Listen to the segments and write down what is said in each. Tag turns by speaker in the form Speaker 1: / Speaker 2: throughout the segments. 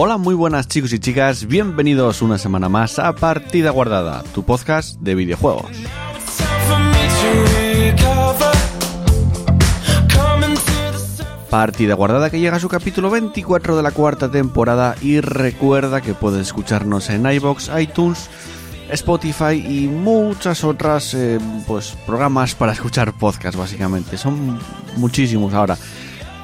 Speaker 1: Hola, muy buenas chicos y chicas, bienvenidos una semana más a Partida Guardada, tu podcast de videojuegos. Partida Guardada que llega a su capítulo 24 de la cuarta temporada y recuerda que puedes escucharnos en iBox, iTunes, Spotify y muchas otras eh, pues programas para escuchar podcast básicamente. Son muchísimos ahora.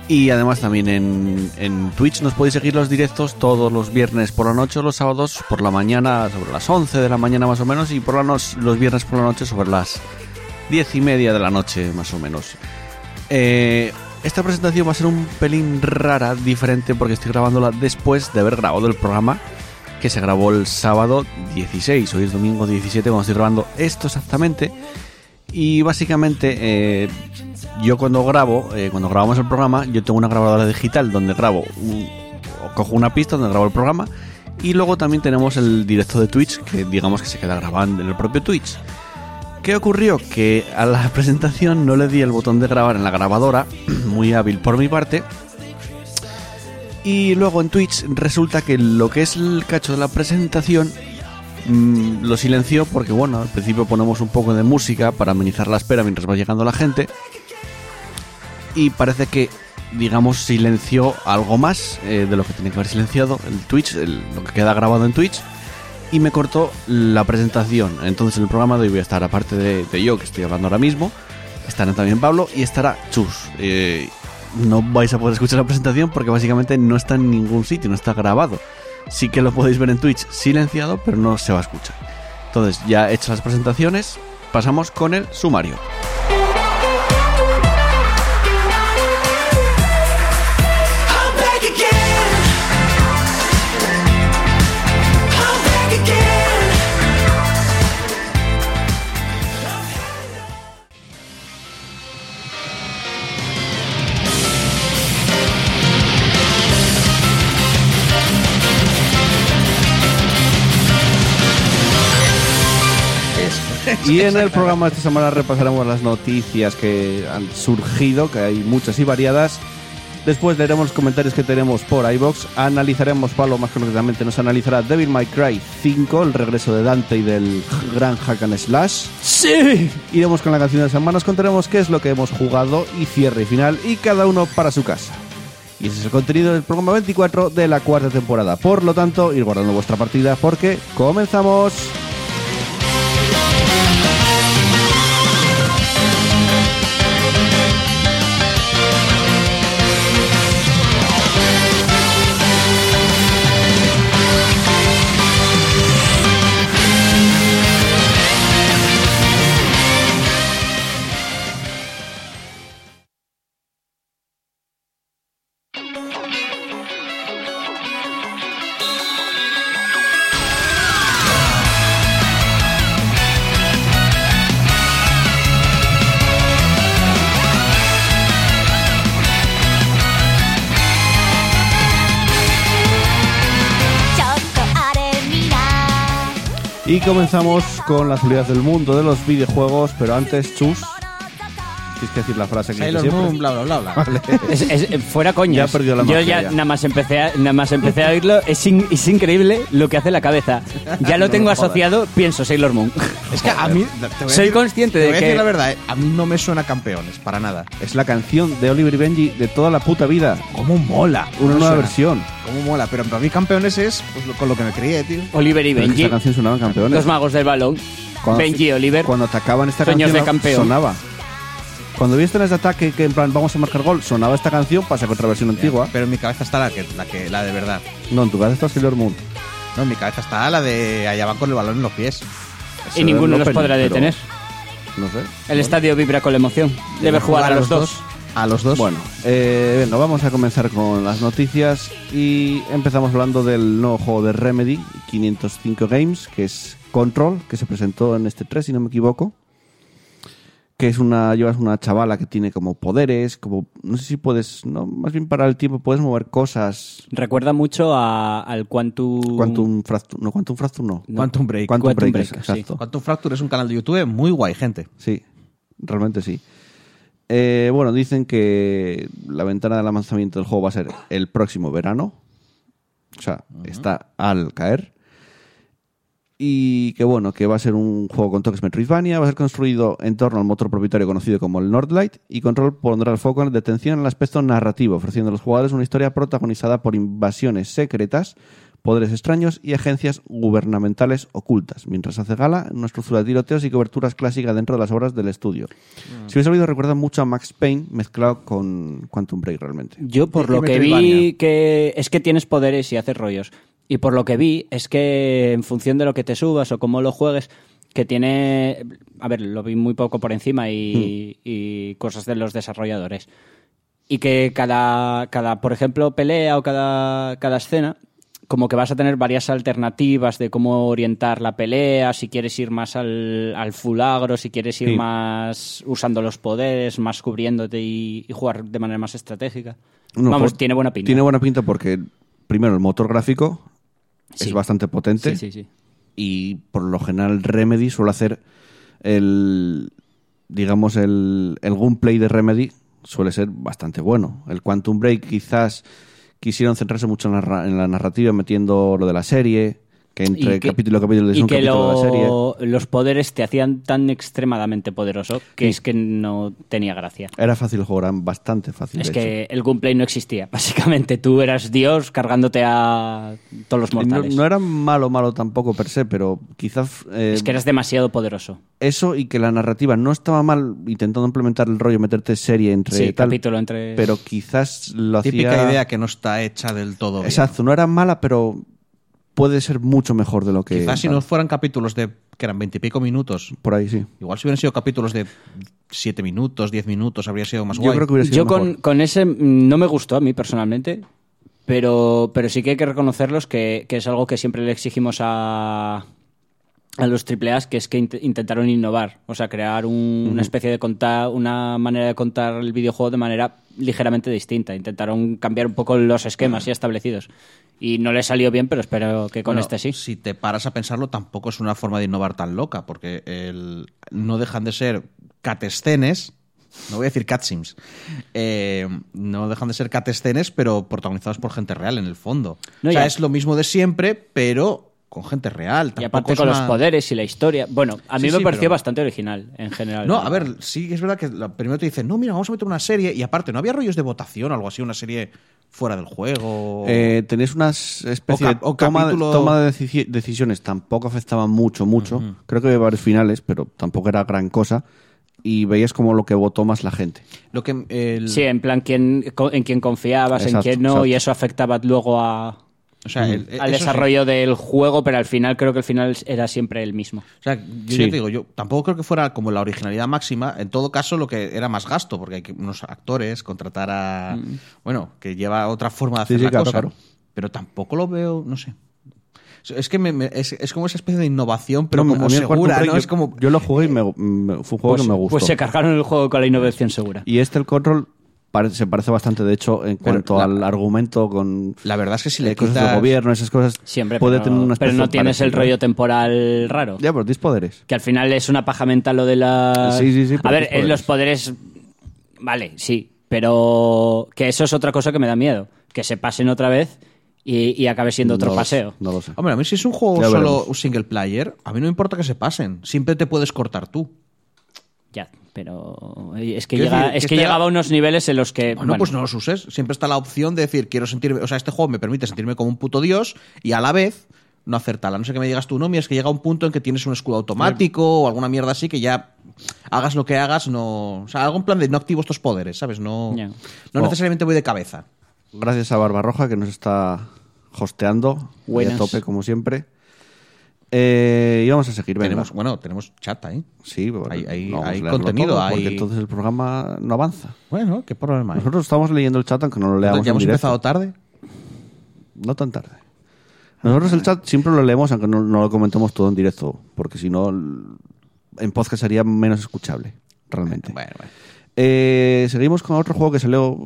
Speaker 1: Y además también en, en Twitch nos podéis seguir los directos todos los viernes por la noche o los sábados por la mañana, sobre las 11 de la mañana más o menos, y por la no- los viernes por la noche sobre las 10 y media de la noche más o menos. Eh, esta presentación va a ser un pelín rara, diferente, porque estoy grabándola después de haber grabado el programa que se grabó el sábado 16, hoy es domingo 17 cuando estoy grabando esto exactamente. Y básicamente eh, yo cuando grabo, eh, cuando grabamos el programa, yo tengo una grabadora digital donde grabo, un- o cojo una pista donde grabo el programa y luego también tenemos el directo de Twitch que digamos que se queda grabando en el propio Twitch. ¿Qué ocurrió? Que a la presentación no le di el botón de grabar en la grabadora, muy hábil por mi parte, y luego en Twitch resulta que lo que es el cacho de la presentación mm, lo silenció porque, bueno, al principio ponemos un poco de música para amenizar la espera mientras va llegando la gente. Y parece que, digamos, silenció algo más eh, de lo que tenía que haber silenciado el Twitch, el- lo que queda grabado en Twitch. Y me cortó la presentación. Entonces en el programa de hoy voy a estar, aparte de, de yo que estoy hablando ahora mismo, estará también Pablo y estará Chus. Eh, no vais a poder escuchar la presentación porque básicamente no está en ningún sitio, no está grabado. Sí que lo podéis ver en Twitch silenciado, pero no se va a escuchar. Entonces, ya hechas las presentaciones, pasamos con el sumario.
Speaker 2: I'm back again. I'm back again.
Speaker 1: Y en el programa esta semana repasaremos las noticias que han surgido, que hay muchas y variadas. Después leeremos los comentarios que tenemos por iBox. Analizaremos, Pablo más concretamente, nos analizará Devil May Cry 5, el regreso de Dante y del gran Hack and Slash.
Speaker 3: ¡Sí!
Speaker 1: Iremos con la canción de la semana, os contaremos qué es lo que hemos jugado y cierre y final, y cada uno para su casa. Y ese es el contenido del programa 24 de la cuarta temporada. Por lo tanto, ir guardando vuestra partida porque comenzamos. Y comenzamos con la actualidad del mundo de los videojuegos, pero antes, chus. Tienes que decir la frase que dices
Speaker 4: Sailor
Speaker 1: siempre.
Speaker 4: Moon, bla, bla, bla, bla.
Speaker 1: Vale.
Speaker 3: Es- es- eh, fuera coño.
Speaker 1: Ya ha perdido la
Speaker 3: Yo
Speaker 1: magia,
Speaker 3: ya,
Speaker 1: ya.
Speaker 3: nada más empecé a, nada más empecé a oírlo. Es, in- es increíble lo que hace la cabeza. Ya lo
Speaker 1: No
Speaker 3: tengo
Speaker 1: me jodas.
Speaker 3: asociado, pienso Sailor Moon.
Speaker 4: Es que a mí. te voy a
Speaker 3: Soy consciente de
Speaker 4: te voy a
Speaker 3: que-
Speaker 4: decir la verdad, eh, a mí no me suena campeones, para nada.
Speaker 1: Es la canción de Oliver y Benji de toda la puta vida.
Speaker 4: ¿Cómo mola?
Speaker 1: Una
Speaker 4: No
Speaker 1: nueva
Speaker 4: suena.
Speaker 1: versión.
Speaker 4: ¿Cómo mola? Pero para mí campeones es pues, lo- con lo que me crié, tío.
Speaker 3: Oliver y
Speaker 1: Pero es que
Speaker 3: Benji,
Speaker 1: Esta canción sonaba en campeones.
Speaker 3: los magos del balón.
Speaker 1: Cuando-
Speaker 3: Benji y Oliver.
Speaker 1: Cuando atacaban esta
Speaker 3: Sueños
Speaker 1: canción
Speaker 3: de campeón.
Speaker 1: sonaba. Cuando viste en de ataque que en plan vamos a marcar gol, sonaba esta canción, pasa con otra versión antigua.
Speaker 4: Pero en mi cabeza está la que, la que la de verdad.
Speaker 1: No, en tu cabeza está Sailor Moon.
Speaker 4: No, en mi cabeza está la de allá van con el balón en los pies.
Speaker 3: Y
Speaker 1: Sailor
Speaker 3: ninguno los
Speaker 1: Open,
Speaker 3: podrá
Speaker 1: pero-
Speaker 3: detener.
Speaker 1: No sé.
Speaker 3: El estadio vibra con la emoción de ver jugar a los dos.
Speaker 4: A los dos.
Speaker 1: Bueno, eh, venga, vamos a comenzar con las noticias y empezamos hablando del nuevo juego de Remedy 505 Games, que es Control, que se presentó en este 3, si no me equivoco. Que es una, llevas una chavala que tiene como poderes, como, no sé si puedes, no, más bien para el tiempo, puedes mover cosas.
Speaker 3: Recuerda mucho a- al Quantum...
Speaker 1: Quantum Fracture, no, Quantum Fracture no.
Speaker 3: Uh. No.
Speaker 4: Quantum Break.
Speaker 1: Quantum,
Speaker 3: Quantum
Speaker 1: Break,
Speaker 3: Break,
Speaker 1: es-
Speaker 3: sí.
Speaker 1: exacto.
Speaker 4: Quantum Fracture es un canal de YouTube muy guay, gente.
Speaker 1: Sí, realmente sí. Eh, bueno, dicen que la ventana de lanzamiento del juego va a ser el próximo verano. O sea, está al caer. Y que bueno, que va a ser un juego con toques Metroidvania, va a ser construido en torno al motor propietario conocido como el Nordlight y Control pondrá el foco en la detención en el aspecto narrativo, ofreciendo a los jugadores una historia protagonizada por invasiones secretas, poderes extraños y agencias gubernamentales ocultas, mientras hace gala en una estructura de tiroteos y coberturas clásicas dentro de las obras del estudio. Si habéis oído, recuerda mucho a Max Payne mezclado con Quantum Break realmente.
Speaker 3: Yo por
Speaker 4: Y- y
Speaker 3: lo que vi
Speaker 4: Metroidvania.
Speaker 3: que es que tienes poderes y haces rollos. Y por lo que vi es que en función de lo que te subas o cómo lo juegues, que tiene... A ver, lo vi muy poco por encima y, y cosas de los desarrolladores. Y que cada, cada por ejemplo, pelea o cada, cada escena, como que vas a tener varias alternativas de cómo orientar la pelea, si quieres ir más al, al full agro, si quieres ir
Speaker 1: Sí.
Speaker 3: más usando los poderes, más cubriéndote y, y jugar de manera más estratégica.
Speaker 1: No,
Speaker 3: Vamos,
Speaker 1: pues,
Speaker 3: tiene buena pinta.
Speaker 1: Tiene buena pinta porque, primero, el motor gráfico
Speaker 3: Sí.
Speaker 1: es bastante potente.
Speaker 3: Sí, sí, sí.
Speaker 1: y por lo general Remedy suele hacer el digamos el, el gameplay de Remedy suele ser bastante bueno. El Quantum Break quizás quisieron centrarse mucho en la, ra- en la narrativa metiendo lo de la serie, que entre
Speaker 3: Y que-
Speaker 1: capítulo y capítulo es
Speaker 3: y
Speaker 1: un
Speaker 3: que
Speaker 1: capítulo de la serie.
Speaker 3: lo- los poderes te hacían tan extremadamente poderoso que es que no tenía gracia.
Speaker 1: Era fácil jugar, bastante fácil.
Speaker 3: Es
Speaker 1: de hecho.
Speaker 3: que el gameplay no existía. Básicamente tú eras Dios cargándote a todos los
Speaker 1: No,
Speaker 3: mortales.
Speaker 1: no era malo malo tampoco per se, pero quizás eh,
Speaker 3: Es que eras demasiado poderoso.
Speaker 1: eso y que la narrativa no estaba mal intentando implementar el rollo meterte serie entre
Speaker 3: Sí,
Speaker 1: tal,
Speaker 3: capítulo entre-
Speaker 1: pero quizás lo
Speaker 4: Típica
Speaker 1: hacía
Speaker 4: idea que no está hecha del todo. bien.
Speaker 1: Exacto, no era mala, pero puede ser mucho mejor de lo que.
Speaker 4: Quizás si no fueran capítulos de que eran veintipico minutos,
Speaker 1: Por ahí sí.
Speaker 4: igual si hubieran sido capítulos de siete minutos, diez minutos, habría sido más
Speaker 1: Yo
Speaker 4: guay.
Speaker 1: creo que hubiera sido
Speaker 3: Yo con,
Speaker 1: mejor.
Speaker 3: con ese mm, no me gustó a mí personalmente, pero, pero sí que hay que reconocerlos que, que es algo que siempre le exigimos a, a los AAA, que es que int- intentaron innovar, o sea, crear un- una especie de contar, una manera de contar el videojuego de manera ligeramente distinta. Intentaron cambiar un poco los esquemas ya establecidos. Y no le salió bien, pero espero que con
Speaker 4: Bueno,
Speaker 3: este sí.
Speaker 4: Si te paras a pensarlo, tampoco es una forma de innovar tan loca, porque el- no dejan de ser catescenes. No voy a decir cutscenes. eh, no dejan de ser catescenes, pero protagonizados por gente real en el fondo.
Speaker 3: No,
Speaker 4: o sea,
Speaker 3: ya.
Speaker 4: es lo mismo de siempre, pero con gente real.
Speaker 3: Y
Speaker 4: Tampoco
Speaker 3: aparte
Speaker 4: es
Speaker 3: con
Speaker 4: una-
Speaker 3: los poderes y la historia. Bueno, a mí
Speaker 4: Sí,
Speaker 3: me
Speaker 4: sí,
Speaker 3: pareció
Speaker 4: pero-
Speaker 3: bastante original en general.
Speaker 4: No, a ver, sí que es verdad que la- primero te dicen, no, mira, vamos a meter una serie. Y aparte, ¿no había rollos de votación o algo así? Una serie fuera del juego.
Speaker 1: Eh, tenéis unas especie
Speaker 4: O
Speaker 1: de
Speaker 4: cap- o
Speaker 1: toma,
Speaker 4: capítulo-
Speaker 1: toma de deci- decisiones. Tampoco afectaban mucho, mucho. Creo que había varios finales, pero tampoco era gran cosa. Y veías como lo que votó más la gente.
Speaker 4: lo que, el-
Speaker 3: Sí, en plan quién, co- en quién confiabas, en
Speaker 1: Exacto,
Speaker 3: quién no,
Speaker 1: exacto.
Speaker 3: y eso afectaba luego a- mm,
Speaker 4: o sea, el- e- eso
Speaker 3: al
Speaker 4: sí.
Speaker 3: desarrollo del juego, pero al final creo que el final era siempre el mismo.
Speaker 4: O sea, yo,
Speaker 1: Sí.
Speaker 4: yo te digo, yo tampoco creo que fuera como la originalidad máxima. En todo caso, lo que era más gasto, porque hay que, unos actores, contratar a. Bueno, que lleva otra forma de
Speaker 1: Mm. Sí,
Speaker 4: hacer
Speaker 1: sí,
Speaker 4: la
Speaker 1: claro,
Speaker 4: cosa.
Speaker 1: claro.
Speaker 4: Pero tampoco lo veo, no sé. Es que me- me- es, es como esa especie de innovación, pero
Speaker 1: No, a
Speaker 4: como
Speaker 1: mí el Quantum
Speaker 4: segura,
Speaker 1: Break,
Speaker 4: ¿no?
Speaker 1: yo,
Speaker 4: es como.
Speaker 1: yo lo jugué y me, me- fue un juego
Speaker 3: Pues,
Speaker 1: que me gustó.
Speaker 3: pues se cargaron el juego con la innovación segura.
Speaker 1: y este, el control, pare- se parece bastante, de hecho, en cuanto
Speaker 4: la-
Speaker 1: al argumento con
Speaker 4: La verdad es que si
Speaker 1: eh,
Speaker 4: le
Speaker 1: cosas
Speaker 4: quitas-
Speaker 1: del gobierno, esas cosas.
Speaker 3: Siempre,
Speaker 1: puede
Speaker 3: pero,
Speaker 1: tener un
Speaker 3: pero no
Speaker 1: aspecto
Speaker 3: tienes el
Speaker 1: parecido.
Speaker 3: rollo temporal raro.
Speaker 1: Ya, pero tienes poderes.
Speaker 3: Que al final es una paja mental lo de la...
Speaker 1: Sí, sí, sí,
Speaker 3: A
Speaker 1: pero
Speaker 3: ver,
Speaker 1: tus
Speaker 3: en los poderes... Vale, sí, pero que eso es otra cosa que me da miedo. Que se pasen otra vez y, y acabe siendo otro
Speaker 1: No lo sé,
Speaker 3: paseo.
Speaker 1: No lo sé.
Speaker 4: Hombre, a mí si es un juego
Speaker 1: Ya
Speaker 4: solo
Speaker 1: veremos.
Speaker 4: un single player, a mí no me importa que se pasen. Siempre te puedes cortar tú.
Speaker 3: Ya, pero es que,
Speaker 4: Quiero
Speaker 3: llega-
Speaker 4: decir, que
Speaker 3: es que
Speaker 4: este-
Speaker 3: llegaba a unos niveles en los
Speaker 4: Bueno,
Speaker 3: que... Eh, bueno,
Speaker 4: pues no los uses. Siempre está la opción de decir, quiero sentirme. O sea, este juego me permite sentirme como un puto dios y a la vez no hacer tal. A no sé que me digas tú, no, mira, es que llega un punto en que tienes un escudo automático o alguna mierda así que ya hagas lo que hagas, no. O sea, algo en plan de no activo estos poderes, ¿sabes? No,
Speaker 3: Ya.
Speaker 1: Oh.
Speaker 4: no necesariamente voy de cabeza.
Speaker 1: Gracias a Barbarroja que nos está hosteando. y
Speaker 3: Buenas.
Speaker 1: a tope, como siempre. Eh, y vamos a seguir, venga.
Speaker 4: Tenemos, bueno, tenemos chata, ¿eh?
Speaker 1: Sí, bueno,
Speaker 4: Hay- hay-
Speaker 1: no vamos a
Speaker 4: hay
Speaker 1: leerlo
Speaker 4: contenido,
Speaker 1: todo,
Speaker 4: hay-
Speaker 1: Porque entonces el programa no avanza.
Speaker 4: Bueno, qué problema hay.
Speaker 1: Nosotros estamos leyendo el chat aunque no lo
Speaker 4: Ya
Speaker 1: leamos
Speaker 4: hemos
Speaker 1: en directo.
Speaker 4: empezado tarde.
Speaker 1: No tan tarde. Nosotros el chat siempre lo leemos aunque no, no lo comentemos todo en directo, porque si no, l- en podcast sería menos escuchable, realmente.
Speaker 4: Bueno, bueno.
Speaker 1: Eh, seguimos con otro juego que salió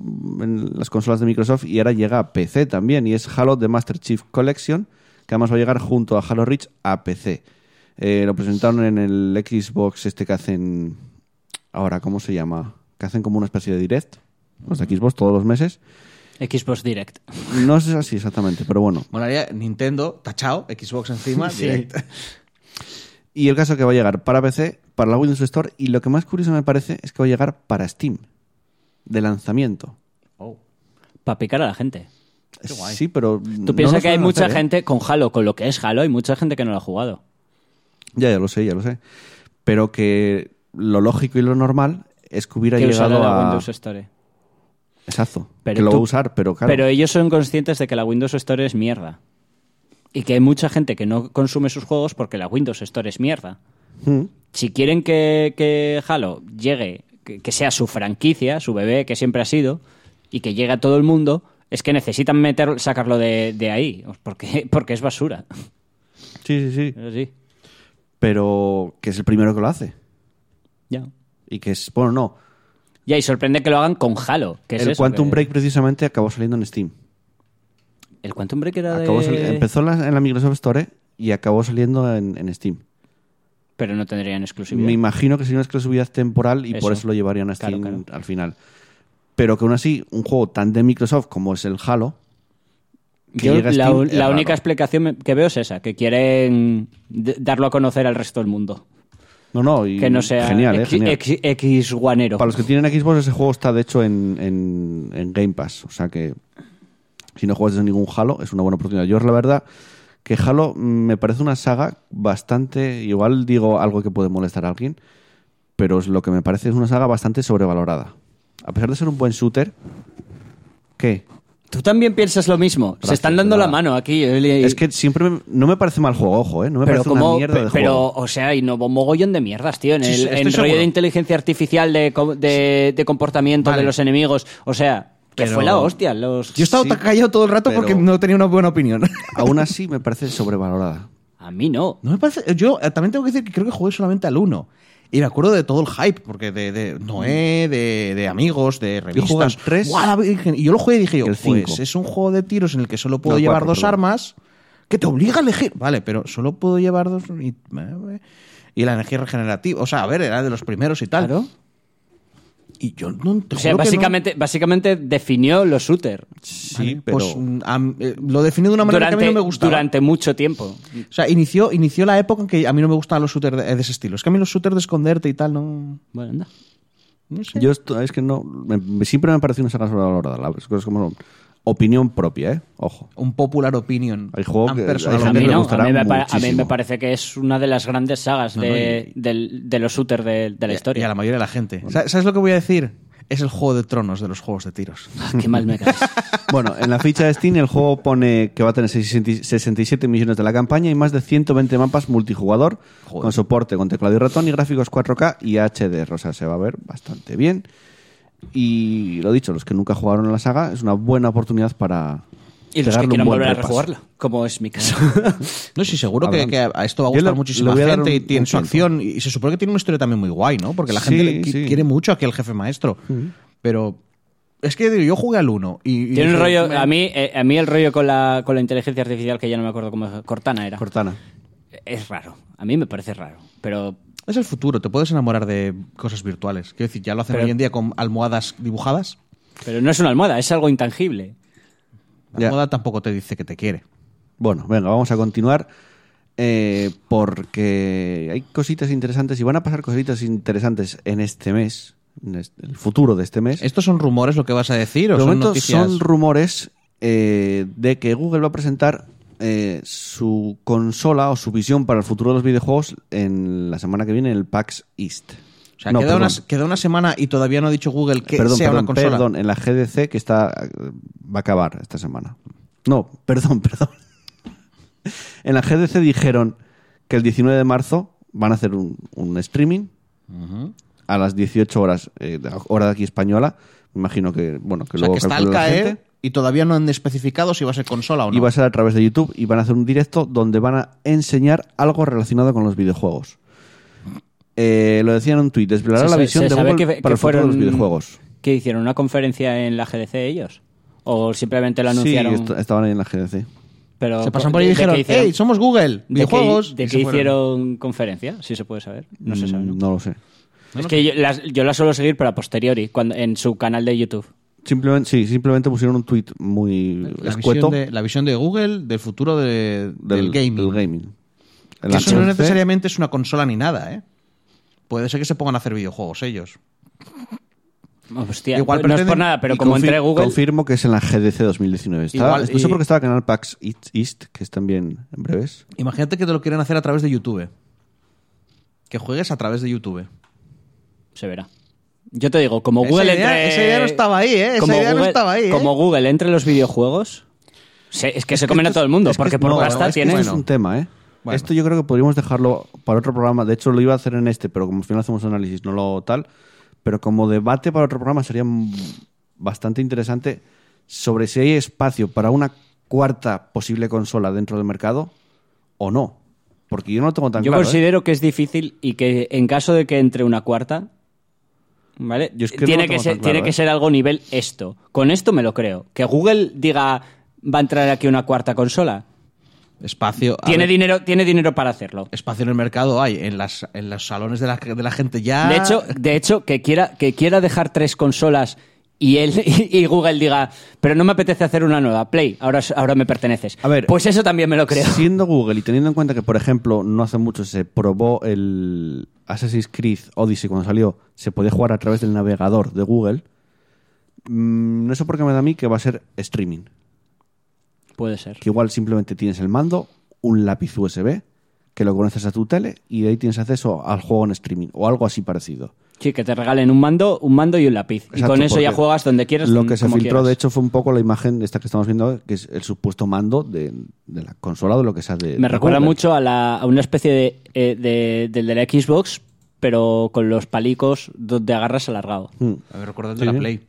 Speaker 1: en las consolas de Microsoft y ahora llega a PC también, y es Halo The Master Chief Collection, que además va a llegar junto a Halo Reach a PC. Eh, lo presentaron en el Xbox este que hacen ahora, ¿cómo se llama? Que hacen como una especie de direct, los de Xbox todos los meses.
Speaker 3: Xbox Direct.
Speaker 1: No sé así exactamente, pero bueno.
Speaker 4: Molaría Nintendo, tachao, Xbox encima,
Speaker 3: Sí.
Speaker 4: direct.
Speaker 1: Y el caso que va a llegar para PC, para la Windows Store, y lo que más curioso me parece es que va a llegar para Steam, de lanzamiento.
Speaker 3: Oh. Para picar a la gente.
Speaker 1: Sí, pero...
Speaker 3: Tú piensas que hay mucha
Speaker 1: ¿eh?
Speaker 4: ¿eh?
Speaker 3: gente con Halo, con lo que es Halo, hay mucha gente que no lo ha jugado.
Speaker 1: Ya, ya lo sé, ya lo sé. Pero que lo lógico y lo normal es que hubiera
Speaker 3: Que usará
Speaker 1: llegado
Speaker 3: la
Speaker 1: a...
Speaker 3: Windows Store.
Speaker 1: Exacto,
Speaker 3: Pero
Speaker 1: que lo
Speaker 3: tú-
Speaker 1: va a usar, pero claro.
Speaker 3: Pero ellos son conscientes de que la Windows Store es mierda. Y que hay mucha gente que no consume sus juegos porque la Windows Store es mierda.
Speaker 1: Mm.
Speaker 3: Si quieren que, que Halo llegue, que, que sea su franquicia, su bebé que siempre ha sido, y que llegue a todo el mundo, es que necesitan meter, sacarlo de, de ahí, porque, porque es basura.
Speaker 1: Sí, sí, sí.
Speaker 3: Eso sí,
Speaker 1: Pero que es el primero que lo hace.
Speaker 3: ya.
Speaker 1: Y que es... Bueno, no.
Speaker 3: Ya, y sorprende que lo hagan con Halo. Que es
Speaker 1: el
Speaker 3: eso, Eh.
Speaker 1: Quantum
Speaker 3: que-
Speaker 1: Break precisamente acabó saliendo en Steam.
Speaker 3: El Quantum Break era
Speaker 1: Acabó sali-
Speaker 3: de...
Speaker 1: Empezó la- en la Microsoft Store ¿eh? y acabó saliendo en, en Steam.
Speaker 3: Pero no tendrían exclusividad.
Speaker 1: Me imagino que sería una exclusividad temporal y por
Speaker 3: Eso.
Speaker 1: eso lo llevarían a Steam
Speaker 3: Claro, claro.
Speaker 1: al final. Pero que aún así, un juego tan de Microsoft como es el Halo, que
Speaker 3: Yo
Speaker 1: llega a
Speaker 3: la,
Speaker 1: Steam
Speaker 3: la
Speaker 1: es raro.
Speaker 3: única explicación me- que veo es esa, que quieren d- darlo a conocer al resto del mundo.
Speaker 1: no, no, y
Speaker 3: Que no sea
Speaker 1: genial, ¿eh?
Speaker 3: X,
Speaker 1: Genial.
Speaker 3: X- X guanero.
Speaker 1: Para los que tienen Xbox, ese juego está de hecho en, en- en Game Pass. O sea que si no juegas de ningún Halo, es una buena oportunidad. Yo, la verdad, que Halo mm, me parece una saga bastante. Igual digo algo que puede molestar a alguien, pero es lo que me parece es una saga bastante sobrevalorada. A pesar de ser un buen shooter, ¿qué?
Speaker 3: Tú también piensas lo mismo. Se
Speaker 1: Gracias,
Speaker 3: están dando
Speaker 1: nada.
Speaker 3: la mano aquí. Eli.
Speaker 1: Es que siempre. me- no me parece mal juego, ojo, ¿eh? No me
Speaker 3: pero
Speaker 1: parece
Speaker 3: como,
Speaker 1: una mierda de
Speaker 3: pe- pero,
Speaker 1: juego.
Speaker 3: o sea, innovó mogollón de mierdas, tío. En
Speaker 4: Sí,
Speaker 3: el
Speaker 4: sí,
Speaker 3: en
Speaker 4: estoy
Speaker 3: rollo
Speaker 4: seguro.
Speaker 3: de inteligencia artificial, de, co- de, de comportamiento
Speaker 4: Vale.
Speaker 3: de los enemigos. O sea, que
Speaker 4: Pero-
Speaker 3: fue la hostia. Los...
Speaker 4: Yo he estado
Speaker 1: Sí,
Speaker 4: tan callado todo el rato
Speaker 1: pero-
Speaker 4: porque no tenía una buena opinión.
Speaker 1: Aún así, me parece sobrevalorada.
Speaker 3: A mí no.
Speaker 4: No me parece. Yo eh, también tengo que decir que creo que jugué solamente al 1. Y me acuerdo de todo el hype, porque de, de Noé, de, de amigos,
Speaker 1: jugué
Speaker 4: de
Speaker 1: al
Speaker 4: revistas.
Speaker 1: tres.
Speaker 4: ¡Guau, la Virgen! Y yo lo jugué y dije, yo,
Speaker 1: El cinco.
Speaker 4: pues es un juego de tiros en el que solo puedo
Speaker 1: No,
Speaker 4: llevar
Speaker 1: cuatro,
Speaker 4: dos
Speaker 1: perdón.
Speaker 4: armas, que te obliga a elegir. Vale, pero solo puedo llevar dos. Y, eh, y la energía regenerativa. O sea, a ver, era de los primeros y tal.
Speaker 3: Claro.
Speaker 4: Y yo no te
Speaker 3: O sea,
Speaker 4: juro que no-
Speaker 3: básicamente, básicamente definió los shooter.
Speaker 1: Sí,
Speaker 4: Vale,
Speaker 1: pero.
Speaker 4: pues, mm, am- eh, lo definí de una manera
Speaker 3: Durante,
Speaker 4: que a mí no me gustaba.
Speaker 3: durante mucho tiempo.
Speaker 4: O sea, inició, inició la época en que a mí no me gustaban los shooters de, de ese estilo. Es que a mí los shooters de esconderte y tal no.
Speaker 3: Bueno, anda.
Speaker 4: no sé.
Speaker 1: Yo esto- es que no. me- me- siempre me parece una saga sobrevalorada. Las cosas como opinión propia, ¿eh? Ojo.
Speaker 4: Un popular opinion.
Speaker 1: Hay juego
Speaker 4: Un
Speaker 1: que-
Speaker 4: personal
Speaker 1: hay
Speaker 3: A
Speaker 1: gente
Speaker 3: mí,
Speaker 1: que
Speaker 4: opinion.
Speaker 1: le
Speaker 3: no,
Speaker 1: gustará
Speaker 3: a mí me pa- a mí
Speaker 1: muchísimo.
Speaker 3: me parece que es una de las grandes sagas de, del- de los shooters de, de la historia.
Speaker 4: Y a la mayoría de la gente. Sa- ¿Sabes lo que voy a decir? Es el juego de tronos de los juegos de tiros.
Speaker 3: Ah, qué mal me caes.
Speaker 1: Bueno, en la ficha de Steam el juego pone que va a tener 60 67 millones de la campaña y más de 120 mapas multijugador
Speaker 4: Joder.
Speaker 1: con soporte con teclado y ratón y gráficos 4K y HDR. O sea, se va a ver bastante bien. Y lo dicho, los que nunca jugaron a la saga es una buena oportunidad para
Speaker 3: Y los
Speaker 1: pegarle
Speaker 3: que
Speaker 1: un
Speaker 3: quieran
Speaker 1: buen
Speaker 3: volver a
Speaker 1: repaso.
Speaker 3: rejugarla, como es mi caso.
Speaker 4: No, sí, seguro que,
Speaker 1: Adelante.
Speaker 4: que a esto va a
Speaker 1: Yo
Speaker 4: gustar
Speaker 1: le-
Speaker 4: muchísima
Speaker 1: le voy a dar
Speaker 4: gente y
Speaker 1: un-
Speaker 4: tiene
Speaker 1: un
Speaker 4: su
Speaker 1: tiempo.
Speaker 4: acción. Y se supone que tiene una historia también muy guay, ¿no? Porque la
Speaker 1: Sí,
Speaker 4: gente le qui-
Speaker 1: sí.
Speaker 4: quiere mucho aquí al jefe maestro. Pero es que digo, yo jugué al 1 y. y
Speaker 3: Tiene un
Speaker 4: dije,
Speaker 3: rollo,
Speaker 4: "Me-
Speaker 3: a mí, eh, a mí el rollo con la, con la inteligencia artificial, que ya no me acuerdo cómo Cortana era,
Speaker 1: Cortana.
Speaker 3: es raro. A mí me parece raro. Pero
Speaker 4: Es el futuro, te puedes enamorar de cosas virtuales. Quiero decir, ya lo hacen
Speaker 3: Pero-
Speaker 4: hoy en día con almohadas dibujadas.
Speaker 3: pero no es una almohada, es algo intangible.
Speaker 4: La
Speaker 1: Ya.
Speaker 4: almohada tampoco te dice que te quiere.
Speaker 1: Bueno, venga, vamos a continuar. eh, porque hay cositas interesantes y van a pasar cositas interesantes en este mes, en este- el futuro de este mes.
Speaker 4: ¿Estos son rumores lo que vas a decir o
Speaker 1: de
Speaker 4: son
Speaker 1: momento
Speaker 4: noticias?
Speaker 1: son rumores eh, de que Google va a presentar eh, su consola o su visión para el futuro de los videojuegos en la semana que viene, en el PAX East.
Speaker 4: o sea,
Speaker 1: No,
Speaker 4: queda, una,
Speaker 1: perdón.
Speaker 4: queda una semana y todavía no ha dicho Google que
Speaker 1: perdón,
Speaker 4: sea
Speaker 1: perdón,
Speaker 4: una consola.
Speaker 1: perdón, en la GDC que está eh, va a acabar esta semana. No, perdón, perdón. En la GDC dijeron que el 19 de marzo van a hacer un, un streaming a las 18 horas, eh, de- hora de aquí española. Me imagino que, bueno, que
Speaker 4: o sea,
Speaker 1: luego
Speaker 4: que está al
Speaker 1: calcula la
Speaker 4: caer
Speaker 1: gente.
Speaker 4: y todavía no han especificado si va a ser consola o no.
Speaker 1: Y va a ser a través de YouTube y van a hacer un directo donde van a enseñar algo relacionado con los videojuegos. Eh, lo decían en un tuit, desvelará
Speaker 3: Se-
Speaker 1: la
Speaker 3: se-
Speaker 1: visión
Speaker 3: se
Speaker 1: de
Speaker 3: sabe
Speaker 1: Google
Speaker 3: que- que
Speaker 1: para el futuro de los
Speaker 3: fueron-
Speaker 1: videojuegos.
Speaker 3: ¿Qué hicieron? ¿Una conferencia en la GDC ellos? ¿O simplemente lo
Speaker 1: Sí,
Speaker 3: anunciaron?
Speaker 1: est- estaban ahí en la GDC.
Speaker 3: pero
Speaker 4: se pasan por ahí y
Speaker 3: ¿de- de
Speaker 4: dijeron,
Speaker 3: qué hicieron?
Speaker 4: hey, somos Google,
Speaker 3: ¿De qué-
Speaker 4: videojuegos.
Speaker 3: ¿De
Speaker 4: y
Speaker 3: qué,
Speaker 4: se fueron.
Speaker 3: hicieron conferencia? Si se puede saber. No se sabe, ¿no?
Speaker 1: Mm, No lo sé.
Speaker 3: Es que yo las, yo las suelo seguir, pero a posteriori, cuando, en su canal de YouTube.
Speaker 1: Simplemente, sí, simplemente pusieron un tuit muy
Speaker 4: La
Speaker 1: escueto
Speaker 4: visión, de, la visión de Google del futuro de- del, gaming.
Speaker 1: del gaming.
Speaker 4: Que
Speaker 1: En la
Speaker 4: eso no
Speaker 1: GDC,
Speaker 4: necesariamente es una consola ni nada, ¿eh? Puede ser que se pongan a hacer videojuegos ellos.
Speaker 3: Hostia, pues
Speaker 4: Igual
Speaker 3: no es por
Speaker 4: pretenden-
Speaker 3: nada, pero
Speaker 1: y
Speaker 3: como
Speaker 1: confi-
Speaker 3: entré a Google,
Speaker 1: Confirmo que es en la GDC 2019. Está,
Speaker 4: Igual,
Speaker 1: no sé
Speaker 4: y-
Speaker 1: por qué estaba Canal PAX East- East, que es también en breves.
Speaker 4: Imagínate que te lo quieren hacer a través de YouTube. Que juegues a través de YouTube.
Speaker 3: se verá. Yo te digo, como
Speaker 4: Esa
Speaker 3: Google
Speaker 4: idea-
Speaker 3: entre...
Speaker 4: esa idea no estaba ahí, ¿eh? Esa
Speaker 3: como
Speaker 4: idea no estaba ahí, ¿eh?
Speaker 3: Como Google entre los videojuegos, se- es que se comen a todo el mundo,
Speaker 1: Es que
Speaker 3: porque
Speaker 1: es-
Speaker 3: por
Speaker 1: no,
Speaker 3: pasta
Speaker 1: es que
Speaker 3: tienen...
Speaker 1: esto es un tema, ¿eh?
Speaker 4: Bueno.
Speaker 1: Esto yo creo que podríamos dejarlo para otro programa. De hecho, lo iba a hacer en este, pero como al final hacemos análisis, no lo tal. Pero como debate para otro programa sería mm, bastante interesante sobre si hay espacio para una cuarta posible consola dentro del mercado o no. Porque yo no lo tengo tan
Speaker 3: Yo
Speaker 1: claro. ¿eh?
Speaker 3: considero que es difícil y que en caso de que entre una cuarta, ¿vale?
Speaker 1: Yo es que no
Speaker 3: tiene
Speaker 1: lo
Speaker 3: que,
Speaker 1: tengo
Speaker 3: ser,
Speaker 1: tan
Speaker 3: tiene
Speaker 1: claro,
Speaker 3: que
Speaker 1: ¿eh?
Speaker 3: ser algo nivel esto. Con esto me lo creo. Que Google diga, va a entrar aquí una cuarta consola.
Speaker 4: Espacio. a
Speaker 3: Tiene
Speaker 4: ver,
Speaker 3: dinero, tiene dinero para hacerlo.
Speaker 4: Espacio en el mercado hay, en, las, en los salones de la, de la gente ya.
Speaker 3: De
Speaker 1: Ah.
Speaker 3: hecho, de hecho que, quiera, que quiera dejar tres consolas y, él, y Google diga, pero no me apetece hacer una nueva, Play, ahora, ahora me perteneces.
Speaker 1: A ver,
Speaker 3: pues eso también me lo creo.
Speaker 1: Siendo Google y teniendo en cuenta que, por ejemplo, no hace mucho se probó el Assassin's Creed Odyssey cuando salió, se podía jugar a través del navegador de Google, mm, no sé por qué me da a mí que va a ser streaming.
Speaker 3: Puede ser.
Speaker 1: Que igual simplemente tienes el mando, un lápiz USB, que lo conectas a tu tele y de ahí tienes acceso al juego en streaming o algo así parecido.
Speaker 3: Sí, que te regalen un mando, un mando y un lápiz. y
Speaker 1: Exacto,
Speaker 3: con eso ya
Speaker 1: porque
Speaker 3: juegas donde quieras.
Speaker 1: Lo que se
Speaker 3: como
Speaker 1: filtró,
Speaker 3: quieras.
Speaker 1: de hecho, fue un poco la imagen esta que estamos viendo, que es el supuesto mando de, de la consola o de lo que sea de. de
Speaker 3: Me recuerda
Speaker 1: Google.
Speaker 3: mucho a, la, a una especie de, eh, de- del de la Xbox, pero con los palicos donde agarras alargado.
Speaker 1: Mm.
Speaker 4: A ver, recordad de
Speaker 1: Sí,
Speaker 4: la
Speaker 1: sí.
Speaker 4: Play.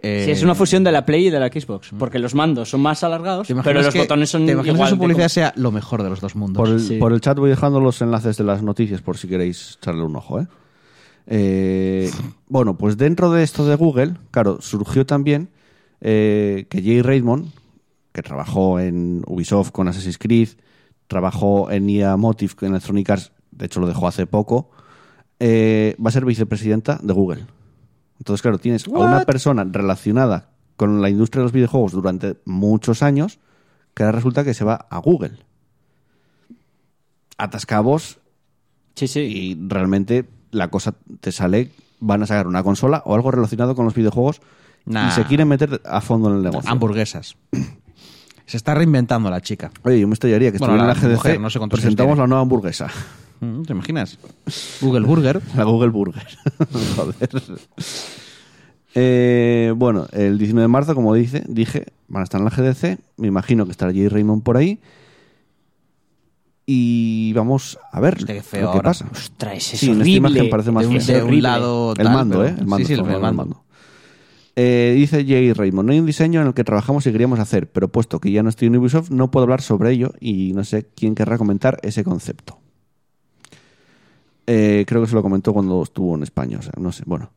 Speaker 4: Eh,
Speaker 3: Sí, es una fusión de la Play y de la Xbox,
Speaker 1: ¿Mm?
Speaker 3: porque los mandos son más alargados,
Speaker 4: ¿te imaginas
Speaker 3: pero los
Speaker 4: que-
Speaker 3: botones son
Speaker 4: ¿Te imaginas
Speaker 3: igual
Speaker 4: que su
Speaker 3: de
Speaker 4: publicidad
Speaker 3: como-
Speaker 4: sea lo mejor de los dos mundos?
Speaker 1: Por el,
Speaker 3: Sí.
Speaker 1: por el chat voy dejando los enlaces de las noticias por si queréis echarle un ojo. ¿eh? Eh, bueno, pues dentro de esto de Google, claro, surgió también eh, que Jay Raymond, que trabajó en Ubisoft con Assassin's Creed, trabajó en IA Motive, en Electronic Arts, de hecho lo dejó hace poco, eh, va a ser vicepresidenta de Google. Entonces, claro, tienes a una persona relacionada con la industria de los videojuegos durante muchos años, que ahora resulta que se va a Google. Atascabos
Speaker 3: Sí, sí.
Speaker 1: y realmente la cosa te sale, van a sacar una consola o algo relacionado con los videojuegos
Speaker 4: Nah.
Speaker 1: y se quieren meter a fondo en el negocio.
Speaker 4: Hamburguesas. Se está reinventando la chica.
Speaker 1: Oye, yo me estallaría que
Speaker 4: Bueno,
Speaker 1: estuviera
Speaker 4: la
Speaker 1: en la GDC,
Speaker 4: mujer, no sé cuántos años
Speaker 1: presentamos
Speaker 4: tiene.
Speaker 1: la nueva hamburguesa,
Speaker 4: Mm, ¿Te imaginas? Google Burger.
Speaker 1: la Google Burger. Joder. Eh, bueno, el 19 de marzo, como dice, dije, van a estar en la GDC, me imagino que estará Jay Raymond por ahí y vamos a ver
Speaker 4: Hostia, qué Este feo
Speaker 1: lo que
Speaker 4: ahora.
Speaker 1: pasa.
Speaker 3: Ostras, es
Speaker 1: Sí, en esta
Speaker 3: horrible.
Speaker 1: imagen parece más
Speaker 4: de un,
Speaker 1: feo.
Speaker 4: de un
Speaker 3: horrible.
Speaker 4: lado.
Speaker 1: El
Speaker 4: tal,
Speaker 1: mando,
Speaker 4: pero-
Speaker 1: ¿eh? El mando,
Speaker 4: sí, sí, el,
Speaker 1: estamos hablando
Speaker 4: mando.
Speaker 1: del mando. Eh, dice Jay Raymond, no hay un diseño en el que trabajamos y queríamos hacer, pero puesto que ya no estoy en Ubisoft, no puedo hablar sobre ello y no sé quién querrá comentar ese concepto. Eh, creo que se lo comentó cuando estuvo en España, o sea, no sé, bueno.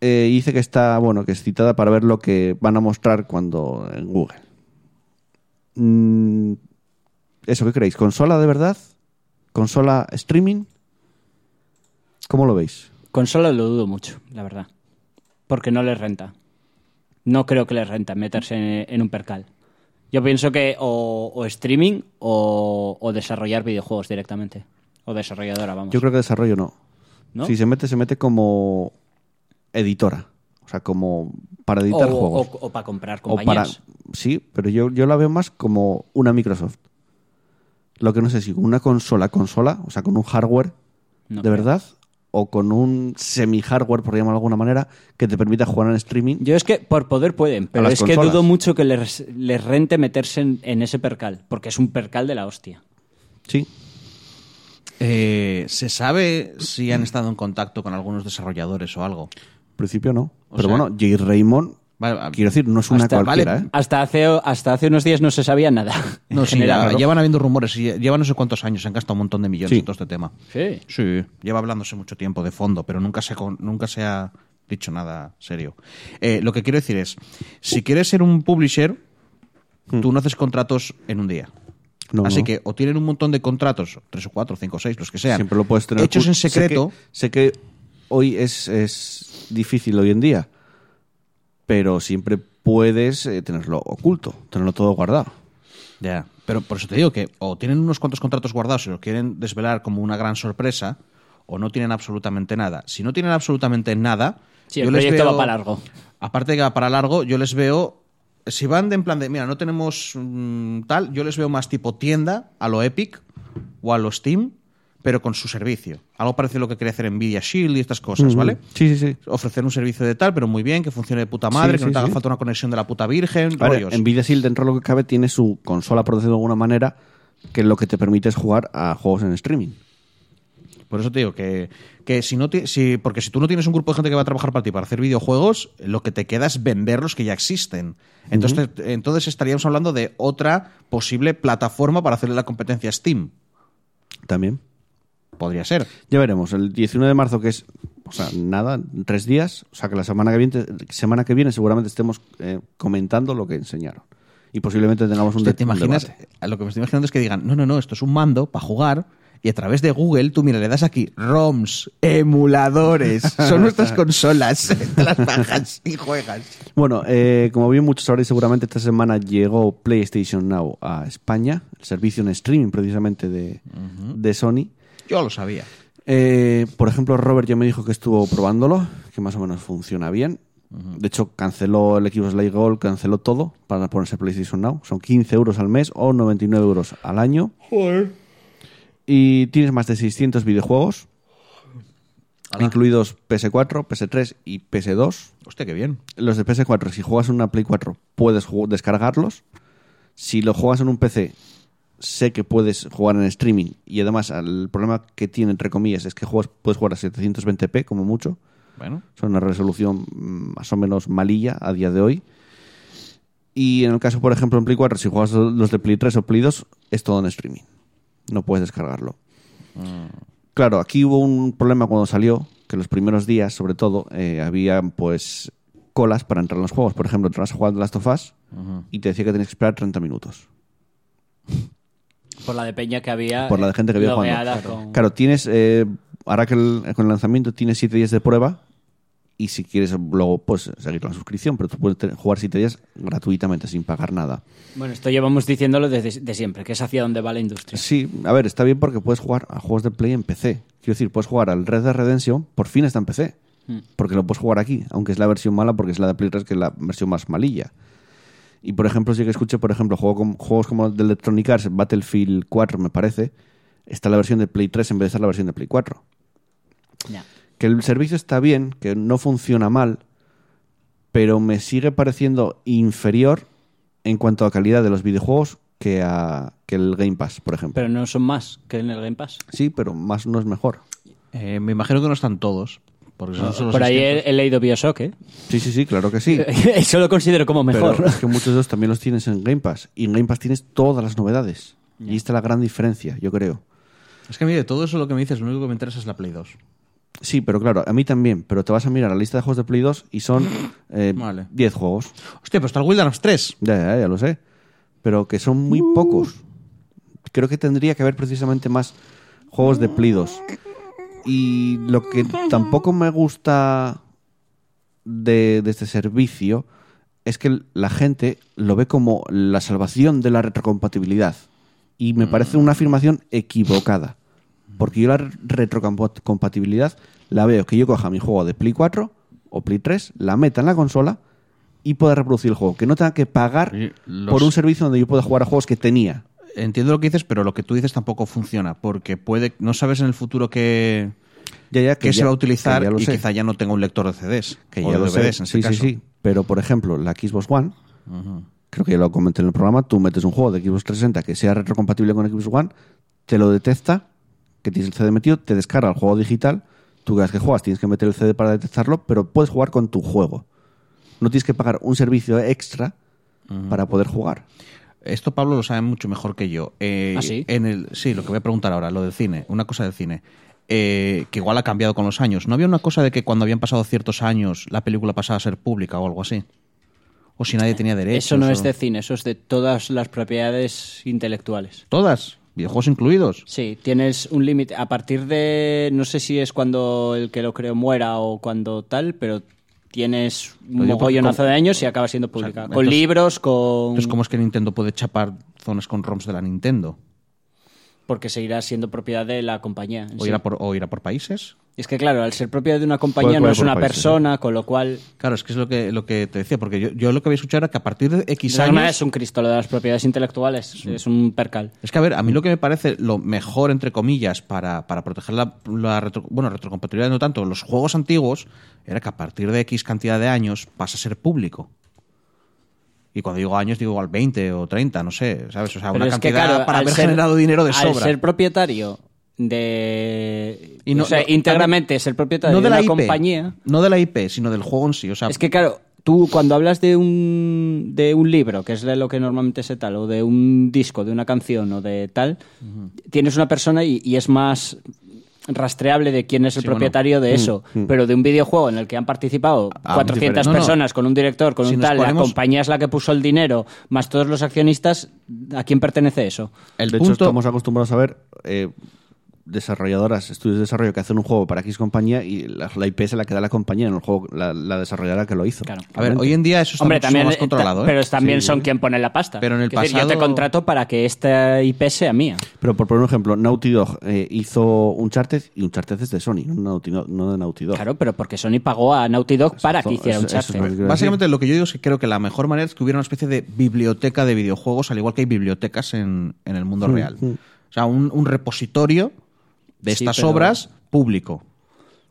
Speaker 1: Eh, dice que está, bueno, que es citada para ver lo que van a mostrar cuando en Google. Mm, ¿Eso qué creéis? ¿Consola de verdad? ¿Consola streaming? ¿Cómo lo veis?
Speaker 3: Consola lo dudo mucho, la verdad. Porque no les renta. No creo que les renta meterse en, en un percal. Yo pienso que o, o streaming o, o desarrollar videojuegos directamente. O desarrolladora, vamos.
Speaker 1: Yo creo que desarrollo no.
Speaker 3: ¿No?
Speaker 1: Si se mete, se mete como editora. O sea, como para editar
Speaker 3: o,
Speaker 1: juegos.
Speaker 3: para comprar
Speaker 1: O para.
Speaker 3: compañías.
Speaker 1: Sí, pero yo, yo la veo más como una Microsoft. Lo que no sé si con una consola, consola, o sea, con un hardware
Speaker 3: No
Speaker 1: de
Speaker 3: creo.
Speaker 1: verdad, o con un semi-hardware, por llamarlo de alguna manera, que te permita jugar en streaming.
Speaker 3: Yo es que por poder pueden, pero
Speaker 1: las
Speaker 3: es que
Speaker 1: consolas.
Speaker 3: dudo mucho que les, les rente meterse en, en ese percal, porque es un percal de la hostia.
Speaker 1: Sí.
Speaker 4: Eh, ¿Se sabe si han estado en contacto con algunos desarrolladores o algo?
Speaker 1: En principio no.
Speaker 4: O
Speaker 1: Pero
Speaker 4: sea-
Speaker 1: bueno, J. Raymond,
Speaker 4: Vale, ah, a-
Speaker 1: quiero decir, no es una
Speaker 4: hasta-
Speaker 1: cualquiera,
Speaker 4: vale,
Speaker 1: ¿eh?
Speaker 3: Hasta hace, hasta hace unos días no se sabía nada. en
Speaker 4: No, sí,
Speaker 3: general.
Speaker 4: ya, ya van habiendo rumores. y Lleva no sé cuántos años, se han gastado un montón de millones
Speaker 1: Sí.
Speaker 4: en todo este tema.
Speaker 3: Sí.
Speaker 4: Sí, lleva hablándose mucho tiempo de fondo, pero nunca se, con- nunca se ha dicho nada serio. Eh, lo que quiero decir es, si quieres ser un publisher, tú no haces contratos en un día.
Speaker 1: Mm. No,
Speaker 4: Así
Speaker 1: no.
Speaker 4: que o tienen un montón de contratos, tres o cuatro, cinco o seis, los que sean,
Speaker 1: Siempre lo puedes tener.
Speaker 4: hechos
Speaker 1: cul-
Speaker 4: en
Speaker 1: Sé que-
Speaker 4: secreto.
Speaker 1: Sé que, hoy es, es difícil hoy en día, pero siempre puedes eh, tenerlo oculto, tenerlo todo guardado.
Speaker 4: Ya, pero por eso te digo que o tienen unos cuantos contratos guardados y los quieren desvelar como una gran sorpresa, o no tienen absolutamente nada. Si no tienen absolutamente nada,
Speaker 3: Sí, el proyecto va para largo.
Speaker 4: Aparte de que va para largo, yo les veo. Si van de en plan de, mira, no tenemos mm, tal, yo les veo más tipo tienda a lo Epic o a lo Steam, pero con su servicio. Algo parecido a lo que quería hacer Nvidia Shield y estas cosas, ¿vale?
Speaker 1: Sí, sí, sí.
Speaker 4: Ofrecer un servicio de tal, pero muy bien, que funcione de puta
Speaker 1: Sí,
Speaker 4: madre, que
Speaker 1: sí,
Speaker 4: no te haga
Speaker 1: sí.
Speaker 4: falta una conexión de la puta virgen,
Speaker 1: Ahora,
Speaker 4: rollos.
Speaker 1: Nvidia Shield, dentro de lo que cabe, tiene su consola, por decirlo de alguna manera, que lo que te permite es jugar a juegos en streaming.
Speaker 4: Por eso te digo que, que si no ti- si, porque si tú no tienes un grupo de gente que va a trabajar para ti para hacer videojuegos, lo que te queda es vender los que ya existen. Entonces, entonces estaríamos hablando de otra posible plataforma para hacerle la competencia a Steam.
Speaker 1: También.
Speaker 4: Podría ser.
Speaker 1: Ya veremos, el 19 de marzo, que es, o sea, nada, tres días, o sea, que la semana que viene, semana que viene seguramente estemos eh, comentando lo que enseñaron. Y posiblemente tengamos un,
Speaker 4: Hostia,
Speaker 1: de-
Speaker 4: ¿Te
Speaker 1: un
Speaker 4: imaginas?
Speaker 1: debate.
Speaker 4: A Lo que me estoy imaginando es que digan, no, no, no, esto es un mando para jugar. Y a través de Google, tú mira, le das aquí ROMs, emuladores, son nuestras consolas, te las bajas y juegas.
Speaker 1: Bueno, eh, como bien muchos sabréis, seguramente esta semana llegó PlayStation Now a España, el servicio en streaming precisamente de, de Sony.
Speaker 4: Yo lo sabía.
Speaker 1: Eh, por ejemplo, Robert ya me dijo que estuvo probándolo, que más o menos funciona bien. De hecho, canceló el Xbox Live Gold, canceló todo para ponerse PlayStation Now. Son 15 euros al mes o 99 euros al año. Y tienes más de 600 videojuegos, incluidos PS4, PS3 y PS2
Speaker 4: Hostia, qué bien.
Speaker 1: los de PS4, si juegas en una Play 4, puedes ju- descargarlos. Si lo juegas en un PC, sé que puedes jugar en streaming. Y además, el problema que tiene, entre comillas, es que juegas, puedes jugar a 720p, como mucho.
Speaker 4: Bueno.
Speaker 1: Es una resolución mm, más o menos malilla a día de hoy. Y en el caso, por ejemplo, en Play 4, si juegas los de Play 3 o Play 2, es todo en streaming. No puedes descargarlo. Claro, aquí hubo un problema cuando salió, que los primeros días, sobre todo, eh, había pues colas para entrar en los juegos. Por ejemplo, entras a jugar Last of Us y te decía que tenías que esperar 30 minutos
Speaker 3: Por la de peña que había.
Speaker 1: por la de gente que había
Speaker 3: logueada
Speaker 1: jugando.
Speaker 3: con-
Speaker 1: Claro, tienes. eh, ahora que el- con el lanzamiento tienes 7 días de prueba. Y si quieres luego, pues seguir con la suscripción. Pero tú puedes tener- jugar 7 días gratuitamente, sin pagar nada.
Speaker 3: Bueno, esto llevamos diciéndolo desde de siempre, que es hacia donde va la industria.
Speaker 1: Sí, a ver, está bien porque puedes jugar a juegos de Play en PC. Quiero decir, puedes jugar al Red Dead Redemption, por fin está en PC. Porque lo puedes jugar aquí, aunque es la versión mala, porque es la de Play 3 que es la versión más malilla. Y por ejemplo, sí que escuché, por ejemplo, juego com- juegos como el de Electronic Arts, Battlefield 4, me parece, está la versión de Play 3 en vez de estar la versión de Play 4.
Speaker 3: Ya.
Speaker 1: que el servicio está bien, que no funciona mal, pero me sigue pareciendo inferior en cuanto a calidad de los videojuegos que, a, que el Game Pass, por ejemplo.
Speaker 3: Pero no son más que en el Game Pass.
Speaker 1: sí, pero más no es mejor.
Speaker 4: Eh, me imagino que no están todos. Porque son solo
Speaker 3: Ah, Por ahí
Speaker 4: seiscientos.
Speaker 3: he, he leído Bioshock, ¿eh?
Speaker 1: Sí, sí, sí, claro que sí.
Speaker 3: Eso lo considero como mejor.
Speaker 1: Pero es que muchos de ellos también los tienes en Game Pass. Y en Game Pass tienes todas las novedades. Y esta es la gran diferencia, yo creo.
Speaker 3: eh.
Speaker 4: Es que, mire, todo eso lo que me dices, lo único que me interesa es la Play 2.
Speaker 1: Sí, pero claro, a mí también. Pero te vas a mirar la lista de juegos de Play 2 y son eh,
Speaker 4: Vale.
Speaker 1: 10 juegos.
Speaker 4: Hostia, pero está el Wild Arms 3.
Speaker 1: Ya, ya, ya lo sé. Pero que son muy pocos. Creo que tendría que haber precisamente más juegos de plidos. Y lo que tampoco me gusta de, de este servicio es que la gente lo ve como la salvación de la retrocompatibilidad. Y me parece una afirmación equivocada. Porque yo la re- retrocompatibilidad la veo que yo coja mi juego de Play 4 o Play 3, la meta en la consola y pueda reproducir el juego. Que no tenga que pagar
Speaker 4: Sí, los-
Speaker 1: por un servicio donde yo pueda jugar a juegos que tenía.
Speaker 4: Entiendo lo que dices, pero lo que tú dices tampoco funciona. Porque puede. No sabes en el futuro qué,
Speaker 1: Ya, ya,
Speaker 4: qué
Speaker 1: que
Speaker 4: se
Speaker 1: ya-
Speaker 4: va a
Speaker 1: que
Speaker 4: utilizar
Speaker 1: ya lo
Speaker 4: y
Speaker 1: sé.
Speaker 4: quizá ya no tenga un lector de CDs.
Speaker 1: que
Speaker 4: o
Speaker 1: ya
Speaker 4: de
Speaker 1: lo
Speaker 4: DVDs,
Speaker 1: sé.
Speaker 4: en
Speaker 1: sí,
Speaker 4: ese caso.
Speaker 1: sí, sí. Pero, por ejemplo, la Xbox One, creo que ya lo comenté en el programa, tú metes un juego de Xbox 360 que sea retrocompatible con Xbox One, te lo detecta, que tienes el CD metido, te descarga el juego digital, tú cada vez que juegas tienes que meter el CD para detectarlo, pero puedes jugar con tu juego. No tienes que pagar un servicio extra para poder jugar.
Speaker 4: Esto Pablo lo sabe mucho mejor que yo. Eh,
Speaker 3: ¿Ah, sí?
Speaker 4: En el, sí, lo que voy a preguntar ahora, lo del cine, una cosa del cine, eh, que igual ha cambiado con los años. ¿No había una cosa de que cuando habían pasado ciertos años la película pasaba a ser pública o algo así? O si nadie tenía derecho.
Speaker 3: Eso no es de cine, eso es de todas las propiedades intelectuales.
Speaker 4: Todas, videojuegos incluidos.
Speaker 3: Sí, tienes un límite. A partir de. No sé si es cuando el que lo creó muera o cuando tal, pero tienes
Speaker 4: Lo
Speaker 3: un
Speaker 4: digo porque
Speaker 3: mogollonazo
Speaker 4: como-
Speaker 3: de años y acaba siendo pública.
Speaker 4: entonces-
Speaker 3: con libros, con.
Speaker 4: Entonces, ¿cómo es que Nintendo puede chapar zonas con ROMs de la Nintendo?
Speaker 3: Porque seguirá siendo propiedad de la compañía. en
Speaker 4: ¿O,
Speaker 3: sí.
Speaker 4: irá, por, o irá por países?
Speaker 3: Es que, claro, al ser propiedad de una compañía
Speaker 1: Puede
Speaker 3: no
Speaker 1: jugar
Speaker 3: es
Speaker 1: por
Speaker 3: una
Speaker 1: países,
Speaker 3: persona, con lo cual.
Speaker 4: Claro, es que es lo que, lo que te decía, porque yo, yo lo que había escuchado era que a partir de X
Speaker 3: no
Speaker 4: años...
Speaker 3: es un cristo lo de las propiedades intelectuales, es un percal.
Speaker 4: Es que, a ver, a mí lo que me parece lo mejor, entre comillas, para, para proteger la, la retro- bueno, retrocompatibilidad, no tanto, los juegos antiguos, era que a partir de X cantidad de años pasa a ser público. Y cuando digo años, digo al 20 o 30, no sé, ¿sabes? O sea,
Speaker 3: Pero
Speaker 4: Ah, una
Speaker 3: es que,
Speaker 4: cantidad
Speaker 3: claro,
Speaker 4: para
Speaker 3: al
Speaker 4: haber
Speaker 3: ser-
Speaker 4: generado dinero de
Speaker 3: al
Speaker 4: sobra.
Speaker 3: ser propietario de.
Speaker 4: Y no-
Speaker 3: o sea,
Speaker 4: no-
Speaker 3: íntegramente ser propietario
Speaker 4: no de la
Speaker 3: una
Speaker 4: IP,
Speaker 3: compañía.
Speaker 4: No de la IP, sino del juego en sí. O sea,
Speaker 3: Es que, claro, tú cuando hablas de un, de un libro, que es de lo que normalmente se tal, o de un disco, de una canción o de tal, tienes una persona y, y es más rastreable de quién es el
Speaker 4: Sí,
Speaker 3: propietario de eso. Pero de un videojuego en el que han participado
Speaker 4: Mm, Ah,
Speaker 3: 400
Speaker 4: diferente. No, no.
Speaker 3: personas con un director, con
Speaker 4: Si
Speaker 3: un
Speaker 4: nos
Speaker 3: tal, la
Speaker 4: ponemos-
Speaker 3: compañía es la que puso el dinero, más todos los accionistas, ¿a quién pertenece eso?
Speaker 4: el
Speaker 1: de
Speaker 4: punto...
Speaker 1: hecho, estamos acostumbrados a ver eh, desarrolladoras, estudios de desarrollo que hacen un juego para X compañía y la, la IP se la queda la compañía, no el juego, la, la desarrolladora que lo hizo.
Speaker 3: Claro.
Speaker 4: A ver, hoy en día eso está
Speaker 3: Hombre,
Speaker 4: mucho
Speaker 3: también,
Speaker 4: más controlado.
Speaker 3: ta-
Speaker 4: ¿eh?
Speaker 3: pero es- también son quien pone la pasta.
Speaker 4: Pero en el
Speaker 3: Es decir, yo te
Speaker 4: pasado-
Speaker 3: contrato para que esta IP sea mía.
Speaker 1: Pero por poner un ejemplo, Naughty Dog eh, hizo un chartez y un chartez es de Sony, no, Naughty Dog- no de Naughty Dog.
Speaker 3: Claro, pero porque Sony pagó a Naughty Dog para que
Speaker 1: Eso-
Speaker 3: hiciera un
Speaker 1: eso- eso es
Speaker 3: charter.
Speaker 1: lo que quiero
Speaker 4: Básicamente lo que yo digo es que creo que la mejor manera es que hubiera una especie de biblioteca de videojuegos, al igual que hay bibliotecas en, en el
Speaker 1: Mm,
Speaker 4: mundo real. O sea, un, un repositorio de
Speaker 3: Sí,
Speaker 4: estas
Speaker 3: pero-
Speaker 4: obras público.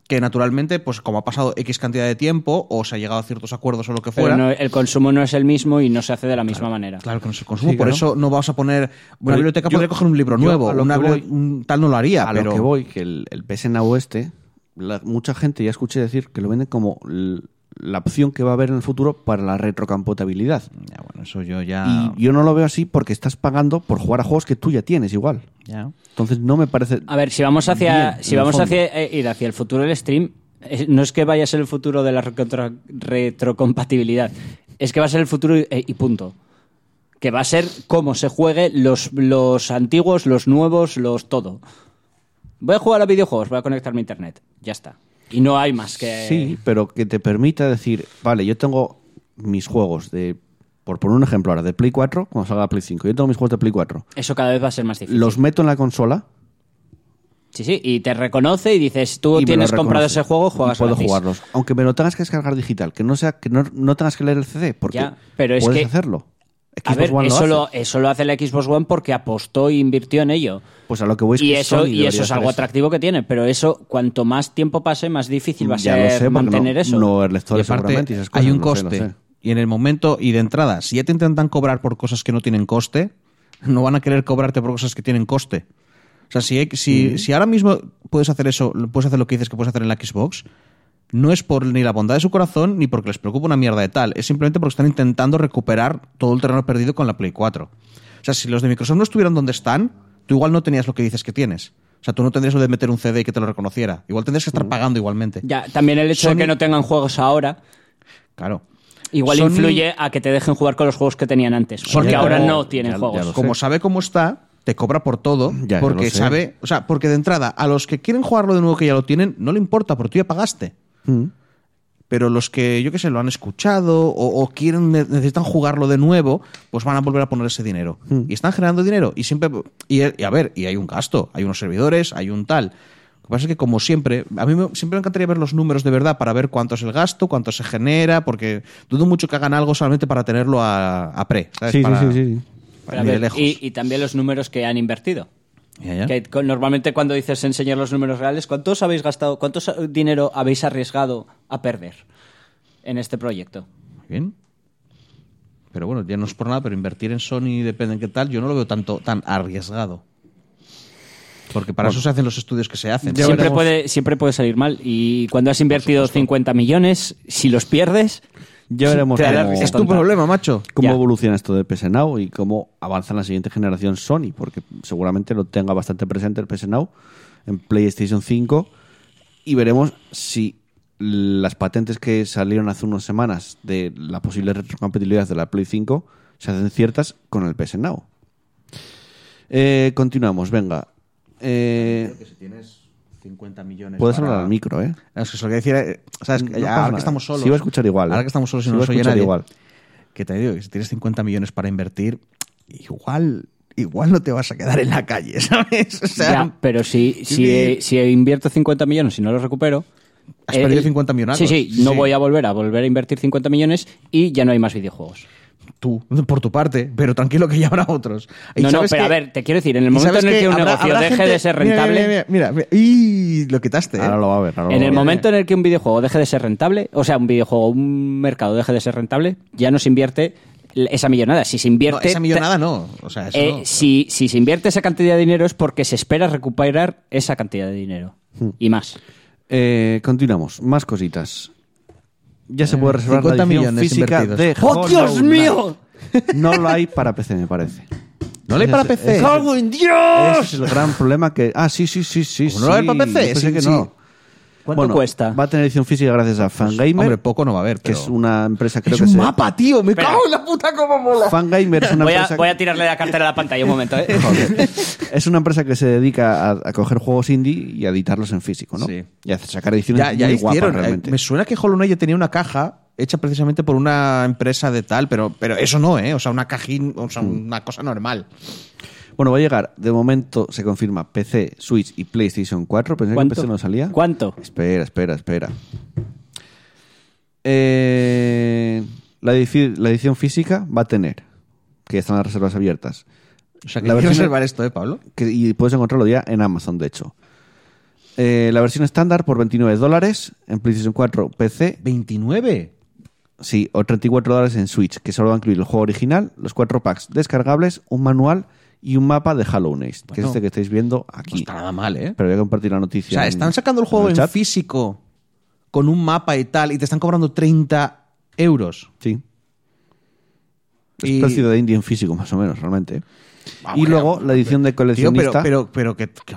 Speaker 4: Que naturalmente, pues como ha pasado X cantidad de tiempo, o se ha llegado a ciertos acuerdos o lo que
Speaker 3: Pero
Speaker 4: fuera.
Speaker 3: no- el consumo no es el mismo y no se hace de la misma manera.
Speaker 4: Claro que no se consumo,
Speaker 1: Sí,
Speaker 4: por
Speaker 1: claro.
Speaker 4: eso no vas a poner. Una
Speaker 1: Pero
Speaker 4: biblieteca
Speaker 1: yo-
Speaker 4: podría coger un libro
Speaker 1: yo
Speaker 4: nuevo,
Speaker 1: a lo
Speaker 4: una
Speaker 1: que
Speaker 4: bibli-
Speaker 1: voy-
Speaker 4: un tal no lo haría,
Speaker 1: a
Speaker 4: pero.
Speaker 1: lo que voy, que el, el PSN oeste, este, la- mucha gente ya escuché decir que lo venden como l- la opción que va a haber en el futuro para la retrocompatibilidad.
Speaker 4: Ya, bueno, eso yo ya.
Speaker 1: Y yo no lo veo así porque estás pagando por jugar a juegos que tú ya tienes igual.
Speaker 4: ya.
Speaker 1: Entonces no me parece...
Speaker 3: A ver, si vamos hacia,
Speaker 1: Bien,
Speaker 3: si
Speaker 1: en el
Speaker 3: vamos
Speaker 1: fondo.
Speaker 3: hacia eh, ir hacia el futuro del stream, eh, no es que vaya a ser el futuro de la recontra- retrocompatibilidad, es que va a ser el futuro y, eh, y punto. Que va a ser cómo se juegue los, los antiguos, los nuevos, los todo. Voy a jugar a videojuegos, voy a conectarme a internet. Ya está. Y no hay más que.
Speaker 1: Sí, pero que te permita decir, vale, yo tengo mis juegos de... Por poner un ejemplo ahora, de Play 4, cuando salga Play 5, yo tengo mis juegos de Play 4.
Speaker 3: Eso cada vez va a ser más difícil.
Speaker 1: Los meto en la consola
Speaker 3: Sí, sí, y te reconoce y dices, tú
Speaker 1: y me
Speaker 3: tienes
Speaker 1: lo
Speaker 3: comprado
Speaker 1: reconoce.
Speaker 3: ese juego, juegas
Speaker 1: Puedo
Speaker 3: gratis.
Speaker 1: jugarlos. Aunque me lo tengas que descargar digital, que no sea que no, no tengas que leer el CD, porque
Speaker 3: Ya, pero es
Speaker 1: puedes
Speaker 3: que-
Speaker 1: hacerlo.
Speaker 3: A
Speaker 1: Xbox
Speaker 3: ver,
Speaker 1: One lo
Speaker 3: eso,
Speaker 1: hace.
Speaker 3: lo, eso lo hace la Xbox One porque apostó e invirtió en ello.
Speaker 1: Pues a lo que voy es
Speaker 3: y
Speaker 1: que
Speaker 3: eso,
Speaker 1: Sony
Speaker 3: y
Speaker 1: debería
Speaker 3: eso es
Speaker 1: hacer
Speaker 3: algo atractivo que tiene, pero eso, cuanto más tiempo pase, más difícil va a
Speaker 1: Ya
Speaker 3: ser
Speaker 1: lo sé, porque
Speaker 3: mantener
Speaker 1: no,
Speaker 3: eso.
Speaker 1: No, el lector
Speaker 4: Y aparte,
Speaker 1: seguramente. y esas cosas,
Speaker 4: hay un
Speaker 1: lo sé, lo
Speaker 4: coste.
Speaker 1: sé.
Speaker 4: Y en el momento, y de entrada, si ya te intentan cobrar por cosas que no tienen coste, no van a querer cobrarte por cosas que tienen coste. O sea, si, hay- si,
Speaker 1: Mm.
Speaker 4: si ahora mismo puedes hacer eso, puedes hacer lo que dices que puedes hacer en la Xbox, no es por ni la bondad de su corazón ni porque les preocupa una mierda de tal, es simplemente porque están intentando recuperar todo el terreno perdido con la Play 4. O sea, si los de Microsoft no estuvieran donde están, tú igual no tenías lo que dices que tienes. O sea, tú no tendrías lo de meter un CD y que te lo reconociera. Igual tendrías que
Speaker 1: Mm.
Speaker 4: estar pagando igualmente.
Speaker 3: Ya, también el hecho de
Speaker 4: Sony-
Speaker 3: que no tengan juegos ahora,
Speaker 4: Claro.
Speaker 3: igual
Speaker 4: Sony-
Speaker 3: influye a que te dejen jugar con los juegos que tenían antes. Porque
Speaker 4: Sony
Speaker 3: ahora
Speaker 4: como-
Speaker 3: no tienen
Speaker 1: ya- ya
Speaker 3: juegos.
Speaker 1: lo sé.
Speaker 4: como sabe cómo está, te cobra por todo,
Speaker 1: Ya, ya
Speaker 4: porque
Speaker 1: lo sé.
Speaker 4: sabe, o sea, porque de entrada, a los que quieren jugarlo de nuevo que ya lo tienen, no le importa, porque tú ya pagaste. Pero los que, yo qué sé, lo han escuchado o, o quieren ne- necesitan jugarlo de nuevo, pues van a volver a poner ese dinero.
Speaker 1: Hmm.
Speaker 4: Y están generando dinero. Y siempre. Y, y a ver, y hay un gasto, hay unos servidores, hay un tal. Lo que pasa es que, como siempre, a mí me- siempre me encantaría ver los números de verdad para ver cuánto es el gasto, cuánto se genera, porque dudo mucho que hagan algo solamente para tenerlo a, a pre. ¿sabes?
Speaker 1: Sí, sí,
Speaker 4: Para-
Speaker 1: sí, sí, sí.
Speaker 4: para
Speaker 3: Pero a
Speaker 4: ir de
Speaker 3: ver,
Speaker 4: lejos.
Speaker 3: y, y también los números que han invertido.
Speaker 4: Ya, ya.
Speaker 3: Que con- normalmente cuando dices enseñar los números reales, ¿cuántos habéis gastado, cuántos eh, dinero habéis arriesgado a perder en este proyecto?
Speaker 4: Muy Bien. Pero bueno, ya no es por nada, pero invertir en Sony depende de qué tal, yo no lo veo tanto tan arriesgado. Porque para eso se hacen los estudios que se hacen.
Speaker 1: Ya
Speaker 3: siempre,
Speaker 1: veremos.
Speaker 3: puede, siempre puede salir mal. Y cuando has invertido 50 millones, si los pierdes,
Speaker 1: Ya veremos
Speaker 3: te
Speaker 1: cómo-
Speaker 3: harás risa
Speaker 4: Es tu
Speaker 3: tonta.
Speaker 4: problema, macho.
Speaker 1: cómo
Speaker 3: Ya.
Speaker 1: evoluciona esto de PS Now y cómo avanza la siguiente generación Sony, porque seguramente lo tenga bastante presente el PS Now en PlayStation 5 y veremos si las patentes que salieron hace unas semanas de la posible retrocompatibilidad de la Play 5 se hacen ciertas con el PS Now. Eh, continuamos, venga. Eh,
Speaker 4: Si tienes 50 millones.
Speaker 1: puedes hablar al micro, ¿eh?
Speaker 4: Es que se lo que decir, eh, ¿sabes?
Speaker 1: No
Speaker 4: que
Speaker 1: pasa
Speaker 4: ya, ahora
Speaker 1: nada.
Speaker 4: que estamos solos.
Speaker 1: Si iba a escuchar igual.
Speaker 4: Ahora
Speaker 1: ¿eh?
Speaker 4: que estamos solos y
Speaker 1: Si
Speaker 4: no
Speaker 1: iba a
Speaker 4: nos oye
Speaker 1: escuchar
Speaker 4: nadie.
Speaker 1: igual.
Speaker 4: Que te digo, que si tienes 50 millones para invertir, igual, igual no te vas a quedar en la calle, ¿sabes? O sea,
Speaker 3: Ya, pero si, si,
Speaker 4: sí.
Speaker 3: si invierto 50 millones y no los recupero. eh,
Speaker 4: Has perdido 50 millonazos.
Speaker 3: Sí, sí, no
Speaker 4: Sí.
Speaker 3: voy a volver a volver a invertir 50 millones y ya no hay más videojuegos.
Speaker 4: tú, por tu parte, pero tranquilo que ya habrá otros. Y
Speaker 3: No, no,
Speaker 4: sabes
Speaker 3: pero
Speaker 4: que-
Speaker 3: a ver, te quiero decir, en el
Speaker 4: y
Speaker 3: momento
Speaker 4: sabes
Speaker 3: en el que un
Speaker 4: habrá-
Speaker 3: negocio
Speaker 4: habrá
Speaker 3: deje
Speaker 4: gente-
Speaker 3: de ser
Speaker 4: mira,
Speaker 3: rentable.
Speaker 4: Mira, mira, mira, mira. y lo quitaste. ¿eh?
Speaker 1: Ahora lo va a ver. ahora lo
Speaker 3: En
Speaker 1: va a ver.
Speaker 3: el momento en el que un videojuego deje de ser rentable, o sea, un videojuego, un mercado deje de ser rentable, ya no se invierte l- esa millonada. Si se
Speaker 4: No,
Speaker 3: invierte.
Speaker 4: esa millonada no. O sea, eso
Speaker 3: eh,
Speaker 4: no.
Speaker 3: si, si se invierte esa cantidad de dinero es porque se espera recuperar esa cantidad de dinero. Y más.
Speaker 1: Eh, continuamos, más cositas. Ya se puede reservar
Speaker 4: 50
Speaker 1: la edición
Speaker 4: Eh, millones
Speaker 1: física
Speaker 4: invertidos.
Speaker 1: de
Speaker 4: ¡Oh,
Speaker 1: Hollow
Speaker 4: Dios
Speaker 1: Knight.
Speaker 4: mío!
Speaker 1: No lo hay para PC, me parece.
Speaker 4: No leí
Speaker 1: Ese-
Speaker 4: para PC.
Speaker 1: ese-
Speaker 4: Dios!
Speaker 1: Ese es el gran problema que... Ah, sí, sí, sí, sí.
Speaker 4: ¿Pues ¿No lo hay
Speaker 1: sí,
Speaker 4: para PC?
Speaker 1: yo pensé
Speaker 4: Sí,
Speaker 1: que
Speaker 4: sí. Pues,
Speaker 1: no.
Speaker 3: ¿Cuánto
Speaker 1: Bueno,
Speaker 3: cuesta?
Speaker 1: Va a tener edición física gracias a Fangamer,
Speaker 4: Hombre, poco no va a haber,
Speaker 1: que
Speaker 4: pero...
Speaker 1: es una empresa creo
Speaker 4: Es
Speaker 1: que
Speaker 4: un
Speaker 1: se-
Speaker 4: mapa, tío. Me
Speaker 3: Espera.
Speaker 4: cago en la puta como mola.
Speaker 1: Fangamer es una
Speaker 3: Voy a,
Speaker 1: empresa...
Speaker 3: voy a tirarle la cartera a la pantalla un momento, ¿eh?
Speaker 1: Joder. Es una empresa que se dedica a, a coger juegos indie y a editarlos en físico, ¿no?
Speaker 4: Sí.
Speaker 1: Y a sacar ediciones
Speaker 4: Ya, ya
Speaker 1: muy
Speaker 4: hicieron.
Speaker 1: guapas
Speaker 4: eh,
Speaker 1: realmente.
Speaker 4: me suena que Hollow Knight ya tenía una caja hecha precisamente por una empresa de tal, pero, pero eso no, ¿eh? O sea, una cajín, o sea, una cosa normal.
Speaker 1: Bueno, va a llegar. De momento se confirma PC, Switch y PlayStation 4. Pensé que PC no salía.
Speaker 3: ¿Cuánto?
Speaker 1: Espera, espera, espera. Eh, la, edici- la edición física va a tener, que ya están las reservas abiertas,
Speaker 4: O sea, que
Speaker 1: La
Speaker 4: hay que
Speaker 1: versión-
Speaker 4: reservar esto, ¿eh, Pablo?
Speaker 1: que- y puedes encontrarlo ya en Amazon, de hecho. Eh, la versión estándar por 29 dólares en PlayStation 4, PC,
Speaker 4: 29.
Speaker 1: sí, o 34 dólares en Switch, que solo va a incluir el juego original, los cuatro packs descargables, un manual y un mapa de Hollow Knight, que es
Speaker 4: Bueno.
Speaker 1: este que estáis viendo
Speaker 4: No
Speaker 1: aquí.
Speaker 4: está nada mal, ¿eh?
Speaker 1: Pero voy a compartir la
Speaker 4: o
Speaker 1: noticia.
Speaker 4: sea,
Speaker 1: en-
Speaker 4: están sacando el juego
Speaker 1: el
Speaker 4: en,
Speaker 1: chat.
Speaker 4: físico con un mapa y tal, y te están cobrando 30 euros.
Speaker 1: Sí.
Speaker 4: Y-
Speaker 1: Es precio de indie en físico, más o menos, realmente.
Speaker 4: Ah,
Speaker 1: y
Speaker 4: bueno,
Speaker 1: luego la edición de
Speaker 4: Tío, pero,
Speaker 1: coleccionista.
Speaker 4: pero, pero que, que-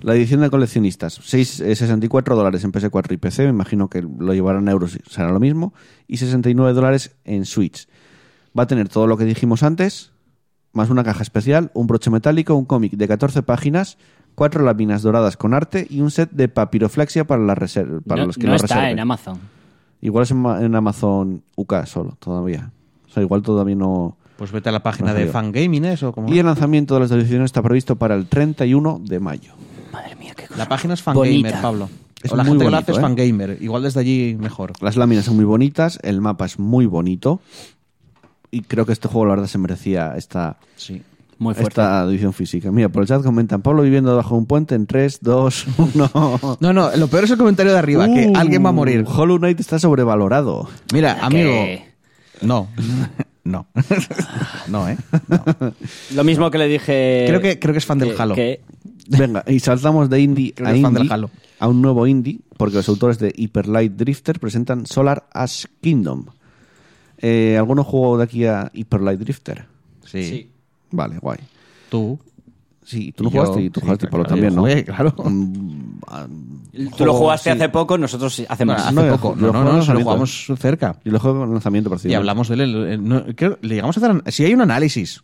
Speaker 1: La edición de coleccionistas. 6, eh, 64 dólares en PS4 y PC. Me imagino que lo llevarán a euros y será lo mismo. Y 69 dólares en Switch. Va a tener todo lo que dijimos antes. Más una caja especial, un broche metálico, un cómic de 14 páginas, cuatro láminas doradas con arte y un set de papiroflexia para, la reser- para
Speaker 3: no
Speaker 1: los que
Speaker 3: no
Speaker 1: lo
Speaker 3: está
Speaker 1: reserven.
Speaker 3: en Amazon.
Speaker 1: Igual es en, ma- en Amazon UK solo, todavía. O sea, igual todavía no...
Speaker 4: Pues vete a la página
Speaker 1: No,
Speaker 4: de
Speaker 1: tío.
Speaker 4: Fangaming, ¿eh? Eso, como...
Speaker 1: Y el lanzamiento de las televisiones está previsto para el 31 de mayo.
Speaker 3: Madre mía, qué cosa.
Speaker 4: La página es Fangamer,
Speaker 3: Bonita.
Speaker 4: Pablo.
Speaker 1: Es
Speaker 4: o la
Speaker 1: muy
Speaker 4: gente que lo
Speaker 1: bonito,
Speaker 4: hace es
Speaker 1: ¿eh?
Speaker 4: Fangamer. Igual desde allí mejor.
Speaker 1: Las láminas son muy bonitas, el mapa es muy bonito. Y creo que este juego, la verdad, se merecía esta,
Speaker 4: Sí.
Speaker 3: Muy fuerte.
Speaker 1: esta edición física. Mira, por el chat comentan, Pablo viviendo debajo de un puente en 3, 2, 1...
Speaker 4: No, no, lo peor es el comentario de arriba, que
Speaker 1: Uh,
Speaker 4: alguien va a morir.
Speaker 1: Hollow Knight está sobrevalorado.
Speaker 4: Mira, amigo.
Speaker 3: Que-
Speaker 4: No. No. no, ¿eh? No.
Speaker 3: Lo mismo que le dije.
Speaker 4: Creo que- creo que es fan del
Speaker 3: que-
Speaker 4: Halo.
Speaker 3: que-
Speaker 1: Venga, y saltamos de indie,
Speaker 4: Creo
Speaker 1: a,
Speaker 4: que es fan del
Speaker 1: indie,
Speaker 4: Halo.
Speaker 1: a un nuevo indie, porque los autores de Hyper Light Drifter presentan Solar Ash Kingdom. Eh, ¿Alguno jugó de aquí a Hyper Light Drifter?
Speaker 4: Sí.
Speaker 3: sí.
Speaker 1: Vale, guay.
Speaker 4: Tú.
Speaker 1: Sí, tú lo
Speaker 4: Y yo,
Speaker 1: jugaste y tú
Speaker 4: sí,
Speaker 1: jugaste y Pablo
Speaker 4: claro,
Speaker 1: también,
Speaker 4: yo
Speaker 1: ¿no?
Speaker 4: jugué, claro.
Speaker 1: Mm, ah,
Speaker 3: Tú lo
Speaker 1: juego,
Speaker 3: jugaste
Speaker 1: sí.
Speaker 3: hace poco, nosotros hace
Speaker 4: Bueno,
Speaker 3: más.
Speaker 4: hace
Speaker 1: no, yo-
Speaker 4: poco.
Speaker 1: yo
Speaker 4: No, no,
Speaker 1: juego
Speaker 4: no, se lo
Speaker 1: solito.
Speaker 4: jugamos cerca.
Speaker 1: Yo lo juego con lanzamiento parecido.
Speaker 4: Y hablamos de él. eh, no, creo- le llegamos a hacer. an- Sí, hay un análisis.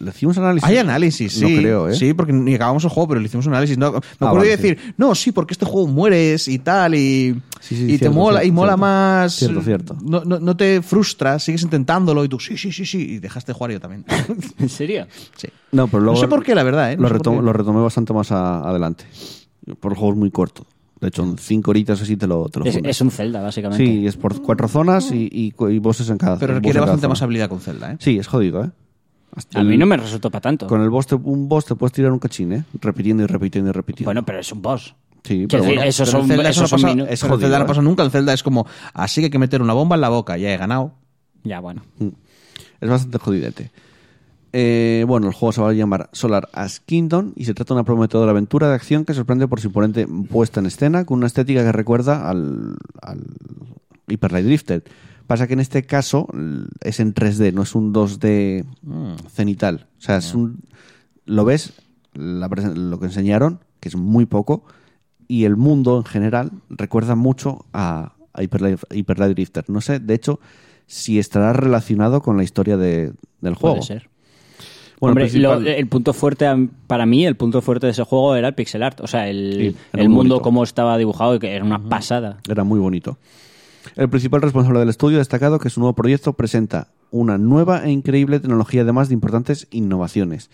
Speaker 1: ¿Le hicimos análisis?
Speaker 4: Hay análisis, sí.
Speaker 1: No creo, ¿eh? Ah,
Speaker 4: Sí, porque ni acabamos el juego, pero le hicimos un análisis. No, me acuerdo
Speaker 1: vale,
Speaker 4: de decir, no, sí, porque este juego mueres y tal, y,
Speaker 1: Sí, sí,
Speaker 4: y te
Speaker 1: cierto,
Speaker 4: mola, y
Speaker 1: cierto,
Speaker 4: mola
Speaker 1: cierto.
Speaker 4: más.
Speaker 1: Cierto, cierto.
Speaker 4: No, no, no te frustras, sigues intentándolo, y tú, sí, sí, sí, sí, y dejaste de jugar yo también.
Speaker 3: ¿En serio?
Speaker 4: sí.
Speaker 1: No, pero luego-
Speaker 4: No sé por qué, la verdad, ¿eh? No
Speaker 1: lo,
Speaker 4: sé por
Speaker 1: retomo-
Speaker 4: qué.
Speaker 1: lo retomé bastante más a- adelante. Por el juego es muy corsto. De hecho, en cinco horitas o así te lo, te lo
Speaker 3: Es,
Speaker 1: fundes.
Speaker 3: es un Zelda, básicamente.
Speaker 1: Sí, es por cuatro zonas y, y, cu- y bosses en cada
Speaker 4: Pero
Speaker 1: boss
Speaker 4: requiere
Speaker 1: en cada
Speaker 4: bastante
Speaker 1: zona.
Speaker 4: más habilidad con Zelda, ¿eh?
Speaker 1: Sí, es jodido, ¿eh? Hasta
Speaker 3: A
Speaker 1: el-
Speaker 3: mí no me resultó para tanto.
Speaker 1: Con el boss te- un boss te puedes tirar un cachín, ¿eh? Repitiendo y repitiendo y repitiendo.
Speaker 3: Bueno, pero es un boss.
Speaker 1: sí,
Speaker 3: quiero
Speaker 1: pero
Speaker 3: decir,
Speaker 1: bueno.
Speaker 3: esos
Speaker 4: Pero en
Speaker 3: son,
Speaker 4: Zelda eso
Speaker 3: esos
Speaker 4: no
Speaker 3: son
Speaker 4: pasa-
Speaker 3: minu-
Speaker 1: es
Speaker 4: pero en Zelda
Speaker 1: jodido,
Speaker 4: no
Speaker 1: ¿eh?
Speaker 4: pasa nunca. En Zelda es como, así que hay que meter una bomba en la boca, ya he ganado.
Speaker 3: Ya, bueno.
Speaker 1: Es bastante jodidete. Eh, bueno, el juego se va a llamar Solar As Kingdom y se trata de una prometedora aventura de acción que sorprende por su imponente puesta en escena con una estética que recuerda al, al Hyper Light Drifter. Pasa que en este caso l- es en 3D, no es un 2D
Speaker 3: Mm.
Speaker 1: cenital. O sea, es un, lo ves, la presen- lo que enseñaron, que es muy poco, y el mundo en general recuerda mucho a, a Hyper, Light, Hyper Light Drifter. No sé, de hecho, si estará relacionado con la historia de- del juego.
Speaker 3: Puede ser.
Speaker 1: Bueno,
Speaker 3: Hombre,
Speaker 1: principal-
Speaker 3: lo- el punto fuerte, am- para mí, el punto fuerte de ese juego era el pixel art. O sea, el,
Speaker 1: Sí, era
Speaker 3: el
Speaker 1: muy
Speaker 3: mundo
Speaker 1: bonito.
Speaker 3: como estaba dibujado, que era una pasada.
Speaker 1: Era muy bonito. El principal responsable del estudio ha destacado que su nuevo proyecto presenta una nueva e increíble tecnología, además de importantes innovaciones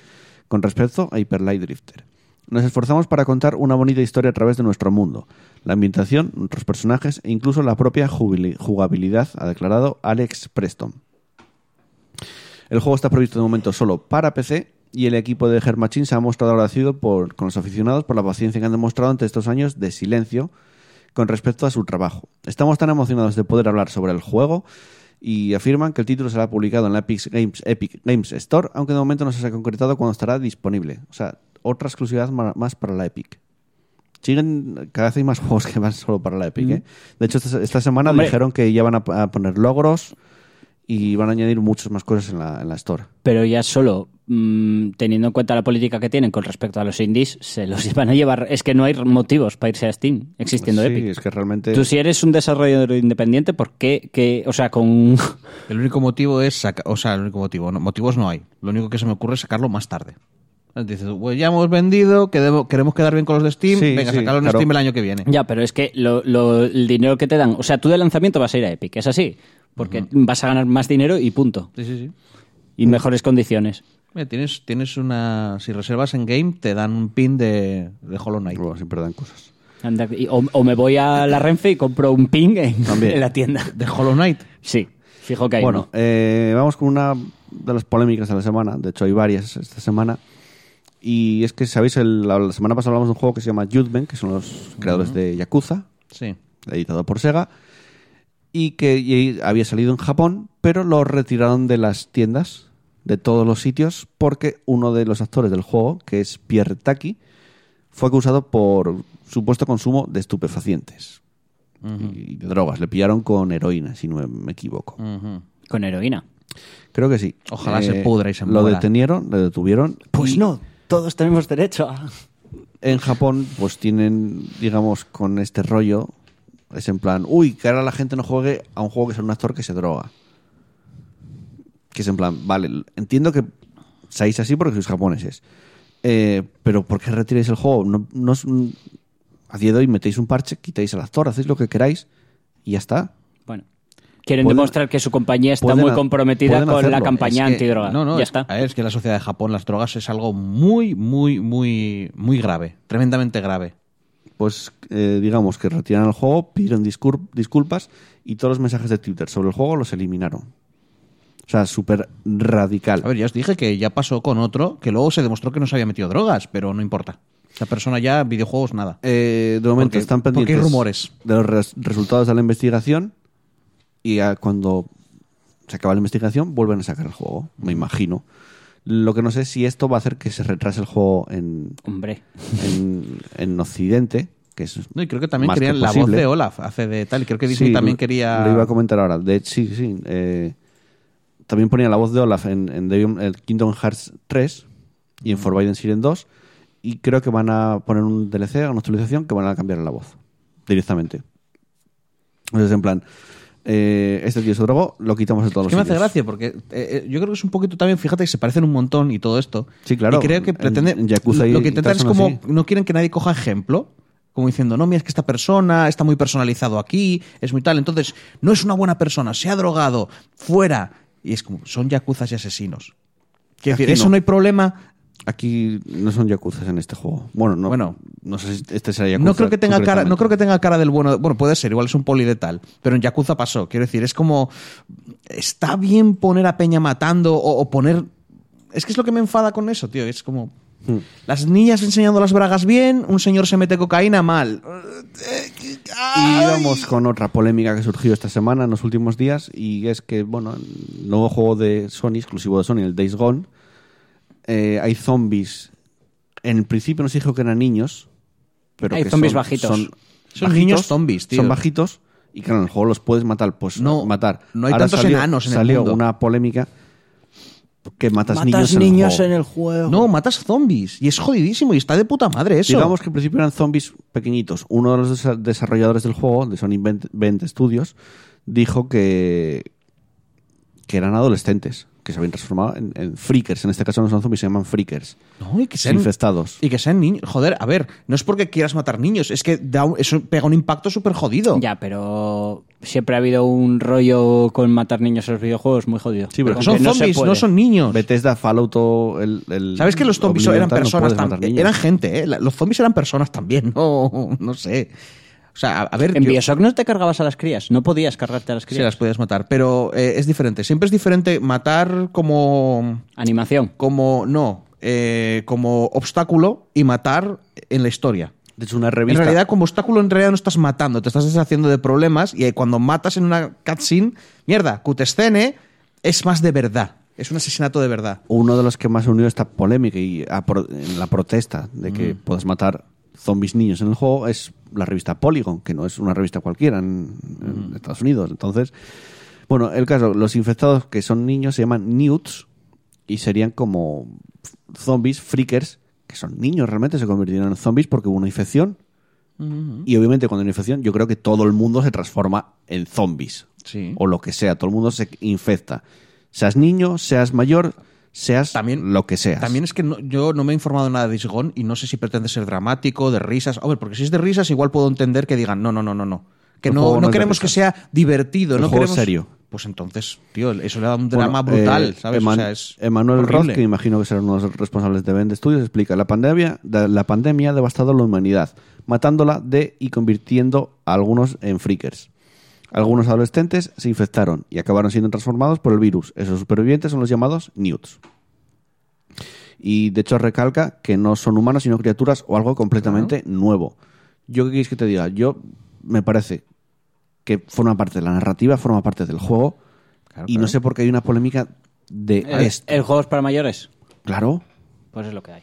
Speaker 1: con respecto a Hyper Light Drifter. Nos esforzamos para contar una bonita historia a través de nuestro mundo, la ambientación, nuestros personajes e incluso la propia jubili- jugabilidad, ha declarado Alex Preston. El juego está previsto de momento solo para PC y el equipo de Hermachin se ha mostrado agradecido por, con los aficionados por la paciencia que han demostrado ante estos años de silencio con respecto a su trabajo. Estamos tan emocionados de poder hablar sobre el juego y afirman que el título será publicado en la Epic Games, Epic Games Store, aunque de momento no se ha concretado cuándo estará disponible. O sea, otra exclusividad ma- más para la Epic. Siguen, cada vez hay más juegos que van solo para la Epic. ¿eh? De hecho, esta, esta semana
Speaker 3: Hombre.
Speaker 1: dijeron que ya van a, a poner logros y van a añadir muchas más cosas en la, en la Store.
Speaker 3: Pero ya solo mm, teniendo en cuenta la política que tienen con respecto a los indies, se los van a llevar. Es que no hay motivos para irse a Steam existiendo
Speaker 1: sí, eh.
Speaker 3: Epic.
Speaker 1: es que realmente...
Speaker 3: Tú si eres un desarrollador independiente, ¿por qué? qué- o sea, con...
Speaker 4: El único motivo es sacar, o sea, el único motivo, no, motivos no hay. Lo único que se me ocurre es sacarlo más tarde. Dices, "Bueno, ya hemos vendido, que debo- queremos quedar bien con los de Steam,
Speaker 1: Sí,
Speaker 4: venga,
Speaker 1: sí,
Speaker 4: sacarlo en
Speaker 1: claro.
Speaker 4: Steam el año que viene.
Speaker 3: Ya, pero es que lo- lo- el dinero que te dan... O sea, tú de lanzamiento vas a ir a Epic, es así. Porque vas a ganar más dinero y punto.
Speaker 4: Sí, sí, sí.
Speaker 3: Y mejores condiciones.
Speaker 4: Mira, tienes, tienes una. Si reservas en game, te dan un pin de, de Hollow Knight.
Speaker 1: Bueno, siempre dan cosas.
Speaker 3: Anda, y- o, o me voy a la Renfe y compro un ping en,
Speaker 1: También.
Speaker 3: en la tienda.
Speaker 4: De Hollow Knight.
Speaker 3: Sí, fijo que hay
Speaker 1: Bueno,
Speaker 3: uno.
Speaker 1: eh, vamos con una de las polémicas de la semana. De hecho, hay varias esta semana. Y es que, ¿sabéis? El- la, la semana pasada hablamos de un juego que se llama Judgment, que son los creadores de Yakuza,
Speaker 4: Sí.
Speaker 1: editado por Sega, y que y había salido en Japón, pero lo retiraron de las tiendas, de todos los sitios, porque uno de los actores del juego, que es Pierre Taki, fue acusado por supuesto consumo de estupefacientes y de drogas. Le pillaron con heroína, si no me equivoco.
Speaker 4: Ujú.
Speaker 3: Con heroína.
Speaker 1: Creo que sí. Eh,
Speaker 4: Ojalá se pudra y se
Speaker 1: Lo
Speaker 4: muera. Pues
Speaker 1: detenieron, lo detuvieron. y
Speaker 3: no, todos tenemos derecho a...
Speaker 1: En Japón, pues tienen, digamos, con este rollo, es en plan, uy, que ahora la gente no juegue a un juego que es un actor que se droga. Que es en plan, vale, entiendo que seáis así porque sois japoneses. Eh, pero ¿por qué retiráis el juego? No, no es un- a día de hoy metéis un parche, quitáis al actor, hacéis lo que queráis y ya está.
Speaker 3: Bueno, quieren
Speaker 1: Pueden-
Speaker 3: demostrar que su compañía está
Speaker 1: pueden
Speaker 3: muy
Speaker 1: ha-
Speaker 3: comprometida
Speaker 1: pueden
Speaker 3: con la
Speaker 1: hacerlo.
Speaker 3: campaña
Speaker 4: Es que-
Speaker 3: antidroga.
Speaker 4: No, no,
Speaker 3: ya
Speaker 4: es-
Speaker 3: está.
Speaker 4: a ver, es que en la sociedad de Japón las drogas es algo muy, muy, muy, muy grave. Tremendamente grave.
Speaker 1: pues eh, digamos que retiraron el juego, pidieron discur- disculpas y todos los mensajes de Twitter sobre el juego los eliminaron. O sea, súper radical.
Speaker 4: A ver, ya os dije que ya pasó con otro, que luego se demostró que no se había metido drogas, pero no importa. Esa persona ya, videojuegos, nada.
Speaker 1: Eh, de momento
Speaker 4: Porque-
Speaker 1: están
Speaker 4: porque hay
Speaker 1: pendientes
Speaker 4: rumores.
Speaker 1: de los res- resultados de la investigación y a- cuando se acaba la investigación vuelven a sacar el juego, me imagino. Lo que no sé es si esto va a hacer que se retrase el juego en,
Speaker 3: Hombre,
Speaker 1: en, en Occidente, que es
Speaker 4: No, y creo que también
Speaker 1: más
Speaker 4: querían la voz
Speaker 1: posible.
Speaker 4: de Olaf hace de tal. Y creo que Disney
Speaker 1: Sí,
Speaker 4: también
Speaker 1: lo-
Speaker 4: quería.
Speaker 1: Lo iba a comentar ahora. De, sí, sí. eh, también ponía la voz de Olaf en, en Devium- el Kingdom Hearts 3 y en Forbidden Siren 2. Y creo que van a poner un DLC, una actualización, que van a cambiar la voz directamente. Entonces, en plan, eh, este tío se drogó, lo quitamos de todos
Speaker 4: Es que me
Speaker 1: los
Speaker 4: hace
Speaker 1: sitios.
Speaker 4: gracia porque eh, eh, yo creo que es un poquito también, fíjate que se parecen un montón y todo esto.
Speaker 1: Sí, claro.
Speaker 4: Y creo que
Speaker 1: En-
Speaker 4: pretende.
Speaker 1: en Yakuza y
Speaker 4: lo que intentan es
Speaker 1: tal son
Speaker 4: como.
Speaker 1: así.
Speaker 4: No quieren que nadie coja ejemplo. Como diciendo, no, mira, es que esta persona está muy personalizado aquí, es muy tal. Entonces, no es una buena persona, se ha drogado, fuera. Y es como, son yakuzas y asesinos. Quiero
Speaker 1: Aquí
Speaker 4: decir, eso
Speaker 1: no.
Speaker 4: no hay problema.
Speaker 1: Aquí no son yakuzas en este juego. Bueno, no,
Speaker 4: Bueno.
Speaker 1: no sé si este será yakuza.
Speaker 4: No creo, que tenga cara, no
Speaker 1: concretamente.
Speaker 4: creo que tenga cara del bueno. Bueno, puede ser, igual es un poli de tal. Pero en Yakuza pasó. Quiero decir, es como. Está bien poner a Peña matando o, o poner. Es que es lo que me enfada con eso, tío. Es como. Las niñas enseñando las bragas bien, un señor se mete cocaína mal.
Speaker 1: Y vamos con otra polémica que surgió esta semana en los últimos días y es que, bueno, el nuevo juego de Sony, exclusivo de Sony, el Days Gone, eh, hay zombies. En el principio nos dijo que eran niños, pero
Speaker 3: Hay
Speaker 1: que
Speaker 3: zombies
Speaker 1: son,
Speaker 3: bajitos.
Speaker 1: Son,
Speaker 4: Son
Speaker 1: bajitos,
Speaker 4: niños zombies, tío.
Speaker 1: Son bajitos y claro, en el juego los puedes matar, pues
Speaker 4: No,
Speaker 1: matar.
Speaker 4: no hay tantos
Speaker 1: salió-
Speaker 4: enanos en el
Speaker 1: Salió
Speaker 4: mundo.
Speaker 1: una polémica que matas, niños, en el juego.
Speaker 3: juego.
Speaker 4: No, matas zombies. Y es jodidísimo. Y está de puta madre eso.
Speaker 1: Digamos que en principio eran zombies pequeñitos. Uno de los desa- desarrolladores del juego, de Sony 20, 20 Studios, dijo que, que eran adolescentes, que se habían transformado en, en freakers. En este caso no son zombies, se llaman freakers.
Speaker 4: No, y que sean
Speaker 1: infestados.
Speaker 4: Y que sean niños. Joder, a ver, no es porque quieras matar niños, es que da un- eso pega un impacto súper jodido.
Speaker 3: Ya, pero siempre ha habido un rollo con matar niños en los videojuegos muy jodido.
Speaker 1: Sí, pero
Speaker 3: Con
Speaker 4: Son
Speaker 3: que no se
Speaker 4: zombies, no,
Speaker 3: puede.
Speaker 4: son niños.
Speaker 1: Bethesda, Fallout, o el, el
Speaker 4: ¿Sabes que los zombies
Speaker 1: Oblivion
Speaker 4: eran
Speaker 1: tal, no
Speaker 4: personas
Speaker 1: puedes matar
Speaker 4: también?
Speaker 1: niños.
Speaker 4: Eran gente, ¿eh? La- Los zombies eran personas también, no, no sé. O sea, a, a ver,
Speaker 3: En
Speaker 4: yo-
Speaker 3: Bioshock no te cargabas a las crías, no podías cargarte a las
Speaker 4: sí
Speaker 3: crías.
Speaker 4: las podías matar, pero eh, es diferente. Siempre es diferente matar como.
Speaker 3: Animación.
Speaker 4: como. no, eh, como obstáculo y matar en la historia.
Speaker 1: De hecho, una revista.
Speaker 4: En realidad, como obstáculo, en realidad no estás matando, te estás deshaciendo de problemas y eh, cuando matas en una cutscene, mierda, cutscene es más de verdad. Es un asesinato de verdad.
Speaker 1: uno de los que más unió esta polémica y a pro- en la protesta de
Speaker 4: Mm.
Speaker 1: que puedas matar zombies niños en el juego es la revista Polygon, que no es una revista cualquiera en, en
Speaker 4: Mm.
Speaker 1: Estados Unidos. Entonces, bueno, el caso, los infectados que son niños se llaman newts y serían como f- zombies, freakers, que son niños realmente, se convirtieron en zombies porque hubo una infección. Y obviamente cuando hay una infección, yo creo que todo el mundo se transforma en zombies.
Speaker 4: Sí.
Speaker 1: O lo que sea, todo el mundo se infecta. Seas niño, seas mayor, seas
Speaker 4: También-
Speaker 1: lo que seas.
Speaker 4: También es que no- yo no me he informado nada de Disgón y no sé si pretende ser dramático, de risas. A ver, porque si es de risas, igual puedo entender que digan no, no, no, no, no. Que
Speaker 1: El
Speaker 4: no,
Speaker 1: juego
Speaker 4: no
Speaker 1: no es de
Speaker 4: queremos que
Speaker 1: risas.
Speaker 4: sea divertido,
Speaker 1: El
Speaker 4: no
Speaker 1: juego es
Speaker 4: queremos.
Speaker 1: serio.
Speaker 4: Pues entonces, tío, eso le da un
Speaker 1: Bueno,
Speaker 4: drama brutal,
Speaker 1: eh,
Speaker 4: ¿sabes?
Speaker 1: Eman-
Speaker 4: o sea, es
Speaker 1: Emanuel Roth,
Speaker 4: horrible.
Speaker 1: que imagino que será uno de los responsables de Bend Studios, explica: la pandemia, da- la pandemia ha devastado a la humanidad, matándola de y convirtiendo a algunos en freakers. Algunos adolescentes se infectaron y acabaron siendo transformados por el virus. Esos supervivientes son los llamados newts. Y de hecho recalca que no son humanos, sino criaturas o algo completamente nuevo. Yo qué quieres que te diga, yo me parece que forma parte de la narrativa, forma parte del juego.
Speaker 4: Claro,
Speaker 1: y
Speaker 4: claro.
Speaker 1: no sé por qué hay una polémica de
Speaker 4: Eh,
Speaker 3: El,
Speaker 1: esto.
Speaker 3: el juego es para mayores.
Speaker 1: Claro.
Speaker 3: Pues es lo que hay.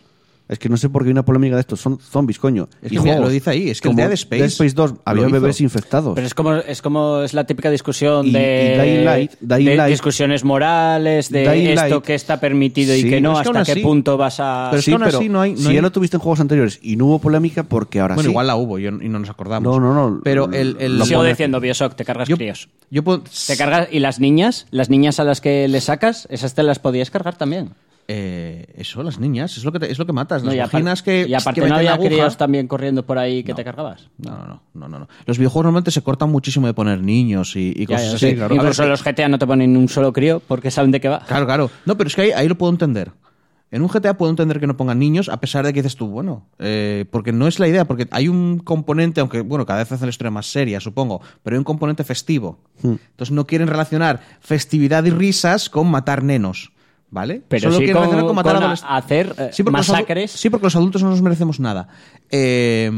Speaker 1: Es que no sé por qué hay una polémica de esto. Son zombies, coño.
Speaker 4: Es
Speaker 1: Y
Speaker 4: que mira,
Speaker 1: juegos
Speaker 4: lo dice ahí, es que el
Speaker 1: como
Speaker 4: Dead Space
Speaker 1: 2
Speaker 4: lo
Speaker 1: había
Speaker 4: hizo.
Speaker 1: bebés infectados.
Speaker 3: Pero es como es como es la típica discusión
Speaker 1: Pues. Y-
Speaker 3: de,
Speaker 1: y Dying Light- Dying
Speaker 3: de
Speaker 1: Light-
Speaker 3: discusiones morales, de
Speaker 1: Dying
Speaker 3: esto
Speaker 1: Light-
Speaker 3: que está permitido
Speaker 1: Sí,
Speaker 3: y que no,
Speaker 4: es que aún
Speaker 3: hasta
Speaker 4: así-
Speaker 3: qué punto vas a...
Speaker 4: Pero es
Speaker 1: sí,
Speaker 4: que aún
Speaker 1: pero
Speaker 4: así no hay- no
Speaker 1: si
Speaker 4: hay-
Speaker 1: ya lo tuviste en juegos anteriores y no hubo polémica, porque ahora
Speaker 4: Bueno,
Speaker 1: ¿Ah, sí.
Speaker 4: igual la hubo yo- y no nos acordamos.
Speaker 1: No, no, no.
Speaker 4: Pero el. el-
Speaker 1: Lo
Speaker 3: Sigo
Speaker 1: pone-
Speaker 3: diciendo, Bioshock, te cargas
Speaker 4: yo,
Speaker 3: críos.
Speaker 4: yo puedo-
Speaker 3: Te cargas, y las niñas, las niñas a las que le sacas, esas te las podías cargar también.
Speaker 4: Eh, eso, las niñas, es lo que, te- es lo que matas.
Speaker 3: No,
Speaker 4: Las
Speaker 3: y apar-
Speaker 4: vaginas que.
Speaker 3: y aparte
Speaker 4: que
Speaker 3: no
Speaker 4: meten
Speaker 3: había
Speaker 4: aguja.
Speaker 3: críos también corriendo por ahí que te cargabas.
Speaker 4: No, no, no, no, no, no. Los videojuegos normalmente se cortan muchísimo de poner niños y, y
Speaker 3: Ya,
Speaker 4: cosas
Speaker 3: ya,
Speaker 4: así.
Speaker 3: sí. Incluso
Speaker 4: A ver, eh,
Speaker 3: los GTA no te ponen un solo crío porque saben de qué va.
Speaker 4: Claro, claro. No, pero es que ahí, ahí lo puedo entender. En un GTA puedo entender que no pongan niños, a pesar de que dices tú, bueno, eh, porque no es la idea, porque hay un componente, aunque, bueno, cada vez hacen la historia más seria, supongo, pero hay un componente festivo.
Speaker 3: Hmm.
Speaker 4: Entonces no quieren relacionar festividad y risas con matar nenos, ¿vale?
Speaker 3: Pero
Speaker 4: Solo
Speaker 3: sí
Speaker 4: quieren
Speaker 3: con-
Speaker 4: relacionar con matar
Speaker 3: con a-
Speaker 4: adolesc-
Speaker 3: hacer, eh,
Speaker 4: porque los adu-
Speaker 3: masacres.
Speaker 4: Sí, porque los adultos no nos merecemos nada. Eh,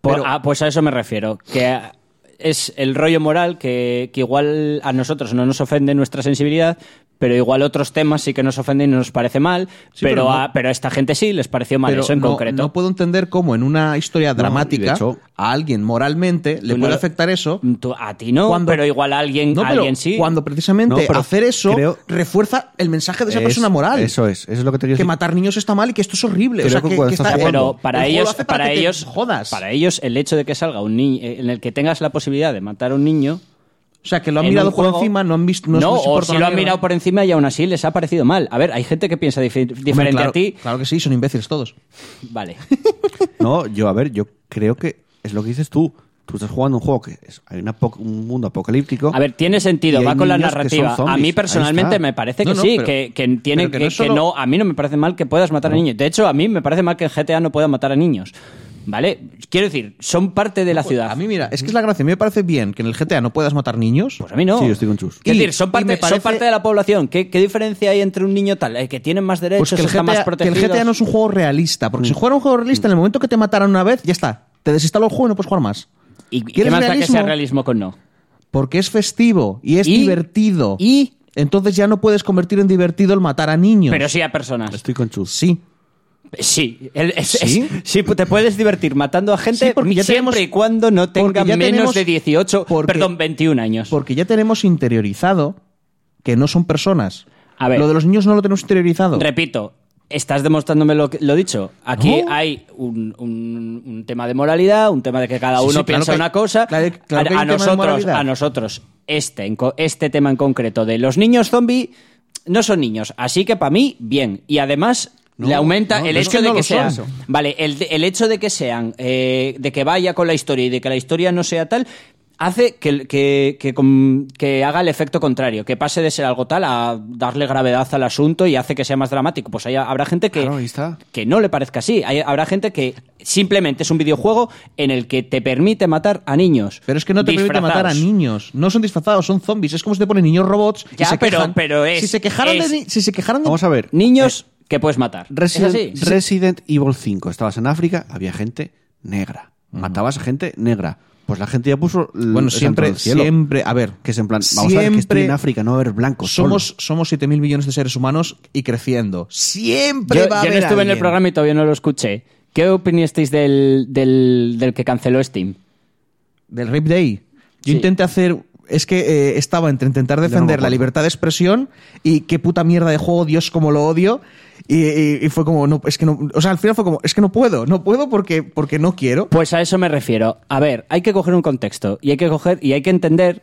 Speaker 3: Por-
Speaker 4: pero-
Speaker 3: ah, pues a eso me refiero. Que a- es el rollo moral que, que igual a nosotros no nos ofende nuestra sensibilidad, pero igual otros temas sí que nos ofenden y nos parece mal,
Speaker 4: Sí,
Speaker 3: pero,
Speaker 4: pero no.
Speaker 3: a, pero a esta gente sí les pareció mal
Speaker 4: pero
Speaker 3: eso en
Speaker 4: no,
Speaker 3: concreto.
Speaker 4: no puedo entender cómo en una historia dramática
Speaker 1: y de hecho-
Speaker 4: a alguien moralmente le
Speaker 3: Tú no
Speaker 4: puede
Speaker 3: lo-
Speaker 4: afectar eso.
Speaker 3: Tú- a ti no,
Speaker 4: Cuando-
Speaker 3: pero igual a alguien,
Speaker 4: No,
Speaker 3: a
Speaker 4: pero
Speaker 3: alguien sí.
Speaker 4: cuando precisamente
Speaker 1: No, pero
Speaker 4: hacer eso
Speaker 1: creo-
Speaker 4: refuerza el mensaje de esa
Speaker 1: Es-
Speaker 4: persona moral.
Speaker 1: Eso es, eso es lo que te quiero
Speaker 4: Que
Speaker 1: decir.
Speaker 4: matar niños está mal y que esto es horrible.
Speaker 1: Creo
Speaker 4: o sea,
Speaker 1: que
Speaker 4: que,
Speaker 1: cuando
Speaker 4: que
Speaker 1: estás
Speaker 4: está-
Speaker 3: Ya,
Speaker 1: jugando.
Speaker 3: pero
Speaker 4: el
Speaker 3: para
Speaker 4: juego lo
Speaker 3: ellos,
Speaker 4: hace
Speaker 3: para,
Speaker 4: que te
Speaker 3: ellos,
Speaker 4: jodas.
Speaker 3: para ellos, el hecho de que salga un niño, en el que tengas la posibilidad de matar a un niño,
Speaker 4: O sea, que lo han
Speaker 3: en un
Speaker 4: mirado por
Speaker 3: juego-
Speaker 4: encima, no han visto.
Speaker 3: No,
Speaker 4: No, les
Speaker 3: o
Speaker 4: importa
Speaker 3: si
Speaker 4: una
Speaker 3: lo han
Speaker 4: mierda.
Speaker 3: mirado por encima y aún así les ha parecido mal. A ver, hay gente que piensa difi- diferente
Speaker 4: Hombre, claro,
Speaker 3: a ti.
Speaker 4: Claro que sí, son imbéciles todos.
Speaker 3: Vale.
Speaker 1: No, yo, a ver, yo creo que es lo que dices tú. Tú estás jugando un juego que es- hay una apo- un mundo apocalíptico.
Speaker 3: A ver, tiene
Speaker 1: Y
Speaker 3: sentido,
Speaker 1: hay
Speaker 3: va con la
Speaker 1: niños que son
Speaker 3: narrativa. A
Speaker 1: zombies. Ahí
Speaker 3: mí personalmente
Speaker 1: está.
Speaker 3: me parece que
Speaker 4: No, no,
Speaker 3: sí,
Speaker 4: pero-
Speaker 3: que, que tiene
Speaker 4: pero que
Speaker 3: que,
Speaker 4: no es
Speaker 3: que
Speaker 4: solo-
Speaker 3: no, a mí no me parece mal que puedas matar a niños. De hecho, a mí me parece mal que en GTA no pueda matar a niños. ¿Vale? Quiero decir, son parte de la ciudad.
Speaker 4: pues, A mí, mira, es que es la gracia. A mí me parece bien que en el GTA no puedas matar niños.
Speaker 3: Pues a mí no.
Speaker 1: Sí, yo estoy con Chus.
Speaker 3: Quiero
Speaker 4: Y-
Speaker 3: decir, son
Speaker 4: y
Speaker 3: parte,
Speaker 4: me
Speaker 3: son
Speaker 4: parece-
Speaker 3: parte de la población. ¿Qué, qué diferencia hay entre un niño tal? El que tiene más derechos,
Speaker 4: Pues que el,
Speaker 3: está más Mm.
Speaker 4: GTA, que el
Speaker 3: protegido.
Speaker 4: GTA no es un juego realista. Porque si jugara un juego realista, en el momento que te mataran una vez, ya está. Te desinstaló el juego y no puedes jugar más.
Speaker 3: ¿Y y qué
Speaker 4: ¿Quieres
Speaker 3: más da que
Speaker 4: realismo?
Speaker 3: sea realismo con no?
Speaker 4: Porque es festivo y es
Speaker 3: Y-
Speaker 4: divertido.
Speaker 3: y-
Speaker 4: es Entonces ya no puedes convertir en divertido el matar a niños.
Speaker 3: Pero sí a personas.
Speaker 1: Estoy con Chus.
Speaker 4: Sí.
Speaker 3: Sí, el- es-
Speaker 4: ¿Sí?
Speaker 3: es- sí, pues te puedes divertir matando a gente
Speaker 4: Sí, porque ya
Speaker 3: siempre
Speaker 4: tenemos-
Speaker 3: y cuando no
Speaker 4: porque
Speaker 3: tenga
Speaker 4: ya
Speaker 3: menos
Speaker 4: tenemos-
Speaker 3: de 18,
Speaker 4: porque-
Speaker 3: perdón, 21 años.
Speaker 4: Porque ya tenemos interiorizado que no son personas.
Speaker 3: A ver.
Speaker 4: Lo de los niños no lo tenemos interiorizado.
Speaker 3: Repito, estás demostrándome lo, que- lo dicho. Aquí
Speaker 4: No.
Speaker 3: hay un, un- un tema de moralidad, un tema de que cada
Speaker 4: Sí,
Speaker 3: uno
Speaker 4: sí, claro
Speaker 3: piensa
Speaker 4: que hay-
Speaker 3: una cosa.
Speaker 4: claro- claro
Speaker 3: a,
Speaker 4: que hay un tema
Speaker 3: a
Speaker 4: de
Speaker 3: nosotros,
Speaker 4: moralidad.
Speaker 3: a nosotros, este, en co- este tema en concreto de los niños zombie no son niños, así que para mí bien. Y además
Speaker 1: No,
Speaker 3: le aumenta
Speaker 1: no,
Speaker 3: el
Speaker 1: es
Speaker 3: hecho
Speaker 1: que
Speaker 3: de
Speaker 1: no
Speaker 3: que
Speaker 1: lo
Speaker 3: sean,
Speaker 1: son.
Speaker 3: vale, el, de- el hecho de que sean, eh, de que vaya con la historia y de que la historia no sea tal. Hace que, que- que com- que haga el efecto contrario, que pase de ser algo tal a darle gravedad al asunto y hace que sea más dramático. Pues ahí habrá gente que,
Speaker 1: Claro, ahí está.
Speaker 3: que no le parezca así. Hay- habrá gente que simplemente es un videojuego en el que te permite matar a niños.
Speaker 4: Pero es que no te permite matar a
Speaker 3: disfrazados.
Speaker 4: niños. No son disfrazados, son zombies. Es como si te ponen niños robots y
Speaker 3: Ya,
Speaker 4: se
Speaker 3: pero-
Speaker 4: quejan.
Speaker 3: pero es-
Speaker 4: si se quejaran
Speaker 3: es-
Speaker 4: de, ni- si se quejaran de-
Speaker 1: Vamos a ver.
Speaker 3: Niños
Speaker 4: Eh,
Speaker 3: que puedes matar.
Speaker 1: Resident,
Speaker 3: ¿Es así?
Speaker 1: Resident Evil 5. Estabas en África, había gente negra. Matabas a gente negra. Pues la gente ya puso el
Speaker 4: Bueno,
Speaker 1: el santo en
Speaker 4: siempre,
Speaker 1: el cielo.
Speaker 4: siempre, a ver,
Speaker 1: Que es en plan, vamos a ver que estoy
Speaker 4: siempre
Speaker 1: en África, no va a haber blancos.
Speaker 4: somos, somos 7 mil millones de seres humanos y creciendo. Siempre
Speaker 3: Yo,
Speaker 4: va a
Speaker 3: yo
Speaker 4: haber
Speaker 3: no estuve en el
Speaker 4: alguien.
Speaker 3: programa y todavía no lo escuché. ¿Qué opinisteis del, del, del que canceló Steam?
Speaker 4: del Rip Day. Yo
Speaker 3: Sí.
Speaker 4: intenté hacer. Es que eh, estaba entre intentar
Speaker 1: me
Speaker 4: defender la
Speaker 1: acuerdo.
Speaker 4: libertad de expresión y qué puta mierda de juego, Dios, como lo odio. Y, y- y fue como, no, es que no. O sea, al final fue como, es que no puedo, no puedo porque, porque no quiero.
Speaker 3: Pues a eso me refiero. A ver, hay que coger un contexto y hay que coger y hay que entender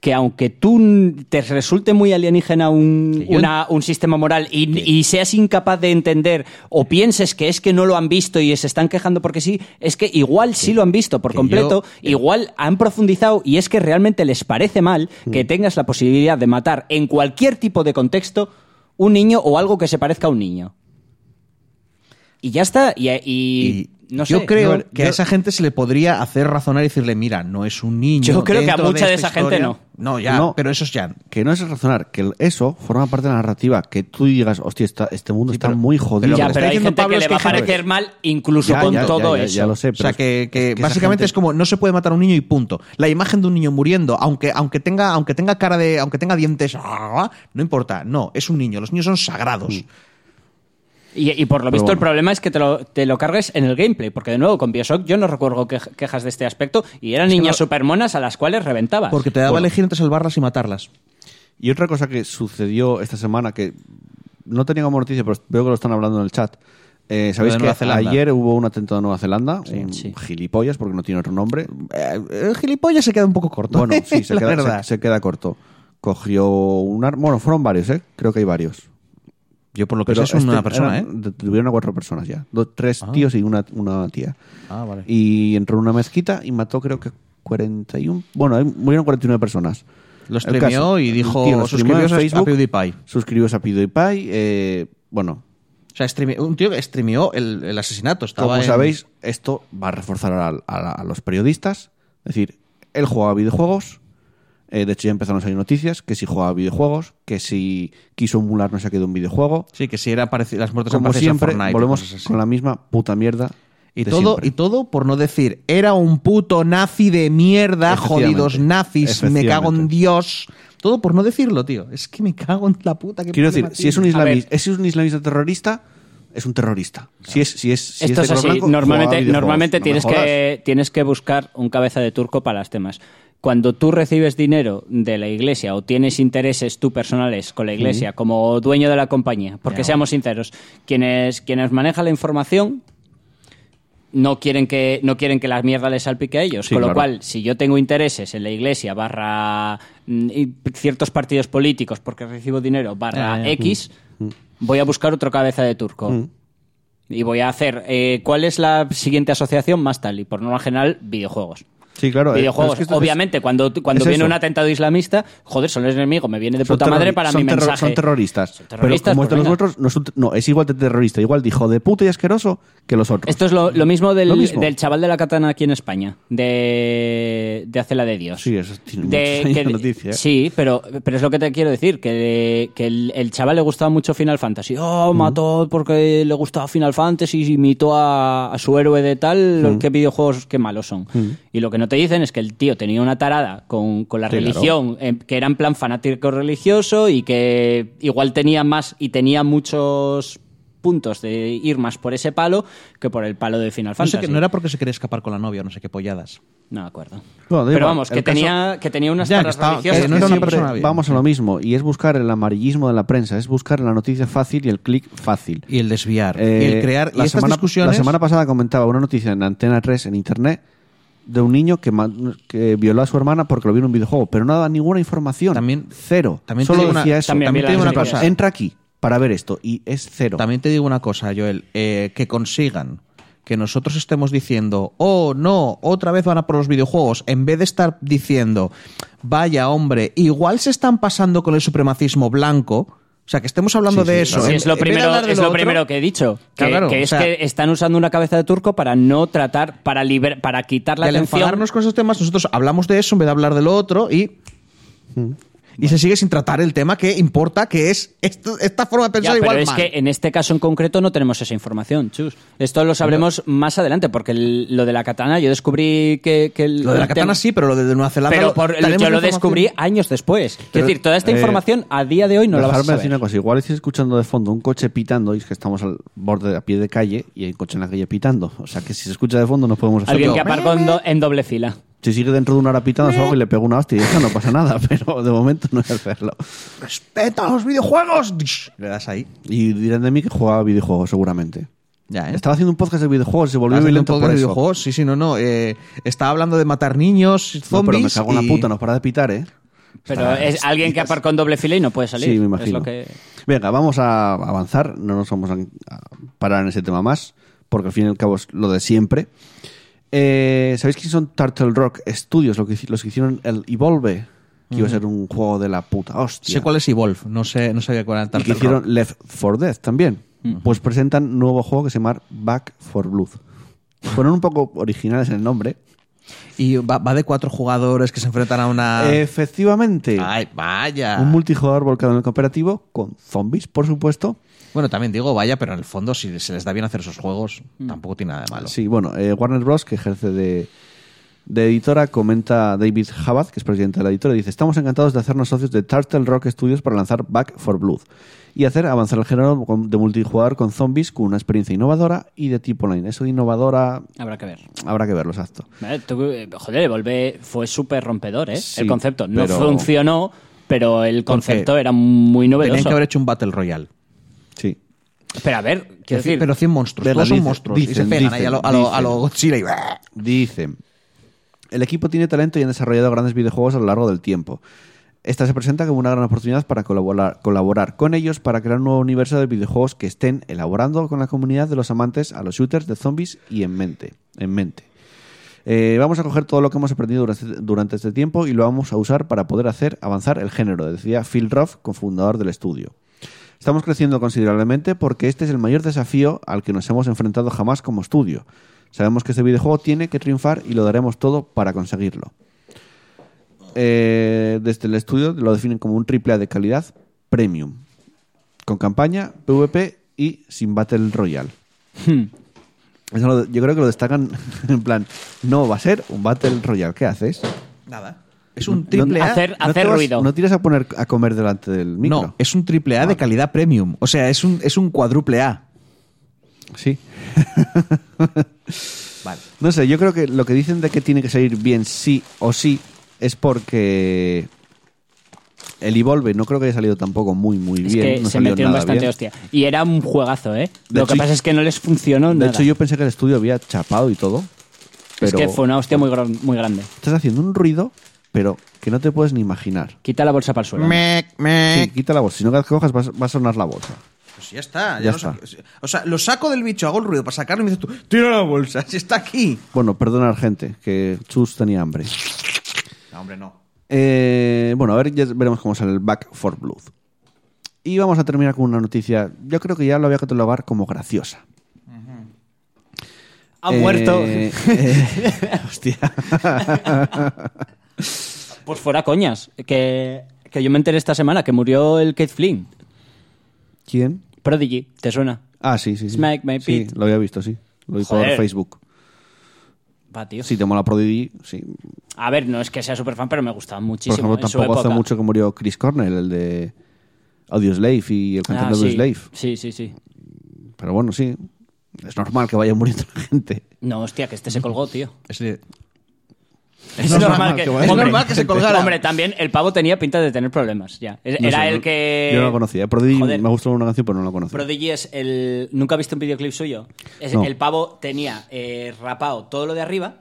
Speaker 3: que aunque tú n- te resulte muy alienígena un,
Speaker 4: Que yo-
Speaker 3: una- un sistema moral y, y seas incapaz de entender o pienses que es que no lo han visto y se están quejando porque sí, es que igual sí lo han visto por
Speaker 4: que
Speaker 3: completo,
Speaker 4: yo-
Speaker 3: igual han profundizado y es que realmente les parece mal
Speaker 4: Mm.
Speaker 3: que tengas la posibilidad de matar en cualquier tipo de contexto un niño o algo que se parezca a un niño. Y ya está, y, y-
Speaker 4: Y
Speaker 3: no
Speaker 4: yo
Speaker 3: sé,
Speaker 4: creo
Speaker 3: no-
Speaker 4: que a
Speaker 3: yo-
Speaker 4: esa gente se le podría hacer razonar y decirle, mira, no es un niño.
Speaker 3: Yo creo que a
Speaker 4: dentro
Speaker 3: mucha de
Speaker 4: esta
Speaker 3: esa gente
Speaker 4: historia". No, ya,
Speaker 1: No.
Speaker 4: pero eso es ya.
Speaker 1: Que no es razonar, que el- eso forma parte de la narrativa. Que tú digas, hostia, esta- este mundo está
Speaker 4: pero-
Speaker 1: muy jodido.
Speaker 3: ya,
Speaker 4: que está
Speaker 3: pero hay
Speaker 4: diciendo
Speaker 3: gente
Speaker 4: Pablo
Speaker 3: que
Speaker 4: es
Speaker 3: le
Speaker 4: que
Speaker 3: va a
Speaker 4: hay gente-
Speaker 3: parecer mal incluso
Speaker 1: Ya,
Speaker 3: con
Speaker 1: ya,
Speaker 3: todo
Speaker 1: ya, ya,
Speaker 3: eso.
Speaker 1: ya lo sé,
Speaker 4: O sea,
Speaker 1: pero
Speaker 4: que,
Speaker 1: es-
Speaker 4: que
Speaker 1: es que esa
Speaker 4: básicamente
Speaker 1: gente-
Speaker 4: es como no se puede matar a un niño y punto. La imagen de un niño muriendo, aunque, aunque, tenga, aunque tenga cara de. aunque tenga dientes, no importa. No, es un niño. Los niños son sagrados.
Speaker 3: Y, y por lo visto el
Speaker 1: bueno.
Speaker 3: problema es que te lo, te lo cargues en el gameplay, porque de nuevo con Bioshock yo no recuerdo que- quejas de este aspecto y eran niñas supermonas a las cuales reventabas.
Speaker 4: Porque te daba
Speaker 1: Bueno.
Speaker 4: a elegir entre salvarlas y matarlas.
Speaker 1: Y otra cosa que sucedió esta semana que no tenía como noticia, pero veo que lo están hablando en el chat. Eh, Sabéis
Speaker 4: de
Speaker 1: que
Speaker 4: Nueva Zelanda.
Speaker 1: ayer hubo un atentado en Nueva Zelanda, un
Speaker 3: sí.
Speaker 1: gilipollas, porque no tiene otro nombre.
Speaker 4: Eh, el gilipollas se queda un poco corto.
Speaker 1: Bueno, sí, se,
Speaker 4: La
Speaker 1: queda,
Speaker 4: verdad.
Speaker 1: se, se queda corto. Cogió un arma. Bueno, fueron varios, ¿eh? Creo que hay varios.
Speaker 4: Yo por lo que
Speaker 1: Pero
Speaker 4: sé es una
Speaker 1: este-
Speaker 4: persona,
Speaker 1: eran-
Speaker 4: ¿eh?
Speaker 1: Detuvieron a cuatro personas ya. Dos, tres tíos y una, una tía.
Speaker 4: Ah, vale.
Speaker 1: Y entró en una mezquita y mató, creo que 41. Bueno, ahí murieron 49 personas.
Speaker 4: Los
Speaker 1: El
Speaker 4: premió
Speaker 1: caso,
Speaker 4: y
Speaker 1: el
Speaker 4: dijo,
Speaker 1: tío los
Speaker 4: "Suscribíos
Speaker 1: streameó en
Speaker 4: a- a PewDiePie". Ah,
Speaker 1: Suscribíos a PewDiePie. eh, bueno,
Speaker 4: O sea, streame- un tío que streameó el, el asesinato. Estaba
Speaker 1: como
Speaker 4: en-
Speaker 1: sabéis, esto va a reforzar a, a- a los periodistas. Es decir, él jugaba a videojuegos. eh, de hecho, ya empezaron a salir noticias que si jugaba a videojuegos, que si quiso emular no sé qué de un videojuego.
Speaker 4: Sí, que si era parecido, las muertes eran
Speaker 1: Como
Speaker 4: parecidas a
Speaker 1: siempre,
Speaker 4: Fortnite y cosas
Speaker 1: volvemos
Speaker 4: así.
Speaker 1: con la misma puta mierda.
Speaker 4: Y
Speaker 1: de
Speaker 4: todo,
Speaker 1: siempre.
Speaker 4: y todo por no decir, era un puto nazi de mierda,
Speaker 1: Efectivamente.
Speaker 4: jodidos nazis, me
Speaker 1: Efectivamente.
Speaker 4: cago en Dios. Todo por no decirlo, tío. Es que me cago en la puta que
Speaker 1: Quiero decir,
Speaker 4: problema
Speaker 1: si es, un
Speaker 4: tiene.
Speaker 3: A
Speaker 1: islami-
Speaker 3: ver.
Speaker 1: es un islamista terrorista, es un terrorista. Si es, si es, si
Speaker 3: Esto
Speaker 1: es
Speaker 3: es
Speaker 1: de color
Speaker 3: así.
Speaker 1: blanco, juega a
Speaker 3: normalmente
Speaker 1: videojuegos.
Speaker 3: normalmente
Speaker 1: No me
Speaker 3: tienes,
Speaker 1: jodas.
Speaker 3: que, tienes que buscar un cabeza de turco para las temas. Cuando tú recibes dinero de la iglesia o tienes intereses tú personales con la iglesia como dueño de la compañía, porque seamos sinceros, quienes, quienes manejan la información no quieren que no quieren que la mierda les salpique a ellos.
Speaker 1: Sí,
Speaker 3: Con lo
Speaker 1: claro.
Speaker 3: cual, si yo tengo intereses en la iglesia barra mm, y ciertos partidos políticos porque recibo dinero barra
Speaker 1: Ah,
Speaker 4: Ya, ya.
Speaker 3: X,
Speaker 1: Mm.
Speaker 3: voy a buscar otro cabeza de turco. Y voy a hacer, eh, ¿cuál es la siguiente asociación más tal? Y por norma general, videojuegos.
Speaker 1: Sí, claro. eh,
Speaker 3: videojuegos,
Speaker 1: pero es que esto es-
Speaker 3: obviamente, cuando, cuando
Speaker 1: es
Speaker 3: viene
Speaker 1: eso.
Speaker 3: un atentado islamista, joder, son los enemigos, me viene de
Speaker 1: Son
Speaker 3: puta madre
Speaker 1: terrori-
Speaker 3: para
Speaker 1: son
Speaker 3: mi
Speaker 1: terro-
Speaker 3: mensaje.
Speaker 1: Son terroristas.
Speaker 3: Son terroristas,
Speaker 1: pero como es de los
Speaker 3: pues venga.
Speaker 1: nuestros, no es, un- no, es igual de terrorista. Igual dijo de puto y asqueroso que los otros.
Speaker 3: Esto es lo, lo mismo del,
Speaker 1: Lo mismo.
Speaker 3: del chaval de la katana aquí en España, de, de Hacela de Dios.
Speaker 1: Sí, eso tiene
Speaker 3: De-
Speaker 1: muchos años
Speaker 3: que-
Speaker 1: de noticia, ¿eh?
Speaker 3: Sí, pero, pero es lo que te quiero decir, que, que el, el chaval le gustaba mucho Final Fantasy. Oh, mató porque le gustaba Final Fantasy, imitó a, a su héroe de tal, qué videojuegos, qué malos son. Y lo que no te dicen es que el tío tenía una tarada con, con la
Speaker 4: Sí,
Speaker 3: religión, eh, que era en plan fanático religioso y que igual tenía más y tenía muchos puntos de ir más por ese palo que por el palo de Final
Speaker 4: No, sé
Speaker 3: Ah, Fantasy.
Speaker 4: que- no era porque se quería escapar con la novia o no sé qué polladas.
Speaker 3: No me acuerdo.
Speaker 1: Bueno, da
Speaker 3: Pero
Speaker 1: igual,
Speaker 3: vamos,
Speaker 1: el
Speaker 3: que
Speaker 1: caso-
Speaker 3: tenía, que tenía unas
Speaker 4: Ya, que
Speaker 3: taras
Speaker 4: estaba- que
Speaker 3: religiosas.
Speaker 4: Eh, no era una
Speaker 3: siempre-
Speaker 4: persona bien.
Speaker 1: Vamos a lo mismo, y es buscar el amarillismo de la prensa, es buscar la noticia fácil y el clic fácil.
Speaker 4: Y el desviar.
Speaker 1: Eh,
Speaker 4: y el crear.
Speaker 1: la
Speaker 4: y estas
Speaker 1: semana,
Speaker 4: discusiones.
Speaker 1: La semana pasada comentaba una noticia en Antena 3 en internet de un niño que, ma- que violó a su hermana porque lo vio en un videojuego, pero no daba ninguna información.
Speaker 4: También-
Speaker 1: cero.
Speaker 4: también te
Speaker 1: Solo
Speaker 4: digo una-
Speaker 1: decía eso.
Speaker 3: también vi
Speaker 4: te digo una
Speaker 3: las noticias.
Speaker 4: cosa.
Speaker 1: Entra aquí para ver esto y es cero.
Speaker 4: También te digo una cosa, Joel, eh, que consigan que nosotros estemos diciendo, oh no, otra vez van a por los videojuegos, en vez de estar diciendo, vaya hombre, igual se están pasando con el supremacismo blanco, o sea, que estemos hablando
Speaker 1: Sí, sí,
Speaker 4: de eso.
Speaker 1: claro.
Speaker 3: Sí,
Speaker 4: en-
Speaker 3: es lo,
Speaker 4: en vez de
Speaker 3: primero,
Speaker 4: hablar de
Speaker 3: es lo
Speaker 4: otro, Ah,
Speaker 3: primero que he dicho. Que,
Speaker 4: Claro,
Speaker 3: que
Speaker 4: o
Speaker 3: es
Speaker 4: sea-
Speaker 3: que están usando una cabeza de turco para no tratar, para, liber- para quitar la
Speaker 4: y al
Speaker 3: atención.
Speaker 4: enfadarnos con esos temas, nosotros hablamos de eso en vez de hablar de lo otro y...
Speaker 3: Hmm.
Speaker 4: Y se sigue sin tratar el tema que importa, que es esto- esta forma de
Speaker 3: Ya,
Speaker 4: pensar
Speaker 3: pero
Speaker 4: igual
Speaker 3: es
Speaker 4: mal.
Speaker 3: que en este caso en concreto no tenemos esa información, chus. Esto lo sabremos más adelante, porque el- lo de la katana yo descubrí que... que el-
Speaker 4: Lo de la
Speaker 3: el
Speaker 4: katana
Speaker 3: tema-
Speaker 4: sí, pero lo de Nueva Zelanda...
Speaker 3: Pero
Speaker 4: lo-
Speaker 3: por-
Speaker 4: tenemos
Speaker 3: yo lo
Speaker 4: información.
Speaker 3: descubrí años después. Es
Speaker 1: Pero,
Speaker 3: decir, toda esta
Speaker 1: eh,
Speaker 3: información a día de hoy no la vas a
Speaker 1: Dejarme decir una
Speaker 3: saber.
Speaker 1: cosa. Igual estoy escuchando de fondo un coche pitando y es que estamos al borde, a pie de calle y hay un coche en la calle pitando. O sea que si se escucha de fondo no podemos hacer
Speaker 3: Alguien
Speaker 4: Yo-
Speaker 3: que aparcó en, do- en doble fila.
Speaker 1: Si sigue dentro de una hora pitando salgo y le pego una hostia y eso no pasa nada, pero de momento no voy a hacerlo.
Speaker 4: ¡Respeta los videojuegos! Le das ahí.
Speaker 1: Y dirán de mí que jugaba videojuegos seguramente.
Speaker 4: Ya, ¿eh?
Speaker 1: Estaba haciendo un podcast de videojuegos y se volvió
Speaker 4: Haciendo un
Speaker 1: violento
Speaker 4: poco
Speaker 1: por
Speaker 4: de
Speaker 1: eso.
Speaker 4: videojuegos, sí, sí, no, no. eh, estaba hablando de matar niños, zombies.
Speaker 1: No, pero me cago en
Speaker 4: y-
Speaker 1: la puta, nos para de pitar, ¿eh?
Speaker 3: Pero es alguien que aparcó en doble fila y no puede salir.
Speaker 1: Sí, me
Speaker 3: Es
Speaker 1: imagino.
Speaker 3: lo que-
Speaker 1: Venga, vamos a avanzar, no nos vamos a a parar en ese tema más, porque al fin y al cabo es lo de siempre. Eh, ¿Sabéis quién son Turtle Rock Studios? Lo que hici- Los que hicieron el Evolve, que iba a ser un juego de la puta hostia.
Speaker 4: Sé cuál es Evolve, no sé, no sabía cuál era el
Speaker 1: y que
Speaker 4: Turtle
Speaker 1: hicieron
Speaker 4: Rock.
Speaker 1: Left 4 Dead también. Pues presentan un nuevo juego que se llama Back for Blood. Fueron un poco originales en el nombre.
Speaker 4: Y va, va de cuatro jugadores que se enfrentan a una.
Speaker 1: Efectivamente.
Speaker 4: Ay, vaya.
Speaker 1: Eh, Un multijugador volcado en el cooperativo con zombies, por supuesto.
Speaker 4: Bueno, también digo, vaya, pero en el fondo, si se les da bien hacer esos juegos,
Speaker 3: Mm.
Speaker 4: tampoco tiene nada de malo.
Speaker 1: Sí, bueno, eh, Warner Bros., que ejerce de, de editora, comenta David Jabad, que es presidente de la editora, dice: Estamos encantados de hacernos socios de Turtle Rock Studios para lanzar Back for Blood y hacer avanzar el género con- de multijugador con zombies con una experiencia innovadora y de tipo online. Eso de innovadora
Speaker 3: Habrá que ver.
Speaker 1: habrá que verlo, exacto.
Speaker 3: Vale, tú, eh, joder, Evolve fue súper rompedor, ¿eh?
Speaker 1: Sí,
Speaker 3: el concepto. No
Speaker 1: pero-
Speaker 3: funcionó, pero
Speaker 4: Porque
Speaker 3: el concepto era muy
Speaker 4: Tenían
Speaker 3: novedoso.
Speaker 4: que haber hecho un Battle Royale.
Speaker 1: Sí.
Speaker 3: Pero a ver, quiero decir,
Speaker 4: pero 100 monstruos.
Speaker 1: Venga,
Speaker 4: todos son
Speaker 1: dice-
Speaker 4: monstruos. y se
Speaker 1: dicen,
Speaker 4: pegan ahí a lo, a lo- a lo
Speaker 1: dicen.
Speaker 4: Godzilla y.
Speaker 1: Dicen, el equipo tiene talento y han desarrollado grandes videojuegos a lo largo del tiempo. Esta se presenta como una gran oportunidad para colaborar, colaborar con ellos para crear un nuevo universo de videojuegos que estén elaborando con la comunidad de los amantes a los shooters de zombies y en mente. En mente. Eh, vamos a coger todo lo que hemos aprendido durante, durante este tiempo y lo vamos a usar para poder hacer avanzar el género, decía Phil Ruff, cofundador del estudio. Estamos creciendo considerablemente porque este es el mayor desafío al que nos hemos enfrentado jamás como estudio. Sabemos que este videojuego tiene que triunfar y lo daremos todo para conseguirlo. Eh, desde el estudio lo definen como un triple A de calidad premium, con campaña, PvP y sin Battle Royale. Eso lo- yo creo que lo destacan en plan, no va a ser un Battle Royale, ¿qué haces?
Speaker 4: Nada. Es un triple A.
Speaker 3: hacer-
Speaker 1: No te
Speaker 3: hacer
Speaker 1: vas-
Speaker 3: ruido.
Speaker 1: No tiras a poner a comer delante del micro.
Speaker 4: No, es un triple A de calidad premium. O sea, es un, es un cuádruple A.
Speaker 1: Sí.
Speaker 4: Vale.
Speaker 1: No sé, yo creo que lo que dicen de que tiene que salir bien sí o sí es porque el Evolve no creo que haya salido tampoco muy, muy
Speaker 3: es
Speaker 1: bien.
Speaker 3: que
Speaker 1: no
Speaker 3: se
Speaker 1: salió
Speaker 3: metieron
Speaker 1: nada
Speaker 3: bastante
Speaker 1: bien.
Speaker 3: hostia. Y era un juegazo, ¿eh?
Speaker 1: De
Speaker 3: lo
Speaker 1: hecho,
Speaker 3: que pasa es que no les funcionó
Speaker 1: De
Speaker 3: nada.
Speaker 1: hecho, yo pensé que el estudio había chapado y todo. Pero
Speaker 3: Es que fue una hostia muy, gran- muy grande.
Speaker 1: estás haciendo un ruido, pero que no te puedes ni imaginar.
Speaker 3: Quita la bolsa para el suelo.
Speaker 1: Eh,
Speaker 4: Mec, mec.
Speaker 1: Sí, quita la bolsa. Si no, cada vez que cojas vas- va a sonar la bolsa.
Speaker 4: Pues ya está.
Speaker 1: Ya
Speaker 4: lo
Speaker 1: está.
Speaker 4: saco. O sea, lo saco del bicho, hago el ruido para sacarlo y me dices tú, tira la bolsa, si está aquí.
Speaker 1: Bueno, perdonar, gente, que Chus tenía hambre.
Speaker 4: No, hombre, no.
Speaker 1: Eh, bueno, a ver, ya veremos cómo sale el Back for Blood. Y vamos a terminar con una noticia. Yo creo que ya lo voy a catalogar como graciosa.
Speaker 3: Ha
Speaker 1: Eh,
Speaker 3: muerto.
Speaker 1: eh, hostia.
Speaker 3: Pues fuera coñas. Que, que yo me enteré esta semana que murió el Kate Flynn.
Speaker 1: ¿Quién?
Speaker 3: Prodigy, ¿te suena?
Speaker 1: Ah, sí, sí. sí.
Speaker 3: Smack my
Speaker 1: Sí,
Speaker 3: pit.
Speaker 1: lo había visto, sí. Lo vi por
Speaker 3: Joder.
Speaker 1: Facebook.
Speaker 3: Va, tío.
Speaker 1: Si te mola Prodigy, sí.
Speaker 3: A ver, no es que sea súper fan, pero me gustaba muchísimo.
Speaker 1: Por ejemplo,
Speaker 3: en su
Speaker 1: tampoco hace
Speaker 3: época.
Speaker 1: mucho que murió Chris Cornell, el de Audioslave y el cantante
Speaker 3: Ah, sí.
Speaker 1: Audioslave.
Speaker 3: Sí, sí, sí.
Speaker 1: Pero bueno, sí. Es normal que vaya muriendo la gente.
Speaker 3: No, hostia, que este se colgó, tío.
Speaker 4: Es de-
Speaker 3: Es
Speaker 4: normal
Speaker 3: normal,
Speaker 4: que
Speaker 3: que,
Speaker 4: vaya- es normal que se colgara.
Speaker 3: Hombre, también el pavo tenía pinta de tener problemas. Ya. Es-
Speaker 1: No
Speaker 3: Era
Speaker 1: sé,
Speaker 3: el
Speaker 1: no-
Speaker 3: que.
Speaker 1: Yo no lo conocía. Prodigy
Speaker 3: Joder,
Speaker 1: me gustó una canción, pero no la conocía.
Speaker 3: Prodigy es el. ¿Nunca he visto un videoclip suyo? Es-
Speaker 1: No.
Speaker 3: El pavo tenía eh, rapado todo lo de arriba,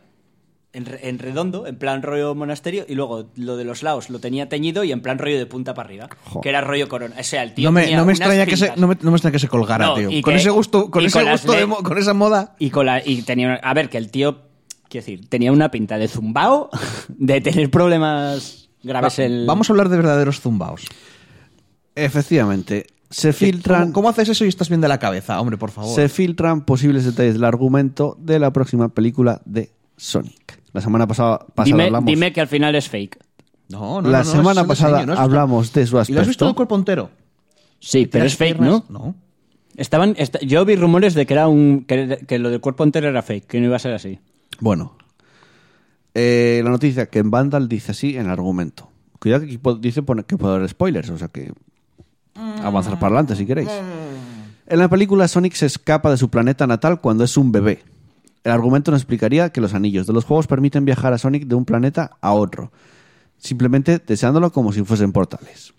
Speaker 3: en, re- en redondo, en plan rollo monasterio, y luego lo de los lados lo tenía teñido y en plan rollo de punta para arriba,
Speaker 1: Jo.
Speaker 3: que era rollo corona. O sea, el tío.
Speaker 4: No me,
Speaker 3: tenía
Speaker 4: no me
Speaker 3: unas
Speaker 4: extraña que se,
Speaker 3: pintas.
Speaker 4: no, me, no me extraña que se colgara,
Speaker 3: No,
Speaker 4: tío.
Speaker 3: y
Speaker 4: Con
Speaker 3: que-
Speaker 4: ese gusto, con
Speaker 3: y
Speaker 4: ese
Speaker 3: con las
Speaker 4: gusto de
Speaker 3: le-
Speaker 4: mo- con esa moda.
Speaker 3: Y, con la, y tenía. una- A ver, que el tío. Quiero decir, tenía una pinta de zumbao, de tener problemas graves
Speaker 4: Va-
Speaker 3: en.
Speaker 4: Vamos a hablar de verdaderos zumbaos.
Speaker 1: Efectivamente. Se filtran,
Speaker 4: ¿Cómo, cómo haces eso y estás bien de la cabeza? Hombre, por favor.
Speaker 1: se filtran posibles detalles del argumento de la próxima película de Sonic. La semana pasada, pasada
Speaker 3: dime,
Speaker 1: hablamos.
Speaker 3: dime que al final es fake.
Speaker 4: No,
Speaker 1: la
Speaker 4: no, no,
Speaker 1: semana
Speaker 4: es el
Speaker 1: pasada
Speaker 4: diseño, no es-
Speaker 1: hablamos de su
Speaker 4: ¿Y lo has visto
Speaker 1: aspecto.
Speaker 4: el cuerpo entero?
Speaker 3: Sí, pero
Speaker 4: Las
Speaker 3: es fake,
Speaker 4: piernas-
Speaker 3: ¿no?
Speaker 4: No.
Speaker 3: Estaban, esta- yo vi rumores de que era un que, que lo del cuerpo entero era fake, que no iba a ser así.
Speaker 1: Bueno, Eh, la noticia que en Vandal dice así en el argumento. Cuidado que aquí po- dice pone- que puede haber spoilers, o sea que avanzar para adelante si queréis. En la película Sonic se escapa de su planeta natal cuando es un bebé. El argumento nos explicaría que los anillos de los juegos permiten viajar a Sonic de un planeta a otro, simplemente deseándolo como si fuesen portales.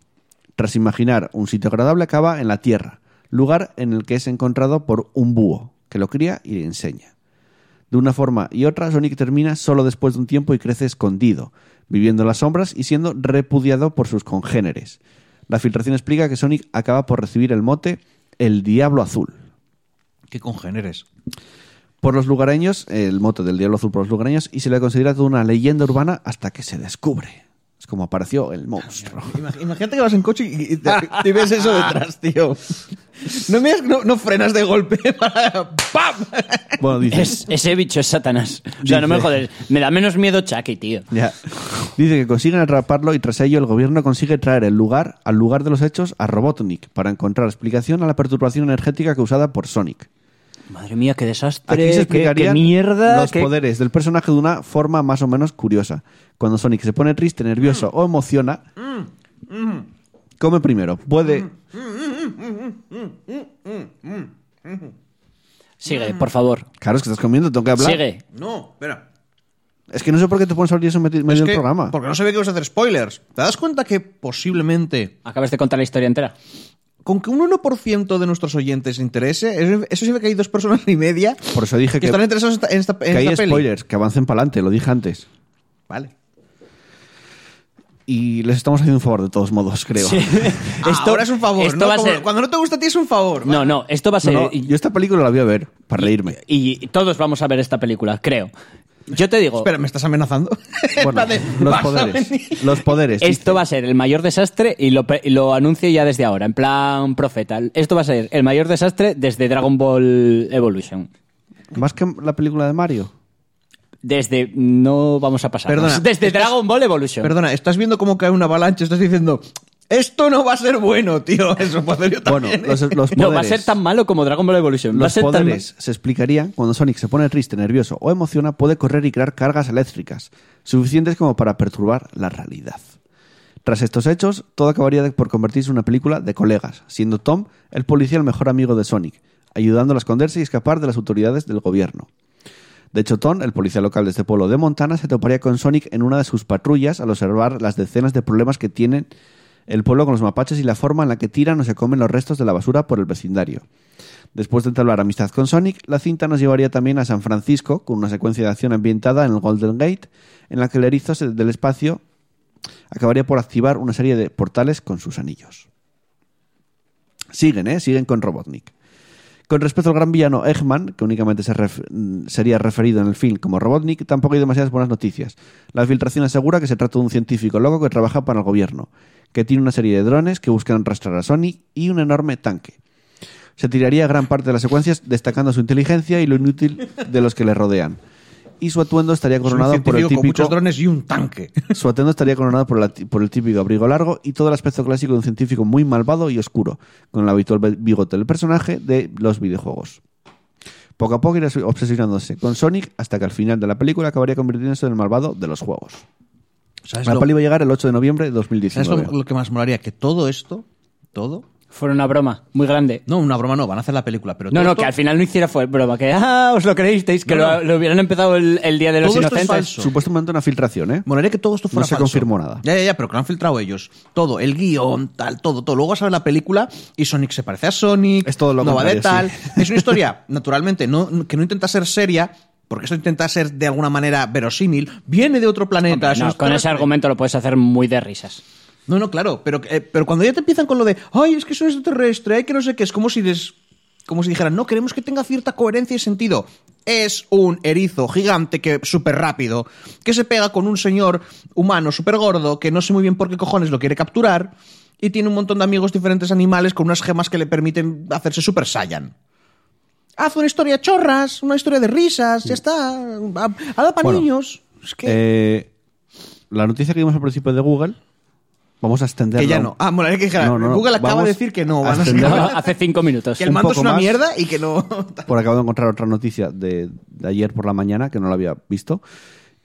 Speaker 1: Tras imaginar un sitio agradable acaba en la Tierra, lugar en el que es encontrado por un búho, que lo cría y le enseña. De una forma y otra, Sonic termina solo después de un tiempo y crece escondido, viviendo en las sombras y siendo repudiado por sus congéneres. La filtración explica que Sonic acaba por recibir el mote El Diablo Azul.
Speaker 4: ¿Qué congéneres?
Speaker 1: Por los lugareños, el mote del Diablo Azul por los lugareños, y se le considera toda una leyenda urbana hasta que se descubre. Es como apareció el monstruo.
Speaker 4: Ima- Imagínate que vas en coche y, y te, y ves eso detrás, tío. No, me, no, no frenas de golpe para... ¡Pam!
Speaker 1: Bueno, dice,
Speaker 3: Es- ese bicho es Satanás. O sea, no me
Speaker 1: Dice-
Speaker 3: jodes. Me da menos miedo Chucky, tío.
Speaker 1: Ya. Dice que consiguen atraparlo y tras ello el gobierno consigue traer el lugar al lugar de los hechos a Robotnik para encontrar explicación a la perturbación energética causada por Sonic.
Speaker 3: Madre mía, qué desastre.
Speaker 1: Aquí se
Speaker 3: qué- qué,
Speaker 1: explicarían
Speaker 3: mierda.
Speaker 1: los
Speaker 3: qué-
Speaker 1: poderes del personaje de una forma más o menos curiosa. Cuando Sonic se pone triste, nervioso o emociona, come primero.
Speaker 4: Mm.
Speaker 1: Puede.
Speaker 3: Sigue, por favor.
Speaker 1: Claro, es que estás comiendo, tengo que hablar.
Speaker 3: Sigue.
Speaker 4: No, espera.
Speaker 1: Es que no sé por qué te pones a abrir eso en meti- medio
Speaker 4: Es
Speaker 1: del
Speaker 4: que-
Speaker 1: programa.
Speaker 4: Porque no se ve que vas a hacer spoilers. ¿Te das cuenta que posiblemente
Speaker 3: Acabas de contar la historia entera.
Speaker 4: con que un 1% de nuestros oyentes se interese, eso, eso significa que hay dos personas y media
Speaker 1: Por eso dije
Speaker 4: que,
Speaker 1: que,
Speaker 4: están interesados en esta, en esta- en
Speaker 1: que hay
Speaker 4: esta peli.
Speaker 1: spoilers, que avancen para adelante, lo dije antes.
Speaker 4: Vale.
Speaker 1: Y les estamos haciendo un favor de todos modos, creo.
Speaker 4: Esto, Ahora es un favor.
Speaker 3: Esto
Speaker 4: ¿no?
Speaker 3: va a
Speaker 4: Como-
Speaker 3: ser.
Speaker 4: Cuando no te gusta a ti es un favor.
Speaker 3: No, no, esto va a ser.
Speaker 1: No, no,
Speaker 3: y-
Speaker 1: yo esta película la voy a ver para reírme.
Speaker 3: y todos vamos a ver esta película, creo. Yo te digo.
Speaker 4: Espera, ¿me estás amenazando?
Speaker 1: Bueno,
Speaker 4: Vale,
Speaker 1: los
Speaker 4: vas a venir.
Speaker 1: poderes. Los poderes.
Speaker 3: Esto
Speaker 1: dice.
Speaker 3: va a ser el mayor desastre y lo, pre- y lo anuncio ya desde ahora, en plan profeta. Esto va a ser el mayor desastre desde Dragon Ball Evolution.
Speaker 1: Más que la película de Mario.
Speaker 3: Desde. No vamos a pasar.
Speaker 4: Perdona,
Speaker 3: desde
Speaker 4: estás-
Speaker 3: Dragon Ball Evolution.
Speaker 4: Perdona, estás viendo cómo cae una avalancha, estás diciendo, esto no va a ser bueno, tío. Eso puede ser yo
Speaker 1: Bueno,
Speaker 4: también,
Speaker 1: los,
Speaker 4: ¿eh?
Speaker 1: los poderes.
Speaker 3: No, va a ser tan malo como Dragon Ball Evolution. va a
Speaker 1: Eh, Los
Speaker 3: ser tan
Speaker 1: poderes se explicarían cuando Sonic se pone triste, nervioso o emociona, puede correr y crear cargas eléctricas, suficientes como para perturbar la realidad. Tras estos hechos, todo acabaría de- por convertirse en una película de colegas, siendo Tom el policía el mejor amigo de Sonic, ayudándolo a esconderse y escapar de las autoridades del gobierno. De hecho, Tom, el policía local de este pueblo de Montana, se toparía con Sonic en una de sus patrullas al observar las decenas de problemas que tienen el pueblo con los mapaches y la forma en la que tiran o se comen los restos de la basura por el vecindario. Después de entablar amistad con Sonic, la cinta nos llevaría también a San Francisco con una secuencia de acción ambientada en el Golden Gate, en la que el erizo se- del espacio acabaría por activar una serie de portales con sus anillos. Siguen, ¿eh? Siguen con Robotnik. Con respecto al gran villano Eggman, que únicamente se ref- mm, sería referido en el film como Robotnik, tampoco hay demasiadas buenas noticias. La filtración asegura que se trata de un científico loco que trabaja para el gobierno, que tiene una serie de drones que buscan arrastrar a Sonic y un enorme tanque. Se tiraría gran parte de las secuencias destacando su inteligencia y lo inútil de los que le rodean. Y su atuendo estaría
Speaker 4: Es un
Speaker 1: coronado por el
Speaker 4: científico con
Speaker 1: típico
Speaker 4: muchos drones y un tanque.
Speaker 1: su atuendo estaría coronado por, la- por el típico abrigo largo y todo el aspecto clásico de un científico muy malvado y oscuro, con el habitual be- bigote del personaje de los videojuegos. Poco a poco irá su- obsesionándose con Sonic hasta que al final de la película acabaría convirtiéndose en el malvado de los juegos.
Speaker 4: ¿Sabes,
Speaker 1: La
Speaker 4: lo,
Speaker 1: peli va a llegar el 8 de noviembre de
Speaker 4: ¿sabes lo-
Speaker 1: 2019.
Speaker 4: lo que más molaría? Que todo esto, todo...
Speaker 3: Fue una broma muy grande.
Speaker 4: No, una broma no, van a hacer la película, pero
Speaker 3: No,
Speaker 4: todo
Speaker 3: no,
Speaker 4: esto-
Speaker 3: que al final no hiciera fue broma. Que, ah, os lo creísteis, que
Speaker 4: No,
Speaker 3: lo,
Speaker 4: no.
Speaker 3: lo hubieran empezado el, el Día de los
Speaker 4: Todo esto es
Speaker 3: Inocentes.
Speaker 4: falso.
Speaker 1: Supuestamente una filtración, ¿eh?
Speaker 4: Molaría que todo esto fuera
Speaker 1: No se
Speaker 4: falso.
Speaker 1: confirmó nada.
Speaker 4: Ya, ya, ya, pero que lo han filtrado ellos. Todo, el guión, tal, todo, todo. Luego vas a ver la película y Sonic se parece a Sonic.
Speaker 1: Es todo lo
Speaker 4: no va de tal.
Speaker 1: contrario, sí.
Speaker 4: Es una historia, naturalmente, no, que no intenta ser seria, porque esto intenta ser de alguna manera verosímil. Viene de otro planeta.
Speaker 3: Hombre,
Speaker 4: es
Speaker 3: no,
Speaker 4: una
Speaker 3: con
Speaker 4: historia-
Speaker 3: ese argumento lo puedes hacer muy de risas.
Speaker 4: No, no, claro. Pero, eh, pero cuando ya te empiezan con lo de, ay, es que es un extraterrestre, ay, que no sé qué, es como si des- Como si dijeran, no, queremos que tenga cierta coherencia y sentido. Es un erizo gigante que súper rápido, que se pega con un señor humano súper gordo, que no sé muy bien por qué cojones lo quiere capturar, y tiene un montón de amigos diferentes animales con unas gemas que le permiten hacerse super saiyan. Haz una historia chorras, una historia de risas, ya está. Ha- Haga para
Speaker 1: Bueno,
Speaker 4: niños. Es que,
Speaker 1: Eh, la noticia que vimos al principio de Google, vamos a extenderla.
Speaker 4: que ya
Speaker 1: un-
Speaker 4: no. Ah, bueno, hay que dijera,
Speaker 1: No, no, no.
Speaker 4: Google acaba
Speaker 1: Vamos
Speaker 4: de decir que no.
Speaker 1: a
Speaker 4: Van a
Speaker 1: extender-
Speaker 4: sacar-
Speaker 1: Claro.
Speaker 3: Hace cinco minutos.
Speaker 4: Que el
Speaker 1: Un
Speaker 4: mando
Speaker 1: poco
Speaker 4: es una
Speaker 1: más.
Speaker 4: mierda y que no.
Speaker 1: Por acabo de encontrar otra noticia de, de ayer por la mañana que no la había visto.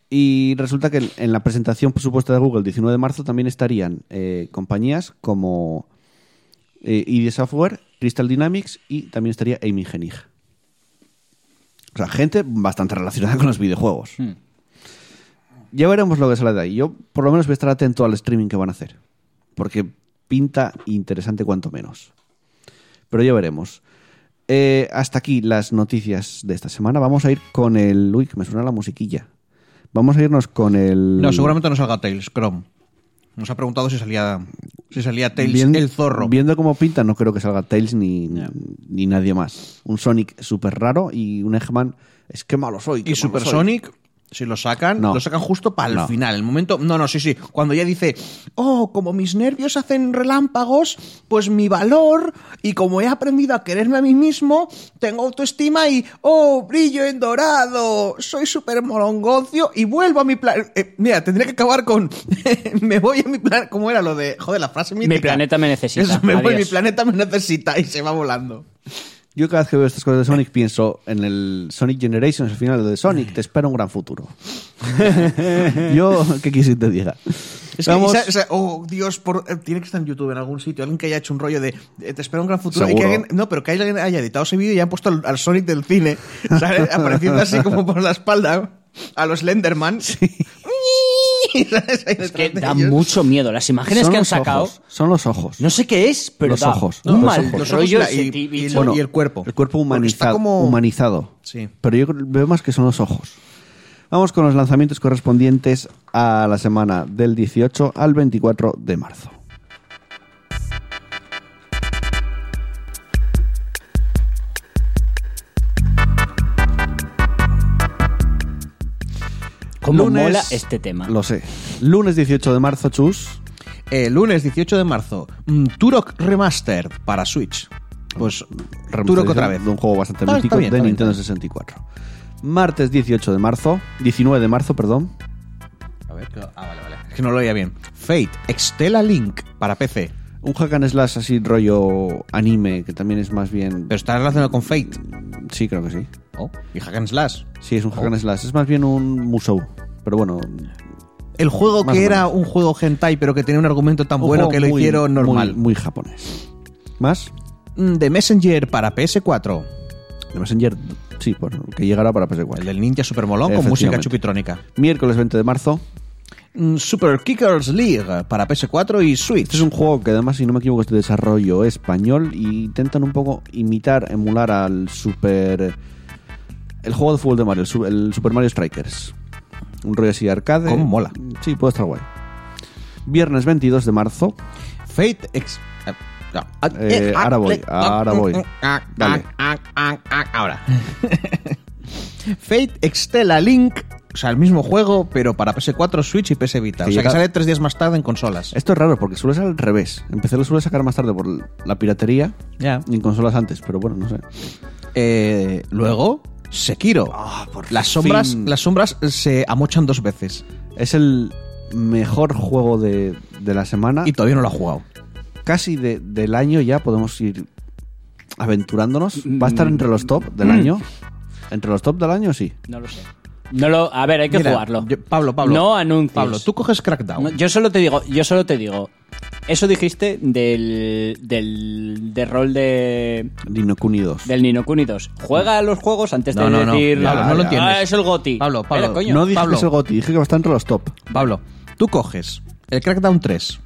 Speaker 1: Y resulta que en la presentación presupuesta de Google el 19 de marzo también estarían eh, compañías como eh, ID Software, Crystal Dynamics y también estaría Amy Hennig. O sea, gente bastante relacionada con los videojuegos.
Speaker 3: Hmm.
Speaker 1: Ya veremos lo que sale de ahí. Yo por lo menos voy a estar atento al streaming que van a hacer. Porque pinta interesante cuanto menos. Pero ya veremos. Eh, hasta aquí las noticias de esta semana. Vamos a ir con el... Uy, que me suena la musiquilla. Vamos a irnos con el...
Speaker 4: No, seguramente no salga Tails, Chrome. Nos ha preguntado si salía, si salía Tails
Speaker 1: Vien-
Speaker 4: el zorro.
Speaker 1: Viendo cómo pinta, no creo que salga Tails ni, ni nadie más. Un Sonic súper raro y un Eggman... Es que malo soy. qué
Speaker 4: y
Speaker 1: malo
Speaker 4: Super
Speaker 1: soy.
Speaker 4: Sonic, si lo sacan,
Speaker 1: No.
Speaker 4: lo sacan justo para el
Speaker 1: No.
Speaker 4: final. El momento. No, no, sí, sí. Cuando ya dice, oh, como mis nervios hacen relámpagos, pues mi valor, y como he aprendido a quererme a mí mismo, tengo autoestima y, oh, brillo en dorado, soy súper molongocio y vuelvo a mi plan. eh, mira, tendría que acabar con. me voy a mi plan. ¿Cómo era lo de. Joder, la frase mítica.
Speaker 3: planeta me necesita.
Speaker 4: Eso, me voy,
Speaker 3: Adiós.
Speaker 4: mi planeta me necesita y se va volando.
Speaker 1: Yo cada vez que veo estas cosas de Sonic pienso en el Sonic Generations, el final de Sonic, te espera un gran futuro. Yo, ¿qué quisiste te diga?
Speaker 4: Es que,
Speaker 1: Vamos,
Speaker 4: y sa- o sea, oh, Dios, por, eh, tiene que estar en YouTube en algún sitio. Alguien que haya hecho un rollo de eh, te espera un gran futuro. Y que
Speaker 1: Seguro.
Speaker 4: alguien- no, pero que alguien haya editado ese vídeo y han puesto al, al Sonic del cine, ¿sabes? Apareciendo así como por la espalda a los Lenderman. ¿Sabes? Ahí
Speaker 3: Es que
Speaker 4: detrás de
Speaker 3: da
Speaker 4: ellos.
Speaker 3: mucho miedo. Las imágenes
Speaker 1: son
Speaker 3: que han
Speaker 1: los
Speaker 3: sacado.
Speaker 1: ojos, son los ojos.
Speaker 3: No sé qué es, pero
Speaker 1: Los
Speaker 3: da
Speaker 1: ojos,
Speaker 3: un
Speaker 1: los
Speaker 3: mal
Speaker 1: ojos.
Speaker 4: Los ojos
Speaker 3: rollo
Speaker 4: y la-
Speaker 3: ese
Speaker 4: y-
Speaker 3: ti-
Speaker 4: y-
Speaker 3: bicho.
Speaker 4: y el cuerpo.
Speaker 1: El cuerpo
Speaker 4: Porque
Speaker 1: humanizado.
Speaker 4: está como-
Speaker 1: humanizado.
Speaker 4: Sí.
Speaker 1: Pero yo creo- veo más que son los ojos. Vamos con los lanzamientos correspondientes a la semana del 18 al 24 de marzo.
Speaker 3: ¿Cómo
Speaker 1: Lunes-
Speaker 3: mola este tema?
Speaker 1: Lo sé. Lunes 18 de marzo, chus.
Speaker 4: Eh, lunes 18 de marzo, mm, Turok Remastered para Switch. Pues Turok
Speaker 1: Remasterización
Speaker 4: otra vez.
Speaker 1: De un juego bastante
Speaker 4: Está- está
Speaker 1: mítico
Speaker 4: bien,
Speaker 1: de
Speaker 4: está bien,
Speaker 1: Nintendo
Speaker 4: está
Speaker 1: 64. Martes 18 de marzo, 19 de marzo, perdón.
Speaker 4: A ver, que- ah, vale, vale. Es que no lo oía bien. Fate, Extella Link para PC.
Speaker 1: Un hack and slash así rollo anime, que también es más bien...
Speaker 4: Pero está relacionado con Fate.
Speaker 1: Sí, creo que sí.
Speaker 4: Oh, y Hack and Slash.
Speaker 1: Sí, es un
Speaker 4: Oh.
Speaker 1: hack and slash. Es más bien un musou. Pero bueno,
Speaker 4: El juego
Speaker 1: Más
Speaker 4: que
Speaker 1: o
Speaker 4: era un juego hentai, pero que tenía un argumento tan
Speaker 1: un
Speaker 4: bueno
Speaker 1: juego
Speaker 4: que lo
Speaker 1: muy-
Speaker 4: hicieron normal.
Speaker 1: Muy, muy japonés. ¿Más?
Speaker 4: Mm, The Messenger para PS4.
Speaker 1: The Messenger, sí, bueno, que llegará para PS4.
Speaker 4: pues El del ninja super molón con música
Speaker 1: Efectivamente.
Speaker 4: chupitrónica.
Speaker 1: Miércoles 20 de marzo.
Speaker 4: Mm, Super Kickers League para PS4 y Switch.
Speaker 1: Este es un juego que además, si no me equivoco, es de desarrollo español y intentan un poco imitar, emular al Super... El juego de fútbol de Mario, el, Su- el Super Mario Strikers. Un rollo así arcade.
Speaker 4: Cómo mola.
Speaker 1: Sí, puede estar guay. Viernes 22 de marzo.
Speaker 4: Fate Ex. eh, ah, no.
Speaker 1: Eh, ahora voy, ahora
Speaker 4: mm,
Speaker 1: voy.
Speaker 4: ah,
Speaker 1: Dale.
Speaker 4: Ahora. Fate Extella Link. O sea, el mismo juego, pero para PS4, Switch y PS Vita.
Speaker 1: Que
Speaker 4: o sea, que
Speaker 1: llega-
Speaker 4: sale tres días más tarde en consolas.
Speaker 1: Esto es raro porque suele ser al revés. Empecé lo suele sacar más tarde por la piratería
Speaker 4: Ya.
Speaker 1: y en consolas antes, pero bueno, no sé.
Speaker 4: Eh, luego, Sekiro.
Speaker 1: Ah, por
Speaker 4: las, sombras,
Speaker 1: fin.
Speaker 4: las sombras se amochan dos veces.
Speaker 1: Es el mejor juego de, de la semana.
Speaker 4: Y todavía no lo ha jugado.
Speaker 1: casi de-
Speaker 3: Mm.
Speaker 1: del año ya podemos ir aventurándonos. Va a estar entre los top del año. Entre los top del año, sí.
Speaker 3: No lo sé. No lo, a ver, hay que
Speaker 4: Mira,
Speaker 3: jugarlo.
Speaker 4: yo- Pablo, Pablo.
Speaker 3: No anuncios.
Speaker 4: Pablo, tú coges Crackdown.
Speaker 3: No, yo solo te digo, yo solo te digo. Eso dijiste del, del, del rol de,
Speaker 1: Nino Kuni 2.
Speaker 3: del Nino Kuni 2. Juega a los juegos antes
Speaker 4: No,
Speaker 3: de
Speaker 4: no, no.
Speaker 3: decir.
Speaker 4: Pablo,
Speaker 1: no lo
Speaker 3: "Ah,
Speaker 4: entiendes".
Speaker 3: es el Goti.
Speaker 4: Pablo, Pablo,
Speaker 3: Espera, coño.
Speaker 1: No dije
Speaker 4: Pablo.
Speaker 1: que es el GOTI, dije que va a estar entre los top.
Speaker 4: Pablo, tú coges el Crackdown 3,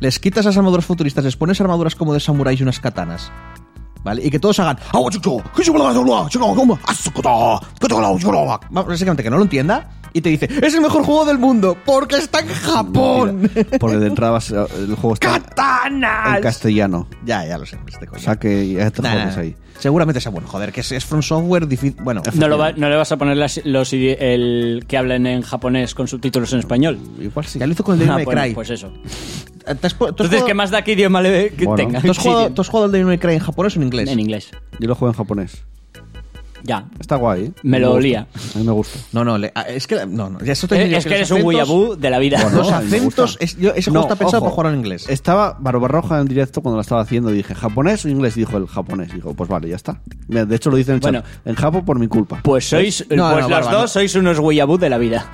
Speaker 4: les quitas las armaduras futuristas, les pones armaduras como de samuráis y unas katanas. ¿Vale? Y que todos hagan. "Ah, Básicamente que no lo entienda. Y te dice: Es el mejor juego del mundo porque está en Japón.
Speaker 1: Mentira, Porque de entrada vas a- el juego está en
Speaker 4: ¡Katanas!
Speaker 1: castellano.
Speaker 4: Ya, ya lo sé. este coño.
Speaker 1: O sea que ya te
Speaker 4: Nah, nah,
Speaker 1: jodes
Speaker 4: nah.
Speaker 1: ahí.
Speaker 4: Seguramente sea bueno. Joder, que es, es From Software difícil. Bueno,
Speaker 3: No, lo va- no le vas a poner las- los idi- el que hablen en japonés con subtítulos en español.
Speaker 1: Igual sí.
Speaker 4: ya lo hizo con el Devil
Speaker 3: Ah,
Speaker 4: May
Speaker 3: pues,
Speaker 4: Cry. Eh,
Speaker 3: pues eso.
Speaker 4: ¿Te has pu- tú has
Speaker 3: Entonces,
Speaker 4: jugado-
Speaker 3: ¿qué más da qué idioma le que
Speaker 1: Bueno.
Speaker 3: tenga?
Speaker 4: ¿Tú has, jugado,
Speaker 3: Sí,
Speaker 4: tú has jugado el Devil May Cry en japonés o en inglés?
Speaker 3: en inglés.
Speaker 1: Yo lo juego en japonés.
Speaker 3: Ya.
Speaker 1: Está guay, ¿eh?
Speaker 3: Me lo
Speaker 1: gusta.
Speaker 3: olía.
Speaker 1: A mí me gusta.
Speaker 4: No, no, le- ah, es que. No, no, ya eso te
Speaker 3: Eh,
Speaker 4: digo
Speaker 3: Es que
Speaker 4: los
Speaker 3: eres un
Speaker 4: acentos-
Speaker 3: weeaboo de la vida.
Speaker 4: Los
Speaker 1: No, a mí me
Speaker 4: acentos.
Speaker 1: gusta.
Speaker 4: es- yo- ese juego
Speaker 1: No,
Speaker 4: está pensado
Speaker 1: ojo.
Speaker 4: para jugar en inglés.
Speaker 1: Estaba Barbarroja en directo cuando la estaba haciendo y dije, ¿japonés o inglés? Dijo el japonés. Dijo, pues vale, ya está. Mira, De hecho, lo dicen en el
Speaker 3: Bueno.
Speaker 1: chat. En Japo por mi culpa.
Speaker 3: Pues sois,
Speaker 4: No, no,
Speaker 3: pues los
Speaker 4: Barba,
Speaker 3: dos
Speaker 4: no.
Speaker 3: sois unos weeaboo de la vida.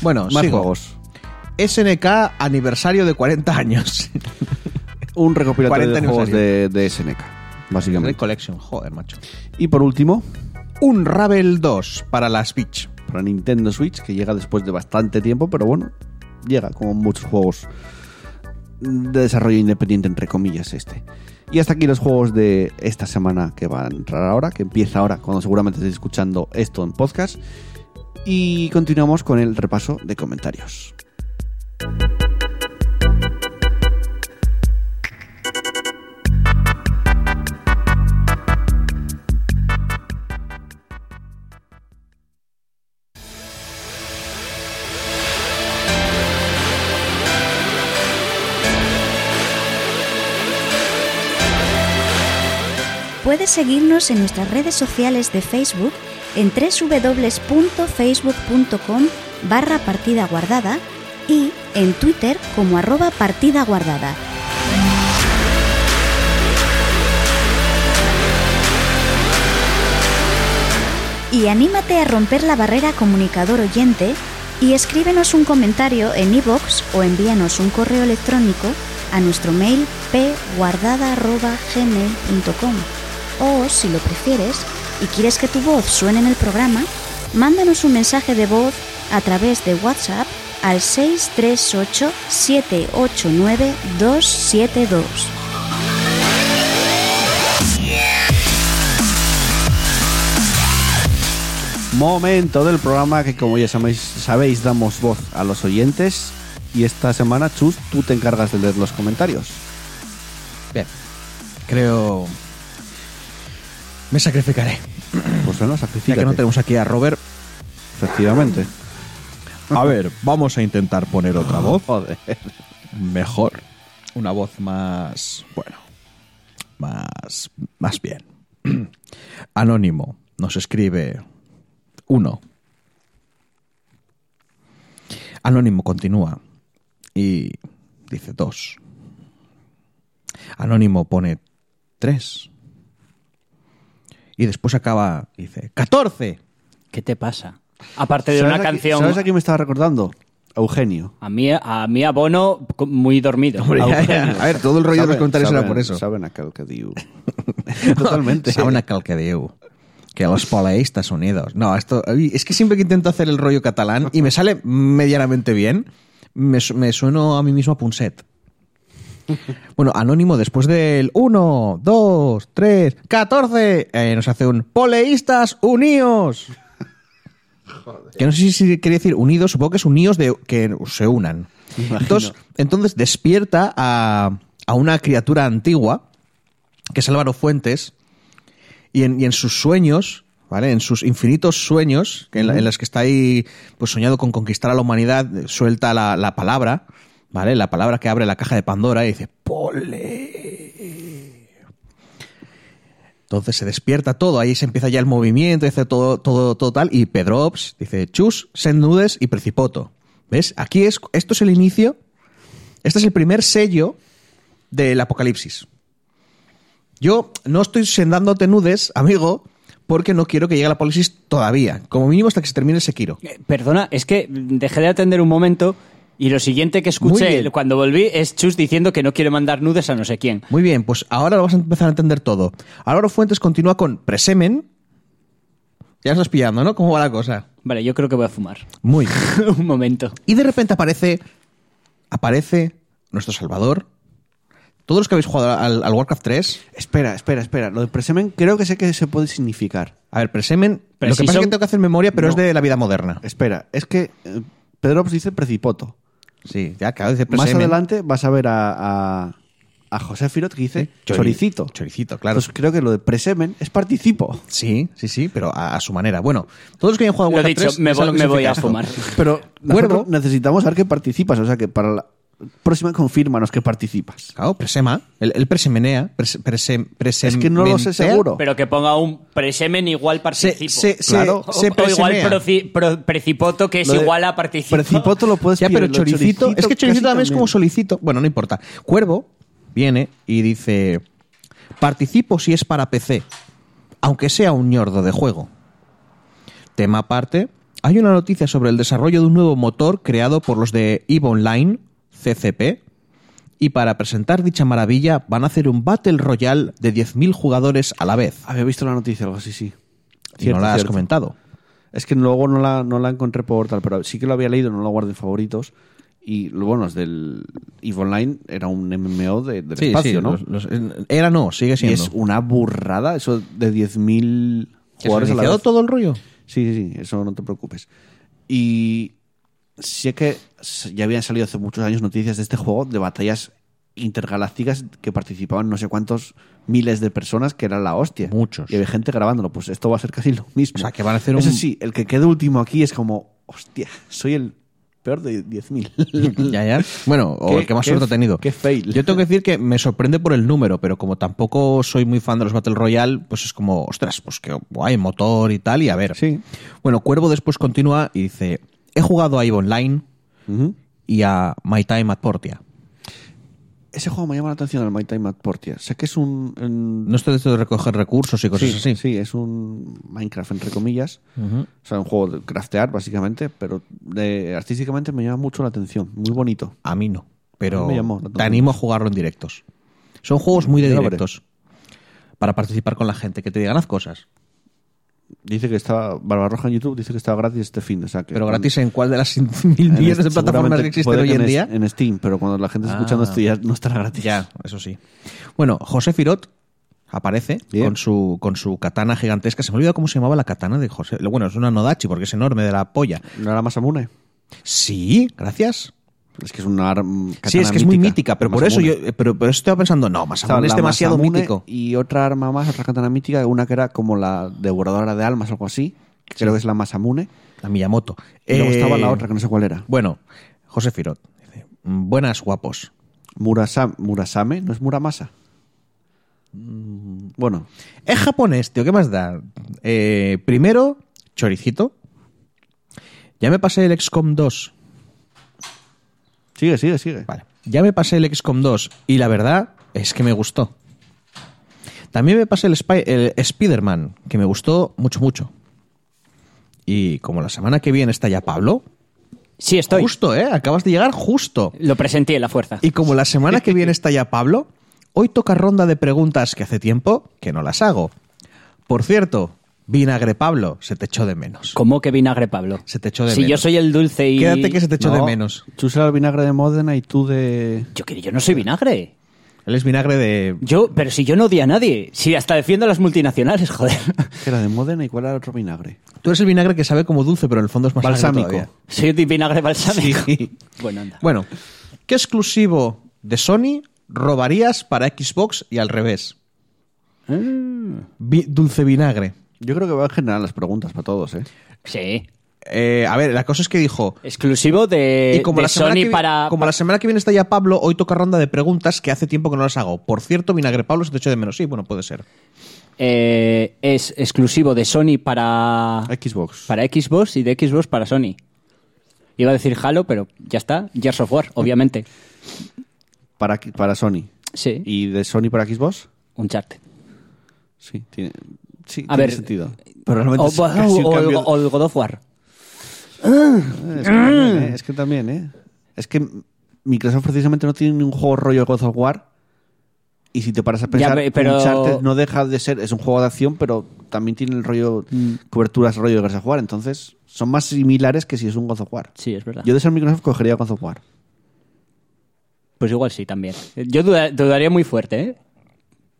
Speaker 4: Bueno,
Speaker 1: Más
Speaker 4: sigo.
Speaker 1: juegos.
Speaker 4: SNK aniversario de 40 años.
Speaker 1: Un recopilatorio
Speaker 4: 40
Speaker 1: de juegos de,
Speaker 4: aniversario.
Speaker 1: de SNK,
Speaker 4: Red
Speaker 1: básicamente.
Speaker 4: Collection, joder, macho.
Speaker 1: Y por último,
Speaker 4: Un Ravel 2 para la Switch.
Speaker 1: para Nintendo Switch, que llega después de bastante tiempo, pero bueno, llega como muchos juegos de desarrollo independiente, entre comillas, este. Y hasta aquí los juegos de esta semana que va a entrar ahora, que empieza ahora, cuando seguramente estéis escuchando esto en podcast. Y continuamos con el repaso de comentarios.
Speaker 5: Puedes seguirnos en nuestras redes sociales de Facebook en www.facebook.com barra partida guardada y en Twitter como arroba partida guardada. Y anímate a romper la barrera comunicador oyente y escríbenos un comentario en iVoox o envíanos un correo electrónico a nuestro mail pguardada.gmail.com O, si lo prefieres y quieres que tu voz suene en el programa, mándanos un mensaje de voz a través de WhatsApp al 638-789-272.
Speaker 1: Momento del programa que como ya sabéis, sabéis, damos voz a los oyentes. Y esta semana, Chus, tú te encargas de leer los comentarios.
Speaker 4: Bien. Creo. Me sacrificaré.
Speaker 1: Pues bueno,
Speaker 4: Ya que
Speaker 1: sacrificate.
Speaker 4: no tenemos aquí a Robert.
Speaker 1: Efectivamente.
Speaker 4: A ver, vamos a intentar poner otra voz.
Speaker 1: Joder.
Speaker 4: mejor. Una voz más, bueno, más, más bien. Anónimo nos escribe uno. Anónimo continúa y dice dos. Anónimo pone tres. Y después acaba, dice, catorce.
Speaker 3: ¿Qué te pasa? Aparte de una
Speaker 1: ¿Sabes a qui-
Speaker 3: canción.
Speaker 1: ¿Sabes a quién me estaba recordando? A Eugenio.
Speaker 3: A mí, a mí abono co- muy dormido.
Speaker 4: A ver, todo el rollo de los
Speaker 1: Saben-
Speaker 4: comentarios era
Speaker 1: saben-
Speaker 4: por eso.
Speaker 1: Saben a Cal que diu. Totalmente.
Speaker 4: Saben a cal que diu. Que los polaístas unidos. No, esto. uy, Es que siempre que intento hacer el rollo catalán y me sale medianamente bien, me, su- me sueno a mí mismo a Punset. Bueno, Anónimo, después del 1, 2, 3, 14, eh, nos hace un Poleístas unidos. Que no sé si- si quiere decir unidos, supongo que es unidos de que se unan. Entonces, entonces despierta a, a una criatura antigua, que es Álvaro Fuentes, y en, y en sus sueños, ¿vale? En sus infinitos sueños, que en, la- en las que está ahí pues, soñado con conquistar a la humanidad, suelta la, la palabra, ¿vale? La palabra que abre la caja de Pandora y dice, ¡Pole! Entonces se despierta todo, ahí se empieza ya el movimiento, dice todo, todo, todo tal, y Pedrops dice, chus, sendudes y precipoto. ¿Ves? Aquí es, esto es el inicio, este es el primer sello del apocalipsis. Yo no estoy sendándote nudes, amigo, porque no quiero que llegue la apocalipsis todavía. Como mínimo hasta que se termine el Sekiro.
Speaker 3: Eh, Perdona, es que dejé de atender un momento y lo siguiente que
Speaker 4: Muy
Speaker 3: escuché
Speaker 4: bien.
Speaker 3: cuando volví es Chus diciendo que no quiere mandar nudes a no sé quién.
Speaker 4: Muy bien, pues ahora lo vas a empezar a entender todo. Álvaro Fuentes continúa con Presemen. Ya estás pillando, ¿no? ¿Cómo va la cosa?
Speaker 3: Vale, yo creo que voy a fumar.
Speaker 4: Muy bien.
Speaker 3: un momento.
Speaker 4: Y de repente aparece. Aparece nuestro Salvador. Todos los que habéis jugado al, al Warcraft 3.
Speaker 1: Espera, espera, espera. Lo de presemen creo que sé que se puede significar.
Speaker 4: A ver, Presemen. Lo que
Speaker 3: Precision.
Speaker 4: pasa es que tengo que hacer memoria, pero
Speaker 1: No.
Speaker 4: es de la vida moderna.
Speaker 1: Espera, es que eh, Pedro pues, dice precipoto.
Speaker 4: Sí, ya, claro, dice
Speaker 1: Más
Speaker 4: Presemen.
Speaker 1: adelante vas a ver a, a, a José Firot que dice
Speaker 4: Chori-
Speaker 1: choricito. Pues-
Speaker 4: Choricito, claro.
Speaker 1: Entonces creo que lo de presemen es participo.
Speaker 4: Sí, sí, sí, pero a, a su manera. Bueno, todos los que hayan jugado al
Speaker 3: Lo he
Speaker 4: Warcraft
Speaker 3: dicho,
Speaker 4: 3.
Speaker 3: me,
Speaker 4: saben
Speaker 3: vo-
Speaker 4: lo que
Speaker 3: me voy
Speaker 4: significa
Speaker 3: a
Speaker 4: esto.
Speaker 3: fumar.
Speaker 1: Pero
Speaker 4: Cuervo.
Speaker 1: nosotros necesitamos saber que participas, o sea que para la próxima confírmanos que participas.
Speaker 4: Claro, presema. Él, él presemenea. prese- prese-
Speaker 1: Es que no lo sé
Speaker 4: presementea.
Speaker 1: seguro.
Speaker 3: Pero que ponga un presemen igual participo.
Speaker 4: se- se-
Speaker 1: Claro.
Speaker 3: O-
Speaker 4: se
Speaker 3: o igual
Speaker 4: presemea.
Speaker 3: proci- pro- precipoto que es
Speaker 1: Lo de-
Speaker 3: igual a participo.
Speaker 1: Precipoto lo puedes
Speaker 4: Ya, pero
Speaker 1: pillar, lo de
Speaker 4: choricito, Es que
Speaker 1: casi
Speaker 4: choricito también es como solicito. Bueno, no importa. Cuervo viene y dice: Participo si es para PC, aunque sea un ñordo de juego. Tema aparte, hay una noticia sobre el desarrollo de un nuevo motor creado por los de EVE Online, CCP, y para presentar dicha maravilla van a hacer un Battle Royale de 10.000 jugadores a la vez.
Speaker 1: Había visto la noticia, algo así, sí.
Speaker 4: Y no
Speaker 1: Cierto,
Speaker 4: la has
Speaker 1: cierto.
Speaker 4: comentado.
Speaker 1: Es que luego no la, no la encontré por tal, pero sí que lo había leído, no lo guardé en favoritos. Y lo bueno, es del EVE Online, era un MMO de, del espacio, ¿no?
Speaker 4: los- los- era no, sigue
Speaker 1: Y
Speaker 4: siendo.
Speaker 1: es una burrada, eso de 10.000
Speaker 4: ¿Que se
Speaker 1: jugadores a la
Speaker 4: inició
Speaker 1: vez.
Speaker 4: todo el rollo?
Speaker 1: Sí, sí, sí, eso no te preocupes. Y sé que s- ya habían salido hace muchos años noticias de este juego de batallas intergalácticas que participaban no sé cuántos miles de personas, que era la hostia.
Speaker 4: Muchos.
Speaker 1: Y había gente grabándolo, pues esto va a ser casi lo mismo.
Speaker 4: O sea, que van a hacer
Speaker 1: Eso
Speaker 4: un-
Speaker 1: sí, el que quede último aquí es como, hostia, soy el peor de 10.000.
Speaker 4: ya, ya. Bueno, o
Speaker 1: Qué-
Speaker 4: el que más
Speaker 1: qué
Speaker 4: suerte ha
Speaker 1: f-
Speaker 4: tenido.
Speaker 1: qué fail.
Speaker 4: Yo tengo que decir que me sorprende por el número, pero como tampoco soy muy fan de los Battle Royale, pues es como, ostras, pues que guay, motor y tal, y a ver.
Speaker 1: Sí.
Speaker 4: Bueno, Cuervo después continúa y dice, he jugado a EVE Online
Speaker 1: Ujú.
Speaker 4: y a My Time at Portia.
Speaker 1: Ese juego me llama la atención, el My Time at Portia. Sé que es un... un-
Speaker 4: No estoy de esto de recoger recursos y cosas
Speaker 1: sí,
Speaker 4: así.
Speaker 1: sí, es un Minecraft, entre comillas. O sea, un juego de craftear, básicamente, pero de- artísticamente me llama mucho la atención. Muy bonito.
Speaker 4: A mí no,
Speaker 1: A
Speaker 4: pero
Speaker 1: mí me llamó la
Speaker 4: te
Speaker 1: atención.
Speaker 4: animo a jugarlo en directos. Son juegos muy de
Speaker 1: Ya lo veré.
Speaker 4: directos. Para participar con la gente, que te digan haz cosas.
Speaker 1: Dice que estaba... Barbarroja en YouTube dice que estaba gratis este fin. O sea, que
Speaker 4: Pero
Speaker 1: cuando-
Speaker 4: gratis en cuál de las mil
Speaker 1: en
Speaker 4: millones de
Speaker 1: este-
Speaker 4: plataformas
Speaker 1: seguramente
Speaker 4: que existen
Speaker 1: puede
Speaker 4: hoy
Speaker 1: que
Speaker 4: en
Speaker 1: en
Speaker 4: día.
Speaker 1: es- En Steam, pero cuando la gente está
Speaker 4: Ah.
Speaker 1: escuchando esto ya no estará gratis.
Speaker 4: Ya, eso sí. Bueno, José Firot aparece
Speaker 1: Bien.
Speaker 4: con su con su katana gigantesca. Se me olvida cómo se llamaba la katana de José. Bueno, es una nodachi porque es enorme de la polla.
Speaker 1: ¿No era Masamune?
Speaker 4: Sí, gracias.
Speaker 1: Es que es una arma...
Speaker 4: sí, es que es muy mítica, pero por eso
Speaker 1: Masamune.
Speaker 4: yo eh, pero por eso estaba pensando, no,
Speaker 1: Estaba
Speaker 4: Masamune es
Speaker 1: la
Speaker 4: demasiado
Speaker 1: Masamune
Speaker 4: mítico.
Speaker 1: Y otra arma más, otra katana mítica, una que era como la devoradora de almas o algo así. que Creo que es la Masamune.
Speaker 4: La Miyamoto.
Speaker 1: Y luego
Speaker 4: Eh,
Speaker 1: estaba la otra, que no sé cuál era.
Speaker 4: Bueno, José Firot. dice, Buenas, guapos.
Speaker 1: Murasame, Murasame, ¿no es Muramasa?
Speaker 3: Mm.
Speaker 1: Bueno,
Speaker 4: Es japonés, tío, ¿qué más da? Eh, primero, choricito. Ya me pasé el XCOM 2.
Speaker 1: sigue, sigue, sigue.
Speaker 4: Vale. Ya me pasé el XCOM 2 y la verdad es que me gustó. También me pasé el, Spy- el Spider-Man, que me gustó mucho, mucho. Y como la semana que viene está ya Pablo,
Speaker 3: Sí, estoy.
Speaker 4: justo, ¿eh? Acabas de llegar justo.
Speaker 3: Lo presenté en la fuerza.
Speaker 4: Y como la semana que viene está ya Pablo, hoy toca ronda de preguntas que hace tiempo que no las hago. Por cierto, Vinagre Pablo se te echó de menos.
Speaker 3: ¿Cómo que vinagre, Pablo?
Speaker 4: Se te echó de
Speaker 3: si
Speaker 4: menos.
Speaker 3: yo soy el dulce y...
Speaker 4: Quédate que se te echó de
Speaker 1: No,
Speaker 4: menos.
Speaker 1: Tú serás el vinagre de Módena y tú de...
Speaker 3: Yo, que- yo no soy vinagre.
Speaker 4: Él es vinagre de.
Speaker 3: Yo, pero si yo no odio a nadie. Si hasta defiendo a las multinacionales, joder.
Speaker 1: ¿Qué era de Módena y cuál era el otro vinagre?
Speaker 4: Tú eres el vinagre que sabe como dulce, pero en el fondo es más agrio
Speaker 1: Balsámico.
Speaker 4: todavía.
Speaker 3: Soy de vinagre balsámico.
Speaker 4: Sí.
Speaker 3: Bueno, anda.
Speaker 4: Bueno, ¿qué exclusivo de Sony robarías para Xbox y al revés? Ah. Vi- dulce vinagre.
Speaker 1: Yo creo que va a generar las preguntas para todos, ¿eh?
Speaker 3: Sí.
Speaker 4: Eh, a ver, la cosa es que dijo.
Speaker 3: Exclusivo de,
Speaker 4: y como,
Speaker 3: de
Speaker 4: la semana que
Speaker 3: Sony
Speaker 4: vi-
Speaker 3: para...
Speaker 4: como la semana que viene está ya Pablo, hoy toca ronda de preguntas que hace tiempo que no las hago. Por cierto, vinagre Pablo se te echó de menos. Sí, bueno, puede ser.
Speaker 3: Eh, es exclusivo de Sony para...
Speaker 1: Xbox.
Speaker 3: Para Xbox y de Xbox para Sony. Iba a decir Halo, pero ya está. Gears of War, obviamente.
Speaker 1: Para, para Sony.
Speaker 3: Sí.
Speaker 1: ¿Y de Sony para Xbox?
Speaker 3: Un chart.
Speaker 1: Sí, tiene... sí, tiene
Speaker 3: A ver, eh,
Speaker 1: sentido.
Speaker 3: O,
Speaker 1: Probablemente es casi un
Speaker 3: o-
Speaker 1: cambio-
Speaker 3: o el God of War.
Speaker 1: Eh, Es que,
Speaker 3: Mm.
Speaker 1: también, eh, es que también, ¿eh? Es que Microsoft precisamente no tiene ningún juego rollo God of War. Y si te paras a pensar,
Speaker 3: pe- pero-
Speaker 1: Uncharted no deja de ser, es un juego de acción, pero también tiene el rollo,
Speaker 3: Mm.
Speaker 1: coberturas rollo de God of War. Entonces, son más similares que si es un God of War.
Speaker 3: Sí, es verdad.
Speaker 1: Yo de ser Microsoft cogería God of War.
Speaker 3: Pues igual sí, también. Yo duda- dudaría muy fuerte, ¿eh?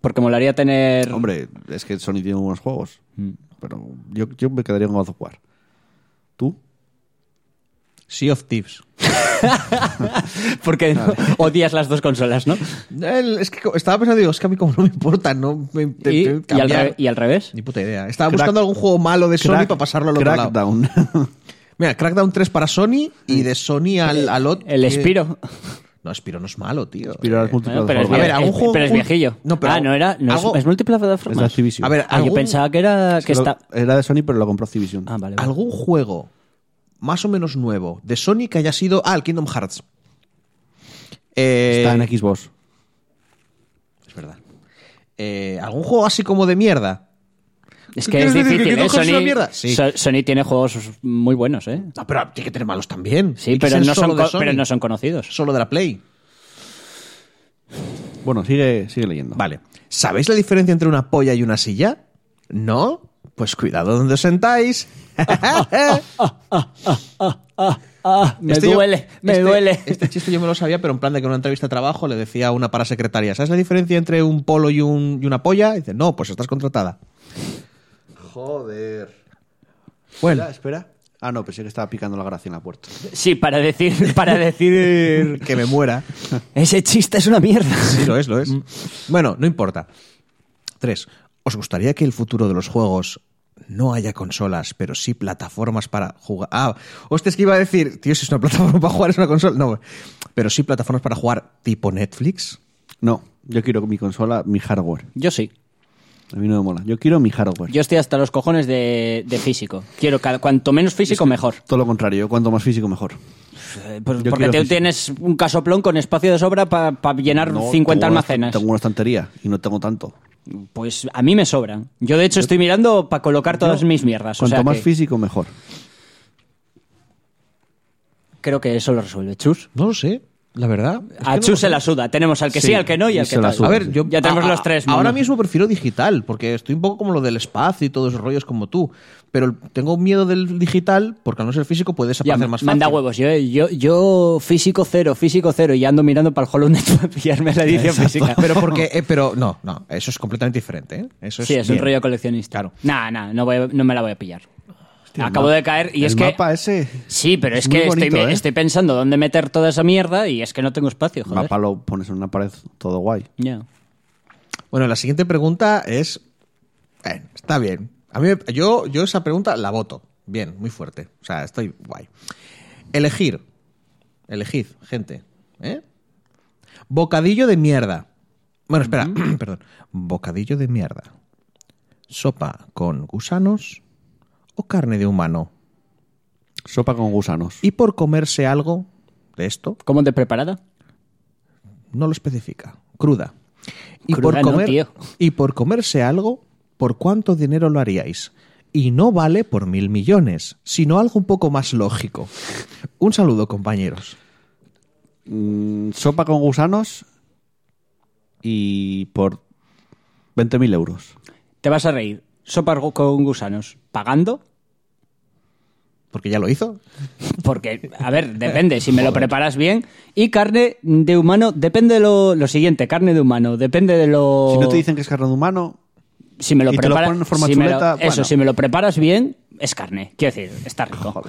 Speaker 3: Porque molaría tener...
Speaker 1: Hombre, es que Sony tiene unos juegos.
Speaker 3: Mm.
Speaker 1: Pero yo, yo me quedaría en God of War. ¿Tú?
Speaker 4: Sea of Thieves.
Speaker 3: Porque odias las dos consolas, ¿no?
Speaker 4: El- es que co- estaba pensando, digo, es que a mí como no me importa, no me
Speaker 3: Y,
Speaker 4: te- te-
Speaker 3: y al,
Speaker 4: cambiar.
Speaker 3: re- y al revés.
Speaker 4: Ni puta idea. Estaba
Speaker 1: Crack-
Speaker 4: buscando algún juego malo de Sony para pasarlo al otro lado.
Speaker 1: Crackdown.
Speaker 4: Mira, Crackdown 3 para Sony y de Sony al, al otro.
Speaker 3: El Spiro.
Speaker 4: No, Spiro no es malo, tío.
Speaker 1: Spyro era
Speaker 4: Eh,
Speaker 1: multi-
Speaker 3: Bueno, pero es,
Speaker 1: A
Speaker 4: ver,
Speaker 3: vie-
Speaker 4: algún
Speaker 3: es-
Speaker 4: juego-
Speaker 3: pero es
Speaker 4: un-
Speaker 3: viejillo.
Speaker 4: No, pero
Speaker 3: ah, no era. no es-
Speaker 4: algo-
Speaker 3: es, multiplataforma.
Speaker 1: Es de Activision.
Speaker 4: A ver,
Speaker 3: Ah, yo
Speaker 4: algún-
Speaker 3: pensaba que era. Que
Speaker 1: Es que lo-
Speaker 3: está...
Speaker 1: Era de Sony, pero lo compró Activision.
Speaker 3: Ah, vale. vale.
Speaker 4: algún juego más o menos nuevo de Sony que haya sido. Ah, el Kingdom Hearts. Eh,
Speaker 1: Está en Xbox.
Speaker 4: Es verdad. Eh, ¿Algún juego así como de mierda?
Speaker 3: Es
Speaker 4: ¿Qué
Speaker 3: que
Speaker 4: quieres
Speaker 3: es
Speaker 4: decir?
Speaker 3: difícil.
Speaker 4: ¿Que
Speaker 3: ¿eh?
Speaker 4: Kingdom Hearts es una
Speaker 3: Sony,
Speaker 4: mierda? Sí.
Speaker 3: So- Sony tiene juegos muy buenos, ¿eh?
Speaker 4: No, pero tiene que tener malos también.
Speaker 3: Sí,
Speaker 4: Tiene que
Speaker 3: pero
Speaker 4: ser
Speaker 3: no, son
Speaker 4: solo de
Speaker 3: co-
Speaker 4: Sony.
Speaker 3: pero no son conocidos.
Speaker 4: Solo de la Play.
Speaker 1: Bueno, sigue, sigue leyendo.
Speaker 4: Vale. ¿Sabéis la diferencia entre una polla y una silla? ¿No? Pues cuidado donde os sentáis.
Speaker 3: me
Speaker 4: Este yo-
Speaker 3: duele, me
Speaker 4: este-
Speaker 3: duele.
Speaker 4: Este chiste yo me lo sabía, pero en plan de que en una entrevista de trabajo le decía a una parasecretaria, ¿sabes la diferencia entre un polo y, un- y una polla? Y dice, no, pues estás contratada.
Speaker 1: Joder.
Speaker 4: Bueno,
Speaker 1: espera. Ah, no, pensé que estaba picando la gracia en la puerta.
Speaker 3: Sí, para decir, para decir.
Speaker 4: que me muera.
Speaker 3: Ese chiste es una mierda.
Speaker 4: Sí, lo es, lo es.
Speaker 3: Mm.
Speaker 4: Bueno, no importa. Tres. ¿Os gustaría que el futuro de los juegos no haya consolas, pero sí plataformas para jugar? Ah, hostia, es que iba a decir, tío, si es una plataforma para jugar, es una consola. No, pero sí plataformas para jugar tipo Netflix.
Speaker 1: No, yo quiero mi consola, mi hardware.
Speaker 3: Yo sí.
Speaker 1: A mí no me mola. Yo quiero mi hardware.
Speaker 3: Yo estoy hasta los cojones de, de físico. Quiero ca- cuanto menos físico, mejor.
Speaker 1: Todo lo contrario, yo cuanto más físico mejor.
Speaker 3: Eh, por-
Speaker 1: Yo
Speaker 3: porque
Speaker 1: quiero
Speaker 3: tú
Speaker 1: físico.
Speaker 3: tienes un casoplón con espacio de sobra para llenar
Speaker 1: No,
Speaker 3: 50
Speaker 1: tengo una-
Speaker 3: almacenes.
Speaker 1: tengo una estantería y no tengo tanto.
Speaker 3: Pues a mí me sobran. Yo, de hecho, estoy mirando para colocar todas mis mierdas. O
Speaker 1: Cuanto
Speaker 3: sea
Speaker 1: más
Speaker 3: que
Speaker 1: físico mejor.
Speaker 3: creo que eso lo resuelve Chus.
Speaker 4: No lo sé, la verdad. Es
Speaker 3: A
Speaker 4: que no
Speaker 3: Chus
Speaker 4: lo
Speaker 3: se la
Speaker 4: sé.
Speaker 3: suda. Tenemos al que sí,
Speaker 1: Sí,
Speaker 3: al que no y al
Speaker 1: se
Speaker 3: que
Speaker 1: la
Speaker 3: tal.
Speaker 1: suda,
Speaker 4: A ver, yo
Speaker 3: ya tenemos
Speaker 4: a-
Speaker 3: los tres.
Speaker 4: Ahora
Speaker 3: mono.
Speaker 4: mismo prefiero digital, porque estoy un poco como lo del espacio y todos los rollos como tú. Pero tengo miedo del digital, porque al no ser físico puede
Speaker 3: Ya,
Speaker 4: desaparecer más fácil.
Speaker 3: manda huevos. Yo, eh, yo, yo físico cero, físico cero. Y ando mirando para el Hollow Knight para pillarme la edición física.
Speaker 4: Pero porque, eh, pero no, no, eso es completamente diferente. ¿eh? Eso es
Speaker 3: sí, es un
Speaker 4: bien.
Speaker 3: rollo coleccionista.
Speaker 4: Claro.
Speaker 3: Nah, nah, no, voy a- no me la voy a pillar. Acabo de caer y
Speaker 1: El
Speaker 3: es que...
Speaker 1: mapa ese.
Speaker 3: Sí, pero es,
Speaker 1: es muy
Speaker 3: que estoy,
Speaker 1: bonito, ¿eh?
Speaker 3: estoy pensando dónde meter toda esa mierda y es que no tengo espacio,
Speaker 1: El
Speaker 3: joder.
Speaker 1: mapa lo pones en una pared, todo guay.
Speaker 3: Ya.
Speaker 4: Bueno, la siguiente pregunta es. eh, está bien. A mí, me- yo, yo esa pregunta la voto. Bien, muy fuerte. O sea, estoy guay. Elegir. Elegid, gente. ¿eh? Bocadillo de mierda. Bueno, espera, perdón. Bocadillo de mierda. Sopa con gusanos o carne de humano.
Speaker 1: Sopa con gusanos.
Speaker 4: Y por comerse algo de esto,
Speaker 3: ¿Cómo te preparada?
Speaker 4: no lo especifica. Cruda. Y,
Speaker 3: Cruda
Speaker 4: por
Speaker 3: no,
Speaker 4: comer,
Speaker 3: tío.
Speaker 4: y por comerse algo, ¿por cuánto dinero lo haríais? Y no vale por mil millones, sino algo un poco más lógico. Un saludo, compañeros.
Speaker 1: Mm, sopa con gusanos y por 20.000 euros.
Speaker 3: Te vas a reír. Sopa gu- con gusanos. ¿Pagando?
Speaker 4: Porque ya lo hizo.
Speaker 3: Porque, a ver, depende. Si me lo preparas bien. Y carne de humano, depende de lo, lo siguiente. Carne de humano, depende de lo.
Speaker 1: Si no te dicen que es carne de humano,
Speaker 3: Si me lo
Speaker 1: y te lo
Speaker 3: preparas.
Speaker 1: ponen en forma
Speaker 3: si me lo-
Speaker 1: chuleta,
Speaker 3: Eso,
Speaker 1: bueno.
Speaker 3: si me lo preparas bien, es carne. Quiero decir, está rico.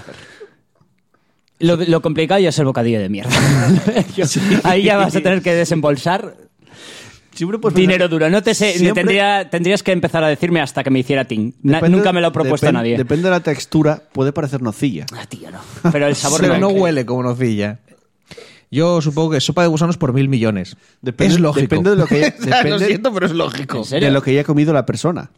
Speaker 3: Lo, lo complicado ya es el bocadillo de mierda. Yo- Ahí ya vas a tener que desembolsar
Speaker 1: Siempre puedes
Speaker 3: dinero
Speaker 1: pensar-
Speaker 3: duro. No te sé,
Speaker 1: Pues Siempre-
Speaker 3: tendría- tendrías que empezar a decirme hasta que me hiciera ting. Na-
Speaker 1: depende-
Speaker 3: nunca me lo ha propuesto
Speaker 1: depen-
Speaker 3: nadie.
Speaker 1: Depende de la textura, puede parecer nocilla.
Speaker 3: Ah, tío, no. Pero el sabor
Speaker 4: Pero
Speaker 3: me-
Speaker 4: no huele como nocilla. Yo supongo que sopa de gusanos por mil millones.
Speaker 1: Depende-
Speaker 4: es lógico.
Speaker 1: depende de lo que-
Speaker 4: O sea, lo
Speaker 1: depende-
Speaker 4: siento, pero es lógico.
Speaker 3: ¿En serio?
Speaker 1: De lo que haya comido la persona.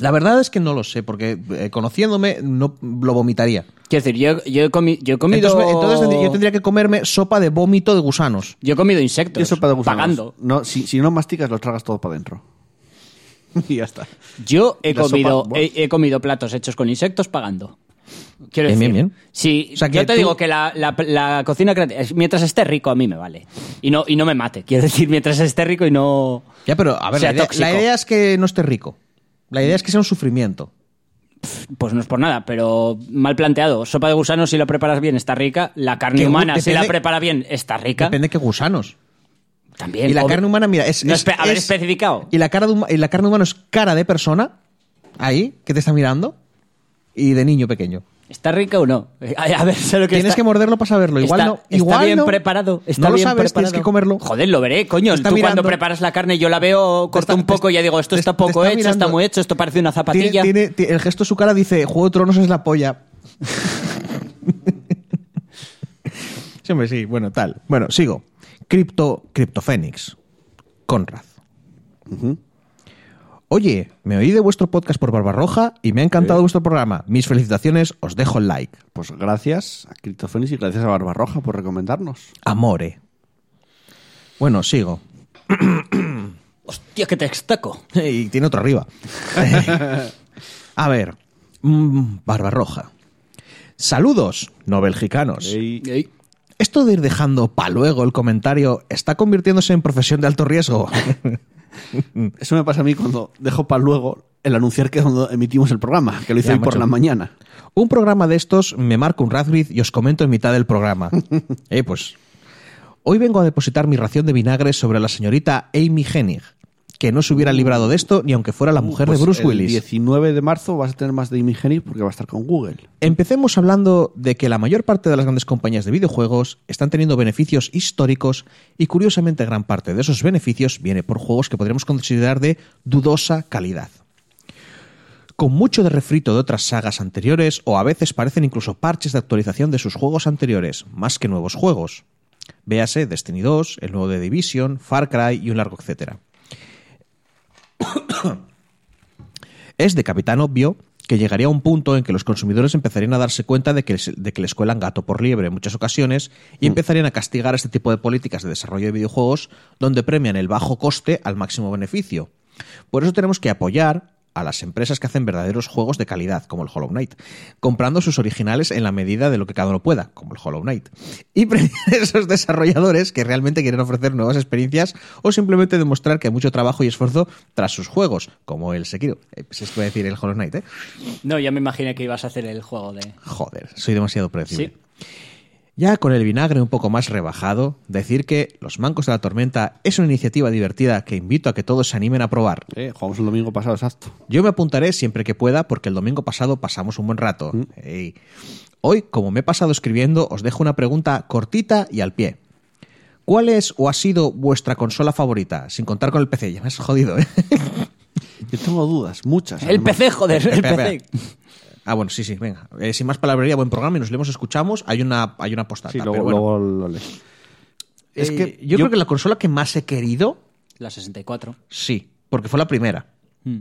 Speaker 4: La verdad es que no lo sé, porque eh, conociéndome no lo vomitaría.
Speaker 3: Quiero decir, yo, yo he, comi- yo he comido.
Speaker 4: Entonces, me- entonces yo tendría que comerme sopa de vómito de gusanos.
Speaker 3: Yo he comido insectos.
Speaker 1: Eso para gusanos.
Speaker 3: Pagando.
Speaker 1: No, si, si no masticas, lo tragas todo para adentro.
Speaker 4: y ya está.
Speaker 3: Yo he
Speaker 4: La sopa,
Speaker 3: comido,
Speaker 4: bueno.
Speaker 3: he, he comido platos hechos con insectos pagando. Quiero
Speaker 4: Bien,
Speaker 3: decir,
Speaker 4: bien, bien.
Speaker 3: Sí,
Speaker 4: O sea, que
Speaker 3: yo te
Speaker 4: tú-
Speaker 3: digo que la, la- la cocina creativa, es- mientras esté rico, a mí me vale. Y no, y no me mate. Quiero decir, mientras esté rico y no.
Speaker 4: Ya, pero a ver,
Speaker 3: Sea
Speaker 4: la, idea,
Speaker 3: tóxico.
Speaker 4: la idea es que no esté rico. La idea es que sea un sufrimiento.
Speaker 3: Pues no es por nada, pero mal planteado. Sopa de gusanos, si la preparas bien, está rica. La carne
Speaker 4: Que gu-
Speaker 3: humana, si la
Speaker 4: depende-
Speaker 3: prepara bien, está rica.
Speaker 4: Depende de qué gusanos.
Speaker 3: También.
Speaker 4: y la
Speaker 3: ob-
Speaker 4: carne humana, mira, es.
Speaker 3: No,
Speaker 4: es-
Speaker 3: espe- haber
Speaker 4: es-
Speaker 3: especificado.
Speaker 4: Y la, cara de huma- y la carne humana es cara de persona, ahí, que te está mirando, y de niño pequeño.
Speaker 3: ¿Está rica o no? A, a ver, sé lo que
Speaker 4: Tienes
Speaker 3: está-
Speaker 4: que morderlo para saberlo. Igual
Speaker 3: está,
Speaker 4: no.
Speaker 3: está
Speaker 4: Igual
Speaker 3: bien
Speaker 4: no.
Speaker 3: preparado. Está
Speaker 4: no lo
Speaker 3: bien
Speaker 4: sabes, tienes
Speaker 3: preparado.
Speaker 4: que comerlo.
Speaker 3: Joder, lo veré, coño.
Speaker 4: Está
Speaker 3: Tú
Speaker 4: mirando.
Speaker 3: cuando preparas la carne, yo la veo, corto
Speaker 4: está-
Speaker 3: un poco
Speaker 4: te-
Speaker 3: y ya digo, esto
Speaker 4: te-
Speaker 3: está
Speaker 4: te
Speaker 3: poco
Speaker 4: está
Speaker 3: hecho,
Speaker 4: mirando.
Speaker 3: está muy hecho, esto parece una
Speaker 4: Tiene-
Speaker 3: zapatilla.
Speaker 4: tiene- ti- el gesto de su cara dice: Juego de Tronos es la polla. sí, hombre, sí. Bueno, tal. Bueno, sigo. Crypto, Cryptofénix. Conrad. Oye, me oí de vuestro podcast por Barbarroja y me ha encantado vuestro programa. Mis felicitaciones, os dejo el like.
Speaker 1: Pues gracias a Cryptofenis y gracias a Barbarroja por recomendarnos.
Speaker 4: Amore. Bueno, sigo.
Speaker 3: Hostia, que te extaco.
Speaker 4: Y tiene otro arriba. A ver. mm, Barbarroja. Saludos, no belgicanos.
Speaker 3: Ey.
Speaker 4: Esto de ir dejando pa' luego el comentario está convirtiéndose en profesión de alto riesgo.
Speaker 1: Eso me pasa a mí cuando dejo para luego el anunciar que cuando emitimos el programa, que lo hice
Speaker 4: Ya,
Speaker 1: hoy por
Speaker 4: macho.
Speaker 1: la mañana.
Speaker 4: Un programa de estos me marca un Radgrid y os comento en mitad del programa. Eh, pues. Hoy vengo a depositar mi ración de vinagre sobre la señorita Amy Hennig, que no se hubiera librado de esto ni aunque fuera la mujer
Speaker 1: Pues
Speaker 4: de Bruce
Speaker 1: el
Speaker 4: Willis.
Speaker 1: 19 de marzo vas a tener más de Imigenic porque va a estar con Google.
Speaker 4: Empecemos hablando de que la mayor parte de las grandes compañías de videojuegos están teniendo beneficios históricos y curiosamente gran parte de esos beneficios viene por juegos que podríamos considerar de dudosa calidad. Con mucho de refrito de otras sagas anteriores o a veces parecen incluso parches de actualización de sus juegos anteriores, más que nuevos juegos. Véase Destiny 2, el nuevo The Division, Far Cry y un largo etcétera. Es de capitán obvio que llegaría un punto en que los consumidores empezarían a darse cuenta de que, les- de que les cuelan gato por liebre en muchas ocasiones y empezarían a castigar este tipo de políticas de desarrollo de videojuegos donde premian el bajo coste al máximo beneficio. Por eso tenemos que apoyar a las empresas que hacen verdaderos juegos de calidad, como el Hollow Knight, comprando sus originales en la medida de lo que cada uno pueda, como el Hollow Knight, y premiar a esos desarrolladores que realmente quieren ofrecer nuevas experiencias o simplemente demostrar que hay mucho trabajo y esfuerzo tras sus juegos, como el Sekiro. Eh, Si es que voy a decir el Hollow Knight, ¿eh?
Speaker 3: No, ya me imaginé que ibas a hacer el juego de.
Speaker 4: Joder, soy demasiado predecible.
Speaker 3: Sí.
Speaker 4: Ya con el vinagre un poco más rebajado, decir que Los Mancos de la Tormenta es una iniciativa divertida que invito a que todos se animen a probar.
Speaker 1: Eh, jugamos el domingo pasado, exacto.
Speaker 4: Yo me apuntaré siempre que pueda porque el domingo pasado pasamos un buen rato. Ey. Hoy, como me he pasado escribiendo, os dejo una pregunta cortita y al pie. ¿Cuál es o ha sido vuestra consola favorita? Sin contar con el PC, ya me has jodido, ¿eh?
Speaker 1: Yo tengo dudas, muchas.
Speaker 3: El
Speaker 1: además.
Speaker 3: PC, joder, el
Speaker 4: Espera, espera.
Speaker 3: PC.
Speaker 4: Ah, bueno, sí, sí, venga. Eh, sin más palabrería, buen programa y nos leemos, escuchamos. Hay una, hay una postata.
Speaker 1: Sí,
Speaker 4: pero
Speaker 1: luego,
Speaker 4: bueno.
Speaker 1: luego lo lees.
Speaker 4: Es que yo, creo que la consola que más he querido,
Speaker 3: La 64.
Speaker 4: sí, porque fue la primera.
Speaker 3: Mm.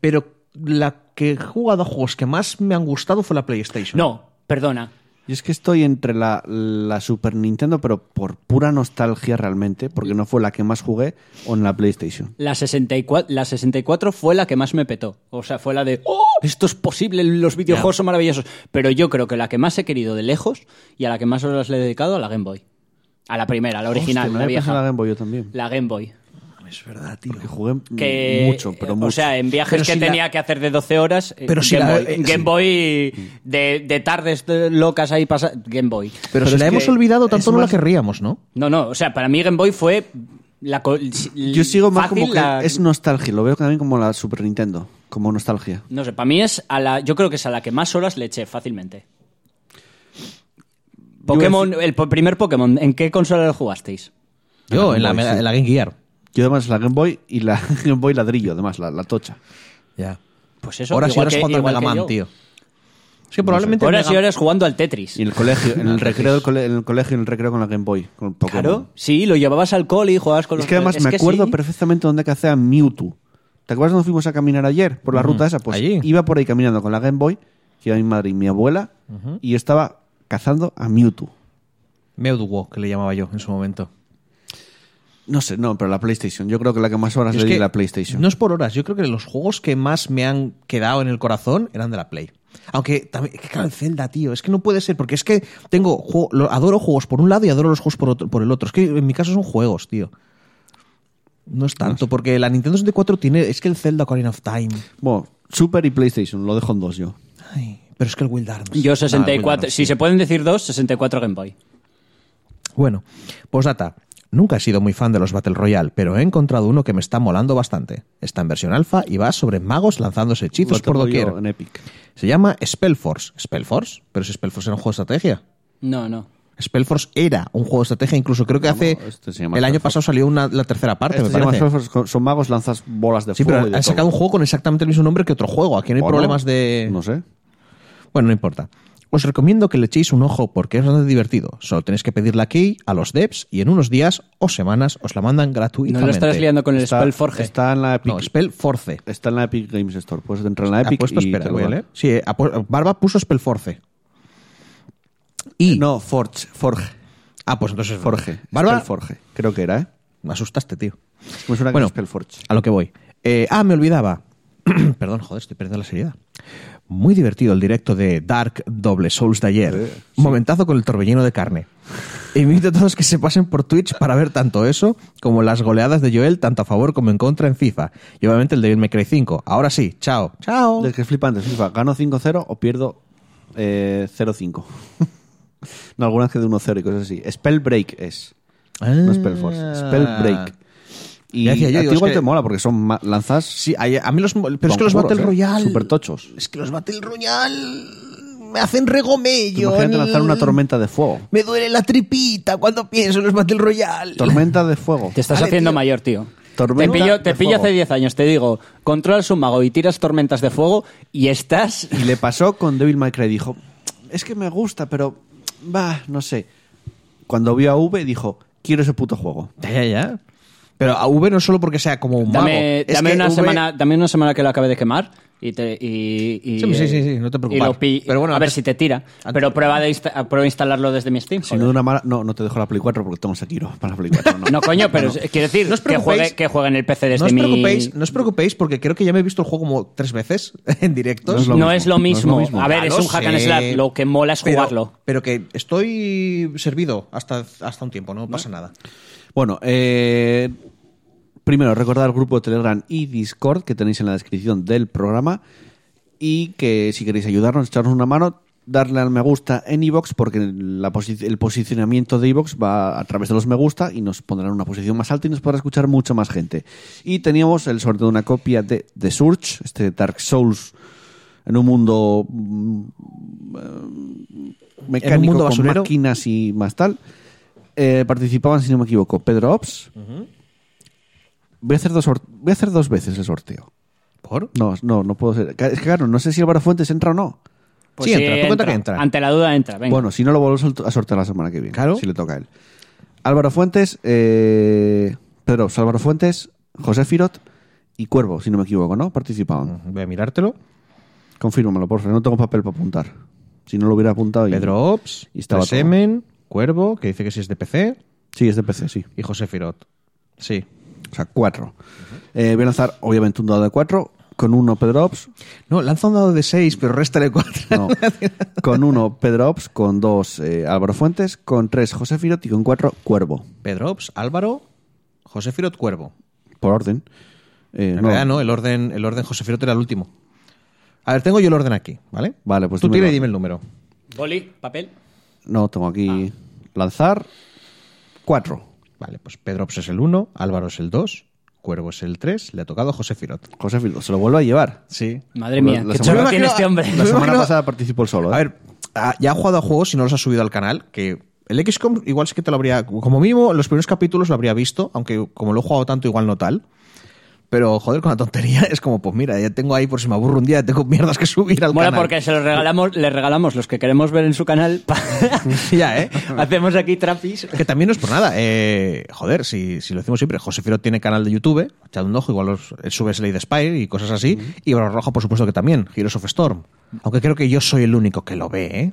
Speaker 4: Pero la que he jugado a juegos que más me han gustado fue la PlayStation.
Speaker 3: No, perdona.
Speaker 1: Y es que estoy entre la, la Super Nintendo, pero por pura nostalgia realmente, porque no fue la que más jugué o en la PlayStation.
Speaker 3: La 64, la 64 fue la que más me petó. O sea, fue la de, ¡oh! Esto es posible, los videojuegos son maravillosos. Pero yo creo que la que más he querido de lejos y a la que más horas le he dedicado, a la Game Boy. A la primera, la original,
Speaker 1: Hostia, me
Speaker 3: la
Speaker 1: había
Speaker 3: vieja.
Speaker 1: pasado la
Speaker 3: La,
Speaker 1: Game Boy yo también.
Speaker 3: Game Boy.
Speaker 4: Es verdad, tío.
Speaker 1: Porque jugué
Speaker 3: Que,
Speaker 1: mucho, pero mucho.
Speaker 3: O sea, en viajes
Speaker 4: Pero
Speaker 3: que
Speaker 4: si la-
Speaker 3: tenía que hacer de 12 horas, eh,
Speaker 4: Pero si
Speaker 3: Game,
Speaker 4: la-
Speaker 3: Boy,
Speaker 4: eh,
Speaker 3: Game
Speaker 4: sí.
Speaker 3: Boy de, de tardes eh, locas ahí pasa Game Boy.
Speaker 4: Pero, si
Speaker 1: es
Speaker 4: la hemos
Speaker 1: que
Speaker 4: olvidado,
Speaker 1: es
Speaker 4: tanto no
Speaker 1: más-
Speaker 4: la querríamos, ¿no?
Speaker 3: No, no, o sea, para mí Game Boy fue la co-
Speaker 1: Yo sigo más
Speaker 3: fácil
Speaker 1: como que
Speaker 3: la-
Speaker 1: es nostalgia, lo veo también como la Super Nintendo, como nostalgia.
Speaker 3: No sé, para mí es a la. Yo creo que es a la que más horas le eché fácilmente. Pokémon, el po- primer Pokémon, ¿en qué consola lo jugasteis?
Speaker 4: Yo, en la,
Speaker 1: Game Boy, sí.
Speaker 4: en la Game Gear.
Speaker 1: Yo además la Game Boy y la Game Boy ladrillo, además, la, la tocha.
Speaker 4: Ya.
Speaker 3: Pues eso.
Speaker 4: horas y
Speaker 3: igual
Speaker 4: horas
Speaker 3: que-
Speaker 4: jugando al
Speaker 3: igual
Speaker 4: Mega
Speaker 3: que
Speaker 4: Man,
Speaker 3: yo.
Speaker 4: tío. Es que probablemente. el
Speaker 3: Horas y
Speaker 4: Mega-
Speaker 3: horas jugando al Tetris.
Speaker 1: Y en el colegio, en el recreo del cole- en el colegio, en el recreo con la Game Boy, con Pokémon.
Speaker 3: Claro, sí, lo llevabas al cole y jugabas con
Speaker 1: Es
Speaker 3: los
Speaker 1: que además me
Speaker 3: que
Speaker 1: acuerdo
Speaker 3: sí.
Speaker 1: perfectamente dónde cacé a Mewtwo. ¿Te acuerdas cuando fuimos a caminar ayer por la ruta esa? Pues
Speaker 4: allí.
Speaker 1: iba por ahí caminando con la Game Boy, que iba mi madre y mi abuela, y yo estaba cazando a Mewtwo.
Speaker 4: Meuduo, que le llamaba yo en su momento.
Speaker 1: No sé, no, pero la PlayStation. Yo creo que la que más horas
Speaker 4: Yo
Speaker 1: le
Speaker 4: es
Speaker 1: di
Speaker 4: que
Speaker 1: la PlayStation.
Speaker 4: No es por horas, yo creo que los juegos que más me han quedado en el corazón eran de la Play. Aunque también, es que claro, en Zelda, tío, es que no puede ser, porque es que tengo, juego- lo- adoro juegos por un lado y adoro los juegos por, otro- por el otro. Es que en mi caso son juegos, tío. No es tanto, porque la Nintendo 64 tiene, es que el Zelda Ocarina of Time.
Speaker 1: Bueno, Super y PlayStation, lo dejo en dos yo.
Speaker 4: Ay, pero es que el Wild
Speaker 1: Ah,
Speaker 4: Arms. Nada,
Speaker 3: Yo
Speaker 4: el
Speaker 3: 64,
Speaker 4: Wild
Speaker 3: si se pueden decir dos, 64 Game Boy.
Speaker 4: Arms. Bueno, pues data. Nunca he sido muy fan de los Battle Royale, pero he encontrado uno que me está molando bastante. Está en versión alfa y va sobre magos lanzándose hechizos
Speaker 1: Lo
Speaker 4: pues por
Speaker 1: tengo yo
Speaker 4: doquier.
Speaker 1: En Epic.
Speaker 4: Se llama Spellforce. ¿Spellforce? Pero si Spellforce era un juego de estrategia.
Speaker 3: No, no.
Speaker 4: Spellforce era un juego de estrategia, incluso creo que
Speaker 1: No,
Speaker 4: hace.
Speaker 1: este se llama
Speaker 4: el año
Speaker 1: Spellforce.
Speaker 4: pasado salió una, la tercera parte,
Speaker 1: Este
Speaker 4: me
Speaker 1: se llama
Speaker 4: parece.
Speaker 1: Surfers, son magos, lanzas bolas de
Speaker 4: sí,
Speaker 1: fuego.
Speaker 4: pero
Speaker 1: y de
Speaker 4: han sacado un
Speaker 1: todo.
Speaker 4: juego con exactamente el mismo nombre que otro juego. Aquí no hay
Speaker 1: ¿O
Speaker 4: problemas de.
Speaker 1: No sé.
Speaker 4: Bueno, no importa. Os recomiendo que le echéis un ojo porque es bastante divertido. Solo tenéis que pedir la key a los devs y en unos días o semanas os la mandan
Speaker 3: No
Speaker 4: gratuitamente.
Speaker 3: lo estás liando con el
Speaker 1: Está-
Speaker 3: Spellforge.
Speaker 1: Está en la Epic.
Speaker 4: No, Spellforce.
Speaker 1: Está en la Epic Games Store. Puedes entrar en la Epic
Speaker 4: Apuesto,
Speaker 1: y
Speaker 4: pues espera,
Speaker 1: te lo
Speaker 4: voy a
Speaker 1: dan.
Speaker 4: leer. Sí, eh, apu- Barba puso Spellforce. Y.
Speaker 1: Eh, No, Forge. Forge.
Speaker 4: Ah, pues entonces.
Speaker 1: Forge.
Speaker 4: Barba.
Speaker 1: Spellforge. Creo que era, ¿eh?
Speaker 4: Me asustaste, tío.
Speaker 1: Me suena que
Speaker 4: Bueno.
Speaker 1: es Spellforge.
Speaker 4: A lo que voy. Eh, ah, me olvidaba. Perdón, joder, estoy perdiendo la seriedad. Muy divertido el directo de Dark Double Souls de ayer. Momentazo con el torbellino de carne. Invito a todos que se pasen por Twitch para ver tanto eso como las goleadas de Joel, tanto a favor como en contra en FIFA. Y obviamente el de May Cry 5. Ahora sí, chao. Chao.
Speaker 1: Del que es flipante, FIFA. ¿Gano 5-0 o pierdo eh, 0-5? no, algunas que de 1-0 y cosas así. Spellbreak es. No Spellforce. Spellbreak. Y
Speaker 4: Ya decía Ah. yo,
Speaker 1: a ti
Speaker 4: digo, es
Speaker 1: igual
Speaker 4: que-
Speaker 1: te mola porque son ma- lanzas.
Speaker 4: Sí, hay- a mí los. Pero es
Speaker 1: con
Speaker 4: que los
Speaker 1: coros,
Speaker 4: Battle
Speaker 1: ¿eh?
Speaker 4: Royale.
Speaker 1: Supertochos.
Speaker 4: Es que los Battle Royale me hacen regomello.
Speaker 1: Imagínate lanzar una
Speaker 4: El-
Speaker 1: tormenta de fuego.
Speaker 4: Me duele la tripita cuando pienso en los Battle Royale.
Speaker 1: Tormenta de fuego.
Speaker 3: Te estás
Speaker 4: Vale,
Speaker 3: haciendo
Speaker 4: tío.
Speaker 3: mayor, tío.
Speaker 1: Tormenta
Speaker 3: te pillo, te
Speaker 1: de
Speaker 3: pillo
Speaker 1: fuego.
Speaker 3: hace 10 años, te digo, controlas un mago y tiras tormentas de fuego y estás...
Speaker 1: Y le pasó con Devil May Cry. Dijo, es que me gusta, pero... Va, no sé. Cuando vio a V dijo, quiero ese puto juego.
Speaker 4: Ya, ya, ya. Pero a V no es solo porque sea como un mago.
Speaker 3: Dame,
Speaker 4: Es
Speaker 3: dame
Speaker 4: que
Speaker 3: una
Speaker 4: V
Speaker 3: semana, dame una semana que lo acabe de quemar y te... y- y,
Speaker 4: Sí, sí,
Speaker 3: eh,
Speaker 4: sí, sí, no te
Speaker 3: y
Speaker 4: preocupes.
Speaker 3: lo pi-
Speaker 4: Pero bueno,
Speaker 3: a ver
Speaker 4: antes-
Speaker 3: si te tira.
Speaker 4: antes-
Speaker 3: pero prueba, de insta- prueba a instalarlo desde mi Steam.
Speaker 1: Si no, de
Speaker 3: joder.
Speaker 1: una mala... No, no te dejo la Play 4 porque tengo Sekiro para la Play 4. No,
Speaker 3: No, coño, pero quiere decir
Speaker 4: No os
Speaker 3: que,
Speaker 4: preocupéis.
Speaker 3: juegue, que juegue en el PC desde
Speaker 4: No os,
Speaker 3: mi...
Speaker 4: preocupéis, no os preocupéis porque creo que ya me he visto el juego como tres veces en directos.
Speaker 1: No es lo
Speaker 3: No
Speaker 1: mismo. No
Speaker 3: es lo
Speaker 1: es lo
Speaker 3: mismo.
Speaker 1: mismo.
Speaker 3: A ver,
Speaker 4: Ya
Speaker 3: es
Speaker 4: lo
Speaker 3: un hack and
Speaker 4: sé.
Speaker 3: slash. Lo que mola es
Speaker 4: Pero- pues
Speaker 3: jugarlo.
Speaker 4: Pero, que estoy servido hasta, hasta un tiempo, no pasa nada.
Speaker 1: Bueno, eh, primero recordar el grupo de Telegram y Discord que tenéis en la descripción del programa y que si queréis ayudarnos, echarnos una mano, darle al me gusta en iVoox porque la posi- el posicionamiento de iVoox va a través de los me gusta y nos pondrán en una posición más alta y nos podrá escuchar mucha más gente. Y teníamos el sorteo de una copia de The Surge, este Dark Souls en un mundo mm, eh, mecánico
Speaker 4: mundo
Speaker 1: con
Speaker 4: basurero.
Speaker 1: máquinas y más tal. Eh, participaban, si no me equivoco, Pedro Ops. voy, a hacer dos sor- voy a hacer dos veces el sorteo.
Speaker 4: ¿Por?
Speaker 1: No, no, no puedo ser. Es que claro, no sé si Álvaro Fuentes entra o no.
Speaker 3: Pues
Speaker 4: sí, entra, tú cuenta que entra.
Speaker 3: Ante la duda entra. Venga.
Speaker 1: Bueno, si no lo volvemos a sort- a sortear la semana que viene.
Speaker 4: Claro.
Speaker 1: Si le toca a él. Álvaro Fuentes, eh, Pedro Ops, Álvaro Fuentes, José Firot y Cuervo, si no me equivoco, ¿no? Participaban.
Speaker 4: Voy a mirártelo.
Speaker 1: Confírmamelo, por favor. No tengo papel para apuntar. Si no lo hubiera apuntado. y-
Speaker 4: Pedro Ops,
Speaker 1: Y estaba todo.
Speaker 4: Semen, Cuervo, que dice que si es de PC,
Speaker 1: Sí, es de PC, sí.
Speaker 4: y José Firot. Sí.
Speaker 1: O sea, cuatro. Eh, voy a lanzar, obviamente, un dado de cuatro. Con uno, Pedro Ops.
Speaker 4: No, lanza un dado de 6, pero réstale 4.
Speaker 1: No. con uno, Pedro Ops. Con dos, eh, Álvaro Fuentes. Con tres, José Firot. Y con cuatro, Cuervo.
Speaker 4: Pedro Ops, Álvaro, José Firot, Cuervo.
Speaker 1: Por orden. Eh,
Speaker 4: En realidad no, el orden, el orden José Firot era el último. A ver, tengo yo el orden aquí, ¿vale?
Speaker 1: Vale, pues
Speaker 4: Tú
Speaker 1: dímelo.
Speaker 4: tira y dime el número.
Speaker 3: Boli, papel.
Speaker 1: No, tengo
Speaker 3: Ah.
Speaker 1: aquí. Lanzar. Cuatro.
Speaker 4: Vale, pues Pedro Ops es el 1, Álvaro es el 2, Cuervo es el 3, le ha tocado José Firot.
Speaker 1: José Firot. Se lo vuelvo a llevar.
Speaker 4: Sí.
Speaker 3: Madre
Speaker 1: La-
Speaker 3: mía,
Speaker 1: la
Speaker 3: qué
Speaker 1: semana-
Speaker 3: chorro tiene este hombre.
Speaker 4: Me
Speaker 1: La semana
Speaker 4: imagino-
Speaker 1: pasada participó el solo. ¿eh?
Speaker 4: A ver, ah, ya ha jugado a juegos y no los ha subido al canal, que el XCOM igual sí que te lo habría, como mínimo, los primeros capítulos lo habría visto, aunque como lo he jugado tanto, igual no tal. Pero joder, con la tontería es como, pues mira, ya tengo ahí por si me aburro un día, tengo mierdas que subir al
Speaker 3: Mola
Speaker 4: canal.
Speaker 3: porque se los regalamos, le regalamos los que queremos ver en su canal. pa-
Speaker 4: Ya, ¿eh?
Speaker 3: Hacemos aquí trapis.
Speaker 4: Que también no es por nada. Eh, joder, si, si lo decimos siempre, José Firo tiene canal de YouTube, echad un ojo, igual los, eh, sube Slade Spire y cosas así. Y Barro Roja, por supuesto que también, Heroes of Storm. Aunque creo que yo soy el único que lo ve, ¿eh?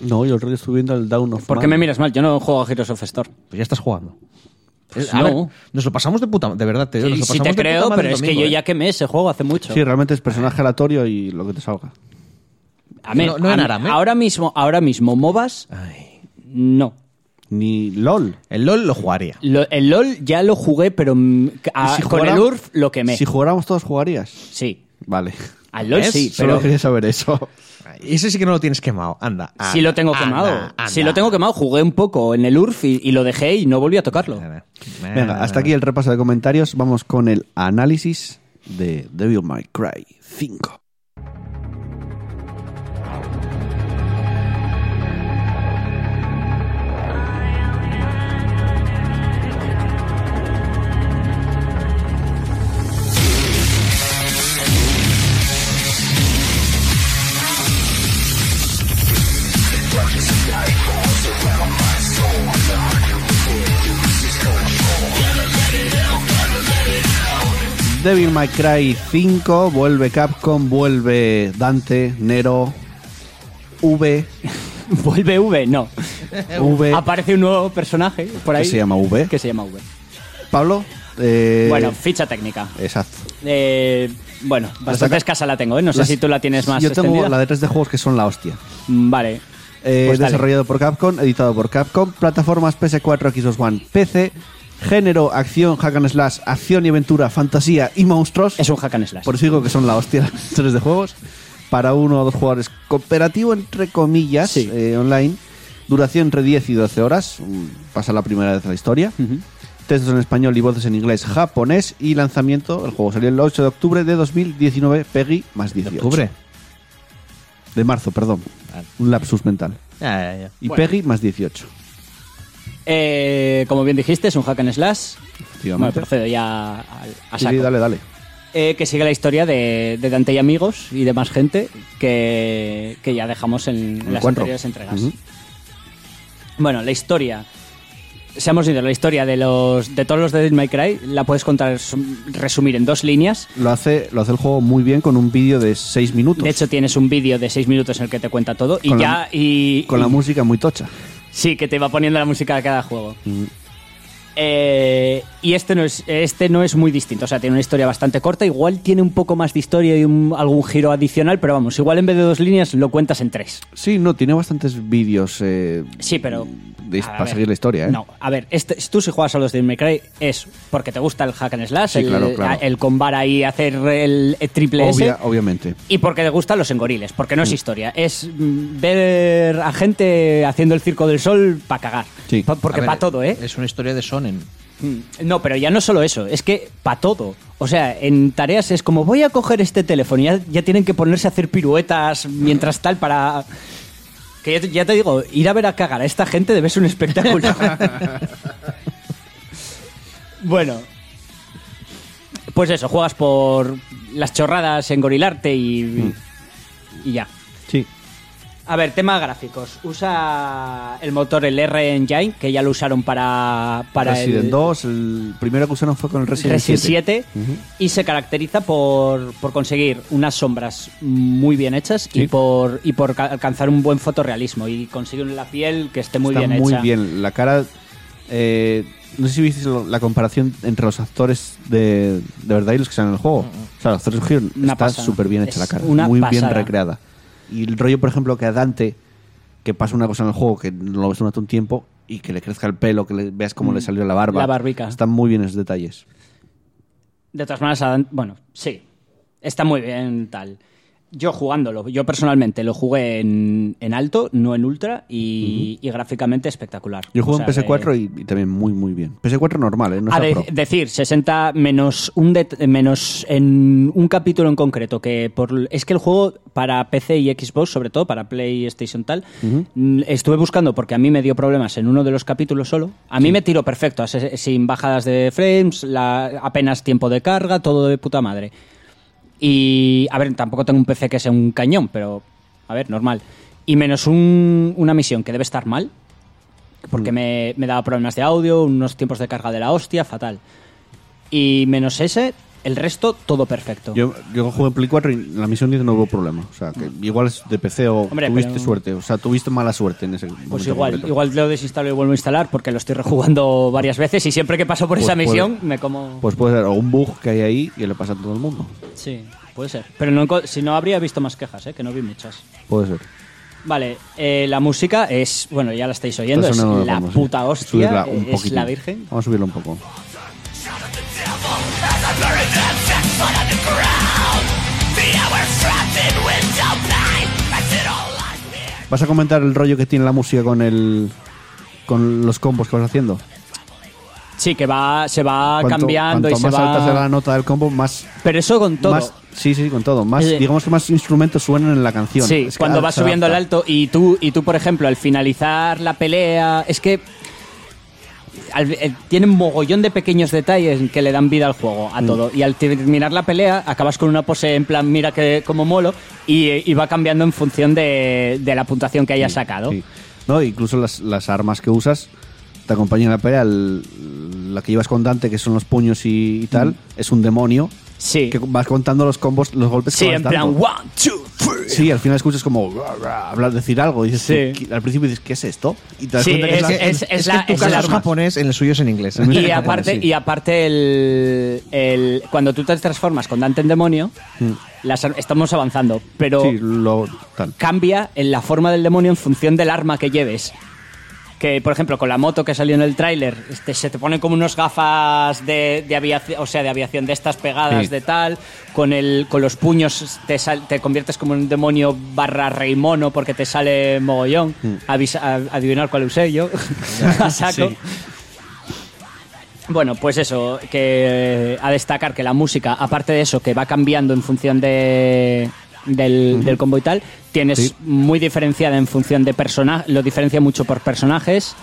Speaker 1: No, yo el otro día estuve viendo el Down of
Speaker 3: ¿Por qué
Speaker 1: Man.
Speaker 3: me miras mal? Yo no juego a Heroes of Storm.
Speaker 4: Pues ya estás jugando.
Speaker 3: Pues
Speaker 4: Eh, a ver,
Speaker 3: no.
Speaker 4: nos lo pasamos de puta de verdad, te digo,
Speaker 3: Sí,
Speaker 4: nos lo
Speaker 3: sí
Speaker 4: pasamos
Speaker 3: te
Speaker 4: de puta
Speaker 3: creo,
Speaker 4: madre
Speaker 3: pero
Speaker 4: el
Speaker 3: es que
Speaker 4: domingo,
Speaker 3: yo
Speaker 4: eh.
Speaker 3: ya quemé ese juego hace mucho.
Speaker 1: Sí, realmente es personaje aleatorio y lo que te salga.
Speaker 3: A mí-
Speaker 4: No- no
Speaker 3: a
Speaker 4: en
Speaker 3: mí-
Speaker 4: árabe.
Speaker 3: Ahora mismo, ahora mismo, MOBAs, no.
Speaker 1: Ni LOL.
Speaker 4: El LOL lo jugaría.
Speaker 3: Lo- el LOL ya lo jugué, pero mm, a-
Speaker 1: Si
Speaker 3: con
Speaker 1: jugara-
Speaker 3: el URF lo quemé.
Speaker 1: Si jugáramos todos jugarías.
Speaker 3: sí.
Speaker 1: Vale.
Speaker 3: Al LOL
Speaker 4: ¿Ves?
Speaker 3: sí,
Speaker 1: Solo
Speaker 3: pero
Speaker 1: quería saber eso.
Speaker 4: Ese sí que no lo tienes quemado. Anda.
Speaker 3: sí lo tengo quemado. Sí lo tengo quemado. Jugué un poco en el URF y, y lo dejé y no volví a tocarlo. Ah.
Speaker 1: Venga, hasta aquí el repaso de comentarios. Vamos con el análisis de Devil May Cry 5. Devil May Cry 5, vuelve Capcom, vuelve Dante, Nero, V,
Speaker 3: Vuelve V, no.
Speaker 1: V,
Speaker 3: Aparece un nuevo personaje por
Speaker 1: que
Speaker 3: Ah, ahí.
Speaker 1: se llama V.
Speaker 3: Que se llama V.
Speaker 1: Pablo, eh,
Speaker 3: bueno, ficha técnica.
Speaker 1: exacto.
Speaker 3: Eh, bueno,
Speaker 1: saca-
Speaker 3: bastante escasa la tengo, ¿eh? No sé
Speaker 1: Las-
Speaker 3: si tú la tienes más
Speaker 1: Yo tengo
Speaker 3: extendida.
Speaker 1: la de 3 de juegos que son la hostia.
Speaker 3: Mm, Vale.
Speaker 1: Eh,
Speaker 3: Pues dale.
Speaker 1: desarrollado por Capcom, editado por Capcom, plataformas PS4, Xbox One, PC, género, acción, hack and slash, acción y aventura, fantasía y monstruos.
Speaker 3: Es un hack and slash.
Speaker 1: Por eso digo que son la hostia las tres de juegos. Para uno o dos jugadores. Cooperativo, entre comillas,
Speaker 3: Sí.
Speaker 1: eh, online. Duración entre 10 y 12 horas. Mm, Pasa la primera vez en la historia.
Speaker 3: Ujú.
Speaker 1: Textos en español y voces en inglés, japonés. Y lanzamiento, el juego salió el 8 de octubre de 2019. PEGI más 18.
Speaker 4: ¿Octubre?
Speaker 1: De marzo, perdón. Un lapsus mental.
Speaker 4: Ya, ya, ya.
Speaker 1: Y
Speaker 3: Bueno.
Speaker 1: PEGI más 18.
Speaker 3: Eh, como bien dijiste, es un hack and slash. Bueno,
Speaker 1: Efectivamente.
Speaker 3: procedo ya al- a
Speaker 1: Sí, sí,
Speaker 3: saco.
Speaker 1: dale, dale.
Speaker 3: Eh, que sigue la historia de, de Dante y amigos y demás gente que, que ya dejamos en, en las
Speaker 1: Encuentro.
Speaker 3: anteriores entregas.
Speaker 1: Ujú.
Speaker 3: Bueno, la historia. Seamos sinceros, la historia de los de todos los de Devil May Cry la puedes contar resumir en dos líneas.
Speaker 1: Lo hace, lo hace el juego muy bien con un vídeo de 6 minutos.
Speaker 3: De hecho, tienes un vídeo de seis minutos en el que te cuenta todo y
Speaker 1: Con
Speaker 3: ya.
Speaker 1: la-
Speaker 3: y,
Speaker 1: con
Speaker 3: y-
Speaker 1: la música muy tocha.
Speaker 3: Sí, que te va poniendo la música de cada juego. Eh, y este no, es, este no es muy distinto, o sea, tiene una historia bastante corta, igual tiene un poco más de historia y un- algún giro adicional, pero vamos, igual en vez de dos líneas lo cuentas en tres.
Speaker 1: Sí, no, tiene bastantes vídeos. eh,
Speaker 3: Sí, pero...
Speaker 1: de-
Speaker 3: a
Speaker 1: para
Speaker 3: ver,
Speaker 1: seguir la historia, ¿eh?
Speaker 3: No, a ver, este, tú si juegas a los de May Cry es porque te gusta el hack and slash,
Speaker 1: Sí,
Speaker 3: el,
Speaker 1: claro, claro.
Speaker 3: el combar ahí, hacer el triple S.
Speaker 1: Obvia- obviamente.
Speaker 3: Y porque te gustan los engoriles, porque no es historia. Es mm, ver a gente haciendo el circo del sol para cagar.
Speaker 1: Sí.
Speaker 3: Pa- porque
Speaker 4: A ver,
Speaker 3: para todo, ¿eh?
Speaker 4: Es una historia de Sonen.
Speaker 3: Mm, No, pero ya no solo eso, es que para todo. O sea, en tareas es como voy a coger este teléfono y ya, ya tienen que ponerse a hacer piruetas mientras tal para... Que ya te, ya te digo, ir a ver a cagar a esta gente debe ser un espectáculo. bueno. Pues eso, juegas por las chorradas, engorilarte y... Y ya.
Speaker 1: Sí.
Speaker 3: A ver, tema gráficos. Usa el motor, el R Engine, que ya lo usaron para, para
Speaker 1: Resident
Speaker 3: el,
Speaker 1: 2, el primero que usaron fue con el Resident,
Speaker 3: Resident
Speaker 1: 7.
Speaker 3: 7 y se caracteriza por, por conseguir unas sombras muy bien hechas y
Speaker 1: Sí.
Speaker 3: por y por ca- alcanzar un buen fotorrealismo y conseguir la piel que esté muy
Speaker 1: Está
Speaker 3: bien
Speaker 1: muy
Speaker 3: hecha.
Speaker 1: bien. La cara. eh, no sé si visteis lo- la comparación entre los actores de, de verdad y los que salen en el juego. O sea, los actores de Hero
Speaker 3: Mm, Una
Speaker 1: está
Speaker 3: pasada.
Speaker 1: súper bien hecha la
Speaker 3: Es
Speaker 1: cara.
Speaker 3: una
Speaker 1: muy bien
Speaker 3: pasada.
Speaker 1: recreada. Y el rollo, por ejemplo, que a Dante, que pasa una cosa en el juego que no lo ves durante un tiempo y que le crezca el pelo, que le, veas cómo le salió la barba.
Speaker 3: Mm, La barbica.
Speaker 1: Están muy bien esos detalles.
Speaker 3: De todas maneras, Adán- bueno, sí, está muy bien tal. Yo jugándolo, yo personalmente lo jugué en, en alto, no en ultra y, y gráficamente espectacular.
Speaker 1: Yo juego
Speaker 3: O sea,
Speaker 1: en PS4
Speaker 3: que-
Speaker 1: y, y también muy, muy bien. PS4 normal, ¿eh? No
Speaker 3: a
Speaker 1: está
Speaker 3: de-
Speaker 1: pro.
Speaker 3: decir 60 menos un det- menos en un capítulo en concreto que por es que el juego para PC y Xbox sobre todo para PlayStation tal mm, estuve buscando porque a mí me dio problemas en uno de los capítulos solo a mí me tiró perfecto a se- sin bajadas de frames la- apenas tiempo de carga todo de puta madre y a ver tampoco tengo un PC que sea un cañón pero a ver normal y menos un- una misión que debe estar mal
Speaker 1: Mm.
Speaker 3: porque me, me daba problemas de audio, unos tiempos de carga de la hostia, fatal. Y menos ese, El resto, todo perfecto.
Speaker 1: Yo, yo jugué en Play 4 y en la misión 10 no hubo problema. O sea, que igual es de PC o
Speaker 3: Mm. Hombre,
Speaker 1: tuviste
Speaker 3: pero-
Speaker 1: suerte. O sea, tuviste mala suerte en ese momento.
Speaker 3: pues igual,
Speaker 1: concreto.
Speaker 3: igual lo desinstalo y vuelvo a instalar porque lo estoy rejugando varias veces y siempre que paso por
Speaker 1: Pues
Speaker 3: esa
Speaker 1: puede-
Speaker 3: misión me como...
Speaker 1: Pues puede ser o un bug que hay ahí y le pasa a todo el mundo.
Speaker 3: Sí, puede ser. Pero no enco- si no, habría visto más quejas, ¿eh? que no vi muchas.
Speaker 1: Puede ser.
Speaker 3: Vale, eh, la música es, bueno, ya la estáis oyendo,
Speaker 1: Está
Speaker 3: es
Speaker 1: sonando de
Speaker 3: la
Speaker 1: fondo, sí.
Speaker 3: puta hostia,
Speaker 1: ¿eh? Subirla un
Speaker 3: es
Speaker 1: poquitín.
Speaker 3: la Virgen.
Speaker 1: Vamos a subirla un poco. ¿Vas a comentar el rollo que tiene la música con el con los combos que vas haciendo?
Speaker 3: Sí, que va, se va
Speaker 1: Cuanto-
Speaker 3: cambiando y
Speaker 1: cuanto
Speaker 3: se
Speaker 1: más alta sea la
Speaker 3: va...
Speaker 1: nota del combo, más
Speaker 3: Pero eso con todo.
Speaker 1: Más- sí, sí, con todo. Más,
Speaker 3: Eh,
Speaker 1: digamos que más instrumentos suenan en la canción.
Speaker 3: Sí,
Speaker 1: Es que
Speaker 3: cuando
Speaker 1: ad-
Speaker 3: vas
Speaker 1: se
Speaker 3: subiendo el
Speaker 1: adapta.
Speaker 3: alto y tú, y tú, por ejemplo, al finalizar la pelea, es que al- eh, tienen mogollón de pequeños detalles que le dan vida al juego,
Speaker 1: Mm.
Speaker 3: a todo. Y al terminar la pelea, acabas con una pose en plan, mira que como molo, y, eh, y va cambiando en función de, de la puntuación que hayas sacado.
Speaker 1: Sí. No, incluso las, las armas que usas te acompañan en la pelea. El- la que llevas con Dante, que son los puños y, y tal, es un demonio.
Speaker 3: Mm. Sí,
Speaker 1: Que vas contando los combos, los golpes
Speaker 3: Sí,
Speaker 1: que vas
Speaker 3: en plan,
Speaker 1: dando.
Speaker 3: one, two, three.
Speaker 1: Sí, al final escuchas como "Ra, ra", hablar, decir algo. Y dices,
Speaker 3: Sí.
Speaker 1: "¿Qué-?" al principio dices, ¿qué es esto? Y te das
Speaker 3: Sí,
Speaker 1: cuenta que es, la-
Speaker 3: es- es la-
Speaker 4: que en
Speaker 3: es
Speaker 4: tu
Speaker 3: el
Speaker 4: caso es
Speaker 3: arma.
Speaker 4: japonés, en el suyo es en inglés.
Speaker 1: Muy
Speaker 3: Y
Speaker 1: japonés,
Speaker 3: aparte,
Speaker 1: sí.
Speaker 3: y aparte el, el- cuando tú te transformas con Dante en demonio, las ar- estamos avanzando, pero
Speaker 1: Mm. Sí, lo, tal.
Speaker 3: cambia en la forma del demonio en función del arma que lleves. Que, por ejemplo, con la moto que salió en el tráiler, este, se te ponen como unos gafas de, aviación, o sea, de aviación de estas pegadas
Speaker 1: Sí.
Speaker 3: de tal. Con, el, con los puños te, sal- te conviertes como en un demonio barra rey mono porque te sale mogollón.
Speaker 1: Mm.
Speaker 3: Avisa- a- adivinar cuál usé yo. A saco.
Speaker 1: Sí.
Speaker 3: Bueno, pues eso, que eh, a destacar que la música, aparte de eso, que va cambiando en función de, del, del combo y tal, tienes
Speaker 1: Sí.
Speaker 3: muy diferenciada en función de personaje, lo diferencia mucho por personajes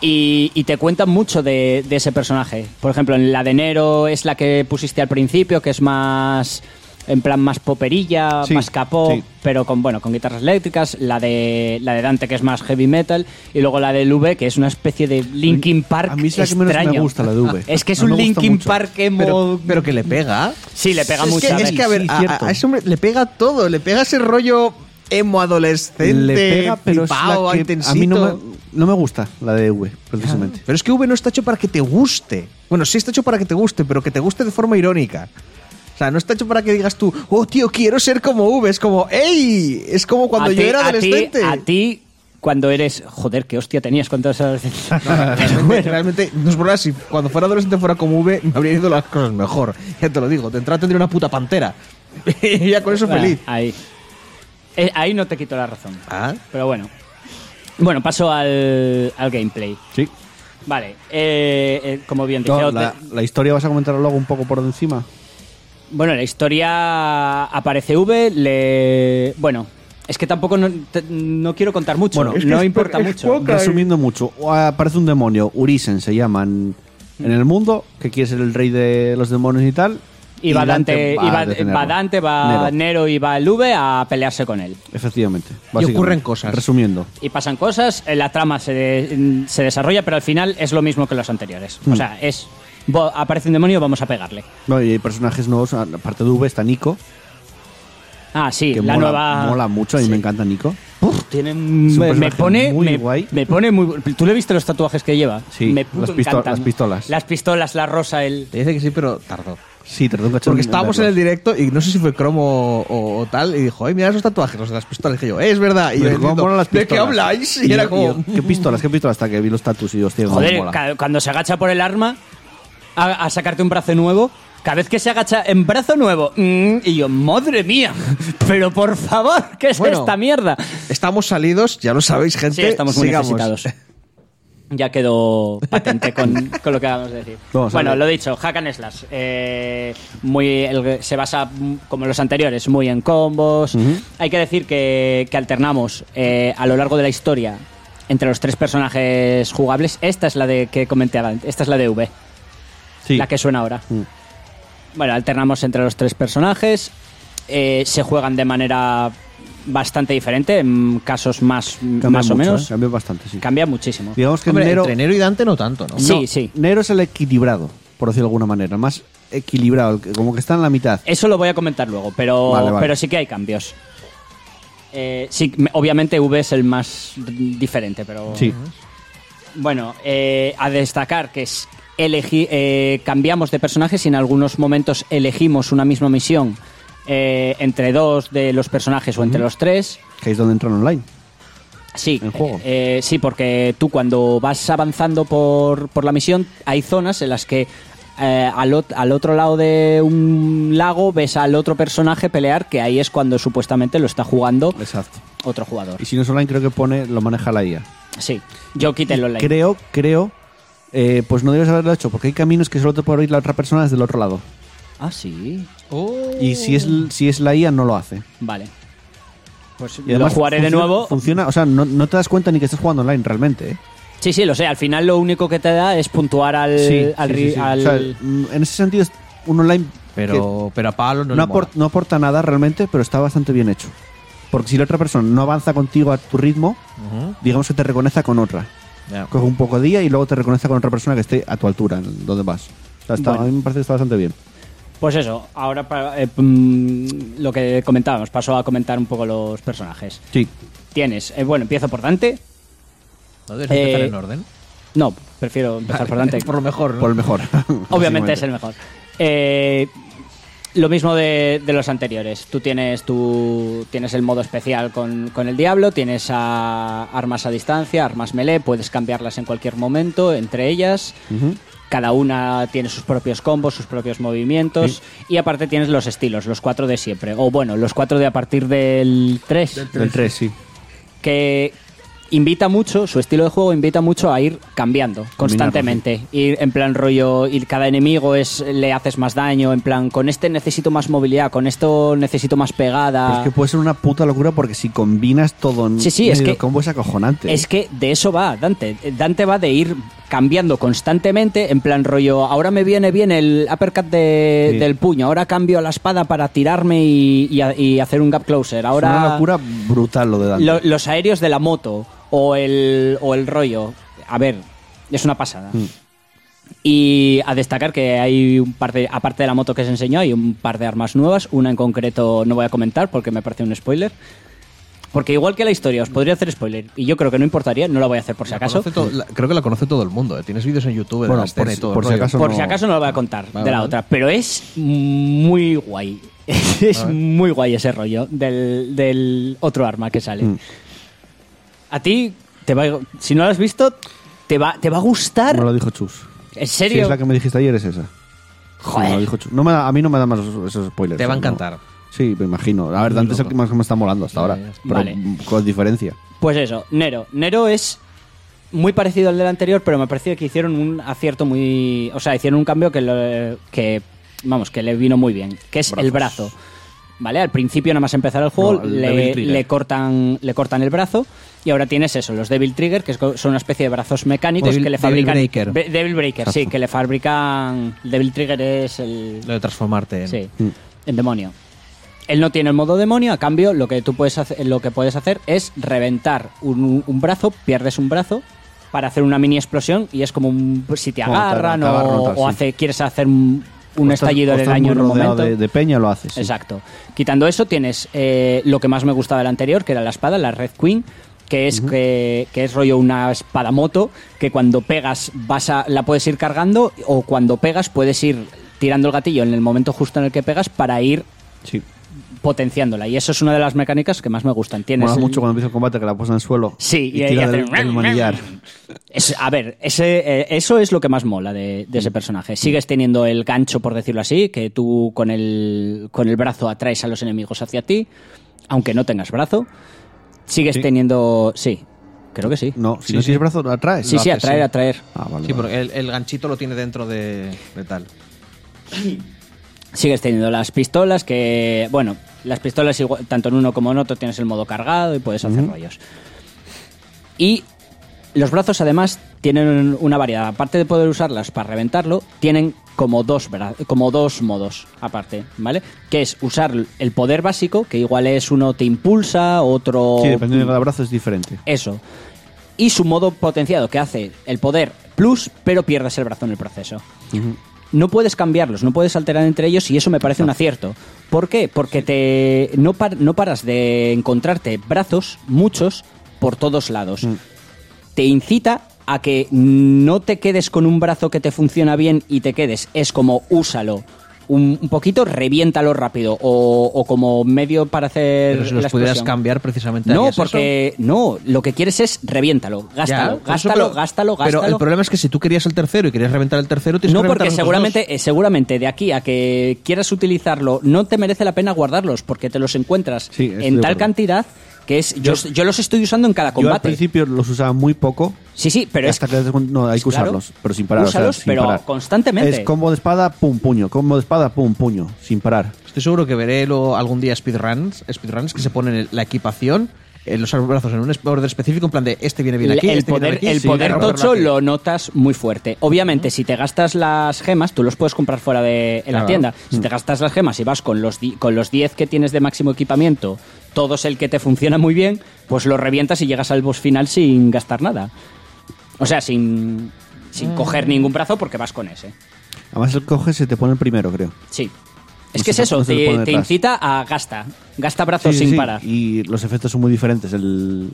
Speaker 3: y, y te cuentan mucho de, de ese personaje. Por ejemplo, en la de Nero es la que pusiste al principio, que es más, en plan, más poperilla,
Speaker 1: Sí,
Speaker 3: más capó,
Speaker 1: sí.
Speaker 3: pero con bueno con guitarras eléctricas la de la de Dante que es más heavy metal y luego la de Lube que es una especie de Linkin Park
Speaker 1: A mí es la que menos
Speaker 3: extraño.
Speaker 1: me gusta, la de V.
Speaker 3: es que es
Speaker 1: No
Speaker 3: un
Speaker 1: me gusta
Speaker 3: Linkin
Speaker 1: mucho.
Speaker 3: Park emo
Speaker 4: Pero, pero que le pega.
Speaker 3: sí le pega
Speaker 4: es
Speaker 3: mucho a
Speaker 4: Que, es
Speaker 3: ver.
Speaker 4: que, a ver,
Speaker 1: Sí,
Speaker 4: a-
Speaker 1: cierto.
Speaker 4: a, ese hombre le pega todo. Le pega ese rollo emo adolescente.
Speaker 1: Le pega, pero es la
Speaker 4: flipao,
Speaker 1: que a mí no me,
Speaker 4: intensito.
Speaker 1: no me gusta la de V, precisamente.
Speaker 3: Ah.
Speaker 4: Pero es que V no está hecho para que te guste. Bueno, sí está hecho para que te guste, pero que te guste de forma irónica. O sea, no está hecho para que digas tú, oh tío, quiero ser como V. Es como, ¡ey! Es como cuando
Speaker 3: A
Speaker 4: yo
Speaker 3: ti-
Speaker 4: era
Speaker 3: a ti-
Speaker 4: adolescente.
Speaker 3: a ti cuando eres joder qué hostia tenías con todas esas
Speaker 4: Realmente, realmente, no es verdad, si cuando fuera adolescente fuera como V, me habría ido las cosas mejor. Ya te lo digo, tendrá tendría una puta pantera. y ya con eso
Speaker 3: Bueno,
Speaker 4: feliz.
Speaker 3: ahí Eh, ahí no te quito la razón
Speaker 4: Ah,
Speaker 3: pero bueno bueno paso al, al gameplay
Speaker 1: Sí.
Speaker 3: vale eh, eh, como bien
Speaker 1: No,
Speaker 3: decía
Speaker 1: la, la historia vas a comentar luego un poco por encima.
Speaker 3: Bueno, la historia aparece V, le... Bueno, es que tampoco no, te- no quiero contar mucho,
Speaker 1: Bueno, es
Speaker 3: no importa mucho.
Speaker 1: Resumiendo mucho, o aparece un demonio, Urisen se llaman
Speaker 3: Mm.
Speaker 1: en el mundo, que quiere ser el rey de los demonios y tal.
Speaker 3: Y va Dante,
Speaker 1: a
Speaker 3: y va-
Speaker 1: detenerlo.
Speaker 3: va Dante, va Nero.
Speaker 1: Nero.
Speaker 3: y va el V a pelearse con él.
Speaker 1: Efectivamente. básicamente.
Speaker 4: ocurren cosas.
Speaker 1: Resumiendo.
Speaker 3: Y pasan cosas, eh, la trama se, de- se desarrolla, pero al final es lo mismo que los anteriores. O
Speaker 1: Hmm.
Speaker 3: sea, es... bo- aparece un demonio, vamos a pegarle.
Speaker 1: No, y hay personajes nuevos, aparte de V está Nico,
Speaker 3: Ah, sí,
Speaker 1: que
Speaker 3: la
Speaker 1: mola,
Speaker 3: nueva...
Speaker 1: mola mucho, a mí me encanta Nico.
Speaker 3: Uf, tiene un-
Speaker 1: Es un
Speaker 3: me, me
Speaker 1: personaje
Speaker 3: pone
Speaker 1: muy
Speaker 3: me,
Speaker 1: guay.
Speaker 3: me pone muy tú le viste los tatuajes que lleva
Speaker 1: Sí,
Speaker 3: me
Speaker 1: las
Speaker 3: puto
Speaker 1: pisto-
Speaker 3: encantan.
Speaker 1: las pistolas.
Speaker 3: las pistolas la rosa el
Speaker 4: te dice que sí, pero tardó.
Speaker 1: Sí, te un
Speaker 4: Porque estábamos en el directo y no sé si fue Cromo o, o tal, y dijo, ay, mira esos tatuajes, los de las pistolas. Y yo, "Eh, es verdad. Y yo,
Speaker 1: ¿Cómo
Speaker 4: diciendo,
Speaker 1: molan las
Speaker 4: ¿de qué
Speaker 1: pistolas?
Speaker 4: habláis? Y,
Speaker 1: Y
Speaker 4: era
Speaker 1: yo-
Speaker 4: como... "Mm,
Speaker 1: y yo, ¿Qué pistolas? ¿Qué pistolas? Hasta que vi los tatus y hostia, cómo
Speaker 3: Joder,
Speaker 1: mola.
Speaker 3: ca- cuando se agacha por el arma a, a sacarte un brazo nuevo, cada vez que se agacha en brazo nuevo, mm, y yo, madre mía, pero por favor, ¿qué es
Speaker 4: Bueno.
Speaker 3: esta mierda?
Speaker 4: Estamos salidos, ya lo sabéis, gente.
Speaker 3: Sí, estamos muy
Speaker 4: sigamos.
Speaker 3: necesitados. Ya quedó patente con, con lo que acabamos de decir.
Speaker 1: Vamos a
Speaker 3: bueno,
Speaker 1: ver.
Speaker 3: lo dicho, Hack and Slash. eh, muy, el- se basa, mm, como los anteriores, muy en combos. Hay que decir que, que alternamos eh, a lo largo de la historia entre los tres personajes jugables. Esta es la de que comenté antes, esta es la de V.
Speaker 1: Sí.
Speaker 3: la que suena ahora.
Speaker 1: Mm.
Speaker 3: Bueno, alternamos entre los tres personajes. eh, se juegan de manera bastante diferente, en casos más,
Speaker 1: Cambia
Speaker 3: más o
Speaker 1: mucho,
Speaker 3: menos.
Speaker 1: ¿eh? Cambia bastante, sí.
Speaker 3: Cambia muchísimo.
Speaker 1: Digamos que
Speaker 4: Hombre,
Speaker 1: Nero,
Speaker 4: entre enero y Dante no tanto, ¿no?
Speaker 3: Sí,
Speaker 1: No,
Speaker 3: sí.
Speaker 1: Nero es el equilibrado. por decirlo de alguna manera, más equilibrado, el que- como que está en la mitad.
Speaker 3: Eso lo voy a comentar luego, pero,
Speaker 1: Vale, vale.
Speaker 3: pero sí que hay cambios. Eh, sí, me- obviamente V es el más d- diferente, pero.
Speaker 1: Sí.
Speaker 3: Bueno, eh, a destacar que es elegi- eh, cambiamos de personajes y en algunos momentos elegimos una misma misión eh, entre dos de los personajes o entre los tres.
Speaker 1: Que es donde entran online.
Speaker 3: Sí,
Speaker 1: El juego.
Speaker 3: eh, eh, sí, porque tú cuando vas avanzando por, por la misión, hay zonas en las que eh, al, ot- al otro lado de un lago ves al otro personaje pelear, que ahí es cuando supuestamente lo está jugando
Speaker 1: Exacto.
Speaker 3: otro jugador.
Speaker 1: Y si no es online, creo que pone, lo maneja la IA.
Speaker 3: Sí, yo quité el online.
Speaker 1: Creo, creo, eh, pues no debes haberlo hecho, porque hay caminos que solo te puede abrir la otra persona desde el otro lado.
Speaker 3: Ah, sí.
Speaker 1: Y si es, si es la IA, no lo hace.
Speaker 3: Vale. Pues
Speaker 1: Y
Speaker 3: lo jugaré de
Speaker 1: funciona-
Speaker 3: nuevo.
Speaker 1: Funciona, o sea, no, no te das cuenta ni que estás jugando online realmente. ¿eh?
Speaker 3: Sí, sí, lo sé. Al final lo único que te da es puntuar al... eh, al ri- al-
Speaker 1: O sea, mm, en ese sentido es un online que
Speaker 4: Pero, pero a Pablo no,
Speaker 1: no,
Speaker 4: le
Speaker 1: apor-
Speaker 4: mola.
Speaker 1: no aporta nada realmente, pero está bastante bien hecho. Porque si la otra persona no avanza contigo a tu ritmo,
Speaker 4: Ujú.
Speaker 1: digamos que te reconecta con otra.
Speaker 4: Ya.
Speaker 1: Coge un poco de día y luego te reconecta con otra persona que esté a tu altura, en donde vas. O sea, está-
Speaker 3: Bueno.
Speaker 1: A mí me parece que está bastante bien.
Speaker 3: Pues eso, ahora pa- eh, mm, lo que comentábamos, paso a comentar un poco los personajes.
Speaker 1: Sí.
Speaker 3: Tienes, eh, bueno, empiezo por Dante.
Speaker 4: ¿No debes empezar
Speaker 3: Eh,
Speaker 4: en orden?
Speaker 3: No, prefiero empezar por Dante.
Speaker 4: Por lo mejor, ¿no?
Speaker 1: Por el mejor.
Speaker 3: Obviamente es el mejor. Eh, lo mismo de, de los anteriores. Tú tienes tu, tienes el modo especial con, con el diablo, tienes a- armas a distancia, armas melee, puedes cambiarlas en cualquier momento entre ellas. Cada una tiene sus propios combos, sus propios movimientos. Y aparte tienes los estilos, los cuatro de siempre. O bueno, los cuatro de a partir del 3
Speaker 1: Del 3, sí.
Speaker 3: que invita mucho, su estilo de juego invita mucho a ir cambiando constantemente. Ir en plan rollo, ir cada enemigo es le haces más daño, en plan con este necesito más movilidad, con esto necesito más
Speaker 1: Pero
Speaker 3: pegada.
Speaker 1: es que puede ser una puta locura porque si combinas todo en
Speaker 3: Ah. Sí, sí, es
Speaker 1: medio
Speaker 3: que-
Speaker 1: combo es acojonante.
Speaker 3: Es que de eso va Dante. Dante va de ir cambiando constantemente, en plan rollo, ahora me viene bien el uppercut de-
Speaker 1: Sí.
Speaker 3: del puño, ahora cambio la espada para tirarme y, y a- y hacer un gap closer. Ahora...
Speaker 1: Es una locura brutal lo de Dante.
Speaker 3: Lo- los aéreos de la moto o el, o el rollo. A ver, es una pasada. Y a destacar que hay un par de, aparte de la moto que se enseñó, hay un par de armas nuevas. Una en concreto no voy a comentar porque me parece un spoiler. Porque igual que la historia, os podría hacer spoiler. Y yo creo que no importaría, no la voy a hacer por si
Speaker 4: La
Speaker 3: acaso.
Speaker 4: conoce todo- la- creo que la conoce todo el mundo. ¿eh? Tienes vídeos en YouTube de
Speaker 1: Bueno,
Speaker 4: las tres
Speaker 1: por-
Speaker 4: y todo el
Speaker 1: por si
Speaker 4: rollo.
Speaker 1: acaso
Speaker 3: Por
Speaker 1: no-
Speaker 3: si acaso no la voy a contar
Speaker 4: Vale,
Speaker 3: de la
Speaker 4: vale.
Speaker 3: otra, pero es muy guay. es muy guay ese rollo del, del otro arma que
Speaker 1: Mm,
Speaker 3: sale. A ti, te va, si no lo has visto, te va, te va a gustar.
Speaker 1: Me lo dijo Chus.
Speaker 3: ¿En
Speaker 1: Si
Speaker 3: serio?
Speaker 1: es la que me dijiste ayer, es esa.
Speaker 3: Joder.
Speaker 1: Me lo dijo Chus. No me da- a mí no me da más esos esos spoilers. ¿eh?
Speaker 4: Te va a
Speaker 1: No.
Speaker 4: encantar.
Speaker 1: Sí, me imagino. A ver, Dante es el que más me está molando hasta ahora.
Speaker 4: ya.
Speaker 1: Pero
Speaker 3: Vale.
Speaker 1: mm, con diferencia.
Speaker 3: Pues eso, Nero. Nero es muy parecido al del anterior, pero me pareció que hicieron un acierto muy. O sea, hicieron un cambio que, lo- que vamos, que le vino muy bien, que es el brazo. ¿Vale? Al principio, nada más empezar el juego,
Speaker 4: No, el
Speaker 3: le,
Speaker 4: Devil Trigger.
Speaker 3: le cortan, le cortan el brazo. Y ahora tienes eso, los Devil Trigger, que es co- son una especie de brazos mecánicos
Speaker 4: Devil-
Speaker 3: que le
Speaker 4: Pues Devil
Speaker 3: fabrican.
Speaker 4: Breaker.
Speaker 3: Be- Devil Breaker, sí, que le fabrican. Devil Trigger es el.
Speaker 4: Lo de transformarte en...
Speaker 3: Sí,
Speaker 1: Mm.
Speaker 3: en demonio. Él no tiene el modo demonio, a cambio lo que tú puedes hacer, lo que puedes hacer es reventar un, un brazo, pierdes un brazo para hacer una mini explosión y es como un- pues, si te
Speaker 1: Como te-
Speaker 3: agarran
Speaker 1: te
Speaker 3: o,
Speaker 1: agarran, tal,
Speaker 3: o
Speaker 1: sí.
Speaker 3: hace, quieres hacer un, un
Speaker 1: O estás-
Speaker 3: estallido
Speaker 1: o
Speaker 3: de
Speaker 1: estás
Speaker 3: daño
Speaker 1: muy
Speaker 3: en un
Speaker 1: rodeado
Speaker 3: momento.
Speaker 1: De, de peña lo haces. sí.
Speaker 3: Exacto. Quitando eso, tienes eh, lo que más me gustaba del anterior, que era la espada, la Red Queen, que es, que, que es rollo una espada moto, que cuando pegas vas a, la puedes ir cargando o cuando pegas puedes ir tirando el gatillo en el momento justo en el que pegas para ir
Speaker 1: Sí.
Speaker 3: potenciándola. Y eso es una de las mecánicas que más me gustan. Tienes
Speaker 1: Mola
Speaker 3: el-
Speaker 1: mucho cuando empieza el combate que la pones en el suelo.
Speaker 3: Sí, y,
Speaker 1: y,
Speaker 3: ahí
Speaker 1: tira
Speaker 3: hace-
Speaker 1: del, del manillar.
Speaker 3: Es- a ver, ese, eh, eso es lo que más mola de, de ese personaje. Sigues teniendo el gancho, por decirlo así, que tú con el, con el brazo atraes a los enemigos hacia ti, aunque no tengas brazo. Sigues
Speaker 1: Sí.
Speaker 3: teniendo... Sí, creo que sí.
Speaker 1: No, si
Speaker 4: Sí,
Speaker 1: no
Speaker 4: sí.
Speaker 1: tienes brazo, lo atraes.
Speaker 3: sí,
Speaker 4: lo
Speaker 3: sí,
Speaker 4: haces,
Speaker 3: atraer,
Speaker 4: sí.
Speaker 3: atraer.
Speaker 1: Ah, vale.
Speaker 4: Sí,
Speaker 1: vale.
Speaker 4: porque el, el ganchito lo tiene dentro de, de tal.
Speaker 3: Sigues teniendo las pistolas que, bueno, las pistolas igual- tanto en uno como en otro tienes el modo cargado y puedes hacer rollos. Y los brazos además tienen una variedad. Aparte de poder usarlas para reventarlo, tienen como dos, bra- como dos modos aparte, ¿vale? Que es usar el poder básico, que igual es uno te impulsa, otro...
Speaker 1: Sí, dependiendo de cada brazo es diferente.
Speaker 3: Eso. Y su modo potenciado, que hace el poder plus, pero pierdes el brazo en el proceso. no puedes cambiarlos, no puedes alterar entre ellos y eso me parece un acierto. ¿Por qué? Porque te no, par- no paras de encontrarte brazos, muchos, por todos lados.
Speaker 4: Mm.
Speaker 3: Te incita a que no te quedes con un brazo que te funciona bien y te quedes. Es como úsalo. Un, un poquito, reviéntalo rápido. O, o como medio para hacer.
Speaker 4: Pero si los
Speaker 3: la
Speaker 4: pudieras
Speaker 3: explosión.
Speaker 4: cambiar precisamente
Speaker 3: No,
Speaker 4: harías eso.
Speaker 3: porque no, lo que quieres es reviéntalo,
Speaker 4: Ya,
Speaker 3: gástalo,
Speaker 4: por eso,
Speaker 3: gástalo,
Speaker 4: pero-
Speaker 3: gástalo, gástalo.
Speaker 4: Pero el problema es que si tú querías el tercero y querías reventar el tercero, tienes
Speaker 3: no,
Speaker 4: que reventar
Speaker 3: porque
Speaker 4: los otros
Speaker 3: seguramente, eh, seguramente de aquí a que quieras utilizarlo, no te merece la pena guardarlos porque te los encuentras
Speaker 1: Sí, estoy de
Speaker 3: en tal
Speaker 1: acuerdo.
Speaker 3: cantidad que es. Yo, yo los estoy usando en cada
Speaker 1: Yo al
Speaker 3: combate.
Speaker 1: principio los usaba muy poco.
Speaker 3: sí, sí, pero es
Speaker 1: hasta que no hay que
Speaker 3: claro.
Speaker 1: usarlos, pero sin parar. o sea,
Speaker 3: Úsalos,
Speaker 1: sin
Speaker 3: pero
Speaker 1: parar.
Speaker 3: constantemente.
Speaker 1: Es combo de espada, pum, puño. Combo de espada, pum, puño. Sin parar.
Speaker 4: dos. Estoy seguro que veré lo- algún día speedruns, speedruns que se ponen el- la equipación, eh, los brazos en un es- orden específico, en plan de este viene bien
Speaker 3: El-
Speaker 4: aquí,
Speaker 3: el
Speaker 4: este viene
Speaker 3: poder,
Speaker 4: bien aquí,
Speaker 3: el
Speaker 4: sí,
Speaker 3: poder
Speaker 4: claro,
Speaker 3: tocho
Speaker 4: claro.
Speaker 3: lo notas muy fuerte. Obviamente, si te gastas las gemas, tú los puedes comprar fuera de en la
Speaker 4: Claro. Mm.
Speaker 3: tienda. Si te gastas las gemas y vas con los di- con los 10 que tienes de máximo equipamiento, todos el que te funciona muy bien, pues lo revientas y llegas al boss final sin gastar nada. O sea, sin, sin coger ningún brazo porque vas con ese.
Speaker 1: Además, el coge se te pone el primero, creo.
Speaker 3: Sí. Es
Speaker 4: Pues
Speaker 1: No
Speaker 3: que
Speaker 1: se
Speaker 3: es
Speaker 1: te-
Speaker 3: eso,
Speaker 1: no se te
Speaker 3: te,
Speaker 1: pone
Speaker 3: te
Speaker 1: atrás.
Speaker 3: incita a gasta. Gasta brazos
Speaker 1: Sí, sí,
Speaker 3: sin
Speaker 1: sí.
Speaker 3: parar.
Speaker 1: Y los efectos son muy diferentes. El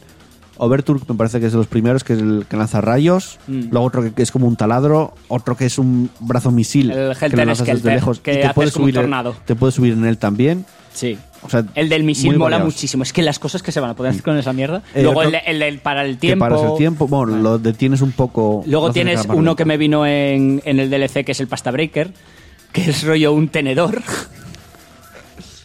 Speaker 1: Overture me parece que es de los primeros, que es el que lanza rayos.
Speaker 3: Mm.
Speaker 1: Luego otro que, que es como un taladro. Otro que es un brazo misil.
Speaker 3: El
Speaker 1: que
Speaker 3: Helter
Speaker 1: lo lanzas desde
Speaker 3: Skelter,
Speaker 1: lejos.
Speaker 3: que
Speaker 1: y
Speaker 3: haces
Speaker 1: te puedes
Speaker 3: como un
Speaker 1: subir, en-
Speaker 3: tornado.
Speaker 1: Te puedes subir en él también.
Speaker 3: Sí.
Speaker 1: O sea,
Speaker 3: El del misil
Speaker 1: muy
Speaker 3: mola
Speaker 1: variados.
Speaker 3: muchísimo. Es que las cosas que se van a poder hacer con esa mierda.
Speaker 1: Eh,
Speaker 3: Luego el,
Speaker 1: otro-
Speaker 3: el del para el
Speaker 1: Que
Speaker 3: tiempo.
Speaker 1: paras el tiempo. Bueno, lo detienes un poco.
Speaker 3: Luego
Speaker 1: lo haces
Speaker 3: tienes
Speaker 1: acabar
Speaker 3: uno
Speaker 1: lento.
Speaker 3: que me vino en, en el DLC, que es el Pasta Breaker, que es rollo un tenedor.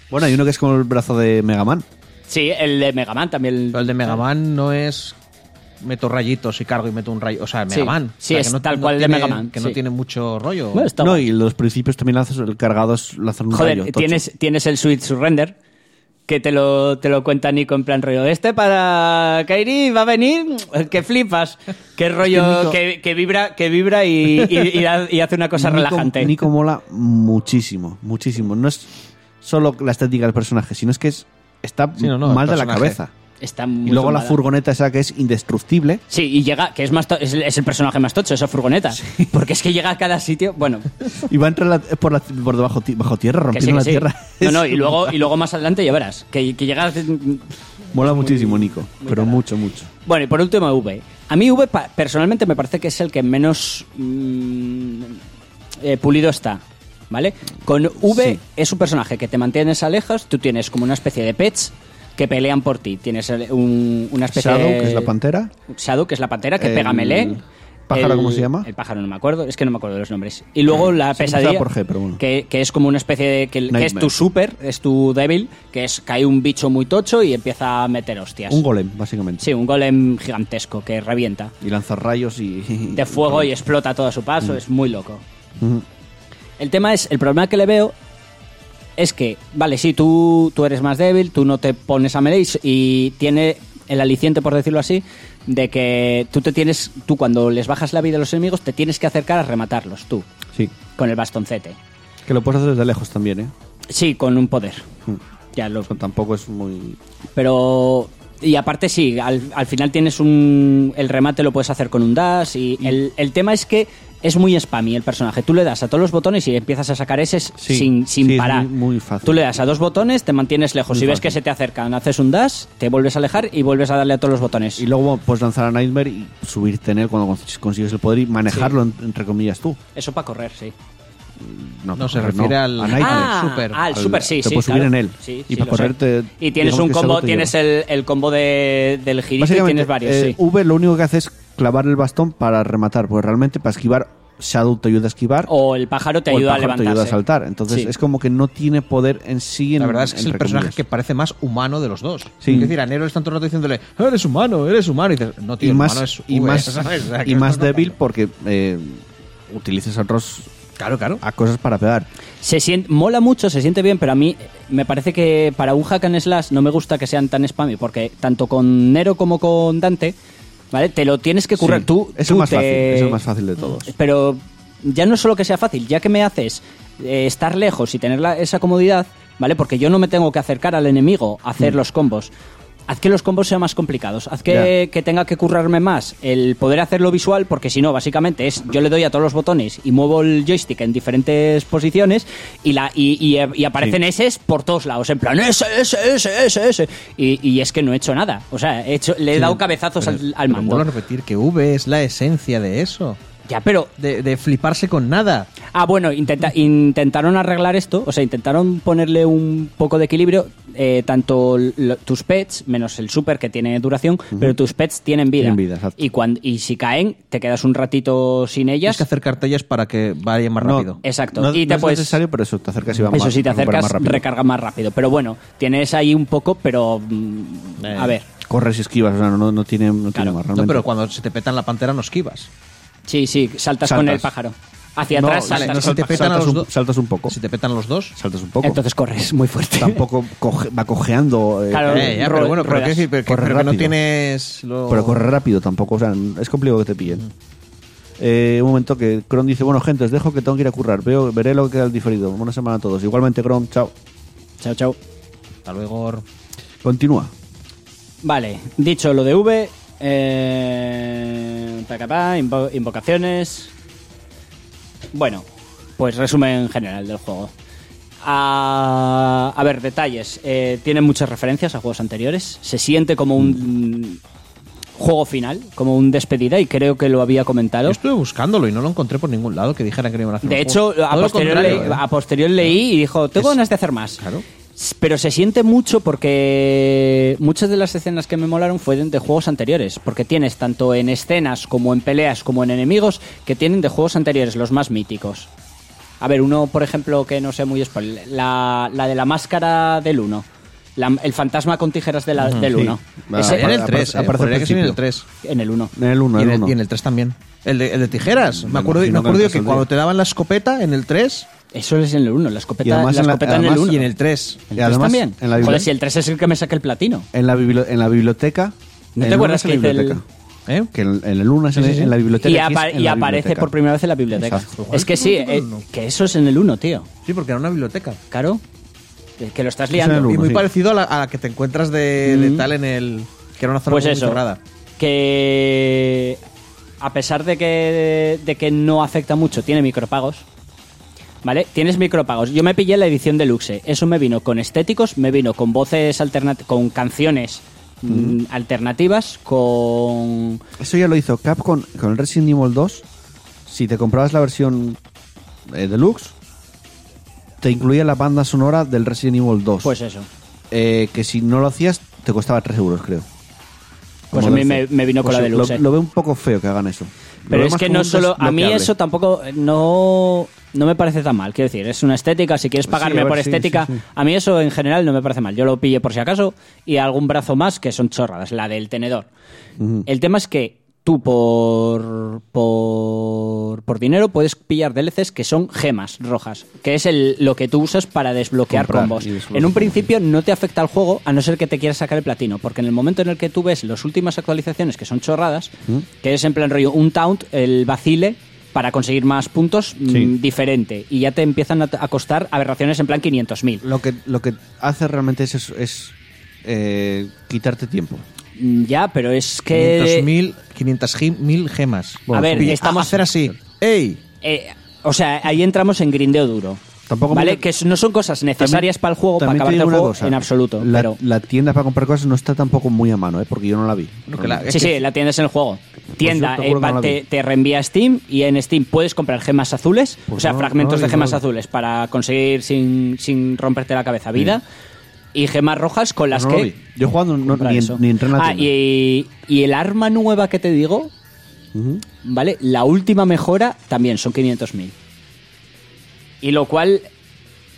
Speaker 1: Bueno, hay uno que es como el brazo de Mega Man.
Speaker 3: Sí, el de Mega Man también.
Speaker 4: Pero el de Mega Man no es meto rayitos y cargo y meto un rayo. O sea, el Mega
Speaker 3: Sí.
Speaker 4: Man.
Speaker 3: Sí,
Speaker 4: O sea,
Speaker 3: es tal cual el de
Speaker 4: tiene-
Speaker 3: Mega Man,
Speaker 4: Que
Speaker 3: sí.
Speaker 4: no tiene mucho rollo.
Speaker 3: Bueno, está
Speaker 1: no,
Speaker 3: guay.
Speaker 1: y los principios también lanzas el cargado, es lanzar un
Speaker 3: Joder,
Speaker 1: rayo, tocho.
Speaker 3: tienes, tienes el Sweet Surrender, que te lo, te lo cuenta Nico en plan rollo. Este para Kairi va a venir, que flipas. Que rollo, que, que vibra, que vibra y, y- y ha- y hace una cosa
Speaker 1: Nico-
Speaker 3: relajante.
Speaker 1: Nico mola muchísimo, muchísimo. No es solo la estética del personaje, sino es que es, está
Speaker 4: Sí, no, no, el
Speaker 1: mal de la
Speaker 4: personaje.
Speaker 1: cabeza.
Speaker 3: Está
Speaker 1: Y
Speaker 3: muy
Speaker 1: luego la
Speaker 3: tumbada.
Speaker 1: furgoneta esa que es indestructible.
Speaker 3: Sí, y llega, que es más to- es, el- es el personaje más tocho, esa furgoneta. Porque es que llega a cada sitio. Bueno,
Speaker 1: Y va a entrar la- por, la- por debajo ti- bajo tierra,
Speaker 3: que
Speaker 1: rompiendo
Speaker 3: sí, que
Speaker 1: la
Speaker 3: sí.
Speaker 1: tierra.
Speaker 3: No, no,
Speaker 1: Es-
Speaker 3: y luego, y luego más adelante ya verás. Que, que llegas.
Speaker 1: Mola muchísimo, Nico. pero
Speaker 3: cagado.
Speaker 1: mucho, mucho.
Speaker 3: Bueno, y por último, V. A mí, V pa- personalmente me parece que es el que menos mm, eh, pulido está. ¿Vale? Con V
Speaker 1: Sí.
Speaker 3: es un personaje que te mantienes a lejos, tú tienes como una especie de pets que pelean por ti. Tienes el- un- una especie
Speaker 1: Shadow,
Speaker 3: de.
Speaker 1: que es la pantera.
Speaker 3: Shadow, que es la pantera, que
Speaker 1: El
Speaker 3: pega melee.
Speaker 1: pájaro, ¿cómo se llama? Eh,
Speaker 3: El pájaro, no me acuerdo. Es que no me acuerdo de los nombres. Y luego la
Speaker 1: se
Speaker 3: pesadilla,
Speaker 1: empieza por G, pero bueno.
Speaker 3: que, que es como una especie de... Que, que es
Speaker 1: Nightmare.
Speaker 3: tu super, es tu débil, que es que hay un bicho muy tocho y empieza a meter hostias.
Speaker 1: Un golem, básicamente.
Speaker 3: Sí, un golem gigantesco que revienta
Speaker 1: Y lanza rayos y...
Speaker 3: de fuego y explota todo a su paso. Es muy loco.
Speaker 1: Ujú.
Speaker 3: El tema es, el problema que le veo es que, vale, sí, tú, tú eres más débil, tú no te pones a melee y tiene el aliciente, por decirlo así, de que tú te tienes, tú cuando les bajas la vida a los enemigos, te tienes que acercar a rematarlos, tú,
Speaker 1: Sí.
Speaker 3: con el bastoncete.
Speaker 1: Que lo puedes hacer desde lejos también, ¿eh?
Speaker 3: Sí, con un poder. Ya lo,
Speaker 1: O sea, tampoco es muy...
Speaker 3: pero y aparte sí, al, al final tienes un el remate lo puedes hacer con un dash y
Speaker 1: Mm.
Speaker 3: el, el tema es que es muy spammy el personaje. Tú le das a todos los botones y empiezas a sacar ese
Speaker 1: Sí,
Speaker 3: sin, sin
Speaker 1: sí, es
Speaker 3: parar.
Speaker 1: muy- muy fácil.
Speaker 3: Tú le das a dos botones, te mantienes lejos.
Speaker 1: Muy
Speaker 3: si ves
Speaker 1: fácil.
Speaker 3: que se te acercan, haces un dash, te vuelves a alejar y vuelves a darle a todos los botones.
Speaker 1: Y luego puedes lanzar a Nightmare y subirte en él cuando cons- consigues el poder y manejarlo, en- entre comillas, tú.
Speaker 3: Eso para correr, sí.
Speaker 4: No, se
Speaker 1: correr,
Speaker 4: refiere al-
Speaker 1: a Nightmare.
Speaker 4: Ah, al super.
Speaker 3: Ah, el
Speaker 1: Al-
Speaker 3: super, sí,
Speaker 1: te
Speaker 3: sí,
Speaker 1: puedes subir
Speaker 3: claro.
Speaker 1: en él.
Speaker 3: Sí,
Speaker 1: Y
Speaker 3: sí,
Speaker 1: para
Speaker 3: lo
Speaker 1: correr
Speaker 3: sé.
Speaker 1: te-
Speaker 3: y tienes
Speaker 1: digamos
Speaker 3: un
Speaker 1: que solo
Speaker 3: combo,
Speaker 1: te
Speaker 3: tienes
Speaker 1: lleva.
Speaker 3: el, el combo de, del girito y tienes varios,
Speaker 1: eh,
Speaker 3: sí.
Speaker 1: V lo único que hace es clavar el bastón para rematar, porque realmente para esquivar, Shadow te ayuda a esquivar.
Speaker 3: O el pájaro te
Speaker 1: o el
Speaker 3: ayuda a
Speaker 1: pájaro
Speaker 3: levantarse.
Speaker 1: te ayuda a saltar. Entonces
Speaker 3: Sí.
Speaker 1: es como que no tiene poder en sí. en-
Speaker 4: La verdad es que es el
Speaker 1: entre
Speaker 4: personaje que
Speaker 1: comillas.
Speaker 4: parece más humano de los dos.
Speaker 1: Sí.
Speaker 4: Es decir, a Nero le están todo el rato diciéndole, eres humano, eres humano. Y dices, no, tío,
Speaker 1: y
Speaker 4: el
Speaker 1: más,
Speaker 4: humano es
Speaker 1: y
Speaker 4: V",
Speaker 1: más,
Speaker 4: ¿sabes? O sea, que
Speaker 1: y
Speaker 4: no
Speaker 1: más
Speaker 4: está
Speaker 1: débil
Speaker 4: tocando.
Speaker 1: porque eh, utilizas a otros
Speaker 4: Claro, claro.
Speaker 1: a cosas para pegar.
Speaker 3: se siente, mola mucho, se siente bien, pero a mí eh, me parece que para un hack and slash no me gusta que sean tan spammy, porque tanto con Nero como con Dante, ¿vale? Te lo tienes que currar
Speaker 1: Sí,
Speaker 3: tú.
Speaker 1: es
Speaker 3: tú
Speaker 1: el más
Speaker 3: te-
Speaker 1: fácil, es el más fácil de todos.
Speaker 3: Pero ya no es solo que sea fácil, ya que me haces eh, estar
Speaker 4: Mm.
Speaker 3: lejos y tener la- esa comodidad, ¿vale? Porque yo no me tengo que acercar al enemigo a hacer los combos. haz que los combos sean más complicados, haz que, que tenga que currarme más el poder hacerlo visual, porque si no, básicamente es yo le doy a todos los botones y muevo el joystick en diferentes posiciones y la y, y- eh, y aparecen eses por todos lados, en plan ese, ese, ese, ese, ese. Y, y es que no he hecho nada, o sea, he hecho, le he dado cabezazos al, al
Speaker 4: Pero
Speaker 3: mando.
Speaker 4: vuelvo a repetir que V es la esencia de eso.
Speaker 3: Ya, pero
Speaker 4: De, de fliparse con nada.
Speaker 3: Ah, bueno, intenta- intentaron arreglar esto, o sea, intentaron ponerle un poco de equilibrio. eh, tanto lo- tus pets, menos el super que tiene duración, pero tus pets tienen vida.
Speaker 1: Tienen vida, exacto.
Speaker 3: y, cuando, y si caen, te quedas un ratito sin ellas.
Speaker 4: Tienes que hacer cartellas para que vaya más
Speaker 1: No,
Speaker 4: rápido.
Speaker 3: Exacto.
Speaker 1: No,
Speaker 3: y
Speaker 1: no
Speaker 3: te
Speaker 1: es
Speaker 3: puedes-
Speaker 1: necesario, pero eso te acercas y va más.
Speaker 3: Eso sí, te
Speaker 1: recupera
Speaker 3: acercas,
Speaker 1: más rápido.
Speaker 3: recarga más rápido. Pero bueno, tienes ahí un poco, pero. mm,
Speaker 4: Eh.
Speaker 3: A ver.
Speaker 1: Corres y esquivas, o sea, no, no tiene, no tiene
Speaker 3: Claro.
Speaker 1: más
Speaker 4: No,
Speaker 1: realmente.
Speaker 4: pero cuando se te petan la pantera no esquivas.
Speaker 3: Sí, sí, saltas, con
Speaker 1: Saltas.
Speaker 3: el pájaro. Hacia
Speaker 1: No,
Speaker 3: atrás
Speaker 1: vale,
Speaker 3: saltas.
Speaker 4: no
Speaker 1: saltas,
Speaker 4: se te petan a
Speaker 1: saltas
Speaker 4: los
Speaker 1: un,
Speaker 4: dos.
Speaker 1: saltas un poco.
Speaker 4: Si te petan los dos.
Speaker 1: Saltas un poco.
Speaker 3: Entonces corres muy fuerte.
Speaker 1: Tampoco coge- va cojeando. eh,
Speaker 3: Claro,
Speaker 4: Eh, ya,
Speaker 3: Ru-
Speaker 4: pero bueno, pero,
Speaker 3: ruedas.
Speaker 4: quiero decir, pero que,
Speaker 1: Corre
Speaker 4: pero que no
Speaker 1: rápido.
Speaker 4: tienes. lo-
Speaker 1: Pero corre rápido tampoco, o sea, es complicado que te
Speaker 3: Mm.
Speaker 1: pillen. Eh, un momento que Cron dice, bueno gente, os dejo que tengo que ir a currar, Veo, veré lo que queda el diferido. Buena semana a todos. Igualmente, Cron, chao.
Speaker 3: Chao, chao.
Speaker 4: Hasta luego.
Speaker 1: Continúa.
Speaker 3: Vale, dicho lo de V, eh, pacapá, invo- invocaciones. Bueno, pues resumen general del juego. A, a ver, detalles. Eh, tiene muchas referencias a juegos anteriores. Se siente como un juego final, como un despedida, y creo que lo había
Speaker 4: Yo
Speaker 3: comentado.
Speaker 4: estuve buscándolo y no lo encontré por ningún lado que dijera que no iban a hacer
Speaker 3: De
Speaker 4: un
Speaker 3: hecho,
Speaker 4: juego.
Speaker 3: a
Speaker 4: Todo lo
Speaker 3: posterior,
Speaker 4: contrario,
Speaker 3: leí,
Speaker 4: ¿eh?
Speaker 3: a posterior leí y dijo, tengo
Speaker 4: Es-
Speaker 3: ganas de hacer más.
Speaker 4: Claro.
Speaker 3: S- Pero se siente mucho porque muchas de las escenas que me molaron fueron de juegos anteriores, porque tienes tanto en escenas como en peleas como en enemigos que tienen de juegos anteriores, los más míticos. A ver, uno, por ejemplo, que no sé muy spoiler, la, la de la máscara del 1, La- el fantasma con tijeras de la- del
Speaker 1: sí.
Speaker 3: 1.
Speaker 1: Va,
Speaker 3: Ese-
Speaker 4: Salía en el
Speaker 1: apare-
Speaker 4: 3,
Speaker 1: aparece
Speaker 4: eh,
Speaker 1: al
Speaker 4: juraría que sí en el
Speaker 1: principio.
Speaker 4: 3.
Speaker 3: en el 1.
Speaker 1: En el 1,
Speaker 4: Y
Speaker 1: en
Speaker 4: en,
Speaker 1: el
Speaker 4: el,
Speaker 1: 1.
Speaker 4: y en el 3 también. El de, el de tijeras.
Speaker 1: Me
Speaker 4: Me, acuerdo,
Speaker 1: imagino
Speaker 4: me acuerdo
Speaker 1: que
Speaker 4: yo
Speaker 1: pasó
Speaker 4: que
Speaker 1: el
Speaker 4: cuando
Speaker 1: día.
Speaker 4: te daban la escopeta en el 3
Speaker 3: Eso es en el 1, la
Speaker 1: Y
Speaker 3: escopeta,
Speaker 1: además
Speaker 3: la
Speaker 1: en la-
Speaker 3: escopeta en el
Speaker 1: además-
Speaker 3: 1.
Speaker 4: y en el 3.
Speaker 3: ¿El
Speaker 1: Y
Speaker 3: 3
Speaker 1: además,
Speaker 3: también?
Speaker 1: en la
Speaker 3: Joder,
Speaker 1: bibli-
Speaker 3: si el 3 es el que me saca el platino.
Speaker 1: En la, bibli- en la biblioteca.
Speaker 3: ¿No
Speaker 1: en
Speaker 3: te
Speaker 1: el
Speaker 3: acuerdas
Speaker 1: uno es en
Speaker 3: que
Speaker 1: la
Speaker 3: hice el-
Speaker 1: biblioteca?
Speaker 4: ¿Eh?
Speaker 1: Que en, en el 1 es en,
Speaker 4: Sí, sí, sí.
Speaker 1: en la biblioteca.
Speaker 3: Y,
Speaker 1: aquí es
Speaker 3: apa-
Speaker 1: en
Speaker 3: y
Speaker 1: la
Speaker 3: aparece
Speaker 1: biblioteca.
Speaker 3: por primera vez en la biblioteca.
Speaker 1: Exacto.
Speaker 3: Es que sí, eh, que eso es en el 1, tío.
Speaker 4: Sí, porque era una biblioteca.
Speaker 3: Claro. Que- Que lo estás
Speaker 1: en el
Speaker 3: liando.
Speaker 1: uno.
Speaker 4: y muy
Speaker 1: sí.
Speaker 4: parecido a la, a la que te encuentras de, de
Speaker 3: Mm.
Speaker 4: tal en el. que era una zona
Speaker 3: Pues
Speaker 4: muy
Speaker 3: eso.
Speaker 4: cerrada.
Speaker 3: Que a pesar de que, de que no afecta mucho, tiene micropagos. ¿Vale? Tienes micropagos. Yo me pillé la edición deluxe. Eso me vino con estéticos, me vino con voces alternativas, con canciones mm, alternativas, con...
Speaker 1: Eso ya lo hizo Capcom con el Resident Evil 2. Si te comprabas la versión eh, deluxe, te incluía la banda sonora del Resident Evil 2.
Speaker 3: Pues eso.
Speaker 1: Eh, que si no lo hacías, te costaba 3 euros, creo.
Speaker 3: Pues
Speaker 1: Como
Speaker 3: a mí me,
Speaker 1: DLC.
Speaker 3: me vino con
Speaker 1: Pues
Speaker 3: la
Speaker 1: lo-
Speaker 3: deluxe. eh.
Speaker 1: Lo, veo un poco feo que hagan eso. Lo
Speaker 3: Pero
Speaker 1: veo
Speaker 3: es
Speaker 1: más
Speaker 3: que
Speaker 1: como
Speaker 3: no
Speaker 1: un
Speaker 3: solo. A mí
Speaker 1: desbloqueable.
Speaker 3: eso tampoco. eh, No, no me parece tan mal. Quiero decir, es una estética. Si quieres
Speaker 1: Sí,
Speaker 3: pagarme
Speaker 1: a ver,
Speaker 3: por
Speaker 1: sí,
Speaker 3: estética.
Speaker 1: sí, sí.
Speaker 3: A mí eso en general no me parece mal. Yo lo pillé por si acaso. Y algún brazo más que son chorradas. La del tenedor. El tema es que tú por, por. por dinero puedes pillar DLCs que son gemas rojas. Que es el, lo que tú usas para desbloquear
Speaker 1: Comprar
Speaker 3: combos.
Speaker 1: y desbloquear.
Speaker 3: En un principio no te afecta al juego a no ser que te quieras sacar el platino, porque en el momento en el que tú ves las últimas actualizaciones que son chorradas,
Speaker 1: Mm.
Speaker 3: que es en plan rollo un taunt, el vacile para conseguir más puntos mm,
Speaker 1: Sí.
Speaker 3: diferente y ya te empiezan a, t- a costar aberraciones en plan 500.000.
Speaker 1: Lo que, lo que hace realmente es, es, es, eh, quitarte tiempo.
Speaker 3: Mm, Ya, pero es que
Speaker 4: 500.000 500.000 gemas.
Speaker 3: A ver,
Speaker 4: Y
Speaker 3: estamos-
Speaker 4: hacer así. ¡Ey!
Speaker 3: eh, o sea, ahí entramos en grindeo duro.
Speaker 1: Tampoco
Speaker 3: ¿Vale?
Speaker 1: me-
Speaker 3: Que es- no son cosas necesarias para el juego, para
Speaker 1: También te
Speaker 3: acabar el
Speaker 1: digo una
Speaker 3: juego
Speaker 1: cosa.
Speaker 3: en absoluto.
Speaker 1: La,
Speaker 3: pero...
Speaker 1: la tienda para comprar cosas no está tampoco muy a mano, ¿eh? porque yo no la vi.
Speaker 4: Bueno, que la-
Speaker 3: Sí,
Speaker 4: es
Speaker 3: sí,
Speaker 4: que-
Speaker 3: la tienda es en el juego. Tienda,
Speaker 1: yo te juro
Speaker 3: eh,
Speaker 1: que no la
Speaker 3: te,
Speaker 1: vi.
Speaker 3: te reenvía Steam y en Steam puedes comprar gemas azules,
Speaker 1: Pues
Speaker 3: o sea,
Speaker 1: no,
Speaker 3: fragmentos
Speaker 1: no,
Speaker 3: de gemas
Speaker 1: no.
Speaker 3: azules para conseguir sin, sin romperte la cabeza vida. Y gemas rojas con las
Speaker 1: No
Speaker 3: que...
Speaker 1: lo vi. Yo jugando no-
Speaker 3: comprar
Speaker 1: ni, en-
Speaker 3: eso.
Speaker 1: ni entré en la
Speaker 3: Ah,
Speaker 1: tienda.
Speaker 3: y, y el arma nueva que te digo,
Speaker 1: Ujú.
Speaker 3: ¿vale? La última mejora también son 500.000. Y lo cual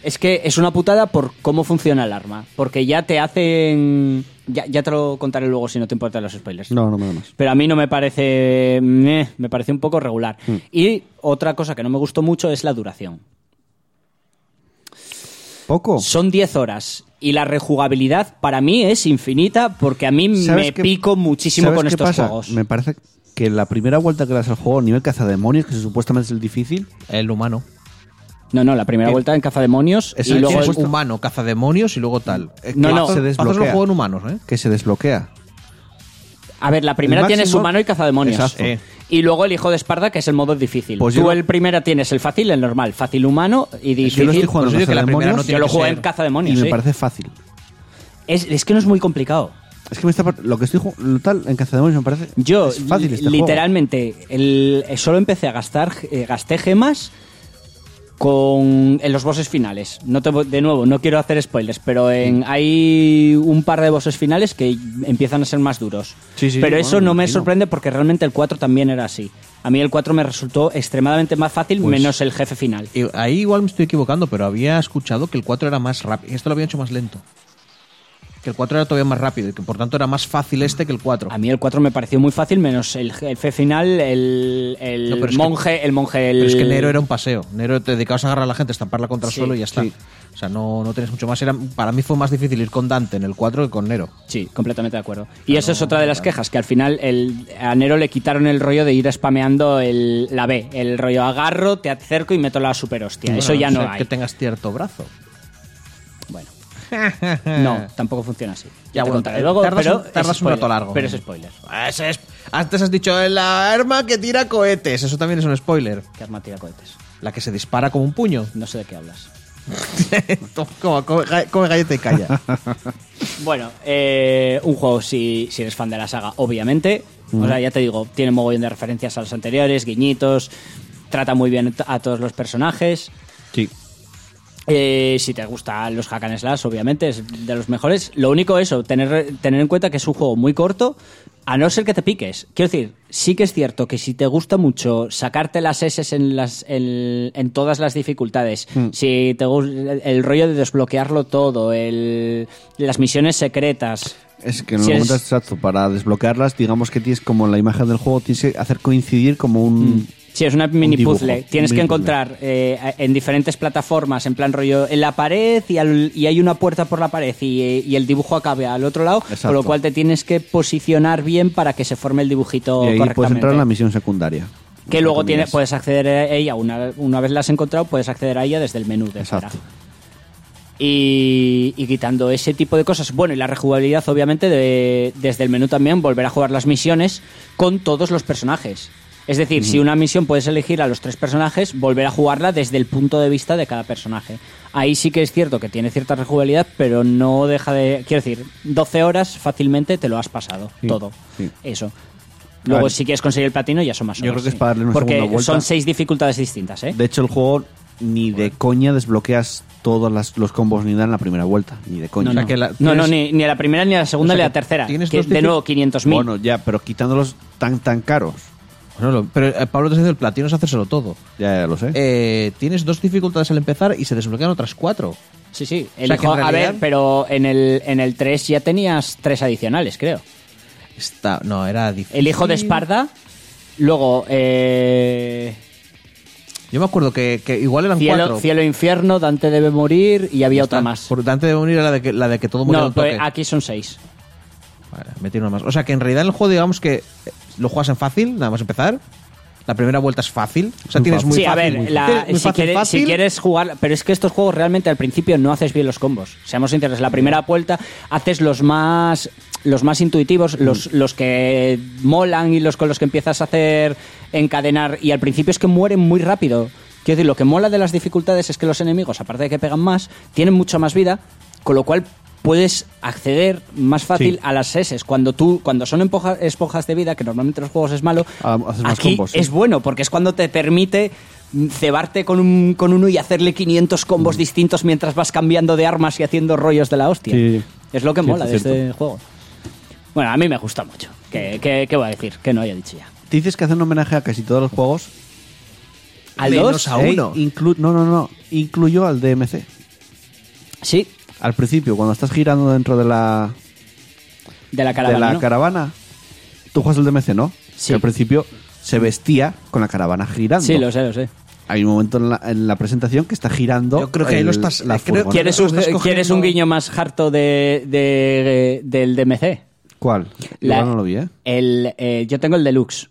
Speaker 3: es que es una putada por cómo funciona el arma. Porque ya te hacen... Ya, ya te lo contaré luego si no te importan los spoilers.
Speaker 1: No, no me da más.
Speaker 3: Pero a mí no me parece. meh, me parece un poco regular.
Speaker 1: Mm.
Speaker 3: Y otra cosa que no me gustó mucho es la duración.
Speaker 1: ¿Poco?
Speaker 3: Son 10 horas. Y la rejugabilidad para mí es infinita porque a mí
Speaker 1: ¿Sabes
Speaker 3: me
Speaker 1: qué-
Speaker 3: pico muchísimo
Speaker 1: ¿sabes
Speaker 3: con
Speaker 1: qué
Speaker 3: estos
Speaker 1: pasa?
Speaker 3: juegos.
Speaker 1: Me parece que la primera vuelta que le das al juego, nivel cazademonios, que supuestamente es el difícil,
Speaker 4: El humano.
Speaker 3: No, no, la
Speaker 1: Eh,
Speaker 3: primera
Speaker 4: Que-
Speaker 3: vuelta en Cazademonios
Speaker 1: Esa
Speaker 3: y
Speaker 1: es
Speaker 3: luego
Speaker 4: Tienes
Speaker 1: el-
Speaker 4: humano, cazademonios y luego tal. Eh,
Speaker 3: No,
Speaker 4: que
Speaker 3: no.
Speaker 4: Pazos-
Speaker 1: Se
Speaker 4: Pazos
Speaker 1: desbloquea.
Speaker 4: lo juega en humanos, ¿eh?
Speaker 1: Que se desbloquea.
Speaker 3: A ver, la primera
Speaker 1: El máximo-
Speaker 3: tienes humano y cazademonios.
Speaker 1: Exacto.
Speaker 4: Eh.
Speaker 3: Y luego el hijo de Esparda, que es el modo difícil.
Speaker 1: Pues
Speaker 3: Tú
Speaker 1: yo-
Speaker 3: el primera tienes el fácil, el normal, fácil humano y difícil.
Speaker 1: Yo lo estoy jugando
Speaker 4: pues yo digo
Speaker 1: en
Speaker 4: que la primera
Speaker 1: Cazademonios
Speaker 4: no
Speaker 3: Yo
Speaker 4: tiene
Speaker 3: lo
Speaker 4: que
Speaker 3: jugué
Speaker 4: ser.
Speaker 3: en
Speaker 1: y
Speaker 3: cazademonios.
Speaker 1: me
Speaker 3: sí.
Speaker 1: parece fácil.
Speaker 3: es, es que no es muy complicado.
Speaker 1: Es que me está, par- lo que estoy jugando, lo tal en Cazademonios me parece
Speaker 3: Yo,
Speaker 1: es fácil este juego.
Speaker 3: literalmente, el- eh, solo empecé a gastar, eh, gasté gemas con en los bosses finales. No te, vo- de nuevo, no quiero hacer spoilers, pero en, hay un par de bosses finales que empiezan a ser más duros.
Speaker 1: Sí, sí,
Speaker 3: pero
Speaker 1: bueno,
Speaker 3: eso no me
Speaker 1: imagino.
Speaker 3: sorprende porque realmente el 4 también era así. A mí el 4 me resultó extremadamente más fácil, menos el jefe final.
Speaker 4: Y ahí igual me estoy equivocando, pero había escuchado que el 4 era más rápido. Esto lo había hecho más lento. Que el 4 era todavía más rápido y que por tanto era más fácil este que el 4.
Speaker 3: A mí el 4 me pareció muy fácil, menos el jefe final, el, el
Speaker 4: No, pero es que-
Speaker 3: monje, el monje, el...
Speaker 4: Pero es que Nero era un paseo. Nero te dedicabas a agarrar a la gente, estamparla contra el
Speaker 3: Sí,
Speaker 4: suelo y ya está.
Speaker 1: sí.
Speaker 4: O sea, no, no tenés mucho más. Era, para mí fue más difícil ir con Dante en el 4 que con Nero.
Speaker 3: Sí, completamente de acuerdo. Y
Speaker 4: Ah,
Speaker 3: eso es otra de las quejas, que al final el, a Nero le quitaron el rollo de ir spameando el, la B, el rollo agarro, te acerco y meto la super hostia. eso
Speaker 4: Bueno,
Speaker 3: ya
Speaker 4: a
Speaker 3: no
Speaker 4: ser
Speaker 3: hay.
Speaker 4: Que tengas cierto brazo.
Speaker 3: Bueno. No, tampoco funciona así.
Speaker 4: Ya,
Speaker 3: Ya
Speaker 4: bueno,
Speaker 3: te
Speaker 4: eh,
Speaker 3: contaré luego,
Speaker 4: tardas
Speaker 3: pero
Speaker 4: un- tardas
Speaker 3: es
Speaker 4: un rato
Speaker 3: spoiler,
Speaker 4: largo.
Speaker 3: Pero es spoiler.
Speaker 4: Ese es- antes has dicho la arma que tira cohetes. Eso también es un spoiler.
Speaker 3: Que arma tira cohetes.
Speaker 4: La que se dispara como un puño.
Speaker 3: No sé de qué hablas.
Speaker 4: como, come, ga- come galleta y calla.
Speaker 3: Bueno, eh, un juego si, si eres fan de la saga, obviamente. O sea, ya te digo, tiene mogollón de referencias a los anteriores, guiñitos, trata muy bien a todos los personajes.
Speaker 1: Sí.
Speaker 3: Eh, si te gustan los hack and slash, obviamente es de los mejores. Lo único eso, tener, tener en cuenta que es un juego muy corto, a no ser que te piques. Quiero decir, sí que es cierto que si te gusta mucho sacarte las S en, las, en, en todas las dificultades, si te gus- el, el rollo de desbloquearlo todo, el, las misiones secretas...
Speaker 1: Es que en el
Speaker 3: Si
Speaker 1: momento
Speaker 3: eres-
Speaker 1: exacto, para desbloquearlas, digamos que tienes como la imagen del juego, tienes que hacer coincidir como un...
Speaker 3: Sí, es una mini
Speaker 1: dibujo,
Speaker 3: puzzle.
Speaker 1: un
Speaker 3: Tienes
Speaker 1: mini
Speaker 3: que
Speaker 1: puzzle.
Speaker 3: encontrar eh, en diferentes plataformas, en plan rollo, en la pared y, al- y hay una puerta por la pared y, eh, y el dibujo acabe al otro lado, con
Speaker 1: Exacto.
Speaker 3: lo cual te tienes que posicionar bien para que se forme el dibujito
Speaker 1: y ahí puedes
Speaker 3: correctamente.
Speaker 1: entrar en la misión secundaria.
Speaker 3: que
Speaker 1: Entre
Speaker 3: luego tiene,
Speaker 1: comillas.
Speaker 3: puedes acceder a ella, una, una vez la has encontrado, puedes acceder a ella desde el menú de fuera.
Speaker 1: Exacto.
Speaker 3: Y, y quitando ese tipo de cosas. Bueno, y la rejugabilidad, obviamente, de- desde el menú también, volver a jugar las misiones con todos los personajes. Es decir, si una misión puedes elegir a los tres personajes, volver a jugarla desde el punto de vista de cada personaje. Ahí sí que es cierto que tiene cierta rejugabilidad, pero no deja de. Quiero decir, 12 horas fácilmente te lo has pasado
Speaker 1: Sí,
Speaker 3: todo.
Speaker 1: sí.
Speaker 3: Eso. Luego,
Speaker 1: Vale.
Speaker 3: si quieres conseguir el platino, ya son más
Speaker 1: Yo
Speaker 3: horas,
Speaker 1: creo que es
Speaker 3: sí.
Speaker 1: para darle una
Speaker 3: Porque
Speaker 1: segunda vuelta.
Speaker 3: son seis dificultades distintas, ¿eh?
Speaker 1: De hecho, el juego ni de coña desbloqueas todos las- los combos ni nada en la primera vuela, ni de coña.
Speaker 3: No,
Speaker 4: O sea
Speaker 3: no.
Speaker 4: que la-
Speaker 3: No,
Speaker 4: tienes-
Speaker 3: no, ni, ni a la primera, ni a la segunda,
Speaker 4: O sea
Speaker 3: ni
Speaker 4: que
Speaker 3: a la tercera.
Speaker 4: tienes
Speaker 3: Que,
Speaker 4: dos
Speaker 3: de
Speaker 4: dificu-
Speaker 3: nuevo, 500.000.
Speaker 1: Bueno, ya, pero quitándolos tan, tan caros.
Speaker 4: Bueno, lo- pero eh, Pablo te dice el platino es hacérselo todo.
Speaker 1: Ya, ya lo sé.
Speaker 4: Eh, tienes dos dificultades al empezar y se desbloquean otras cuatro.
Speaker 3: sí, sí.
Speaker 4: o sea que
Speaker 3: elijo-
Speaker 4: en
Speaker 3: a
Speaker 4: realidad-
Speaker 3: ver, pero en el, en el 3 ya tenías tres adicionales, creo.
Speaker 4: Está, no, era difícil.
Speaker 3: El hijo de Esparda, luego eh,
Speaker 4: Yo me acuerdo que, que igual eran
Speaker 3: cielo,
Speaker 4: cuatro.
Speaker 3: cielo e Infierno, Dante debe morir y había otra
Speaker 4: Está-
Speaker 3: más.
Speaker 4: Por Dante de unir era la de que, la de que todo mundo
Speaker 3: No, pues aquí son seis.
Speaker 4: Vale, metí una más. O sea que en realidad el juego, digamos que eh, lo juegas en fácil, nada más empezar. La primera vuelta es fácil. O sea,
Speaker 1: Muy
Speaker 4: tienes
Speaker 1: fácil.
Speaker 4: muy
Speaker 3: sí,
Speaker 4: fácil.
Speaker 3: a
Speaker 4: muy
Speaker 3: ver, la-
Speaker 4: fácil, muy
Speaker 3: si,
Speaker 4: fácil,
Speaker 3: quieres, si
Speaker 4: fácil.
Speaker 3: quieres jugar, pero es que estos juegos realmente al principio no haces bien los combos. Seamos sinceros, la primera vuelta haces los más los más
Speaker 1: Mm.
Speaker 3: intuitivos, los, los que molan y los con los que empiezas a hacer encadenar y al principio es que mueren muy rápido. Quiero decir, lo que mola de las dificultades es que los enemigos, aparte de que pegan más, tienen mucha más vida, con lo cual puedes acceder más fácil
Speaker 1: Sí.
Speaker 3: a las S. Cuando tú, cuando son empoja- esponjas de vida, que normalmente en los juegos es malo,
Speaker 1: Ah, haces más
Speaker 3: aquí
Speaker 1: combos, sí.
Speaker 3: es bueno, porque es cuando te permite mm, cebarte con, un, con uno y hacerle 500 combos
Speaker 1: Mm.
Speaker 3: distintos mientras vas cambiando de armas y haciendo rollos de la hostia.
Speaker 1: Sí.
Speaker 3: Es lo que
Speaker 1: Cierto,
Speaker 3: mola de
Speaker 1: cierto.
Speaker 3: este juego. Bueno, a mí me gusta mucho. ¿Qué, qué, qué voy a decir? Que no haya dicho ya.
Speaker 1: Te dices que hacen homenaje a casi todos los juegos.
Speaker 3: ¿Al
Speaker 4: Menos
Speaker 3: 2?
Speaker 4: a
Speaker 1: e
Speaker 4: uno.
Speaker 1: inclu- no, no, no. Incluyó al DMC.
Speaker 3: Sí,
Speaker 1: Al principio, cuando estás girando dentro de la,
Speaker 3: de la
Speaker 1: de
Speaker 3: caravana.
Speaker 1: la
Speaker 3: ¿no?
Speaker 1: caravana, tú juegas al DMC, ¿no?
Speaker 3: Sí.
Speaker 1: Que al principio se vestía con la caravana girando.
Speaker 3: Sí, lo sé, lo sé.
Speaker 1: Hay un momento en la, en la presentación que está girando.
Speaker 4: Yo creo que ahí lo
Speaker 1: el-
Speaker 4: estás-
Speaker 1: La
Speaker 4: creo-
Speaker 1: furgoneta.
Speaker 3: ¿Quieres
Speaker 4: lo
Speaker 3: un,
Speaker 4: estás cogiendo-
Speaker 3: ¿quieres un guiño más harto de, de- del DMC?
Speaker 1: ¿Cuál?
Speaker 3: La-
Speaker 1: Igual no lo vi, ¿eh? Mm.
Speaker 3: el, eh, yo tengo el deluxe.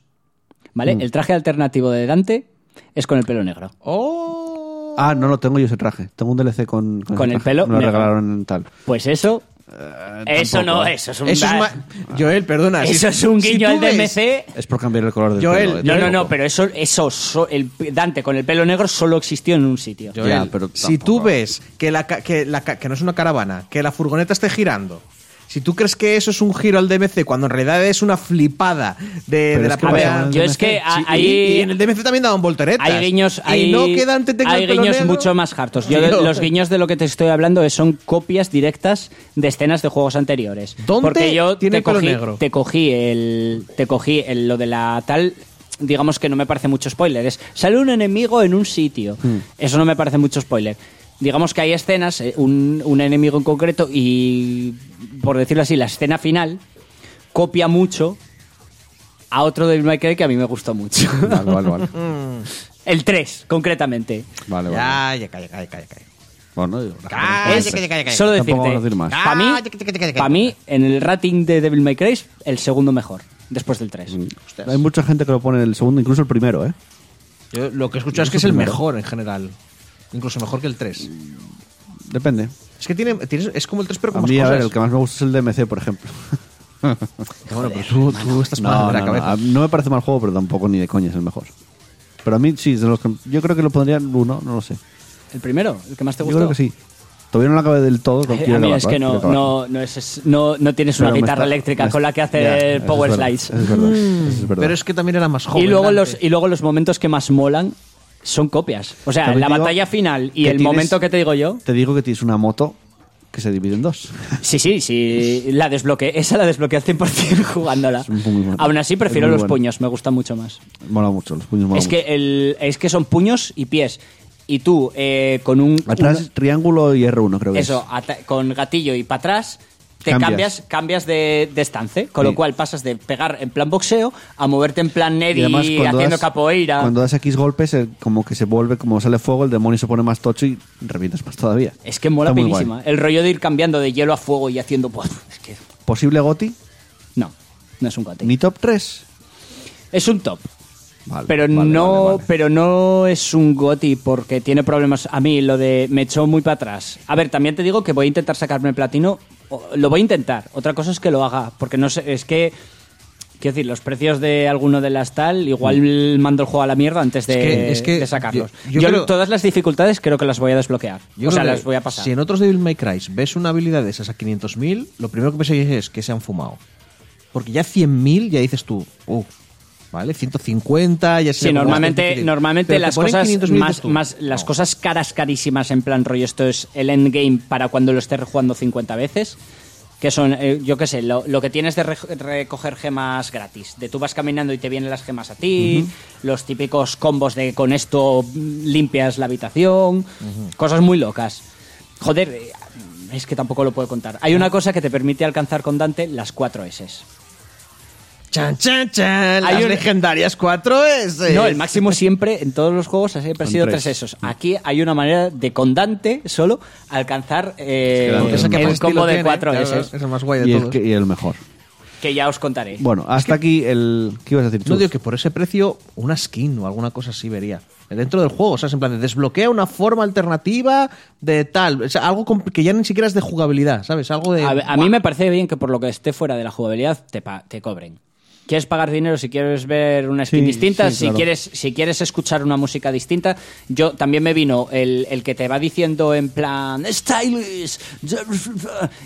Speaker 3: ¿Vale? El traje alternativo de Dante es con el pelo negro.
Speaker 4: ¡Oh!
Speaker 1: Ah, no lo tengo yo ese traje. Tengo un DLC con,
Speaker 3: Con
Speaker 1: ese
Speaker 3: el
Speaker 1: traje.
Speaker 3: pelo
Speaker 1: Me lo
Speaker 3: negro.
Speaker 1: regalaron en tal.
Speaker 3: Pues eso,
Speaker 1: Eh,
Speaker 3: eso
Speaker 1: tampoco,
Speaker 3: no,
Speaker 1: eh.
Speaker 3: eso es un
Speaker 4: Eso es
Speaker 3: da-
Speaker 4: ma- Joel, perdona. si-
Speaker 3: eso es un
Speaker 4: si
Speaker 3: guiño
Speaker 4: tú
Speaker 3: al
Speaker 4: ves-
Speaker 3: DMC.
Speaker 1: Es por cambiar el color del
Speaker 4: Joel,
Speaker 1: pelo. eh,
Speaker 3: No, no, no,
Speaker 1: tampoco.
Speaker 3: pero eso, eso, so- el Dante con el pelo negro solo existió en un sitio.
Speaker 4: Joel,
Speaker 1: Ya, pero
Speaker 4: si
Speaker 1: tampoco.
Speaker 4: tú ves que, la, ca- que, la ca- que no es una caravana, que la furgoneta esté girando, si tú crees que eso es un giro al DMC cuando en realidad es una flipada de,
Speaker 1: Pero es
Speaker 4: de la
Speaker 1: que
Speaker 3: A
Speaker 1: pasa
Speaker 4: propia...
Speaker 1: en
Speaker 3: ver,
Speaker 1: el
Speaker 3: yo es que
Speaker 1: DMC,
Speaker 3: a-
Speaker 4: Sí, y-
Speaker 3: ahí
Speaker 4: y, en el DMC también daban volteretas.
Speaker 3: hay guiños,
Speaker 4: Y
Speaker 3: hay,
Speaker 4: no quedan te tenga
Speaker 3: hay
Speaker 4: el pelo
Speaker 3: guiños
Speaker 4: negro.
Speaker 3: mucho más hartos. Yo de-
Speaker 4: Tío.
Speaker 3: los guiños de lo que te estoy hablando es- son copias directas de escenas de juegos anteriores.
Speaker 4: ¿Dónde
Speaker 3: Porque yo
Speaker 4: tiene
Speaker 3: te
Speaker 4: pelo
Speaker 3: cogí,
Speaker 4: negro?
Speaker 3: te cogí el, te cogí el- lo de la tal. Digamos que no me parece mucho spoiler. Es, sale un enemigo en un sitio.
Speaker 4: Mm.
Speaker 3: Eso no me parece mucho spoiler. Digamos que hay escenas, eh, un, un enemigo en concreto y, por decirlo así, la escena final copia mucho a otro de May Cry que a mí me gustó mucho.
Speaker 1: Vale, vale, vale.
Speaker 3: El 3, concretamente.
Speaker 1: Vale, vale.
Speaker 4: Ya, ya, calla, calla, calla. calla.
Speaker 1: Bueno, yo-
Speaker 4: Calla,
Speaker 3: Es-
Speaker 4: calla, calla, calla.
Speaker 3: Solo
Speaker 1: Tampoco
Speaker 3: decirte,
Speaker 1: vamos a decir más.
Speaker 3: para mí,
Speaker 4: Ah, ya, ya, ya, ya, ya.
Speaker 3: pa' mí, en el rating de Devil May Cry, el segundo mejor, después del 3.
Speaker 1: Mm. Hay mucha gente que lo pone el segundo, incluso el primero, ¿eh?
Speaker 4: Yo lo que he escuchado es que es el mejor en general. Incluso mejor que el 3.
Speaker 1: Depende.
Speaker 4: Es que tiene, tiene- es como el 3
Speaker 1: Mm. A
Speaker 4: pero con más
Speaker 1: mí, a
Speaker 4: cosas.
Speaker 1: ver, el que más me gusta es el DMC, por ejemplo.
Speaker 4: Bueno, pero tú, tú estás mal de la cabeza.
Speaker 1: a- no me parece mal juego, pero tampoco ni de coña es el mejor. Pero a mí sí, de los que- yo creo que lo pondría en uno, no lo sé.
Speaker 3: ¿El primero? ¿El que más te
Speaker 1: Yo
Speaker 3: gustó?
Speaker 1: creo que sí. Todavía no lo acabé del todo.
Speaker 3: Eh,
Speaker 1: quiero
Speaker 3: a mí
Speaker 1: acabar,
Speaker 3: es que
Speaker 1: ¿vale?
Speaker 3: no,
Speaker 1: Quiero acabar.
Speaker 3: no, no, es- es- no, no tienes una
Speaker 1: Pero me
Speaker 3: guitarra
Speaker 1: está-
Speaker 3: eléctrica
Speaker 1: me-
Speaker 3: con la que hacer
Speaker 1: Ya, eso es
Speaker 3: power
Speaker 1: verdad,
Speaker 3: slides.
Speaker 1: eso Es verdad, eso es verdad.
Speaker 4: Pero es que también era más joven.
Speaker 3: Y luego,
Speaker 4: Dante.
Speaker 3: los, y luego los momentos que más molan son copias. O sea,
Speaker 1: También
Speaker 3: la
Speaker 1: digo
Speaker 3: batalla final y
Speaker 1: que
Speaker 3: el
Speaker 1: tienes-
Speaker 3: momento que te digo yo.
Speaker 1: Te digo que tienes una moto que se divide en dos.
Speaker 3: Sí, sí, sí. La desbloqueé. Esa la desbloqueé al 100% jugándola.
Speaker 1: Es muy bueno.
Speaker 3: Aún así,
Speaker 1: Es
Speaker 3: prefiero
Speaker 1: muy
Speaker 3: los
Speaker 1: bueno.
Speaker 3: puños. Me gusta mucho más.
Speaker 1: Mola mucho, los puños molan
Speaker 3: Es que, el, es que son puños y pies. Y tú, eh, con un.
Speaker 1: mucho. Atrás,
Speaker 3: un-
Speaker 1: triángulo y R1, creo que
Speaker 3: eso,
Speaker 1: es.
Speaker 3: ata- con gatillo y para atrás, te
Speaker 1: Cambias.
Speaker 3: cambias, cambias de, de estance. Con
Speaker 1: Sí.
Speaker 3: lo cual pasas de pegar en plan boxeo a moverte en plan Neddy
Speaker 1: además, cuando
Speaker 3: haciendo
Speaker 1: das-
Speaker 3: capoeira.
Speaker 1: Cuando das X golpes, eh, como que se vuelve, como sale fuego, el demonio se pone más tocho y revientas más todavía.
Speaker 3: Es que mola
Speaker 1: Está muy
Speaker 3: pilísima. eh.
Speaker 1: guay.
Speaker 3: El rollo de ir cambiando de hielo a fuego y haciendo. Buah, es que.
Speaker 1: Posible Goti,
Speaker 3: No, no es un gote.
Speaker 1: ni top 3.
Speaker 3: Es un top.
Speaker 1: Vale,
Speaker 3: Pero
Speaker 1: vale, vale,
Speaker 3: no,
Speaker 1: vale.
Speaker 3: pero no es un goti porque tiene problemas. A mí lo de me echó muy para atrás. A ver, también te digo que voy a intentar sacarme el platino. O- Lo voy a intentar. Otra cosa es que lo haga, porque no sé, es que quiero decir, los precios de alguno de las tal, igual mando el juego a la mierda antes de,
Speaker 4: Mm. Es que- es que
Speaker 3: de sacarlos.
Speaker 4: yo-
Speaker 3: Yo,
Speaker 4: yo creo-
Speaker 3: todas las dificultades creo que las voy a desbloquear.
Speaker 4: Yo
Speaker 3: o sea,
Speaker 4: creo que
Speaker 3: las voy a pasar.
Speaker 4: Si en otros Devil May Cry ves una habilidad de esas a 500.000, lo primero que pensáis es que se han fumado. Porque ya 100.000 ya dices tú, uh, ¿vale? 150, ya
Speaker 3: Sí,
Speaker 4: sería como más
Speaker 3: normalmente,
Speaker 4: difícil.
Speaker 3: normalmente
Speaker 4: Pero te
Speaker 3: las
Speaker 4: ponen
Speaker 3: cosas
Speaker 4: 500.000 y dices
Speaker 3: más,
Speaker 4: tú,
Speaker 3: más- las
Speaker 4: no.
Speaker 3: cosas caras carísimas en plan rollo esto es el endgame para cuando lo estés rejugando 50 veces que son eh, yo qué sé lo, lo que tienes de re- recoger gemas gratis de tú vas caminando y te vienen las gemas a ti los típicos combos de con esto mm, limpias la habitación cosas muy locas joder eh, es que tampoco lo puedo contar hay una cosa que te permite alcanzar con Dante las 4 S
Speaker 4: Chan, chan, chan.
Speaker 3: Hay
Speaker 4: las
Speaker 3: un-
Speaker 4: legendarias 4 es.
Speaker 3: No, el máximo siempre, en todos los juegos, ha siempre
Speaker 1: Son
Speaker 3: sido
Speaker 1: tres.
Speaker 3: tres esos. Aquí hay una manera de con Dante solo alcanzar eh,
Speaker 1: Es que Dante es el que más
Speaker 3: el combo de cuatro
Speaker 4: Es
Speaker 3: S,
Speaker 4: el más guay de
Speaker 1: y, el
Speaker 4: todos.
Speaker 1: que- y el mejor.
Speaker 3: que ya os contaré.
Speaker 1: Bueno, hasta aquí el. ¿Qué ibas a decir tú?
Speaker 4: No digo que por ese precio una skin o alguna cosa así vería. Dentro del juego, o sea, es en plan de desbloquea una forma alternativa de tal. O sea, algo com- que ya ni siquiera es de jugabilidad, ¿sabes? Algo de.
Speaker 3: a, a mí me parece bien que por lo que esté fuera de la jugabilidad te, pa- te cobren. Quieres pagar dinero si quieres ver una skin
Speaker 1: Sí,
Speaker 3: distinta,
Speaker 1: sí,
Speaker 3: si
Speaker 1: claro.
Speaker 3: quieres si quieres escuchar una música distinta. Yo también me vino el, el que te va diciendo en plan stylish.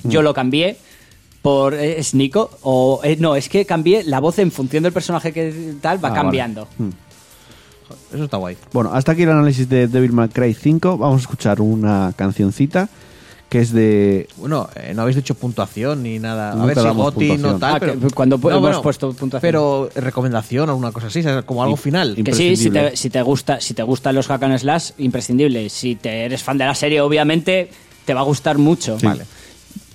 Speaker 3: Yo lo cambié por eh, es Nico o eh, no, es que cambié la voz en función del personaje que tal va
Speaker 1: Ah, vale.
Speaker 3: cambiando.
Speaker 1: Mm.
Speaker 4: Eso está guay.
Speaker 1: Bueno, hasta aquí el análisis de Devil May Cry 5. Vamos a escuchar una cancioncita que es de.
Speaker 4: Bueno, eh, no habéis dicho puntuación ni nada.
Speaker 1: No
Speaker 4: a ver
Speaker 1: te
Speaker 4: si
Speaker 1: damos
Speaker 4: Goti no
Speaker 1: puntuación.
Speaker 4: tal.
Speaker 3: Ah, que
Speaker 4: pero,
Speaker 3: cuando
Speaker 4: No,
Speaker 3: hemos
Speaker 4: bueno,
Speaker 3: puesto puntuación.
Speaker 4: Pero recomendación o alguna cosa así, ¿sabes? como algo
Speaker 1: Y-
Speaker 4: final.
Speaker 1: y-
Speaker 3: Que sí, si
Speaker 1: Imprescindible.
Speaker 3: te, si te gusta, si te gustan los hack and slash, imprescindible. Si te eres fan de la serie, obviamente te va a gustar mucho.
Speaker 1: Sí. Vale.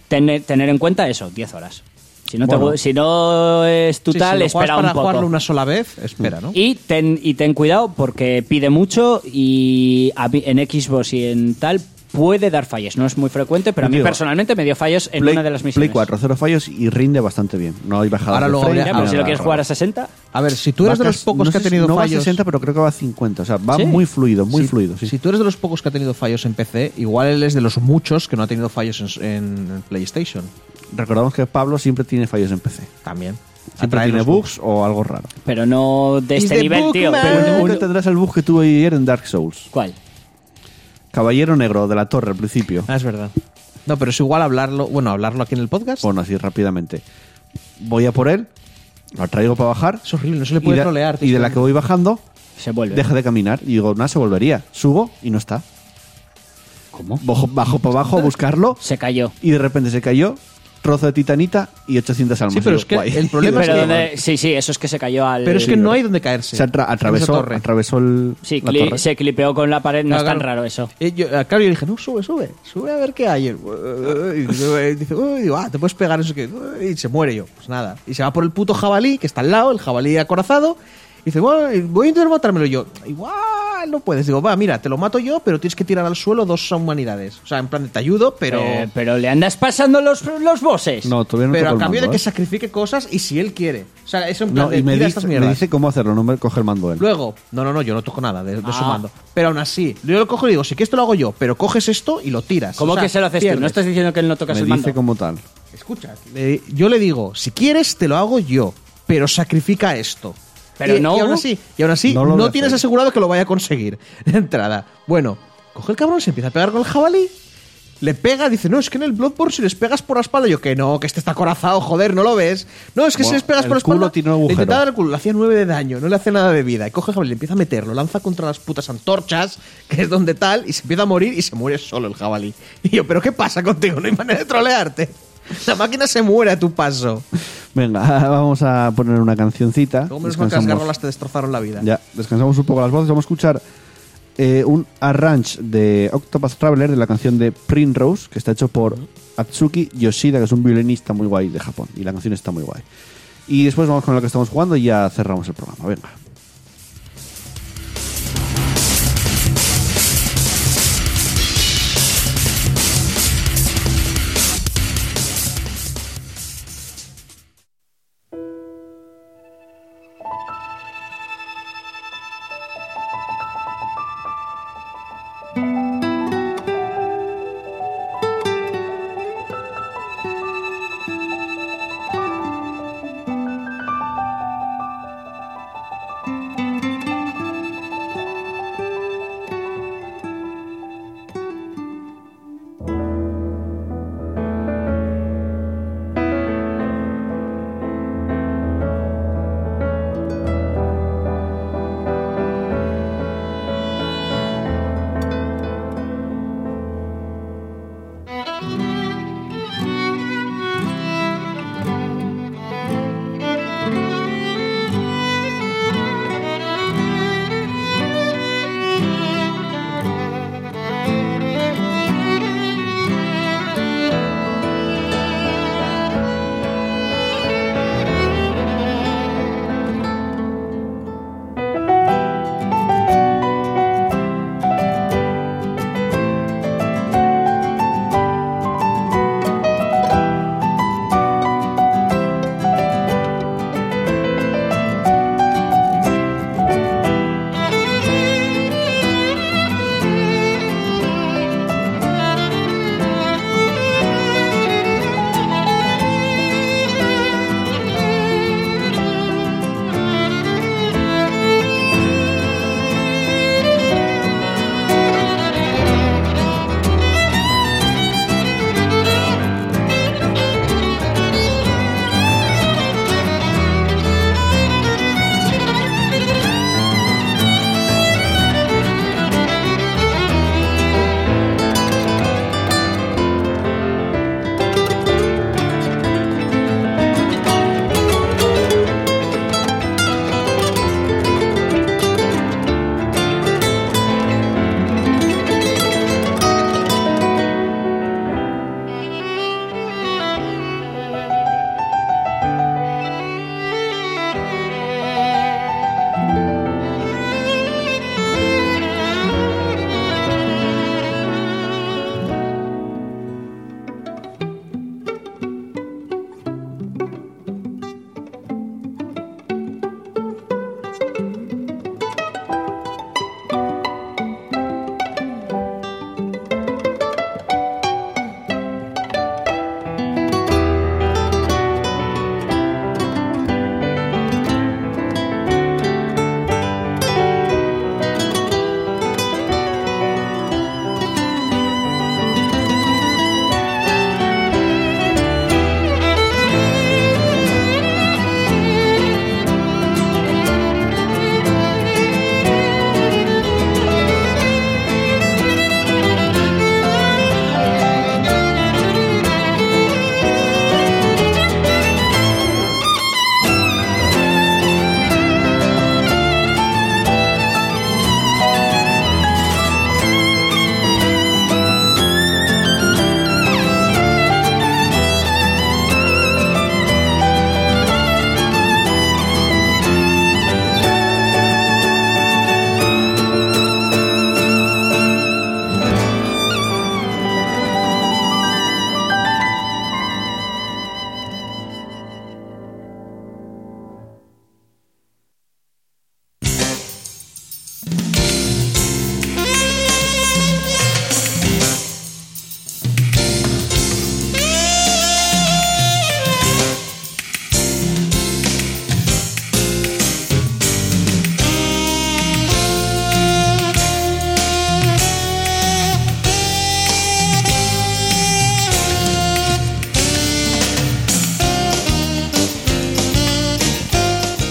Speaker 3: Tener, tener en cuenta eso, 10 horas. Si no, te
Speaker 1: Bueno.
Speaker 3: gu- si no es tu
Speaker 4: Sí,
Speaker 3: tal,
Speaker 4: si lo juegas
Speaker 3: espera
Speaker 4: para
Speaker 3: un poco.
Speaker 4: jugarlo una sola vez, espera, ¿no?
Speaker 3: Y ten, y ten cuidado porque pide mucho y a mí- en Xbox y en tal puede dar fallos. No es muy frecuente, pero a mí
Speaker 1: Digo,
Speaker 3: personalmente me dio fallos en
Speaker 1: Play,
Speaker 3: una de las misiones.
Speaker 1: Play 4, cero fallos y rinde bastante bien. No hay bajada
Speaker 4: Ahora
Speaker 1: de
Speaker 4: luego
Speaker 1: frame,
Speaker 4: habría-
Speaker 3: Ya,
Speaker 1: ni
Speaker 3: pero si
Speaker 1: nada
Speaker 3: lo quieres
Speaker 1: raro.
Speaker 3: jugar a 60,
Speaker 4: A ver, si tú eres
Speaker 1: Va
Speaker 4: de los
Speaker 1: casi-
Speaker 4: pocos
Speaker 1: no
Speaker 4: que ha
Speaker 1: sé si-
Speaker 4: tenido
Speaker 1: no va a
Speaker 4: fallos.
Speaker 1: 60, pero creo que va a 50. O sea, va
Speaker 3: Sí.
Speaker 1: muy fluido, muy
Speaker 4: si,
Speaker 1: fluido. Sí.
Speaker 4: si tú eres de los pocos que ha tenido fallos en PC, igual él es de los muchos que no ha tenido fallos en, en PlayStation.
Speaker 1: Recordamos que Pablo siempre tiene fallos en PC.
Speaker 4: También.
Speaker 1: Siempre
Speaker 4: Atrae
Speaker 1: tiene
Speaker 4: los
Speaker 1: bugs o algo raro.
Speaker 3: pero no de
Speaker 4: Is
Speaker 3: este
Speaker 4: the
Speaker 3: nivel,
Speaker 4: book
Speaker 3: tío.
Speaker 4: man.
Speaker 1: Pero
Speaker 3: Pero un-
Speaker 1: nunca tendrás el bug que tuve ayer en Dark Souls.
Speaker 3: ¿Cuál?
Speaker 1: Caballero negro de la torre al principio.
Speaker 4: Ah, es verdad. No, pero es igual hablarlo, bueno, hablarlo aquí en el podcast.
Speaker 1: Bueno, así rápidamente. Voy a por él, lo traigo para bajar.
Speaker 4: Es horrible, no se le puede
Speaker 1: y de-
Speaker 4: trolear.
Speaker 1: Y de la que voy bajando,
Speaker 3: Se vuelve.
Speaker 1: deja de caminar. Y digo, nada, se volvería. Subo y no está.
Speaker 3: ¿Cómo?
Speaker 1: Bajo, bajo para abajo a buscarlo
Speaker 3: Se cayó.
Speaker 1: y de repente se cayó. Trozo de titanita y 800 almas.
Speaker 4: Sí, pero
Speaker 1: Digo,
Speaker 4: es que
Speaker 1: guay.
Speaker 4: el problema es
Speaker 3: Pero
Speaker 4: que-
Speaker 3: donde- sí, sí, eso es que se cayó al.
Speaker 4: Pero es que no hay donde caerse.
Speaker 1: Se atra-
Speaker 4: En esa
Speaker 1: atravesó,
Speaker 4: torre.
Speaker 1: atravesó el,
Speaker 3: Sí,
Speaker 1: la
Speaker 3: cli-
Speaker 1: torre.
Speaker 3: se clipeó con la pared, no
Speaker 4: Claro,
Speaker 3: es tan
Speaker 4: claro.
Speaker 3: raro eso.
Speaker 4: Eh, yo, eh, claro, yo dije, no, sube, sube, sube a ver qué hay. Y dice, uy, digo, ah, te puedes pegar, eso que. Y se muere yo, pues nada. Y se va por el puto jabalí que está al lado, el jabalí acorazado. Y dice, bueno, voy a intentar matármelo Y yo. Igual no puedes. Digo, va, mira, te lo mato yo, pero tienes que tirar al suelo dos humanidades. O sea, en plan, te ayudo, pero.
Speaker 3: Eh, pero le andas pasando los, los bosses.
Speaker 1: No, todavía no
Speaker 4: pero
Speaker 1: toco
Speaker 4: a
Speaker 1: el
Speaker 4: cambio de
Speaker 1: mando,
Speaker 4: que
Speaker 1: ¿eh?
Speaker 4: sacrifique cosas y si él quiere. O sea, es un plan
Speaker 1: No,
Speaker 4: de
Speaker 1: y me
Speaker 4: tira
Speaker 1: dice,
Speaker 4: estas
Speaker 1: me
Speaker 4: mierdas.
Speaker 1: dice cómo hacerlo, no me coge el mando él.
Speaker 4: Luego, no, no, no, yo no toco nada de, de su
Speaker 3: Ah.
Speaker 4: mando. Pero aún así, yo lo cojo y digo, si que esto lo hago yo, pero coges esto y lo tiras.
Speaker 3: ¿Cómo
Speaker 4: O sea,
Speaker 3: que se lo haces tú?
Speaker 4: pierdes.
Speaker 3: ¿No estás diciendo que él no
Speaker 1: me
Speaker 3: tocas
Speaker 1: dice
Speaker 3: el mando?
Speaker 1: como tal.
Speaker 4: Escucha, le- yo le digo, si quieres te lo hago yo, pero sacrifica esto.
Speaker 3: Pero
Speaker 4: y,
Speaker 3: no.
Speaker 4: Y aún así, y aún así
Speaker 1: No
Speaker 4: no,
Speaker 1: lo voy a
Speaker 4: tienes
Speaker 1: hacer.
Speaker 4: asegurado que lo vaya a conseguir de entrada. Bueno, coge el cabrón, se empieza a pegar con el jabalí. Le pega, dice, no, es que en el Bloodborne si les pegas por la espalda, yo que no, que este está acorazado, joder, no lo ves. No, es que si
Speaker 1: Buah,
Speaker 4: les pegas
Speaker 1: el
Speaker 4: por la
Speaker 1: culo
Speaker 4: espalda,
Speaker 1: tiene un
Speaker 4: le
Speaker 1: agujero.
Speaker 4: intentaba dar el culo, le hacía 9 de daño, no le hace nada de vida. Y coge el jabalí, le empieza a meter, lo lanza contra las putas antorchas, que es donde tal, y se empieza a morir y se muere solo el jabalí. Y yo, pero ¿qué pasa contigo? No hay manera de trolearte. La máquina se muere a tu paso.
Speaker 1: Venga, vamos a poner una cancioncita.
Speaker 4: Luego menos mal que las
Speaker 1: Descansamos.
Speaker 4: garrolas te destrozaron la vida.
Speaker 1: Ya, descansamos un poco las voces. Vamos a escuchar eh, un arrange de Octopath Traveler de la canción de Primrose, que está hecho por Atsuki Yoshida, que es un violinista muy guay de Japón. Y la canción está muy guay. Y después vamos con lo que estamos jugando y ya cerramos el programa. Venga.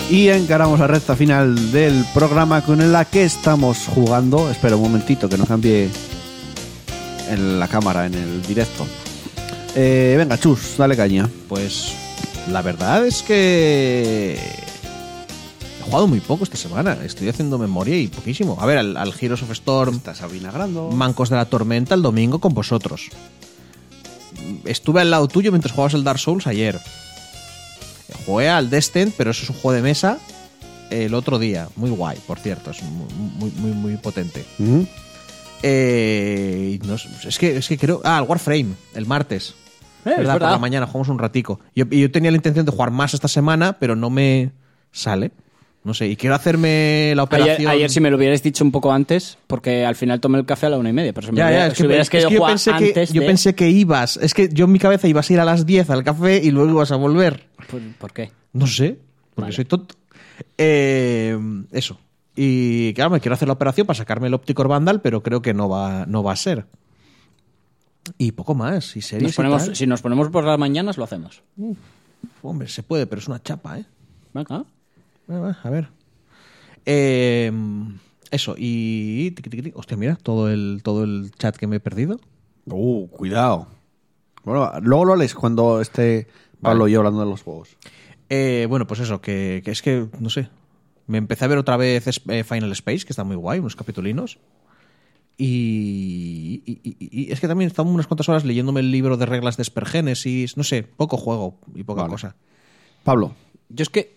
Speaker 1: Y encaramos la recta final del programa con la que estamos jugando. Espera un momentito que no cambie en la cámara en el directo. Eh, venga, chus, dale caña.
Speaker 4: Pues la verdad es que he jugado muy poco esta semana. Estoy haciendo memoria y poquísimo. A ver, al, al Heroes of Storm,
Speaker 1: Estás avinagrando.
Speaker 4: Mancos de la Tormenta el domingo con vosotros. Estuve al lado tuyo mientras jugabas el Dark Souls ayer. Jugué al Descent, pero eso es un juego de mesa el otro día. Muy guay, por cierto. Es muy, muy, muy, muy potente.
Speaker 1: Ujú.
Speaker 4: Eh, no sé, es, que, es que creo. Ah, el Warframe, el martes.
Speaker 3: Eh, es
Speaker 4: ¿Verdad? Por
Speaker 3: verdad.
Speaker 4: la mañana jugamos un ratico. Yo, y yo tenía la intención de jugar más esta semana, pero no me sale. No sé, y quiero hacerme la operación.
Speaker 3: Ayer, ayer si me lo hubierais dicho un poco antes, porque al final tomé el café a la una y media, pero si, me
Speaker 4: Ya, ya,
Speaker 3: hubiera-
Speaker 4: es
Speaker 3: si
Speaker 4: que,
Speaker 3: hubieras
Speaker 4: es que
Speaker 3: querido
Speaker 4: yo
Speaker 3: jugar
Speaker 4: pensé que,
Speaker 3: antes
Speaker 4: yo
Speaker 3: de-
Speaker 4: pensé que ibas. Es que yo en mi cabeza ibas a ir a las 10 al café y luego ibas a volver.
Speaker 3: ¿Por, pues, por qué?
Speaker 4: No sé, porque
Speaker 3: Vale.
Speaker 4: soy tonto. Eh, eso. Y claro, me quiero hacer la operación para sacarme el Opticor Vandal, pero creo que no va, no va a ser. Y poco más, y series
Speaker 3: Nos
Speaker 4: y
Speaker 3: ponemos-
Speaker 4: tal.
Speaker 3: si nos ponemos por las mañanas, lo hacemos.
Speaker 4: Hombre, se puede, pero es una chapa, ¿eh?
Speaker 3: Venga.
Speaker 4: Ah, va, A ver. Eh, eso, y... tiqui, tiqui, tiqui. Hostia, mira, todo el, todo el chat que me he perdido.
Speaker 1: Uh, cuidado. Bueno, luego lo lees cuando esté Pablo y yo hablando de los juegos.
Speaker 4: Eh, bueno, pues eso, que, que es que, no sé. Me empecé a ver otra vez es- eh, Final Space, que está muy guay, unos capitulinos. Y, y- y- y es que también estaba unas cuantas horas leyéndome el libro de reglas de Espergénesis. No sé, poco juego y poca
Speaker 1: Vale.
Speaker 4: cosa.
Speaker 1: Pablo,
Speaker 3: Yo es que,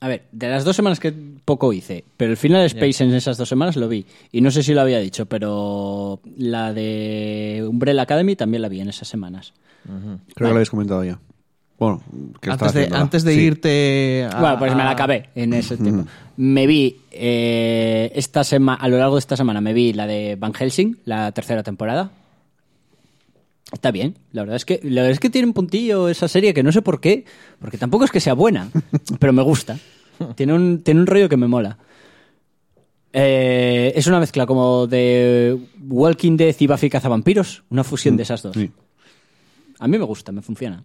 Speaker 3: a ver, de las dos semanas que poco hice, pero el Final Space en esas dos semanas lo vi. Y no sé si lo había dicho, pero la de Umbrella Academy también la vi en esas semanas.
Speaker 1: creo que lo habéis comentado ya. Bueno, que
Speaker 4: Antes
Speaker 1: estabas
Speaker 4: de,
Speaker 1: viéndola.
Speaker 4: antes de
Speaker 1: Sí.
Speaker 4: irte a-
Speaker 3: bueno, pues me la acabé en ese tiempo. Me vi eh, esta sema- a lo largo de esta semana me vi la de Van Helsing, la tercera temporada. Está bien, la verdad es que la verdad es que tiene un puntillo esa serie que no sé por qué, porque tampoco es que sea buena, pero me gusta. Tiene un, tiene un rollo que me mola. Eh, es una mezcla como de Walking Dead y Buffy Cazavampiros, una fusión de esas dos.
Speaker 1: Mm. Sí.
Speaker 3: A mí me gusta, me funciona.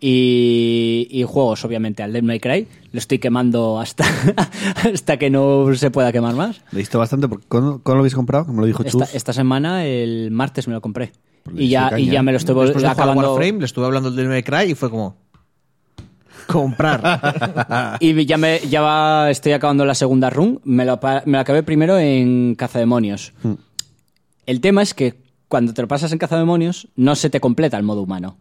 Speaker 3: Y, y juegos, obviamente, al Devil May Cry. Lo estoy quemando hasta, hasta que no se pueda quemar más.
Speaker 1: Leíste bastante porque ¿cuándo, cuándo lo habéis comprado? Que me lo dijo Chus.
Speaker 3: Esta, esta semana, el martes, me lo compré.
Speaker 1: Pues le
Speaker 3: Y ya,
Speaker 1: eché
Speaker 3: y
Speaker 1: caña.
Speaker 3: ya me lo estoy vol-
Speaker 4: Después de jugar al
Speaker 3: acabando.
Speaker 4: Warframe, le estuve hablando del Devil May Cry y fue como... Comprar.
Speaker 3: Y ya, me, ya va- estoy acabando la segunda run. Me lo, pa- me lo acabé primero en Cazademonios.
Speaker 4: Hmm.
Speaker 3: El tema es que cuando te lo pasas en Cazademonios, no se te completa el modo humano.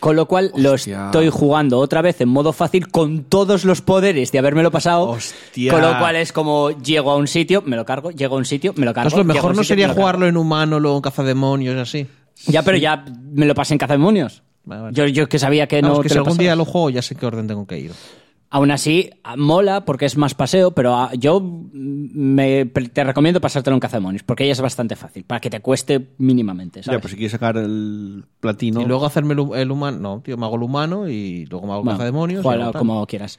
Speaker 3: Con lo cual
Speaker 1: Hostia.
Speaker 3: lo estoy jugando otra vez en modo fácil con todos los poderes de habérmelo pasado.
Speaker 4: Hostia.
Speaker 3: Con lo cual es como llego a un sitio, me lo cargo, llego a un sitio, me lo cargo.
Speaker 4: Entonces lo
Speaker 3: llego a un
Speaker 4: mejor no
Speaker 3: sitio, me
Speaker 4: sería
Speaker 3: lo cargo.
Speaker 4: jugarlo en humano, luego en cazademonios y así.
Speaker 3: Ya, pero ya me lo pasé en Cazademonios.
Speaker 4: Vale, vale.
Speaker 3: Yo, yo que sabía que
Speaker 4: Vamos,
Speaker 3: no
Speaker 4: que si
Speaker 3: te lo
Speaker 4: algún
Speaker 3: pasabas.
Speaker 4: día lo juego ya sé qué orden tengo que ir.
Speaker 3: Aún así, a- mola porque es más paseo, pero a- yo mm, me, pre- te recomiendo pasártelo en Cazamonis, porque ella es bastante fácil, para que te cueste mínimamente,
Speaker 1: Ya,
Speaker 3: ¿sabes?
Speaker 1: pues si quieres sacar el platino.
Speaker 4: Y luego hacerme el, humano. No, tío, me hago el humano y luego me hago
Speaker 3: Bueno,
Speaker 4: cazademonios. y
Speaker 3: juégalo
Speaker 4: hago tal.
Speaker 3: como quieras.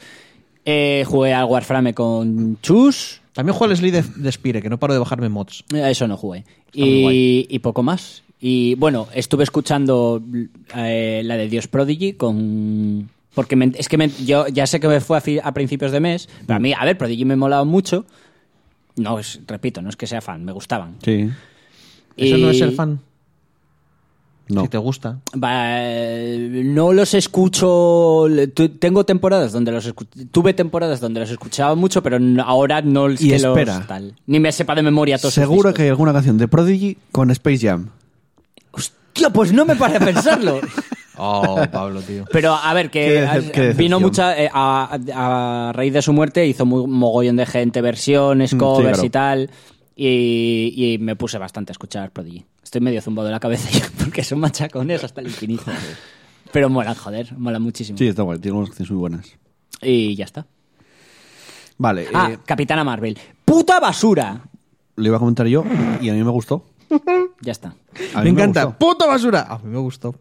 Speaker 3: Eh, jugué al Warframe con Chus,
Speaker 4: También juego al Slay de, de Spire, que no paro de bajarme mods.
Speaker 3: Eh, eso no jugué.
Speaker 4: muy guay.
Speaker 3: Y, y poco más. Y bueno, estuve escuchando eh, la de Dios Prodigy con... Porque me- es que me- yo ya sé que me fue a, fi- a principios de mes, pero a mí, a ver, Prodigy me molaba mucho. No, es- repito, no es que sea fan, me gustaban.
Speaker 1: Sí.
Speaker 4: Eso
Speaker 3: Y-
Speaker 4: no es el fan.
Speaker 1: No.
Speaker 4: Si te gusta.
Speaker 3: Va, eh, no los escucho. le- tu- Tengo temporadas donde los escu- tuve temporadas donde los escuchaba mucho, pero n- ahora no es
Speaker 1: Y
Speaker 3: que
Speaker 1: espera.
Speaker 3: los tal. Ni me sepa de memoria todos. sus
Speaker 1: Seguro que
Speaker 3: discos.
Speaker 1: hay alguna canción de Prodigy con Space Jam.
Speaker 3: Tío, pues no me para pensarlo.
Speaker 4: Oh, Pablo, tío.
Speaker 3: Pero a ver, que
Speaker 1: Qué decep- qué
Speaker 3: eh, vino
Speaker 1: decepción.
Speaker 3: mucha. eh, a, a- a raíz de su muerte hizo muy mogollón de gente, versiones,
Speaker 1: Mm, sí,
Speaker 3: covers
Speaker 1: claro.
Speaker 3: y tal. Y, y me puse bastante a escuchar Prodigy. Estoy medio zumbado de la cabeza ya, porque son machacones hasta el infinito. Pero molan, joder, molan muchísimo.
Speaker 1: Sí, está guay. Tiene unas canciones muy buenas.
Speaker 3: Y ya está.
Speaker 1: Vale,
Speaker 3: Ah,
Speaker 1: eh,
Speaker 3: Capitana Marvel. ¡Puta basura!
Speaker 1: lo iba a comentar yo y a mí me gustó.
Speaker 3: Ya está.
Speaker 1: A
Speaker 4: Me,
Speaker 1: mí
Speaker 4: encanta.
Speaker 1: gustó.
Speaker 4: ¡Puta basura! A mí me gustó.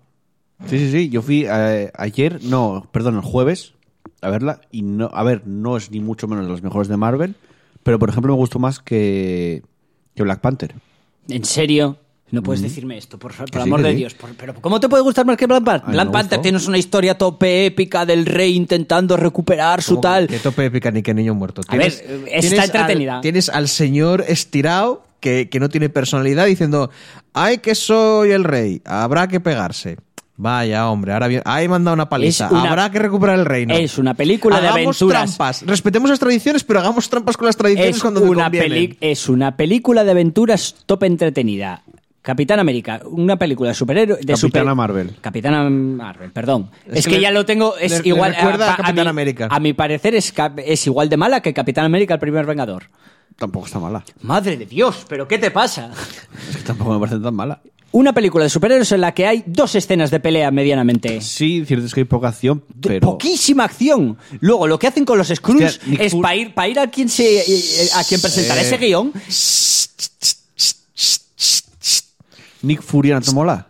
Speaker 1: Sí, sí, sí. Yo fui eh, ayer, no, perdón, el jueves a verla y no, a ver, no es ni mucho menos de las mejores de Marvel, pero por ejemplo me gustó más que, que Black Panther.
Speaker 3: ¿En serio? No puedes decirme esto, por, por
Speaker 1: Que sí,
Speaker 3: amor
Speaker 1: que
Speaker 3: de
Speaker 1: sí.
Speaker 3: Dios. por- pero ¿cómo te puede gustar más que Black Panther?
Speaker 1: me
Speaker 3: Black Panther
Speaker 1: gustó.
Speaker 3: tienes una historia tope épica del rey intentando recuperar su tal.
Speaker 4: Que tope épica ni que niño muerto.
Speaker 3: A ver, eh, está
Speaker 4: al-
Speaker 3: entretenida.
Speaker 4: tienes al señor estirado que, que no tiene personalidad diciendo, ay, que soy el rey, habrá que pegarse. Vaya, hombre, ahora bien, ahí me han dado una paliza.
Speaker 3: Es una-
Speaker 4: Habrá que recuperar el reino.
Speaker 3: Es una película de
Speaker 4: Hagamos
Speaker 3: aventuras.
Speaker 4: trampas. Respetemos las tradiciones, pero hagamos trampas con las tradiciones
Speaker 3: Es
Speaker 4: cuando me
Speaker 3: una,
Speaker 4: convienen.
Speaker 3: peli- es una película de aventuras tope entretenida. Capitán América, una película de superhéroe. De
Speaker 1: Capitana
Speaker 3: super-
Speaker 1: Marvel.
Speaker 3: Capitana Marvel, perdón.
Speaker 4: Es
Speaker 3: Es,
Speaker 4: que
Speaker 3: que,
Speaker 4: le-
Speaker 3: ya lo tengo. Es
Speaker 4: le- le
Speaker 3: igual.
Speaker 4: recuerda a
Speaker 3: pa-
Speaker 4: Capitán
Speaker 3: mi-
Speaker 4: América.
Speaker 3: A mi parecer es, cap- es igual de mala que Capitán América, el primer vengador.
Speaker 1: Tampoco está mala.
Speaker 3: Madre de Dios, ¿pero qué te pasa?
Speaker 1: Es que tampoco me parece tan mala.
Speaker 3: Una película de superhéroes en la que hay dos escenas de pelea medianamente.
Speaker 1: Sí, cierto es que hay poca acción,
Speaker 3: De
Speaker 1: pero.
Speaker 3: Poquísima acción. Luego, lo que hacen con los Skrulls
Speaker 1: Hostia, Nick
Speaker 3: es
Speaker 1: Fury-
Speaker 3: para ir, pa ir a quien se eh, eh, a quien presentará ese guión.
Speaker 1: Nick Fury no te mola.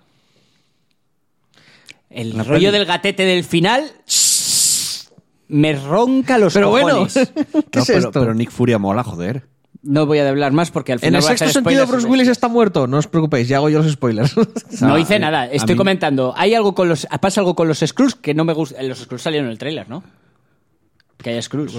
Speaker 3: El rollo del gatete del final me ronca los
Speaker 4: Pero bueno,
Speaker 3: cojones.
Speaker 4: ¿qué
Speaker 1: No,
Speaker 4: es
Speaker 1: pero,
Speaker 4: esto?
Speaker 1: pero Nick Fury mola, joder.
Speaker 3: No voy a hablar más porque al final
Speaker 4: en el
Speaker 3: voy a hacer
Speaker 4: sexto sentido,
Speaker 3: spoilers.
Speaker 4: Bruce Willis está muerto. No os preocupéis, ya hago yo los spoilers.
Speaker 3: No
Speaker 1: Ah,
Speaker 3: hice
Speaker 1: eh,
Speaker 3: nada,
Speaker 1: a
Speaker 3: estoy
Speaker 1: mí-
Speaker 3: comentando. Hay algo con los pasa algo con los Skrulls que no me gusta. eh, Los Skrulls salieron en el tráiler, ¿no? Que hay Skrulls.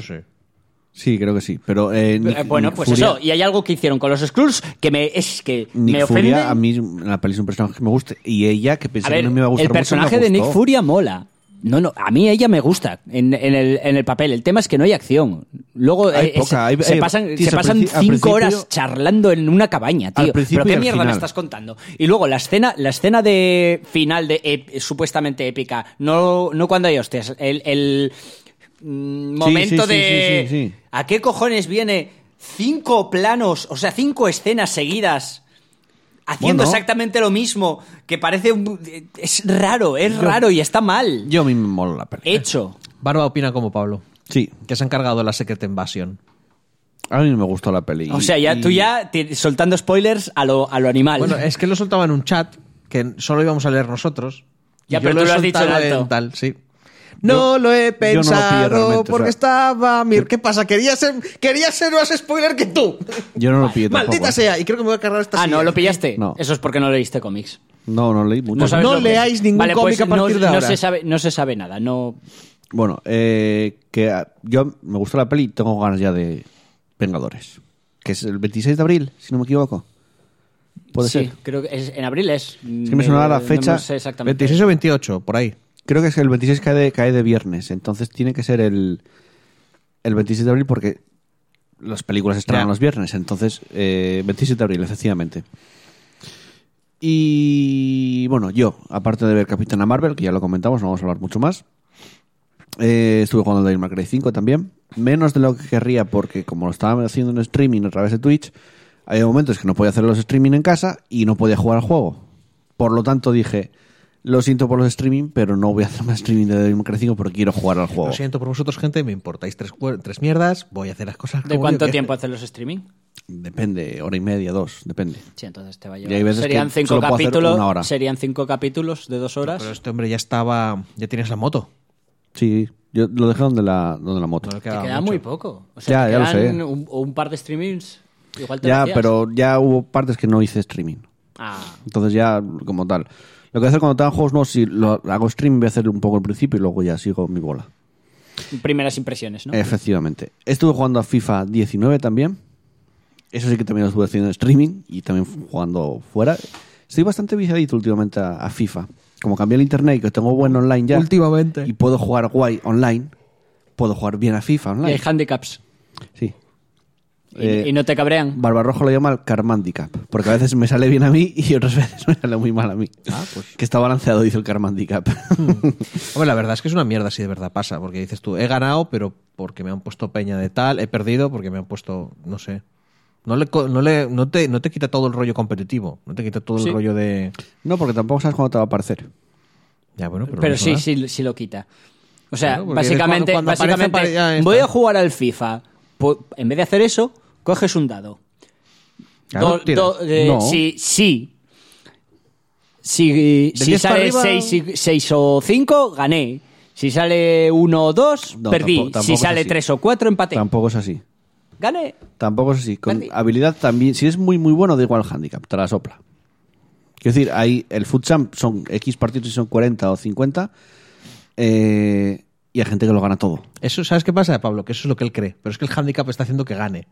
Speaker 1: Sí, creo que sí. Pero, eh, Nick-
Speaker 3: Eh, Pues, bueno,
Speaker 1: Nick
Speaker 3: pues
Speaker 1: Fury-
Speaker 3: eso, y hay algo que hicieron con los Skrulls que me es que
Speaker 1: Nick
Speaker 3: me
Speaker 1: Fury
Speaker 3: ofende.
Speaker 1: a mí en la peli es un personaje que me gusta y ella que pensé
Speaker 3: A ver,
Speaker 1: que no me iba a gustar
Speaker 3: el
Speaker 1: mucho, me
Speaker 3: personaje de Nick
Speaker 1: gustó.
Speaker 3: Furia mola. No, no, a mí ella me gusta en, en el, en el papel. El tema es que no hay acción. Luego
Speaker 1: Hay
Speaker 3: eh, se-
Speaker 1: poca, hay-
Speaker 3: se,
Speaker 1: hay-
Speaker 3: pasan,
Speaker 1: tío,
Speaker 3: se
Speaker 1: al
Speaker 3: pasan
Speaker 1: princi- al
Speaker 3: cinco
Speaker 1: principio-
Speaker 3: horas charlando en una cabaña,
Speaker 1: Al
Speaker 3: tío.
Speaker 1: principio
Speaker 3: ¿Pero
Speaker 1: y
Speaker 3: qué
Speaker 1: al
Speaker 3: mierda me
Speaker 1: final.
Speaker 3: estás contando? Y luego la escena, la escena de final de ep- eh, supuestamente épica, no, no cuando hay hostias, el, el, mm, momento
Speaker 1: sí, sí,
Speaker 3: de
Speaker 1: sí, sí, sí.
Speaker 3: ¿a qué cojones viene cinco planos, o sea, cinco escenas seguidas? haciendo
Speaker 1: Bueno.
Speaker 3: exactamente lo mismo, que parece un- es raro, es raro y está mal
Speaker 1: Yo a mí me mola la
Speaker 3: Eh,
Speaker 1: peli.
Speaker 3: hecho.
Speaker 4: Barba opina como Pablo,
Speaker 1: Sí,
Speaker 4: que se ha encargado de la Secret Invasion.
Speaker 1: a mí me gustó la peli.
Speaker 3: O sea, ya
Speaker 1: Y-
Speaker 3: tú ya te- soltando spoilers a lo, a lo animal.
Speaker 4: Bueno, es que lo soltaba en un chat que solo íbamos a leer nosotros.
Speaker 3: Ya,
Speaker 4: Y
Speaker 3: pero
Speaker 4: he
Speaker 3: tú lo has dicho en
Speaker 4: soltado
Speaker 3: alto.
Speaker 4: tal, sí. No lo
Speaker 1: no
Speaker 4: he
Speaker 1: lo pillé
Speaker 4: pensado
Speaker 1: realmente,
Speaker 4: porque
Speaker 1: o sea-
Speaker 4: estaba. Mir, ¿qué pasa? Quería ser, quería ser más spoiler que tú.
Speaker 1: Yo no lo pillé tampoco.
Speaker 4: Maldita
Speaker 1: ¿eh?
Speaker 4: sea, y creo que me voy a cargar esta
Speaker 3: ah, no,
Speaker 4: silla.
Speaker 3: lo pillaste.
Speaker 1: No.
Speaker 3: Eso es porque no leíste cómics. Pues
Speaker 1: No, no leí mucho.
Speaker 3: No, sabes
Speaker 4: no
Speaker 3: lo que
Speaker 4: leáis
Speaker 3: es.
Speaker 4: ningún
Speaker 3: Vale, pues
Speaker 4: cómic a partir de
Speaker 3: no, no
Speaker 4: ahora.
Speaker 3: Se sabe, no se sabe nada. No...
Speaker 1: Bueno, eh, que ah, yo me gustó la peli y tengo ganas ya de Vengadores. Que es el 26 de abril, si no me equivoco. Puede
Speaker 3: sí,
Speaker 1: ser.
Speaker 3: creo que es- en abril es.
Speaker 1: que me sonaba la fecha,
Speaker 3: No sé exactamente.
Speaker 4: 26 o 28, por ahí.
Speaker 1: Creo que es que el 26 cae de, cae de viernes, entonces tiene que ser el, el 26 de abril porque las películas estrenan
Speaker 4: Ya.
Speaker 1: los viernes, entonces eh, 27 de abril, efectivamente. Y bueno, yo, aparte de ver Capitana Marvel, que ya lo comentamos, no vamos a hablar mucho más, eh, estuve jugando al Devil May Cry 5 también, menos de lo que querría porque como lo estaba haciendo en streaming a través de Twitch, había momentos que no podía hacer los streaming en casa y no podía jugar al juego. Por lo tanto dije, lo siento por los streaming, pero no voy a hacer más streaming de Devil May Cry 5 porque quiero jugar al juego.
Speaker 4: Lo siento por vosotros, gente, me importáis tres, cuer- tres mierdas, voy a hacer las cosas
Speaker 3: ¿De
Speaker 4: como
Speaker 3: cuánto
Speaker 4: yo
Speaker 3: tiempo hacen los streaming?
Speaker 1: Depende, hora y media, dos, depende.
Speaker 3: Sí, entonces te va a
Speaker 1: hay
Speaker 3: llevar.
Speaker 1: veces
Speaker 3: Serían
Speaker 1: que
Speaker 3: cinco
Speaker 1: solo puedo hacer
Speaker 3: capítulos.
Speaker 1: una hora.
Speaker 3: Serían cinco capítulos de dos horas.
Speaker 4: Pero este hombre ya estaba. Ya tienes la moto.
Speaker 1: Sí, yo lo dejé donde la, donde la moto.
Speaker 4: No le
Speaker 3: Te queda
Speaker 4: mucho.
Speaker 3: muy poco. O
Speaker 1: Ya,
Speaker 3: sea, te
Speaker 1: ya lo
Speaker 3: quedan
Speaker 1: sé.
Speaker 3: Un, o un par de streamings. Igual te lo
Speaker 1: ya,
Speaker 3: hacías.
Speaker 1: pero ya hubo partes que no hice streaming.
Speaker 3: Ah,
Speaker 1: Entonces ya, como tal. Lo que voy a hacer cuando tenga juegos nuevos, si lo hago stream, voy a hacer un poco al principio y luego ya sigo mi bola.
Speaker 3: primeras impresiones,
Speaker 1: Eh,
Speaker 3: ¿no?
Speaker 1: Efectivamente. Estuve jugando a FIFA 19 también. Eso sí que también lo estuve haciendo en streaming y también fu- jugando fuera. Estoy bastante viciadito últimamente a, a FIFA. Como cambié el internet y que tengo buen online ya.
Speaker 4: Últimamente.
Speaker 1: Y puedo jugar guay online. Puedo jugar bien a FIFA
Speaker 3: Y hay
Speaker 1: online.
Speaker 3: handicaps.
Speaker 1: Sí.
Speaker 3: Y,
Speaker 1: Eh,
Speaker 3: y no te cabrean.
Speaker 1: Barbarrojo lo llama el Carmandicap, porque a veces me sale bien a mí y otras veces me sale muy mal a mí.
Speaker 3: Ah, pues.
Speaker 1: Que está balanceado, dice el Carmandicap.
Speaker 3: Hmm.
Speaker 4: Hombre, la verdad es que es una mierda si de verdad pasa, porque dices tú, he ganado, pero porque me han puesto peña de tal, he perdido porque me han puesto, no sé. No, le, co- no, le, no, te, no te quita todo el rollo competitivo, no te quita todo
Speaker 3: Sí.
Speaker 4: el rollo de...
Speaker 1: no, porque tampoco sabes cuándo te va a aparecer.
Speaker 4: Ya, bueno, pero,
Speaker 3: Pero
Speaker 4: no
Speaker 3: sí,
Speaker 1: ¿eh?
Speaker 4: jodas.
Speaker 3: sí, sí lo quita. O sea,
Speaker 4: Claro, porque
Speaker 3: básicamente,
Speaker 4: cuando- cuando aparece,
Speaker 3: básicamente
Speaker 4: apare- ya está.
Speaker 3: voy a jugar al FIFA. Po- en vez de hacer eso, coges un dado.
Speaker 4: Claro,
Speaker 3: Do-
Speaker 4: tiras.
Speaker 3: do- eh,
Speaker 1: No.
Speaker 3: Sí, sí. Si, si
Speaker 4: 10 para
Speaker 3: sale
Speaker 4: arriba-
Speaker 3: 6 o 5, gané. Si sale 1 o 2,
Speaker 1: No,
Speaker 3: perdí.
Speaker 1: tampoco- tampoco
Speaker 3: si
Speaker 1: es
Speaker 3: sale
Speaker 1: así.
Speaker 3: 3 o 4, empaté.
Speaker 1: Tampoco es así.
Speaker 3: Gané.
Speaker 1: Tampoco es así. Con
Speaker 3: Vale.
Speaker 1: habilidad también. Si es muy, muy bueno, da igual handicap, te la sopla. Quiero decir, ahí el Futsam son X partidos y son 40 o 50. eh, y hay gente que lo gana todo.
Speaker 4: Eso, ¿sabes qué pasa, Pablo? Que eso es lo que él cree. Pero es que el handicap está haciendo que gane.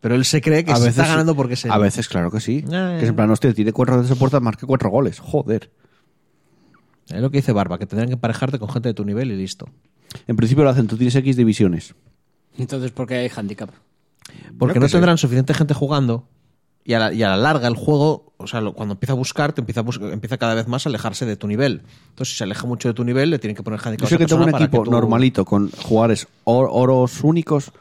Speaker 4: Pero él se cree que se está ganando porque se.
Speaker 1: A veces, claro que sí.
Speaker 4: Ya, ya,
Speaker 1: Que es en
Speaker 4: ya.
Speaker 1: plan, hostia, tiene cuatro de esa puerta más que cuatro goles. Joder.
Speaker 4: Es lo que dice Barba, que tendrían que emparejarte con gente de tu nivel y listo.
Speaker 1: En principio lo hacen, tú tienes X divisiones.
Speaker 3: Entonces, ¿por qué hay handicap?
Speaker 4: Porque
Speaker 1: Yo
Speaker 4: no
Speaker 1: qué sé.
Speaker 4: tendrán suficiente gente jugando. Y a, la, y a la larga el juego, o sea, lo- cuando empieza a buscar, te empieza, a bus- empieza cada vez más a alejarse de tu nivel. Entonces, si se aleja mucho de tu nivel, le tienen que poner handicap.
Speaker 1: Yo
Speaker 4: a
Speaker 1: sé
Speaker 4: esa
Speaker 1: que tengo un
Speaker 4: persona para
Speaker 1: equipo
Speaker 4: que tú-
Speaker 1: normalito con jugadores or- oros únicos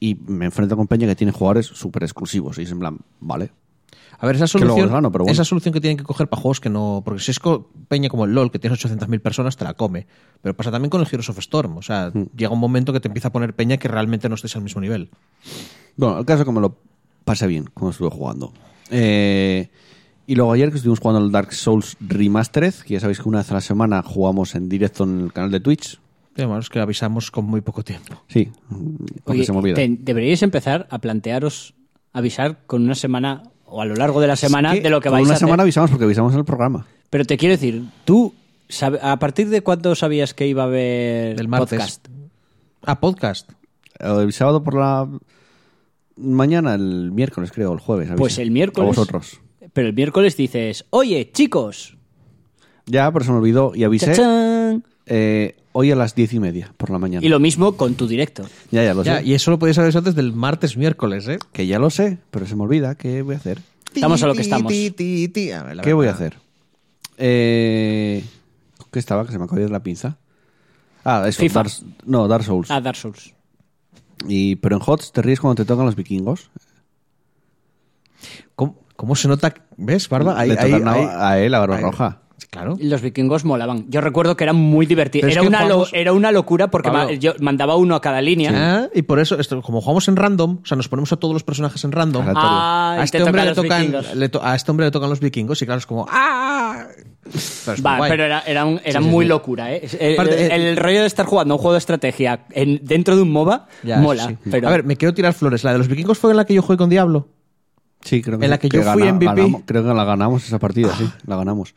Speaker 1: y me enfrento con Peña que tiene jugadores súper exclusivos. Y es en plan, vale.
Speaker 4: A ver, esa
Speaker 1: luego
Speaker 4: solución,
Speaker 1: les gano, pero bueno.
Speaker 4: esa solución que tienen que coger para juegos que no. Porque si es co- Peña como el LOL, que tiene 800.000 personas, te la come. Pero pasa también con el Heroes of Storm. O sea,
Speaker 1: Hmm.
Speaker 4: llega un momento que te empieza a poner Peña que realmente no estés al mismo nivel.
Speaker 1: Bueno, el caso es que me lo pasé bien cuando estuve jugando. Eh, y luego ayer que estuvimos jugando al Dark Souls Remastered, que ya sabéis que una vez a la semana jugamos en directo en el canal de Twitch.
Speaker 4: Y además que avisamos con muy poco tiempo.
Speaker 1: Sí, porque se me olvida.
Speaker 3: te- deberíais empezar a plantearos avisar con una semana o a lo largo de la semana
Speaker 1: Es que
Speaker 3: de lo que
Speaker 1: con
Speaker 3: vais
Speaker 1: una
Speaker 3: a hacer.
Speaker 1: semana avisamos porque avisamos en el programa.
Speaker 3: Pero te quiero decir, tú, sabe- ¿a partir de cuándo sabías que iba a haber
Speaker 4: Del martes.
Speaker 3: podcast?
Speaker 4: Ah, podcast.
Speaker 1: El sábado por la mañana, el miércoles creo, el jueves. avisa.
Speaker 3: Pues el miércoles.
Speaker 1: A vosotros.
Speaker 3: Pero el miércoles dices, oye, chicos,
Speaker 1: Ya, pero se me olvidó y avisé
Speaker 3: ¡Tachán!
Speaker 1: eh, hoy a las diez y media por la mañana.
Speaker 3: y lo mismo con tu directo.
Speaker 1: Ya, ya lo
Speaker 4: Ya,
Speaker 1: sé.
Speaker 4: y eso lo podías haber hecho antes del martes, miércoles, ¿eh?
Speaker 1: Que ya lo sé, pero se me olvida. ¿Qué voy a hacer?
Speaker 3: Estamos a lo que
Speaker 4: Ti,
Speaker 3: estamos.
Speaker 4: ti, ti, ti. A ver, la
Speaker 1: ¿Qué
Speaker 4: verdad.
Speaker 1: voy a hacer? Eh, ¿Qué estaba? Que se me acabó de ir la pinza. Ah, eso,
Speaker 3: FIFA.
Speaker 1: Dark- no, Dark Souls.
Speaker 4: Ah.
Speaker 3: A Dark Souls.
Speaker 1: Y, pero en HOTS te ríes cuando te tocan los vikingos.
Speaker 4: ¿Cómo, cómo se nota? ¿Ves, Barba? Ahí-
Speaker 1: Le
Speaker 4: ahí-
Speaker 1: tocan a-
Speaker 4: ahí-
Speaker 1: a él, a Barba
Speaker 4: ahí-
Speaker 1: Roja.
Speaker 4: Sí, Claro.
Speaker 3: Los vikingos molaban. Yo recuerdo que eran muy divertidos.
Speaker 4: Pero es
Speaker 3: Era,
Speaker 4: que
Speaker 3: una lo-
Speaker 4: jugamos-
Speaker 3: era una locura porque
Speaker 4: Pablo.
Speaker 3: ma- yo mandaba uno a cada línea.
Speaker 4: Ah, Y por eso, esto, como jugamos en random, o sea, nos ponemos a todos los personajes en random.
Speaker 1: Ajá.
Speaker 3: Ah,
Speaker 4: a,
Speaker 3: y
Speaker 4: este
Speaker 3: te
Speaker 4: hombre
Speaker 3: tocan
Speaker 4: le
Speaker 3: los vikingos.
Speaker 4: tocan, le to- a este hombre le tocan los vikingos y claro, es como ¡Ah! Pero, es muy
Speaker 3: Va,
Speaker 4: guay.
Speaker 3: pero era, era, un- era
Speaker 4: Sí, sí,
Speaker 3: muy
Speaker 4: sí.
Speaker 3: locura, ¿eh? El,
Speaker 4: Aparte,
Speaker 3: el-
Speaker 4: eh,
Speaker 3: el rollo de estar jugando a un juego de estrategia en- dentro de un MOBA
Speaker 4: Ya,
Speaker 3: mola.
Speaker 4: sí.
Speaker 3: Pero
Speaker 4: A ver, me quiero tirar flores. La de los vikingos fue en la que yo jugué con Diablo.
Speaker 1: Sí, creo que
Speaker 4: En la
Speaker 1: sí.
Speaker 4: que Ah. yo fui MVP.
Speaker 1: ganamos- creo que la ganamos esa partida, sí, la ganamos.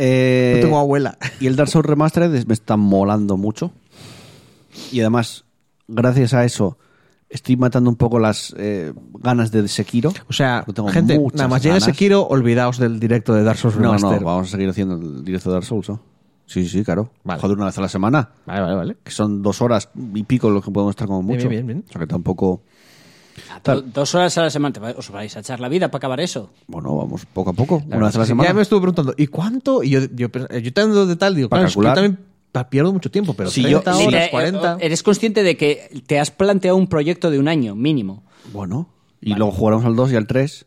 Speaker 1: Eh,
Speaker 4: No tengo abuela.
Speaker 1: Y el Dark Souls Remastered es- me está molando mucho. Y además, gracias a eso, estoy matando un poco las eh, ganas de Sekiro.
Speaker 4: O sea,
Speaker 1: Yo tengo
Speaker 4: gente,
Speaker 1: muchas
Speaker 4: nada más llega
Speaker 1: ganas.
Speaker 4: Sekiro, olvidaos del directo de Dark Souls
Speaker 1: No, no,
Speaker 4: Remastered.
Speaker 1: vamos a seguir haciendo el directo de Dark Souls, ¿no? Sí, sí, claro.
Speaker 4: Vale.
Speaker 1: Joder, una vez a la semana.
Speaker 4: Vale, vale, vale.
Speaker 1: Que son dos horas y pico lo que podemos estar como
Speaker 4: Bien,
Speaker 1: mucho.
Speaker 4: bien, bien.
Speaker 1: O sea que tampoco.
Speaker 3: do- dos horas a la semana te va- os vais a echar la vida para acabar eso.
Speaker 1: Bueno, vamos poco a poco. una
Speaker 4: La verdad
Speaker 1: vez a
Speaker 4: es
Speaker 1: la
Speaker 4: que
Speaker 1: semana.
Speaker 4: Ya me estuvo preguntando, ¿y cuánto? Y yo, yo, pens- yo tanto de tal, digo,
Speaker 1: Para
Speaker 4: claro, es que
Speaker 1: calcular.
Speaker 4: yo también pa- pierdo mucho tiempo, pero
Speaker 1: Si yo-
Speaker 4: 30
Speaker 1: si
Speaker 4: horas,
Speaker 3: te-
Speaker 4: 40.
Speaker 3: eh, Eres consciente de que te has planteado un proyecto de un año, mínimo.
Speaker 1: Bueno. Y luego jugaremos al 2 y al 3.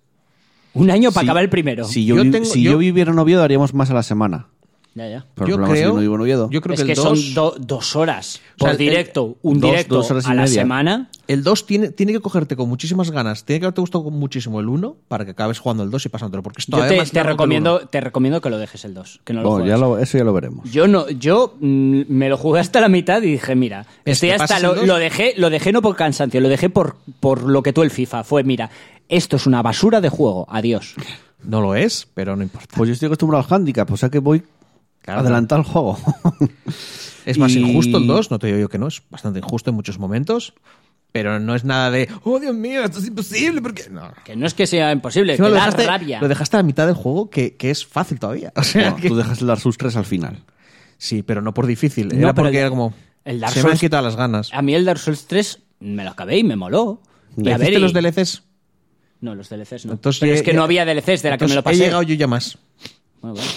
Speaker 3: Un año para
Speaker 1: Si-
Speaker 3: acaar el primero.
Speaker 1: Si yo,
Speaker 4: Yo
Speaker 1: vi-
Speaker 4: tengo-
Speaker 1: si
Speaker 4: yo-
Speaker 1: yo viviera en Oviedo, haríamos más a la semana.
Speaker 3: Ya, ya.
Speaker 1: Pero el
Speaker 4: yo,
Speaker 1: problema es que
Speaker 4: creo,
Speaker 1: no vivo en Oviedo.
Speaker 4: yo creo
Speaker 3: es
Speaker 4: que,
Speaker 3: que
Speaker 4: el 2
Speaker 3: son do- dos horas por
Speaker 4: sea, el-
Speaker 3: directo, un
Speaker 1: dos-
Speaker 3: directo
Speaker 1: dos horas y
Speaker 3: a la
Speaker 1: media.
Speaker 3: semana.
Speaker 4: el 2 tiene, tiene que cogerte con muchísimas ganas, tiene que haberte gustado muchísimo el 1 para que acabes jugando el 2 y pasándolo, porque es
Speaker 3: Yo
Speaker 4: todavía
Speaker 3: te,
Speaker 4: más
Speaker 3: te
Speaker 4: largo que el Oh,
Speaker 3: recomiendo, te recomiendo que lo dejes el 2, que no lo
Speaker 1: Bueno,
Speaker 3: juegues.
Speaker 1: ya lo- eso ya lo veremos.
Speaker 3: Yo no, yo mm, me lo jugué hasta la mitad y dije, mira,
Speaker 4: Es
Speaker 3: estoy
Speaker 4: que
Speaker 3: hasta
Speaker 4: pasas el
Speaker 3: lo,
Speaker 4: dos.
Speaker 3: lo dejé, lo dejé no por cansancio, lo dejé por, por lo que tú el FIFA. Fue, mira, esto es una basura de juego, adiós.
Speaker 4: uno. No lo es, pero no importa.
Speaker 1: Pues yo estoy acostumbrado al handicap, o sea que voy
Speaker 4: Claro.
Speaker 1: adelantado al juego.
Speaker 4: Es más
Speaker 1: Y-
Speaker 4: injusto el 2, no te digo yo que no, es bastante injusto en muchos momentos, pero no es nada de, oh Dios mío, esto es imposible, porque... No.
Speaker 3: Que no es que sea imposible,
Speaker 4: Encima
Speaker 3: que
Speaker 4: lo,
Speaker 3: da
Speaker 4: dejaste,
Speaker 3: rabia.
Speaker 4: lo dejaste a la mitad del juego, que, que es fácil todavía. O sea,
Speaker 1: No,
Speaker 4: que-
Speaker 1: tú dejas el Dark Souls 3 al final.
Speaker 4: Sí, pero no por difícil,
Speaker 3: No,
Speaker 4: era
Speaker 3: pero
Speaker 4: porque
Speaker 3: el-
Speaker 4: era como...
Speaker 3: el Dark
Speaker 4: se me han
Speaker 3: Souls-
Speaker 4: quitado las ganas.
Speaker 3: A mí el Dark Souls 3 me lo acabé y me moló. Y
Speaker 4: ¿Le
Speaker 3: a ver,
Speaker 4: hiciste
Speaker 3: y-
Speaker 4: los DLCs?
Speaker 3: No, los DLCs no.
Speaker 4: Entonces,
Speaker 3: Pero
Speaker 4: ya-
Speaker 3: es que
Speaker 4: ya-
Speaker 3: no había DLCs de la que me
Speaker 4: Entonces,
Speaker 3: lo
Speaker 4: He
Speaker 3: pasé.
Speaker 4: llegado yo ya más.
Speaker 3: Bueno, bueno.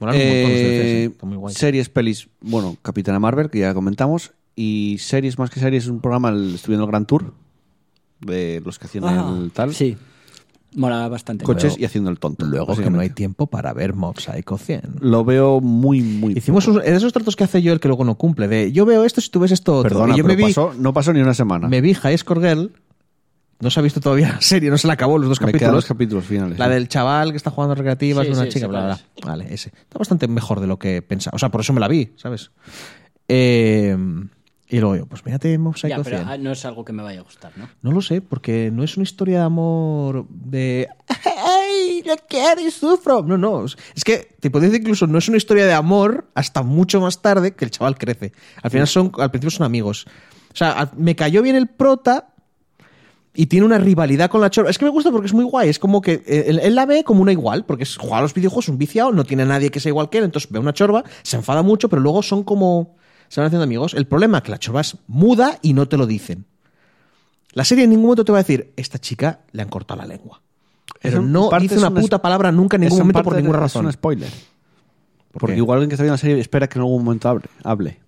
Speaker 4: Molaron un montón los DLCs,
Speaker 1: Eh,
Speaker 4: está muy guay.
Speaker 1: series, pelis, bueno, Capitana Marvel, que ya comentamos, y series más que series, un programa, el, estuve viendo el Gran Tour, de los que hacían el tal,
Speaker 3: Ah, Sí, molaba bastante.
Speaker 1: coches
Speaker 4: Luego-
Speaker 1: y haciendo el tonto.
Speaker 4: Luego que no hay
Speaker 1: básicamente.
Speaker 4: tiempo para ver Mob Psycho 100.
Speaker 1: Lo veo muy, muy...
Speaker 4: Hicimos
Speaker 1: poco.
Speaker 4: un- esos tratos que hace yo el que luego no cumple, de yo veo esto si tú ves esto otro.
Speaker 1: Perdona,
Speaker 4: y yo
Speaker 1: pero
Speaker 4: me vi,
Speaker 1: pasó- no pasó ni una semana.
Speaker 4: me vi High Score Girl, no se ha visto todavía la serie, no se la acabó los dos
Speaker 1: Me quedan
Speaker 4: capítulos.
Speaker 1: los capítulos finales.
Speaker 4: La
Speaker 1: ¿eh?
Speaker 4: del chaval que está jugando recreativas
Speaker 3: Sí,
Speaker 4: de una
Speaker 3: sí,
Speaker 4: chica,
Speaker 3: sí,
Speaker 4: bla, bla,
Speaker 3: claro,
Speaker 4: bla. Vale, ese. Está bastante mejor de lo que pensaba. O sea, por eso me la vi, ¿sabes? Eh, y luego yo, pues mírate Mob Psycho
Speaker 3: Ya, pero
Speaker 4: 100.
Speaker 3: ah, no es algo que me vaya a gustar, ¿no?
Speaker 4: No lo sé, porque no es una historia de amor de... ¡ay! Lo quiero y sufro. No, no. es- Es que te puedo decir que incluso no es una historia de amor hasta mucho más tarde que el chaval crece. Al final son, al principio son amigos. O sea, al- me cayó bien el prota, y tiene una rivalidad con la chorba. Es que me gusta porque es muy guay. Es como que eh, él, él la ve como una igual, porque es, juega a los videojuegos, es un viciado, no tiene a nadie que sea igual que él, entonces ve a una chorba, se enfada mucho, pero luego son como. Se van haciendo amigos. El problema es que la chorba es muda y no te lo dicen. La serie en ningún momento te va a decir, esta chica le han cortado la lengua. Pero
Speaker 1: Eso en
Speaker 4: no
Speaker 1: parte
Speaker 4: dice
Speaker 1: es
Speaker 4: una
Speaker 1: un es-
Speaker 4: puta palabra nunca en ningún
Speaker 1: eso en
Speaker 4: momento por
Speaker 1: parte
Speaker 4: ninguna
Speaker 1: es-
Speaker 4: razón.
Speaker 1: Es un spoiler.
Speaker 4: ¿Por
Speaker 1: porque
Speaker 4: qué?
Speaker 1: igual alguien que está viendo la serie espera que en algún momento hable. hable.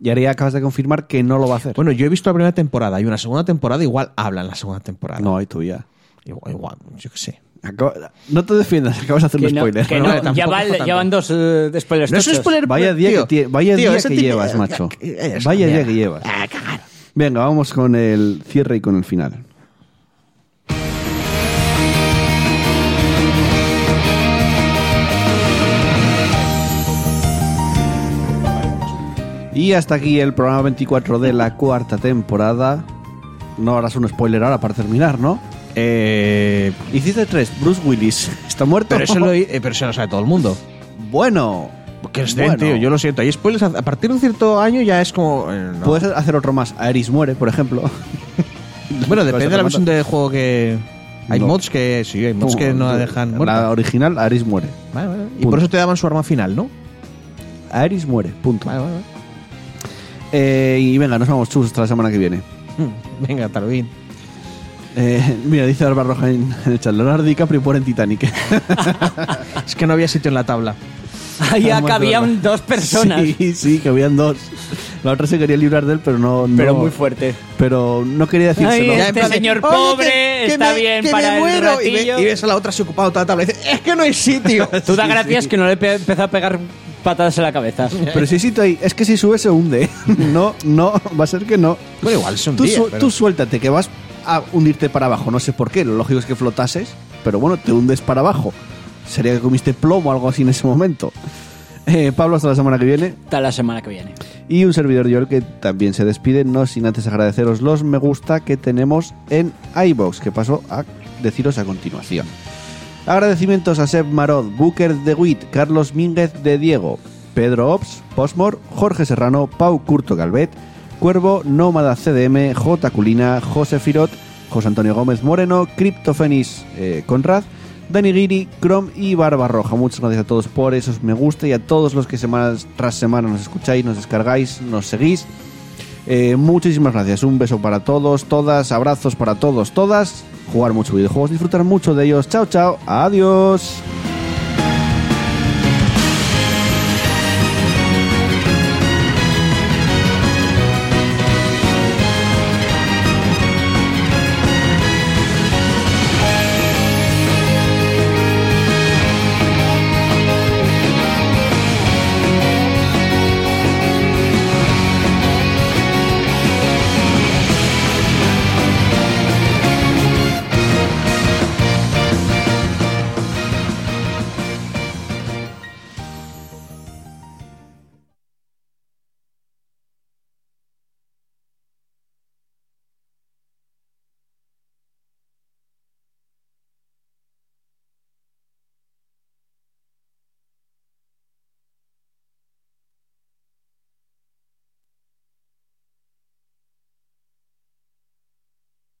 Speaker 1: Y ahora ya acabas de confirmar que no lo va a hacer.
Speaker 4: Bueno, yo he visto la primera temporada y una segunda temporada igual habla en la segunda temporada.
Speaker 1: no, ahí tú ya.
Speaker 4: Igual, igual, yo qué sé.
Speaker 1: Acaba- No te defiendas, acabas de hacer
Speaker 3: Que
Speaker 1: un
Speaker 3: no-
Speaker 1: spoiler.
Speaker 3: que
Speaker 4: Bueno,
Speaker 3: no,
Speaker 4: vale, tampoco
Speaker 3: ya, va-
Speaker 4: tanto.
Speaker 3: ya van dos eh, spoilers.
Speaker 4: No es un
Speaker 3: tochos.
Speaker 4: spoiler,
Speaker 1: Vaya día
Speaker 4: tío.
Speaker 1: que tie- vaya día
Speaker 4: ese
Speaker 1: que
Speaker 4: tipo-
Speaker 1: llevas,
Speaker 4: eh,
Speaker 1: macho.
Speaker 4: eh, es
Speaker 1: Vaya
Speaker 4: una
Speaker 1: día
Speaker 4: mierda.
Speaker 1: que llevas.
Speaker 4: Ah, cagar.
Speaker 1: Venga, vamos con el cierre y con el final. Y hasta aquí el programa 24 de la cuarta temporada. No harás un spoiler ahora para terminar, ¿no?
Speaker 4: Eh,
Speaker 1: Hiciste tres. Bruce Willis está muerto.
Speaker 4: pero, eso lo, eh, pero eso lo sabe todo el mundo.
Speaker 1: Bueno.
Speaker 4: Que os den,
Speaker 1: Bueno.
Speaker 4: tío, yo lo siento. Hay spoilers a, a partir de cierto año ya es como. eh, no.
Speaker 1: Puedes hacer otro más. Aeris muere, por ejemplo.
Speaker 4: bueno, depende de la
Speaker 1: Puedes hacer
Speaker 4: versión del juego que. Hay
Speaker 1: pues, No.
Speaker 4: mods que. Sí, hay mods que no la dejan.
Speaker 1: En Uh, la
Speaker 4: muerta.
Speaker 1: original, Aeris muere.
Speaker 4: Vale, vale. Y
Speaker 1: punto.
Speaker 4: por eso te daban su arma final, ¿no?
Speaker 1: Aeris muere, punto.
Speaker 4: Vale, vale.
Speaker 1: Eh, y venga, nos vamos chus hasta la semana que viene.
Speaker 4: vale.
Speaker 1: Mm.
Speaker 4: Venga, Tarvin.
Speaker 1: Eh, mira, dice Barba Roja en en el chat, Leonardo DiCaprio muere en Titanic.
Speaker 4: Es que no había sitio en la tabla.
Speaker 3: Ahí
Speaker 1: Vamos,
Speaker 3: cabían
Speaker 1: Eduardo.
Speaker 3: dos personas.
Speaker 1: Sí, sí, que habían dos. La otra se quería librar de él, pero no... no-
Speaker 3: Pero muy fuerte.
Speaker 1: Pero no quería decírselo.
Speaker 3: Ay,
Speaker 4: Ya,
Speaker 3: Este
Speaker 4: en plan de,
Speaker 3: señor
Speaker 4: "Oye,
Speaker 3: pobre
Speaker 4: que- que
Speaker 3: está
Speaker 4: me-
Speaker 3: bien
Speaker 4: que me
Speaker 3: para el
Speaker 4: muero". Y, ve-
Speaker 3: ratillo.
Speaker 4: y ves a la otra se ocupaba toda la tabla y dice: ¡Es que no hay sitio!
Speaker 3: Tú da
Speaker 4: Sí,
Speaker 3: gracias que no le pe- empezó a pegar patadas en la cabeza.
Speaker 1: Pero si sitio ahí, es que si sube se hunde. No, no, va a ser que no.
Speaker 4: Bueno, igual es un
Speaker 1: Tú,
Speaker 4: día,
Speaker 1: su-
Speaker 4: pero-
Speaker 1: tú suéltate, que vas a hundirte para abajo. No sé por qué, lo lógico es que flotases, pero bueno, te hundes para abajo. Sería que comiste plomo o algo así en ese momento. Eh, Pablo, hasta la semana que viene.
Speaker 3: Hasta la semana que viene.
Speaker 1: Y un servidor Joel que también se despide, no sin antes agradeceros los me gusta que tenemos en iBox, que paso a deciros a continuación. Agradecimientos a Seb Marot, Booker de Witt, Carlos Mínguez de Diego, Pedro Ops, Posmor, Jorge Serrano, Pau Curto Galvet, Cuervo, Nómada CDM, J. Culina, José Firot, José Antonio Gómez Moreno, Cryptofenis eh, Conrad, Dani Guiri, Chrome y Barbarroja. Muchas gracias a todos por esos me gusta y a todos los que semana tras semana nos escucháis, nos descargáis, nos seguís. Eh, muchísimas gracias. Un beso para todos, todas, abrazos para todos, todas. Jugar mucho videojuegos, disfrutar mucho de ellos. Chao, chao. Adiós.